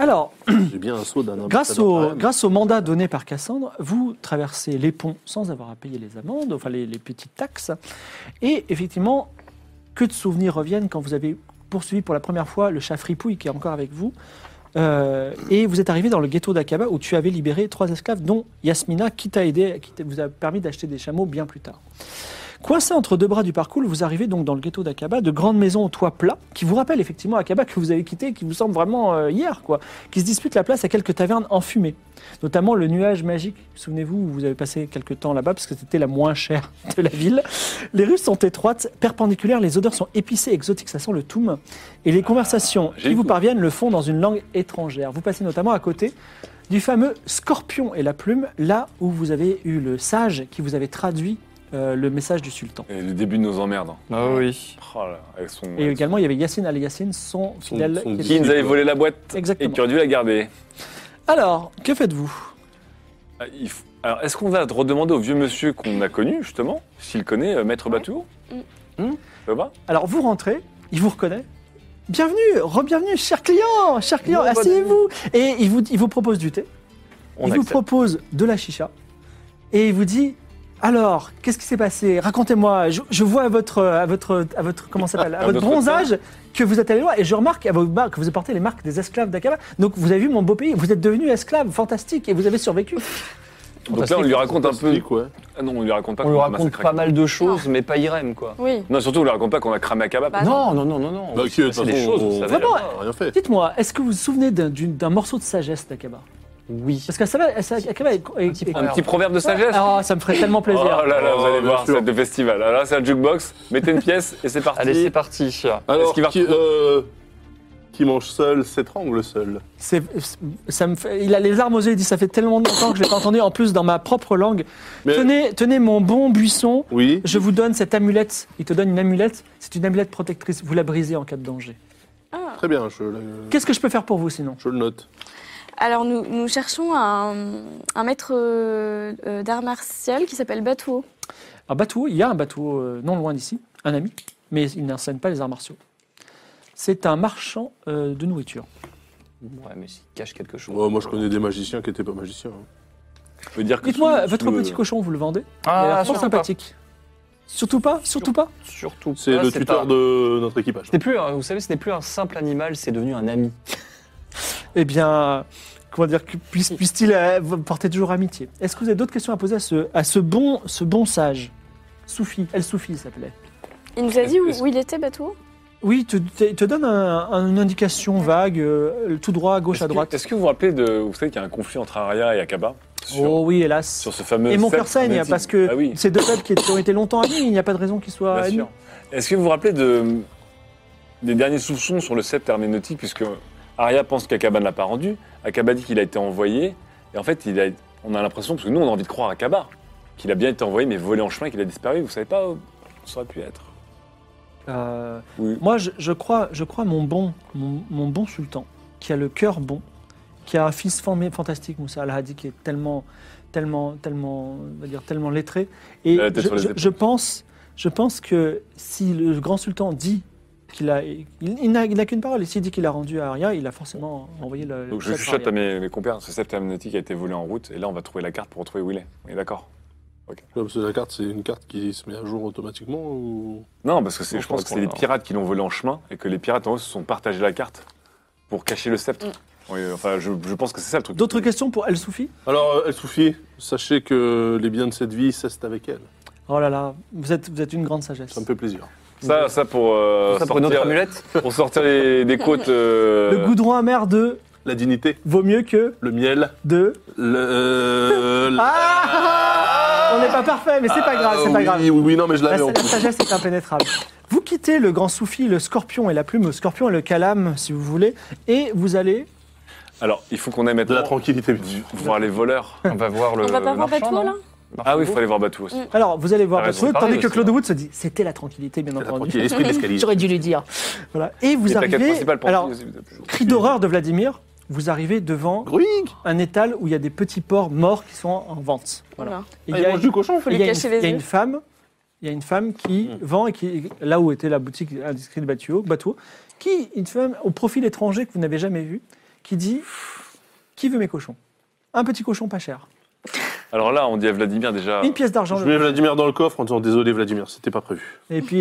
S1: alors,
S4: J'ai bien un saut d'un
S1: grâce
S4: ambassadeur
S1: au,
S4: Harem.
S1: grâce au mandat donné par Cassandre, vous traversez les ponts sans avoir à payer les amendes, enfin les, les petites taxes. Et effectivement, que de souvenirs reviennent quand vous avez poursuivi pour la première fois le chat Fripouille qui est encore avec vous. Euh, et vous êtes arrivé dans le ghetto d'Akaba où tu avais libéré trois esclaves, dont Yasmina, qui t'a aidé, qui t'a- vous a permis d'acheter des chameaux bien plus tard. Coincé entre deux bras du parcours, vous arrivez donc dans le ghetto d'Akaba, de grandes maisons au toit plat, qui vous rappellent effectivement Akaba que vous avez quitté, et qui vous semble vraiment euh, hier, quoi, qui se disputent la place à quelques tavernes enfumées, notamment le nuage magique. Souvenez-vous, où vous avez passé quelques temps là-bas parce que c'était la moins chère de la ville. Les rues sont étroites, perpendiculaires, les odeurs sont épicées, exotiques, ça sent le toum, et les conversations
S2: Ah, j'ai
S1: qui
S2: le
S1: vous
S2: goût.
S1: parviennent le font dans une langue étrangère. Vous passez notamment à côté du fameux scorpion et la plume, là où vous avez eu le sage qui vous avait traduit euh, le message du sultan.
S2: Et le début de nos emmerdes.
S3: Ah oui.
S2: Oh là, avec son,
S1: Et également, il y avait Yassine Al-Yassine, son fidèle.
S4: son
S1: qui-
S2: Qui nous avait volé la boîte et
S1: Exactement.
S2: qui aurait dû la garder.
S1: Alors, que faites-vous
S2: Ah, il faut- Alors, est-ce qu'on va redemander au vieux monsieur qu'on a connu, justement, s'il connaît euh, Maître Batour
S6: Mm.
S2: Hmm Ça va
S1: Alors, vous rentrez, il vous reconnaît. Bienvenue, re-bienvenue, cher client, cher client,
S3: Bon, bonne
S1: asseyez-vous. Et il vous, il vous propose du thé,
S2: On
S1: il vous
S2: accepte.
S1: propose de la chicha, et il vous dit Alors, qu'est-ce qui s'est passé Racontez-moi, je, je vois à votre, à votre, à votre, comment ça s'appelle, à
S2: À
S1: votre
S2: notre
S1: bronzage que vous êtes allé loin, et je remarque à vos marques que vous portez les marques des esclaves d'Akaba. Donc, vous avez vu mon beau pays, vous êtes devenu esclave, fantastique, et vous avez survécu.
S2: Donc là, on lui raconte un peu.
S4: Fantastique, ouais.
S2: Ah non, on lui raconte pas
S3: On lui
S2: qu'on a
S3: raconte
S2: massacré
S3: pas mal de choses, mais pas Irem, quoi.
S6: Oui.
S2: Non, surtout, on lui raconte pas qu'on a cramé Akaba.
S6: Bah,
S3: Ah Non, non, non, non, non.
S4: Bah,
S3: Oui,
S4: qui,
S3: c'est
S4: de
S3: passé
S4: toute
S3: des
S4: façon,
S3: choses, vous
S4: on-
S3: savez.
S1: Vraiment,
S4: On a rien fait.
S1: Dites-moi, est-ce que vous vous souvenez d'un d'une- d'un morceau de sagesse d'Akaba
S3: Oui.
S1: Parce qu'Akaba est. est-
S3: petit
S1: est-
S2: Un petit proverbe de sagesse.
S1: Ah, ça me ferait tellement
S2: Oh
S1: plaisir.
S2: là là, vous allez
S4: Oh, bien
S2: voir,
S4: sûr.
S2: c'est de festival. Ah Là, c'est un jukebox. Mettez une pièce et c'est parti.
S3: Allez, c'est parti.
S4: Alors,
S2: Est-ce qu'il va-
S4: qui, euh, qui mange seul s'étrangle seul.
S1: C'est- ça me fait- il a les larmes aux yeux, il dit ça fait tellement longtemps que je l'ai pas entendu, en plus dans ma propre langue.
S4: Mais-
S1: Tenez, tenez mon bon buisson,
S4: Oui.
S1: je vous donne cette amulette. Il te donne une amulette, c'est une amulette protectrice, vous la brisez en cas de danger.
S6: Ah.
S4: Très bien, je, le-
S1: Qu'est-ce que je peux faire pour vous sinon
S4: je le note.
S6: Alors, nous, nous cherchons un, un maître euh, euh, d'art martial qui s'appelle Batuo.
S1: Un bateau, il y a un bateau euh, non loin d'ici, un ami, mais il n'enseigne pas les arts martiaux. C'est un marchand euh, de nourriture.
S3: Ouais, mais s'il cache quelque chose.
S4: Oh, moi, je connais des magiciens qui n'étaient pas magiciens. hein.
S2: Je peux dire que
S1: Dites-moi,
S2: sous-
S1: votre
S2: sous-
S1: petit cochon, vous le vendez Il a l'air
S3: Ah,
S1: fort
S3: surtout pas.
S1: sympathique. Surtout pas Surtout pas
S3: Surtout
S4: Ah, C'est
S3: pas,
S4: le tuteur
S3: pas-
S4: de notre équipage.
S3: C'était plus, un- vous savez, c'était plus un simple animal, c'est devenu un ami.
S1: Eh bien, comment dire, que puisse- puisse-t-il euh, vous porter toujours amitié Est-ce que vous avez d'autres questions à poser à ce, à ce, bon, ce bon sage Soufi, El Soufi il s'appelait.
S6: Il nous a dit où,
S2: Est-ce-
S6: où il était,
S1: Euh,
S6: Batuo
S1: Oui, il te, te- il te donne un- un- une indication vague, euh, tout droit, gauche
S2: Est-ce
S1: à
S2: que-
S1: droite.
S2: Est-ce que vous vous rappelez de. Vous savez qu'il y a un conflit entre Araya et Akaba sur,
S1: Oh oui, hélas.
S2: sur ce fameux.
S1: Et mon cœur
S2: sceptre
S1: saigne
S2: magnétique.
S1: parce que
S2: Ah oui,
S1: ces deux peuples qui ont été longtemps amis, il n'y a pas de raison qu'ils soient
S2: bien
S1: ennemis.
S2: sûr. Est-ce que vous vous rappelez de. des derniers soupçons sur le sceptre herméneutique, puisque Arya pense qu'Akaba ne l'a pas rendu, Akaba dit qu'il a été envoyé, et en fait, il a- on a l'impression, parce que nous, on a envie de croire à Akaba, qu'il a bien été envoyé, mais volé en chemin, qu'il a disparu. Vous savez pas où ça aurait pu être
S1: Euh,
S2: Oui.
S1: Moi, je, je crois, je crois mon bon, mon, mon bon sultan, qui a le cœur bon, qui a un fils formé fantastique, Moussa Al-Hadi, qui est tellement, tellement, tellement, on va dire, tellement lettré. Et
S2: La tête
S1: je,
S2: sur les
S1: je-
S2: épaules.
S1: je pense, je pense que si le grand sultan dit qu'il a, il, il n'a il n'a qu'une parole, et s'il dit qu'il a rendu à Arya, il a forcément envoyé le.
S2: Donc je
S1: le
S2: chuchote à mes, mes compères, ce sceptre herméneutique a été volé en route, et là on va trouver la carte pour retrouver où il est. On est d'accord
S4: Ouais, parce que la carte, c'est une carte qui se met à jour automatiquement ou...
S2: Non, parce que c'est-
S3: Non,
S2: je pense que
S3: faut
S2: c'est les
S3: répondre,
S2: pirates qui l'ont volé en chemin, et que les pirates en haut se sont partagés la carte pour cacher le sceptre. Oui, euh, enfin, je, je pense que c'est ça le truc.
S1: D'autres questions pour El Soufi
S4: Alors, euh, El Soufi, sachez que les biens de cette vie cessent avec elle.
S1: Oh là là, vous êtes, vous êtes une grande sagesse.
S4: Ça me fait plaisir.
S2: Ça, ça pour, euh,
S3: Ça pour une autre
S2: sortir,
S3: amulette
S2: pour sortir les- des côtes. euh,
S1: Le goudron amer de
S4: La dignité,
S1: vaut mieux que
S4: le miel,
S1: de.
S4: le... euh,
S1: Ah On n'est pas parfait, mais c'est pas grave, c'est
S4: oui,
S1: pas grave.
S4: Ah, Oui, oui, non, mais je
S1: La,
S4: l'avais en
S1: Bah, la
S4: plus.
S1: sagesse est impénétrable. Vous quittez le grand soufi, le scorpion et la plume, le scorpion et le calame, si vous voulez, et vous allez.
S2: Alors, il faut qu'on aille
S4: De la
S2: maintenant
S4: tranquillité.
S2: voir les voleurs.
S3: On va voir le.
S6: On va pas voir Mm.
S3: marchand,
S6: Batou
S3: non
S6: là
S2: Ah oui, il faut aller voir Batou aussi.
S1: Alors, vous allez voir
S2: Ah,
S1: votre
S2: c'est
S1: route,
S3: pareil
S1: tandis que
S3: aussi,
S1: Claude
S3: hein.
S1: Wood se dit c'était la tranquillité, bien
S4: La
S1: entendu.
S4: tranquillité, l'esprit d'escalier.
S1: J'aurais dû le dire. Voilà. Et vous
S2: Les plaquettes
S1: arrivez.
S2: principales pour
S1: Alors,
S2: vous, vous- vous-
S1: cri d'horreur de Vladimir, vous arrivez devant
S4: Gruig
S1: un étal où il y a des petits porcs morts qui sont en en vente. Voilà. Et
S6: Oula.
S4: Ah,
S1: il y
S4: Il
S1: a
S4: mange du cochon
S6: Faut lui
S1: il y a
S6: cacher
S1: une-
S6: les
S1: Il y a
S6: yeux. Mm.
S1: une femme, il y a une femme qui vend et qui là où était la boutique indiscrète de Batuo- Batuo, qui une femme au profil étranger que vous n'avez jamais vu, qui dit qui veut mes cochons. Un petit cochon pas cher.
S2: Alors là, on dit à Vladimir déjà.
S1: Une pièce d'argent.
S4: Je mets Vladimir dans le coffre en disant désolé Vladimir, c'était pas prévu.
S1: Et puis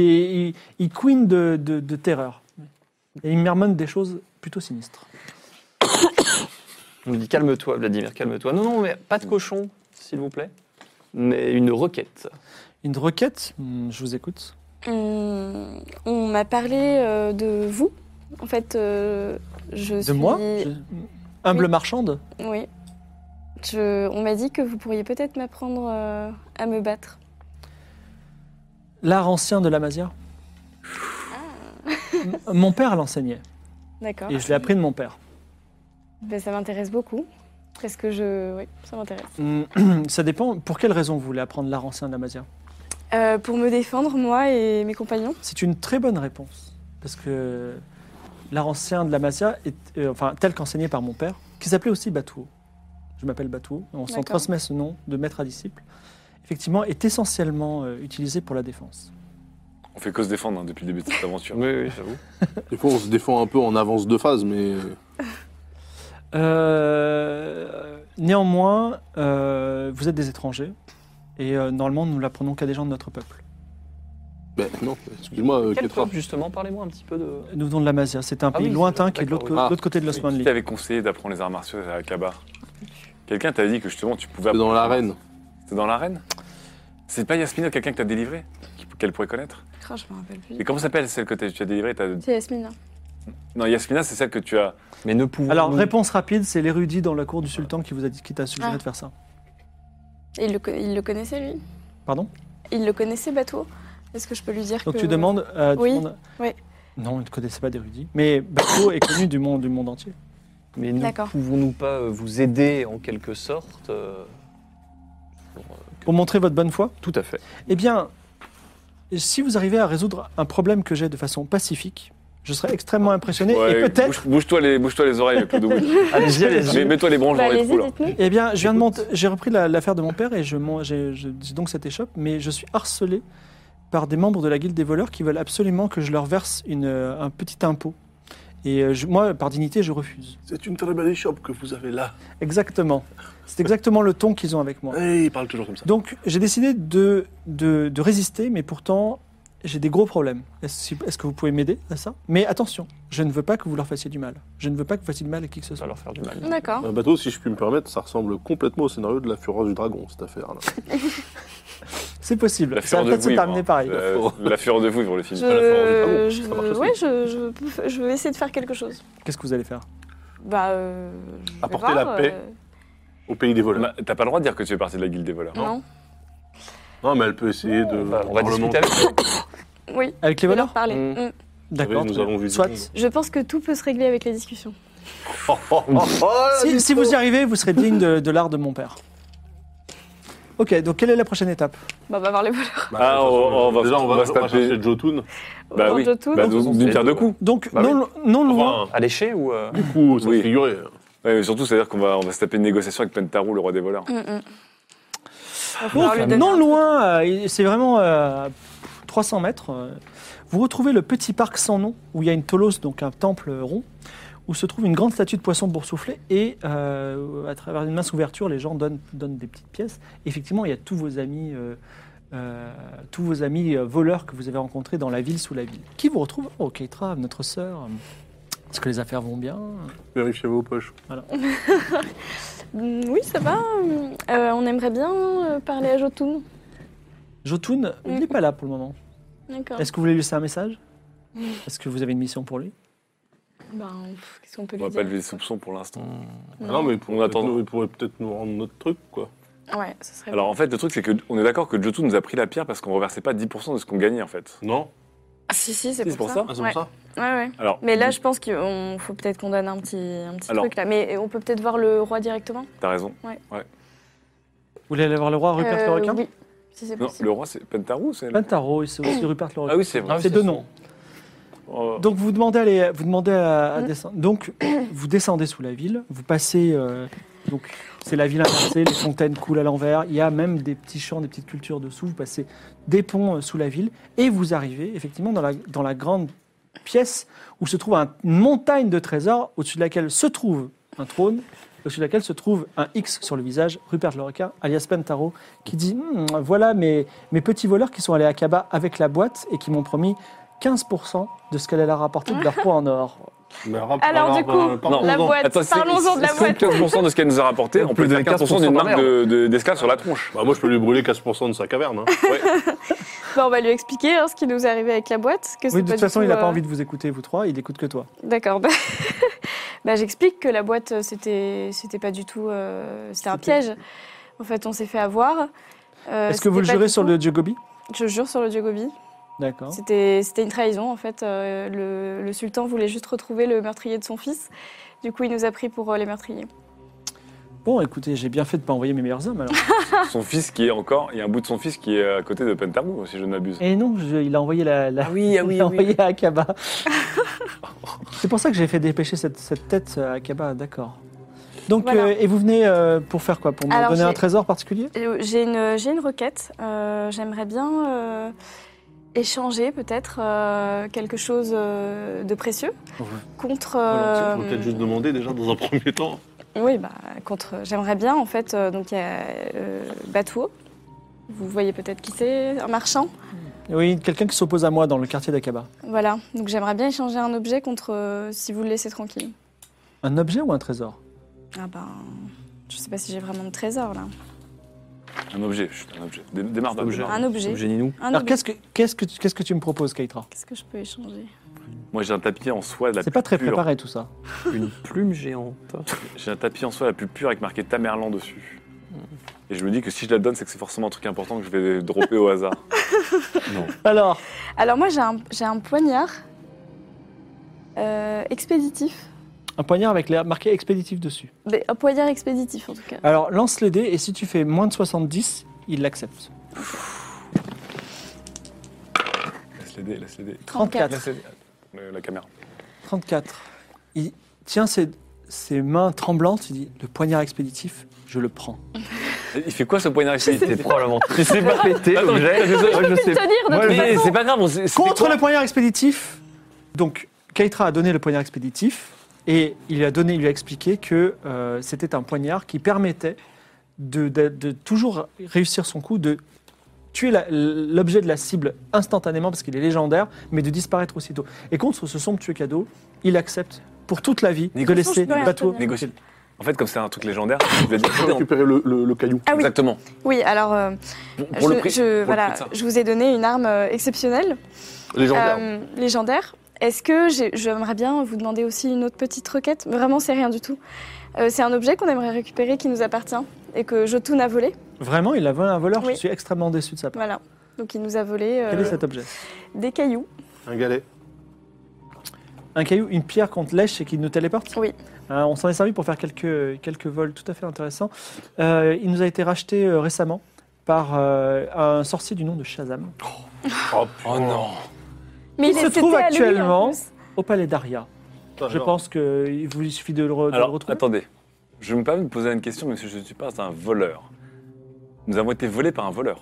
S1: il, il queen de, de- de terreur. Et il mermonne des choses plutôt sinistres.
S3: On lui dit calme-toi, Vladimir, calme-toi. Non, non, mais pas de cochon, s'il vous plaît. Mais une requête.
S1: Une requête, Hmm, je vous écoute.
S6: Hum, on m'a parlé euh, de vous. En fait, euh, je
S1: De
S6: suis...
S1: moi Je- Humble
S6: Oui.
S1: marchande
S6: Oui. Je- On m'a dit que vous pourriez peut-être m'apprendre euh, à me battre.
S1: L'art ancien de la Masia.
S6: Ah.
S1: M- Mon père l'enseignait
S6: D'accord.
S1: et je l'ai appris de mon père.
S6: Ben, ça m'intéresse beaucoup. Parce que je... Oui, ça m'intéresse.
S1: Hum, Ça dépend. Pour quelle raison vous voulez apprendre l'art ancien de la Masia
S6: Euh, pour me défendre, moi et mes compagnons.
S1: C'est une très bonne réponse. Parce que l'art ancien de la Masia, est, euh, enfin, tel qu'enseigné par mon père, qui s'appelait aussi Batouo. Je m'appelle Batouo. On s'en
S6: D'accord.
S1: transmet ce nom de maître à disciple. Effectivement, est essentiellement euh, utilisé pour la défense.
S2: On fait que se défendre hein, depuis le début de cette aventure.
S3: Oui, oui, j'avoue.
S4: Des fois on se défend un peu en avance de phase, mais
S1: Euh, néanmoins, euh, vous êtes des étrangers. Et euh, normalement, nous l'apprenons qu'à des gens de notre peuple.
S4: ben non, excuse-moi, euh,
S3: Quel
S4: Kétra.
S3: peuple, justement Parlez-moi un petit peu de.
S1: Nous venons de la Masia. C'est un
S3: Ah
S1: pays
S3: oui, Ah,
S1: lointain
S3: c'est-
S1: qui est de l'autre
S3: d'accord,
S4: oui.
S1: de l'autre côté de
S2: Qui
S1: l'Osmanli.
S2: t'avait conseillé d'apprendre les arts martiaux à Kabar Quelqu'un t'a dit que justement tu pouvais.
S4: C'est dans
S2: apprendre-
S4: l'arène.
S2: C'est dans l'arène C'est pas Yasmina, quelqu'un que t'as délivré qui- Qu'elle pourrait connaître
S6: Oh, je me rappelle plus.
S2: Et comment s'appelle celle que t'as- tu as délivrée t'as-
S6: C'est Yasmine. hein. là.
S2: Non, Yasmina, c'est celle que tu as.
S3: Mais ne pouvons
S1: Alors, réponse rapide, c'est l'érudit dans la cour du sultan qui vous a dit, qui t'a suggéré
S6: Ah.
S1: de faire ça.
S6: Et Il le, co- il le connaissait, lui
S1: Pardon
S6: Il le connaissait, Bateau Est-ce que je peux lui dire
S1: Donc
S6: que...
S1: tu demandes... euh, tu
S6: Oui,
S1: demandes-
S6: oui.
S1: Non, il ne connaissait pas d'érudit. Mais Bateau est connu du monde, du monde entier.
S3: Mais ne
S6: D'accord.
S3: pouvons-nous pas euh, vous aider en quelque sorte euh,
S1: Pour montrer votre bonne foi,
S3: Tout à fait.
S1: eh bien, si vous arrivez à résoudre un problème que j'ai de façon pacifique, je serai extrêmement impressionné.
S2: Ouais,
S1: et peut-être...
S2: bouge- Bouge-toi les, bouge les oreilles, Claude Wood.
S3: Allez-y, allez-y.
S2: Mais Mets-toi les branches
S6: Bah,
S2: dans les
S6: allez-y,
S2: trous, là.
S6: dites-nous.
S1: Eh bien, je viens de monter, j'ai repris la- l'affaire de mon père et je, mon- j'ai je- j'ai donc cette échoppe, mais je suis harcelé par des membres de la guilde des voleurs qui veulent absolument que je leur verse une, euh, un petit impôt. Et euh, je- moi, par dignité, je refuse.
S4: C'est une très belle échoppe que vous avez là.
S1: Exactement. C'est exactement le ton qu'ils ont avec moi.
S4: Et Eh, il parle toujours comme ça.
S1: Donc, j'ai décidé de, de, de résister, mais pourtant, j'ai des gros problèmes. Est-ce est-ce que vous pouvez m'aider à ça Mais attention, je ne veux pas que vous leur fassiez du mal. Je ne veux pas que vous fassiez du mal à qui que ce
S3: Ça va
S1: soit.
S3: leur faire du mal.
S6: D'accord.
S4: Un bateau, si je puis me permettre, ça ressemble complètement au scénario de la Fureur du Dragon, cette affaire-là.
S1: C'est possible.
S2: La
S1: Ça
S2: fureur
S1: va
S2: de
S1: peut-être se
S2: vous.
S1: terminer
S3: Euh.
S1: pareil.
S2: La fureur de vous pour le film.
S6: Je...
S4: pas la forme. Ah bon, ça marche
S6: je...
S4: aussi.
S6: Ouais, je, je, peux- je vais essayer de faire quelque chose.
S1: Qu'est-ce que vous allez faire
S6: Bah, euh, je vais
S4: Apporter
S6: voir,
S4: la paix.
S6: euh,
S4: Au pays des voleurs.
S2: Bah, T'as pas le droit de dire que tu es parti de la guilde des voleurs.
S6: Non.
S4: Non, mais elle peut essayer de.
S3: On va, on va
S4: Parlement.
S3: discuter avec eux.
S6: Oui.
S1: Avec les
S6: Je vais leur
S1: voleurs
S6: parler.
S3: Mm.
S6: Mm.
S1: D'accord.
S4: Oui, nous
S1: très
S4: avons
S1: bien.
S4: vu du monde.
S1: Soit.
S6: Je pense que tout peut se régler avec les discussions.
S4: Oh, oh, oh, oh,
S1: Si, si vous y arrivez, vous serez digne de, de l'art de mon père. Ok, donc quelle est la prochaine étape
S6: Bah, on va voir les voleurs.
S4: Bah,
S2: Ah,
S4: de toute façon,
S2: on- on va-
S4: déjà, on va,
S2: on va se taper.
S4: chercher Jotun.
S2: Bah
S6: Voir
S2: oui.
S6: Jotun.
S2: Bah, d'une d'une pierre deux coups.
S1: Donc,
S3: Bah
S1: non, non loin.
S4: Enfin,
S3: À lécher ou. euh,
S4: du coup, ça hein.
S2: Oui.
S4: se figurait.
S2: Ouais, mais surtout, c'est-à-dire qu'on va, on va se taper une négociation avec Pentarou, le roi des voleurs.
S6: Mm, mm. On va
S1: Donc,
S6: pouvoir lui donner
S1: non
S6: un-
S1: loin, euh, c'est vraiment euh, 300 mètres. euh, Vous retrouvez le petit parc sans nom où il y a une tolos, donc un temple rond, où se trouve une grande statue de poisson boursouflé et euh, à travers une mince ouverture, les gens donnent, donnent des petites pièces. Effectivement, il y a tous vos amis, euh, euh, tous vos amis euh, voleurs que vous avez rencontrés dans la ville, sous la ville, qui vous retrouvent. Oh, Keitra, notre sœur. Est-ce que les affaires vont bien
S4: Vérifiez vos poches.
S6: Mm, Oui, ça va. mm. Euh, on aimerait bien euh, parler à Jotun.
S1: Jotun, il n'est pas là pour le moment.
S6: D'accord.
S1: Est-ce que vous voulez lui laisser un message Est-ce que vous avez une mission pour lui
S6: Ben, pff, qu'est-ce qu'on peut
S2: On va
S6: lui
S2: pas
S6: dire
S2: lever les soupçons pour l'instant.
S4: Ah Non, mais pour,
S2: On
S4: on
S2: attend.
S4: Ils pourraient peut-être nous rendre notre truc, quoi.
S6: Ouais, ce serait
S2: Alors en fait, le truc, c'est qu'on est d'accord que Jotun nous a pris la pierre parce qu'on reversait pas 10% de ce qu'on gagnait en fait.
S4: Non
S6: Ah, si, si, c'est
S2: Si,
S6: pour,
S2: c'est pour
S6: ça.
S4: Ah, c'est
S6: ouais.
S4: pour ça
S6: Ouais, ouais.
S2: Alors,
S6: Mais là, je pense qu'il faut peut-être qu'on donne un petit, un petit
S2: Alors.
S6: truc là. Mais on peut peut-être voir le roi directement
S2: t'as raison.
S1: Vous voulez aller voir le roi Rupert
S6: Euh,
S1: le requin
S6: Oui, si c'est
S2: Non,
S6: possible.
S2: le roi, c'est Pentarou, c'est.
S1: Pentaro, et c'est aussi Rupert le requin.
S2: Ah oui, c'est vrai.
S3: Ah oui,
S1: C'est deux
S3: son-
S1: noms.
S2: Oh.
S1: Donc vous demandez à, les- vous demandez à, à descendre. Donc vous descendez sous la ville, vous passez. euh, donc c'est la ville inversée, les fontaines coulent à l'envers. Il y a même des petits champs, des petites cultures dessous. Vous passez des ponts euh, sous la ville et vous arrivez effectivement dans la, dans la grande pièce où se trouve un- une montagne de trésors au-dessus de laquelle se trouve un trône, au-dessus de laquelle se trouve un X sur le visage, Rupert le requin, alias Pentaro, qui dit Hmm, Voilà mes, mes petits voleurs qui sont allés à Kaba avec la boîte et qui m'ont promis 15% de ce qu'elle a rapporté de leur poids en or.
S4: Mais rap- euh,
S6: Alors, du coup,
S4: parlons-en.
S6: la boîte,
S2: Attends, c'est-
S6: parlons-en de la
S2: c'est
S6: boîte.
S2: 15% de ce qu'elle nous a rapporté, on peut
S3: Plus de
S2: donner 15% d'une
S3: 15%
S2: marque de- de- d'esclave sur la tronche.
S4: Bah, moi, je peux lui brûler 15% de sa caverne. hein.
S6: Bah, on va lui expliquer hein, ce qui nous est arrivé avec la boîte. Que c'est
S1: Oui, de
S6: pas
S1: toute
S6: du
S1: façon,
S6: tout,
S1: il n'a pas
S6: euh,
S1: envie de vous écouter, vous trois, il écoute que toi.
S6: D'accord. Bah, bah, j'explique que la boîte, euh, c'était, c'était pas du tout, euh, c'était un
S1: C'était-
S6: piège. En fait, on s'est fait avoir. Euh,
S1: Est-ce que vous le
S6: c'était pas
S1: jurez
S6: du
S1: sur
S6: tout-
S1: le Hein dieu Gobi
S6: Je jure sur le dieu Gobi.
S1: D'accord.
S6: C'était, c'était une trahison en fait. Euh, le, le sultan voulait juste retrouver le meurtrier de son fils. Du coup, il nous a pris pour euh, les meurtriers.
S1: Bon, écoutez, j'ai bien fait de ne pas envoyer mes meilleurs hommes alors.
S6: Ah.
S2: Son fils qui est encore, il y a un bout de son fils qui est à côté de Pentarou, si je ne m'abuse.
S1: Et non, je- il a envoyé la. la-
S3: oui, ah
S1: il
S3: oui,
S1: l'a
S3: ah oui.
S1: envoyé à Akaba. C'est pour ça que j'ai fait dépêcher cette, cette tête à Akaba, d'accord. Donc,
S6: Voilà.
S1: euh, et vous venez euh, pour faire quoi Pour me
S6: Alors,
S1: donner un
S6: j'ai-
S1: trésor particulier
S6: Et, euh, J'ai une, j'ai une requête. Euh, J'aimerais bien euh, échanger peut-être euh, quelque chose euh, de précieux contre.
S4: Voilà,
S6: euh,
S4: on peut peut-être juste demander déjà dans un premier temps.
S6: Oui, bah, contre. J'aimerais bien, en fait, euh, donc il y a euh, Batouo. Vous voyez peut-être qui c'est, un marchand.
S1: Oui, quelqu'un qui s'oppose à moi dans le quartier d'Akaba.
S6: Voilà, donc j'aimerais bien échanger un objet contre euh, si vous le laissez tranquille.
S1: Un objet ou un trésor
S6: Ah ben. Je sais pas si j'ai vraiment de trésor là.
S2: Un objet, chut, un objet. Dé- Démarre pas,
S3: Objet.
S2: démarre.
S6: Un objet.
S3: Génie nous.
S6: Un
S1: Alors,
S6: objet.
S1: qu'est-ce que, qu'est-ce, que, tu- qu'est-ce que tu me proposes, Keitra
S6: Qu'est-ce que je peux échanger
S2: Moi, j'ai un tapis en soie de la
S1: C'est
S2: plus
S1: pas très
S2: pure.
S1: préparé tout ça.
S3: Une plume géante.
S2: J'ai un tapis en soie la plus pure avec marqué Tamerlan dessus. Et je me dis que si je la donne, c'est que c'est forcément un truc important que je vais dropper au hasard.
S1: Alors,
S6: Alors moi j'ai un, j'ai un poignard euh, expéditif.
S1: un poignard avec la- marqué expéditif dessus.
S6: Mais Un poignard expéditif en tout cas.
S1: Alors, lance les dés et si tu fais moins de 70, il l'accepte.
S2: Laisse l'aider, laisse l'aider.
S1: 34.
S2: Laisse l'aider. Le- La caméra.
S1: 34. Il tient ses, ses mains tremblantes, il dit Le poignard expéditif, je le prends.
S2: Il fait quoi ce poignard
S3: C'était
S2: expéditif
S3: probablement très c'est pas pété
S2: Attends,
S3: l'objet. Moi, je sais.
S6: tenir, de
S3: Moi,
S6: toute
S3: je-
S6: façon.
S3: c'est pas grave. on sait- c'était
S1: Contre
S3: quoi
S1: le poignard expéditif Donc, Keitra a donné le poignard expéditif et il lui a, donné, il lui a expliqué que euh, c'était un poignard qui permettait de, de- de toujours réussir son coup, de tuer la- l'objet de la cible instantanément parce qu'il est légendaire, mais de disparaître aussitôt. Et contre ce somptueux cadeau, il accepte pour toute la vie de
S2: Négocier.
S1: laisser
S6: Je peux rien
S1: Bateau.
S6: obtenir.
S2: Négocier. En fait, comme c'est un truc légendaire, tu l'as dit.
S4: On peut récupérer le, le- le caillou.
S6: Ah oui.
S2: Exactement.
S6: Oui, alors euh,
S2: Pour, pour
S6: je,
S2: le prix.
S6: je-
S2: pour le prix
S6: voilà,
S2: de ça.
S6: je vous ai donné une arme euh, exceptionnelle,
S4: Légendaire.
S6: euh, légendaire. Est-ce que j'ai- j'aimerais bien vous demander aussi une autre petite requête Vraiment, c'est rien du tout. Euh, c'est un objet qu'on aimerait récupérer qui nous appartient et que Jotun a volé.
S1: Vraiment, il a volé un voleur,
S6: Oui.
S1: je suis extrêmement déçu de sa part.
S6: Voilà. Donc il nous a volé euh,
S1: Quel est cet objet
S6: des cailloux.
S4: Un galet.
S1: Un caillou, une pierre qu'on te lèche et qui nous téléporte
S6: Oui.
S1: Hein, on s'en est servi pour faire quelques, quelques vols tout à fait intéressants. Euh, il nous a été racheté euh, récemment par euh, un sorcier du nom de Shazam
S4: Oh,
S2: Oh non.
S6: Mais
S1: Il se
S6: c'était
S1: trouve
S6: à lui, en
S1: actuellement-
S6: plus.
S1: au palais d'Aria.
S3: Ah,
S4: putain,
S1: Je
S4: alors.
S1: pense qu'il vous il suffit de le, re- de le
S2: Alors,
S1: retrouver.
S2: attendez. Je me permets de poser une question, même si je ne suis pas un voleur. Nous avons été volés par un voleur.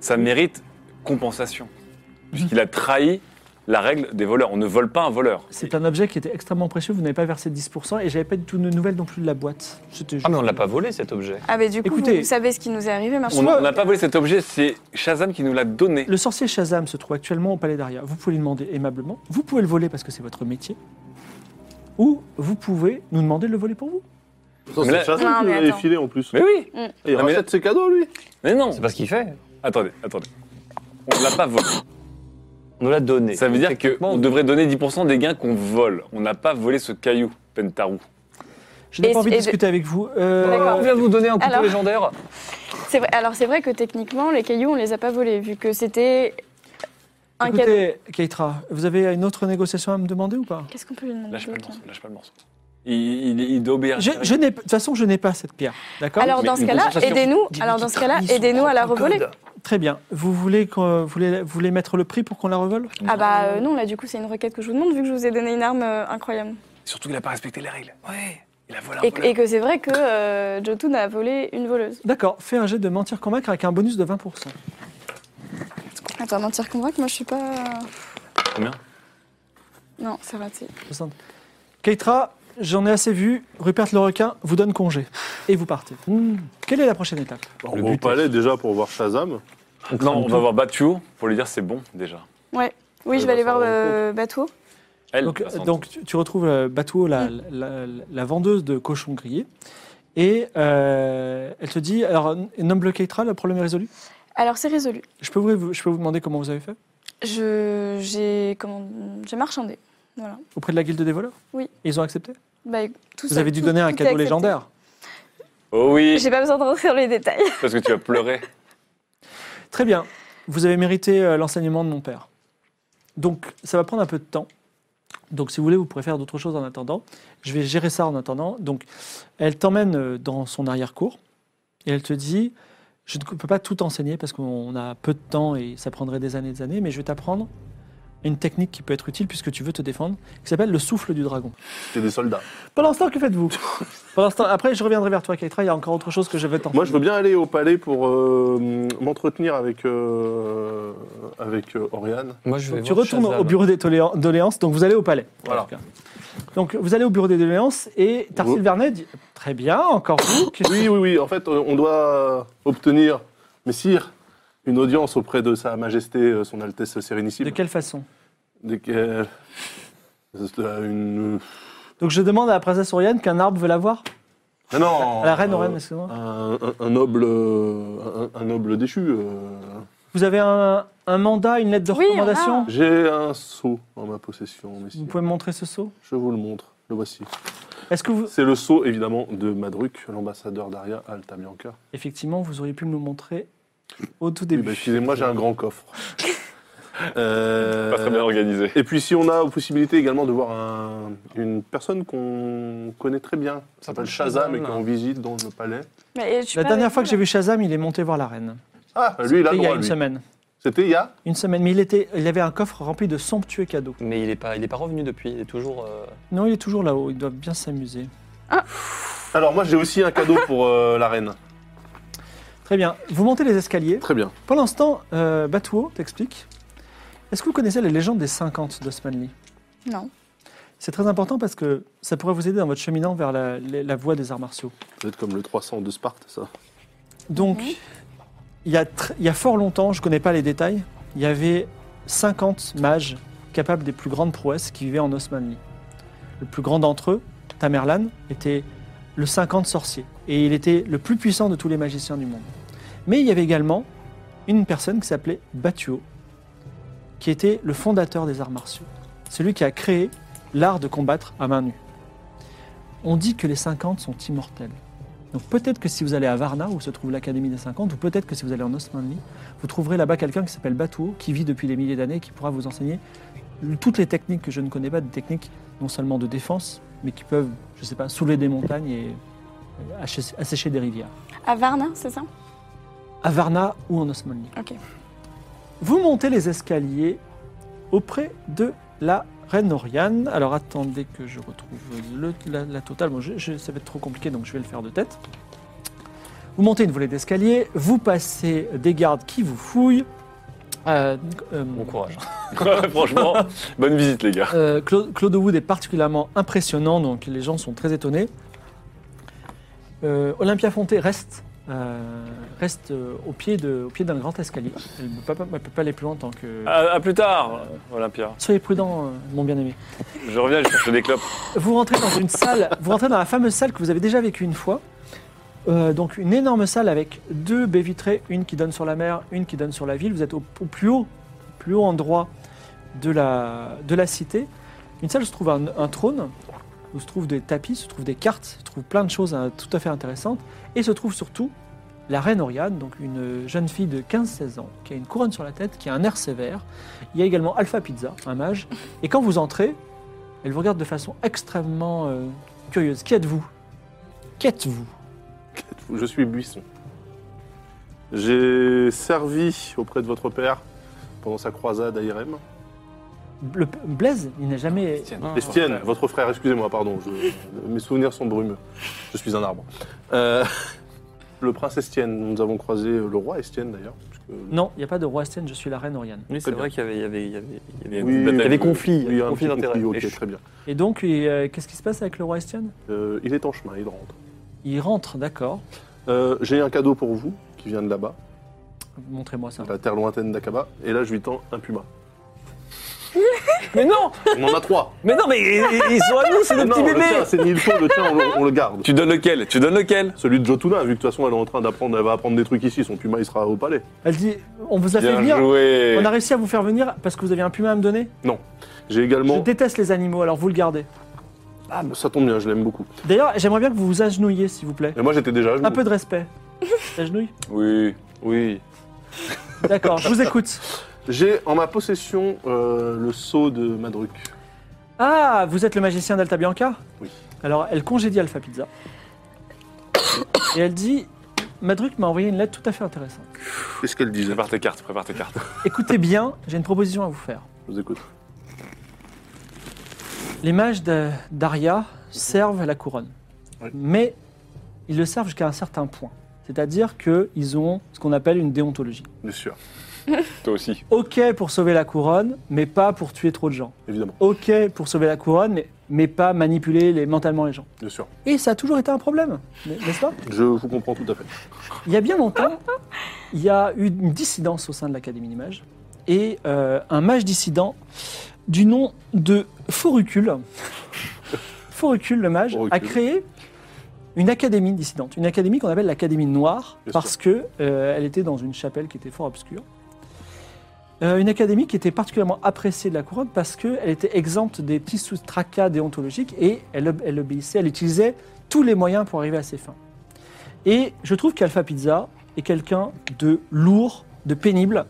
S2: Ça mérite compensation.
S1: Mhm.
S2: Puisqu'il a trahi la règle des voleurs. On ne vole pas un voleur.
S1: C'est un objet qui était extrêmement précieux, vous n'avez pas versé 10% et j'avais pas du tout de nouvelles non plus de la boîte. C'était juste-
S3: Ah mais on l'a pas volé cet objet.
S6: Ah mais du coup,
S1: Écoutez-
S6: vous, vous savez ce qui nous est arrivé maintenant.
S2: On on n'a pas volé cet objet, c'est Shazam qui nous l'a donné.
S1: Le sorcier Shazam se trouve actuellement au palais d'Aria. Vous pouvez lui demander aimablement, vous pouvez le voler parce que c'est votre métier, ou vous pouvez nous demander de le voler pour vous.
S4: Putain,
S2: Mais
S4: C'est
S2: là-
S6: Non,
S4: Shazam qui
S6: mais
S4: nous l'avait
S6: attends. Mm.
S4: filé en plus.
S2: Mais oui
S4: Et il
S2: Non, mais
S4: rachète ses cadeaux, lui.
S2: Mais non
S3: C'est pas ce qu'il fait.
S2: Attendez, attendez. On ne l'a pas volé.
S3: On nous l'a donné.
S2: Ça veut dire qu'on devrait donner 10% des gains qu'on vole. On n'a pas volé ce caillou, Pentarou.
S1: Je n'ai
S6: Et-
S1: pas envie de
S6: et de-
S1: discuter avec vous. Euh,
S6: D'accord.
S3: On vient de vous donner un couteau
S6: Alors-
S3: légendaire.
S6: C'est vrai- Alors c'est vrai que techniquement, les cailloux, on les a pas volés, vu que c'était un cadeau.
S1: écoutez, Keitra, vous avez une autre négociation à me demander ou pas
S6: Qu'est-ce qu'on peut lui demander
S2: Lâche pas le
S6: d'autre
S2: morceau, lâche pas le morceau. Il, il, il doit obéir. à
S1: Je-
S2: ses
S1: je
S2: règles.
S1: n'ai- De toute façon, je n'ai pas cette pierre. D'accord
S6: Alors
S2: Mais
S6: dans ce
S2: une
S6: cas-là,
S2: concentration.
S6: aidez-nous. Alors dans ce cas-là, aidez-nous à la revoler.
S1: Très bien. Vous voulez, qu'on- vous voulez, vous voulez mettre le prix pour qu'on la revole
S6: Ah bah euh, non, là du coup c'est une requête que je vous demande vu que je vous ai donné une arme euh, incroyable.
S2: Surtout qu'il a pas respecté les règles. Ouais. Il a volé un
S6: Et,
S2: voleur.
S6: et que c'est vrai que euh, Jotun a volé une voleuse.
S1: D'accord. Fais un jet de mentir-convaincre avec un bonus de 20%.
S6: Attends, mentir qu'on voit que moi je suis pas...
S2: Combien
S6: Non, c'est raté.
S1: 60. Keitra, j'en ai assez vu. Rupert le requin vous donne congé. Et vous partez.
S6: Hmm.
S1: Quelle est la prochaine étape
S4: On
S2: Le
S4: va au
S2: but
S4: palais déjà pour voir Shazam.
S2: Non, on va voir Batuo pour lui dire c'est bon déjà.
S6: Ouais. Oui,
S2: Ouais,
S6: je
S2: bah,
S6: vais aller
S2: ça
S6: voir
S2: vaut le
S6: euh, Batwo.
S2: Elle,
S1: Donc,
S2: va s'en-
S1: donc, tu, tu retrouves euh, Batouo, la,
S6: Hmm.
S1: la- la- la vendeuse de cochons grillés. Et euh, elle te dit, alors, Noble Keitra, le problème est résolu
S6: Alors c'est résolu.
S1: je peux, vous, je peux vous demander comment vous avez fait
S6: Je j'ai comment j'ai marchandé. Voilà.
S1: Auprès de la guilde des voleurs
S6: Oui.
S1: Et ils ont accepté
S6: Bah, tout
S1: Vous
S6: ça-
S1: avez dû
S6: tout-
S1: donner un
S6: tout est
S1: cadeau
S6: accepté.
S1: légendaire.
S2: Oh oui,
S6: J'ai pas besoin de rentrer dans les détails.
S2: parce que tu vas pleurer.
S1: Très bien. Vous avez mérité euh, l'enseignement de mon père. Donc, ça va prendre un peu de temps. Donc, si vous voulez, vous pourrez faire d'autres choses en attendant. Je vais gérer ça en attendant. Donc, elle t'emmène euh, dans son arrière-cour et elle te dit Je ne peux pas tout enseigner parce qu'on a peu de temps et ça prendrait des années et des années, mais je vais t'apprendre une technique qui peut être utile puisque tu veux te défendre, qui s'appelle le souffle du dragon.
S4: C'est des soldats.
S1: Pendant ce temps, que faites-vous Pendant ce temps, après, je reviendrai vers toi, Keitra. Il y a encore autre chose que je veux t'enseigner.
S4: Moi, je veux bien aller au palais pour euh, m'entretenir avec, euh, avec euh, Oriane.
S3: Moi, je vais
S1: Tu retournes au bureau des toléan- doléances, donc vous allez au palais.
S4: Voilà.
S1: En tout cas. Donc vous allez au bureau des doléances et Tarsil
S4: Oui.
S1: Vernet dit Très bien, encore vous. qu'est-ce que-
S4: Oui, oui, oui. En fait, euh, on doit obtenir, messire, une audience auprès de Sa Majesté, euh, Son Altesse Sérénissime.
S1: De quelle façon
S4: Dès qu'elle- C'est, euh, une-
S1: Donc je demande à la princesse Oriane qu'un arbre veut la voir
S4: Ah non,
S1: À la reine
S4: euh,
S1: Oriane, excusez-moi.
S4: un, un- un noble, euh, un, un noble déchu. euh.
S1: Vous avez un, un mandat, une lettre de
S6: Oui, ah. on a.
S1: recommandation
S4: J'ai un sceau en ma possession,
S1: Vous
S4: messire.
S1: pouvez me montrer ce sceau
S4: Je vous le montre. Le voici.
S1: Est-ce que vous.
S4: C'est le sceau, évidemment, de Madruc, l'ambassadeur d'Aria à Alta Bianca.
S1: Effectivement, vous auriez pu me le montrer au tout
S4: Oui,
S1: début.
S4: bah, Excusez-moi, j'ai un grand coffre. Euh,
S2: Pas très bien organisé.
S4: Et puis, si on a possibilité également de voir un- une personne qu'on connaît très bien, qui s'appelle Shazam et qu'on
S1: hein.
S4: visite dans le palais.
S6: Mais je suis
S1: La
S6: pas
S1: dernière
S6: avec
S1: fois
S6: vous,
S1: que j'ai
S6: là.
S1: vu Shazam, il est monté voir la reine.
S4: Ah, lui, il
S1: C'était
S4: a
S1: il
S4: le
S1: y a
S4: droit,
S1: une
S4: lui.
S1: semaine.
S4: C'était il y a
S1: Une semaine, mais il, était, il avait un coffre rempli de somptueux cadeaux.
S3: Mais il n'est pas, il est pas revenu depuis. Il est toujours. euh,
S1: Non, il est toujours là-haut, ils doivent bien s'amuser.
S4: Alors, moi, j'ai aussi un cadeau pour euh, la reine.
S1: Très bien, vous montez les escaliers.
S4: Très bien.
S1: Pour l'instant, euh, Batuo t'explique. Est-ce que vous connaissez la légende des 50 d'Osman Lee
S6: Non.
S1: C'est très important parce que ça pourrait vous aider dans votre cheminant vers la, la- la voie des arts martiaux.
S4: Peut-être comme le 300 de Sparte, ça.
S1: Donc,
S6: Mhm.
S1: il, y a tr- il y a fort longtemps, je ne connais pas les détails, il y avait 50 mages capables des plus grandes prouesses qui vivaient en Osmanli. Le plus grand d'entre eux, Tamerlan, était le 50 sorcier. Et il était le plus puissant de tous les magiciens du monde. Mais il y avait également une personne qui s'appelait Batuo, qui était le fondateur des arts martiaux. Celui qui a créé l'art de combattre à main nue. On dit que les 50 sont immortels. Donc peut-être que si vous allez à Varna, où se trouve l'Académie des 50, ou peut-être que si vous allez en Osmanli, vous trouverez là-bas quelqu'un qui s'appelle Batuo, qui vit depuis des milliers d'années, qui pourra vous enseigner toutes les techniques que je ne connais pas, des techniques non seulement de défense, mais qui peuvent, je ne sais pas, soulever des montagnes et euh, assécher assécher des rivières.
S6: À Varna, c'est ça
S1: À Varna ou en Osmanli.
S6: Ok.
S1: Vous montez les escaliers auprès de la reine Oriane. Alors attendez que je retrouve le- la, la totale. Bon, je- je- ça va être trop compliqué, donc je vais le faire de tête. Vous montez une volée d'escalier, vous passez des gardes qui vous fouillent. Euh, euh,
S3: Bon courage.
S2: Franchement, bonne visite les gars.
S1: euh, Cla- Claude Wood est particulièrement impressionnant, donc les gens sont très étonnés. Euh, Olympia Fonté reste, euh, reste euh, au pied de- au pied d'un grand escalier. Elle ne peut, pas- elle peut pas aller plus loin tant que...
S2: À, à plus tard, Olympia.
S1: Soyez prudent, euh, mon bien-aimé.
S2: Je reviens, je cherche des clopes.
S1: Vous rentrez dans une salle, vous rentrez dans la fameuse salle que vous avez déjà vécue une fois. Euh, donc une énorme salle avec deux baies vitrées, une qui donne sur la mer, une qui donne sur la ville. Vous êtes au, au plus haut, plus haut endroit de la, de la cité. Une salle où se trouve un, un trône où se trouvent des tapis, se trouvent des cartes, se trouvent plein de choses hein, tout à fait intéressantes. Et se trouve surtout la reine Oriane, donc une jeune fille de 15-16 ans, qui a une couronne sur la tête, qui a un air sévère. Il y a également Alpha Pizza, un mage. Et quand vous entrez, elle vous regarde de façon extrêmement euh, curieuse. Qui êtes-vous Qui êtes-vous
S4: Je suis Buisson. J'ai servi auprès de votre père pendant sa croisade à IRM.
S1: Le- Blaise, il n'a jamais...
S2: Tiens,
S3: Ah.
S4: Estienne, votre frère, excusez-moi, pardon, je- mes souvenirs sont brumeux. Je suis un arbre. Euh, le prince Estienne, nous avons croisé le roi Estienne d'ailleurs. parce que-
S1: Non, il n'y a pas de roi Sten, je suis la reine Oriane.
S3: Oui,
S4: Très
S3: c'est
S4: bien.
S3: vrai qu'il y avait, il y avait, il y avait, il y avait,
S2: Il y a une
S4: Oui,
S2: bataille
S3: il y avait
S2: de-
S3: conflit,
S4: Oui, un
S3: conflit
S4: petit
S3: d'intérêt.
S4: conflit,
S3: Et
S4: ok,
S3: je-
S4: très bien.
S1: Et donc, et, euh, qu'est-ce qui se passe avec le roi Estienne
S4: Euh, il est en chemin, il rentre.
S1: Il rentre, d'accord.
S4: Euh, J'ai un cadeau pour vous qui vient de là-bas,
S1: Montrez-moi ça.
S4: de la terre lointaine d'Akaba, et là je lui tends un puma.
S3: Mais non,
S4: On en a trois.
S3: mais non, mais ils ils sont à nous, c'est
S4: Non,
S3: nos petits
S4: non, le tien,
S3: bébés.
S4: c'est ni le tien, le tien, on le- on le garde.
S2: Tu donnes lequel Tu donnes lequel
S4: Celui de Jotuna, vu que de toute façon elle est en train d'apprendre, elle va apprendre des trucs ici, son puma il sera au palais.
S1: Elle dit, on vous a fait
S2: Bien
S1: venir,
S2: joué
S1: on a réussi à vous faire venir parce que vous aviez un puma à me donner
S4: J'ai
S1: Je
S4: également.
S1: déteste les animaux, alors vous le gardez.
S4: Ah, ça tombe bien, je l'aime beaucoup.
S1: D'ailleurs, j'aimerais bien que vous vous agenouilliez, s'il vous plaît.
S4: Et moi j'étais déjà.
S1: Un peu de respect. T'agenouilles
S2: Oui.
S4: Oui.
S1: D'accord, je vous écoute.
S4: J'ai en ma possession euh, le sceau de Madruk.
S1: Ah, vous êtes le magicien d'Alta Bianca
S4: Oui.
S1: Alors, elle congédie Alpha Pizza. Et elle dit Madruc m'a envoyé une lettre tout à fait intéressante.
S4: Qu'est-ce qu'elle disait
S2: Prépare tes cartes, prépare tes cartes.
S1: Écoutez bien, j'ai une proposition à vous faire.
S4: Je vous écoute.
S1: Les mages de- d'Aria servent la couronne.
S4: Oui.
S1: Mais ils le servent jusqu'à un certain point. C'est-à-dire qu'ils ont ce qu'on appelle une déontologie.
S4: Bien sûr,
S2: Toi aussi.
S1: Ok pour sauver la couronne, mais pas pour tuer trop de gens.
S4: évidemment.
S1: Ok pour sauver la couronne, mais, mais pas manipuler les- mentalement les gens.
S4: Bien sûr.
S1: Et ça a toujours été un problème, n- n'est-ce pas
S4: Je vous comprends tout à fait.
S1: Il y a bien longtemps, il y a eu une dissidence au sein de l'Académie des mages. Et euh, un mage dissident du nom de Forucule, Forucule le mage, a
S4: Forucule.
S1: créé une académie dissidente. Une académie qu'on appelle l'Académie Noire,
S4: Bien
S1: parce que euh, elle était dans une chapelle qui était fort obscure. Euh, une académie qui était particulièrement appréciée de la couronne parce qu'elle était exempte des petits sous-tracas déontologiques et elle, ob- elle obéissait, elle utilisait tous les moyens pour arriver à ses fins. Et je trouve qu'Alpha Pizza est quelqu'un de lourd, de pénible.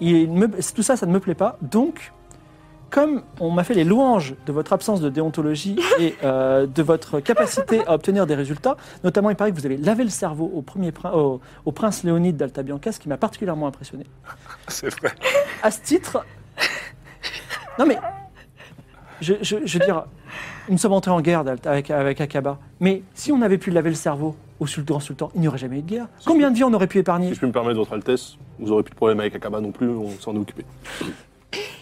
S1: Il me- tout ça, ça ne me plaît pas. Donc, comme on m'a fait les louanges de votre absence de déontologie et euh, de votre capacité à obtenir des résultats, notamment il paraît que vous avez lavé le cerveau au, premier prin- au, au prince Léonide d'Alta Bianca, ce qui m'a particulièrement impressionné.
S2: C'est vrai.
S1: À ce titre, non mais, je, je, je veux dire, nous sommes entrés en guerre d'Alta- avec, avec Akaba, mais si on avait pu laver le cerveau au sul- grand sultan, il n'y aurait jamais eu de guerre. Combien de vies on aurait pu épargner
S4: Si je puis me permettre, Votre Altesse, vous aurez plus de problème avec Akaba non plus, on s'en est occupé.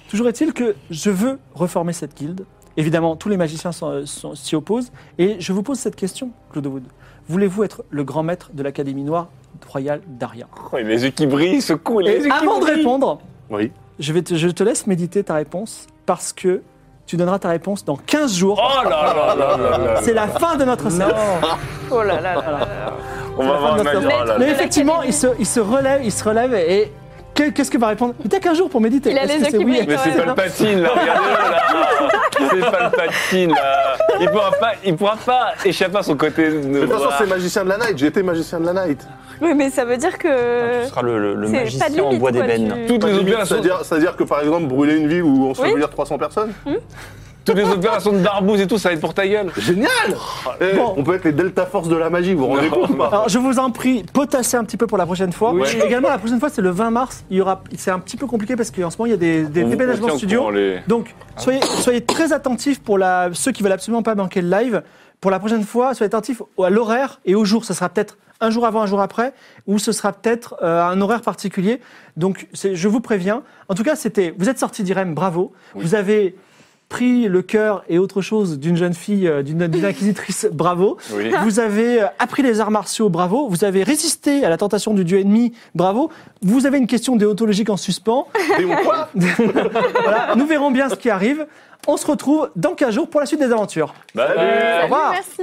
S1: Toujours est-il que je veux reformer cette guilde. Évidemment, tous les magiciens s'en- s'en- s'y opposent. Et je vous pose cette question, Claude Wood. Voulez-vous être le grand maître de l'Académie Noire royale d'Aria
S2: Oh, il a les yeux qui brillent, ce con, il a les
S1: Et
S2: yeux qui
S1: avant de
S2: brillent.
S1: répondre,
S4: Oui.
S1: je, vais te, je te laisse méditer ta réponse parce que tu donneras ta réponse dans 15 jours.
S2: Oh là là là là là
S1: C'est la fin de notre séance.
S6: Oh là là là
S1: Voilà.
S6: là là.
S2: On
S1: la
S2: va
S1: fin
S2: voir
S1: de notre
S2: un match.
S6: séance.
S2: Oh là là.
S1: Mais effectivement, il se, il se relève, il se relève et que- qu'est-ce que va répondre Mais t'as qu'un jour pour méditer.
S6: Il a
S1: Est-ce
S6: les
S1: que
S6: yeux
S1: c'est
S6: qui
S1: oui,
S6: brillent
S2: Mais
S1: est-ce que
S2: c'est
S6: Ouais.
S1: c'est non
S2: Palpatine, là, regardez là C'est Palpatine, là Il pourra pas, il pourra pas échapper à son côté
S4: De toute façon,
S2: noir.
S4: c'est magicien de la night, j'ai été magicien de la night.
S6: Oui, mais ça veut dire que.
S3: Ce sera le, le- le
S6: c'est pas
S3: magicien
S6: de limite,
S3: en bois
S6: quoi,
S3: d'ébène.
S6: tu-
S2: Toutes les opérations,
S4: C'est-à-dire c'est-à-dire que par exemple, brûler une ville où on se fait
S6: Oui.
S4: brûler 300 personnes
S2: toutes les opérations de barbouze et tout, ça va être pour ta gueule.
S4: Génial Eh,
S1: Bon. Ah
S4: On peut être les Delta Force de la magie, vous vous rendez compte ou pas
S1: Alors je vous en prie, potassez un petit peu pour la prochaine fois.
S2: Oui.
S1: Également la prochaine fois c'est le 20 mars. Il y aura, c'est un petit peu compliqué parce qu'en ce moment il y a des, des
S2: On vous- on
S1: déménagements
S2: tient au
S1: studio.
S2: courant, les-
S1: Donc soyez, soyez très attentifs pour la, ceux qui veulent absolument pas manquer le live. Pour la prochaine fois, soyez attentifs au- à l'horaire et au jour. Ça sera peut-être un jour avant, un jour après, ou ce sera peut-être euh, à un horaire particulier. Donc c'est- je vous préviens. En tout cas, c'était, vous êtes sorti d'Irem, bravo. Vous avez pris le cœur et autre chose d'une jeune fille, euh, d'une d'une inquisitrice, bravo.
S2: Oui.
S1: Vous avez euh, appris les arts martiaux, bravo. Vous avez résisté à la tentation du dieu ennemi, bravo. Vous avez une question déontologique en suspens.
S4: Et on croit
S1: Voilà, nous verrons bien ce qui arrive. On se retrouve dans 15 jours pour la suite des aventures.
S2: Salut
S1: Au
S6: Salut,
S1: revoir.
S6: merci.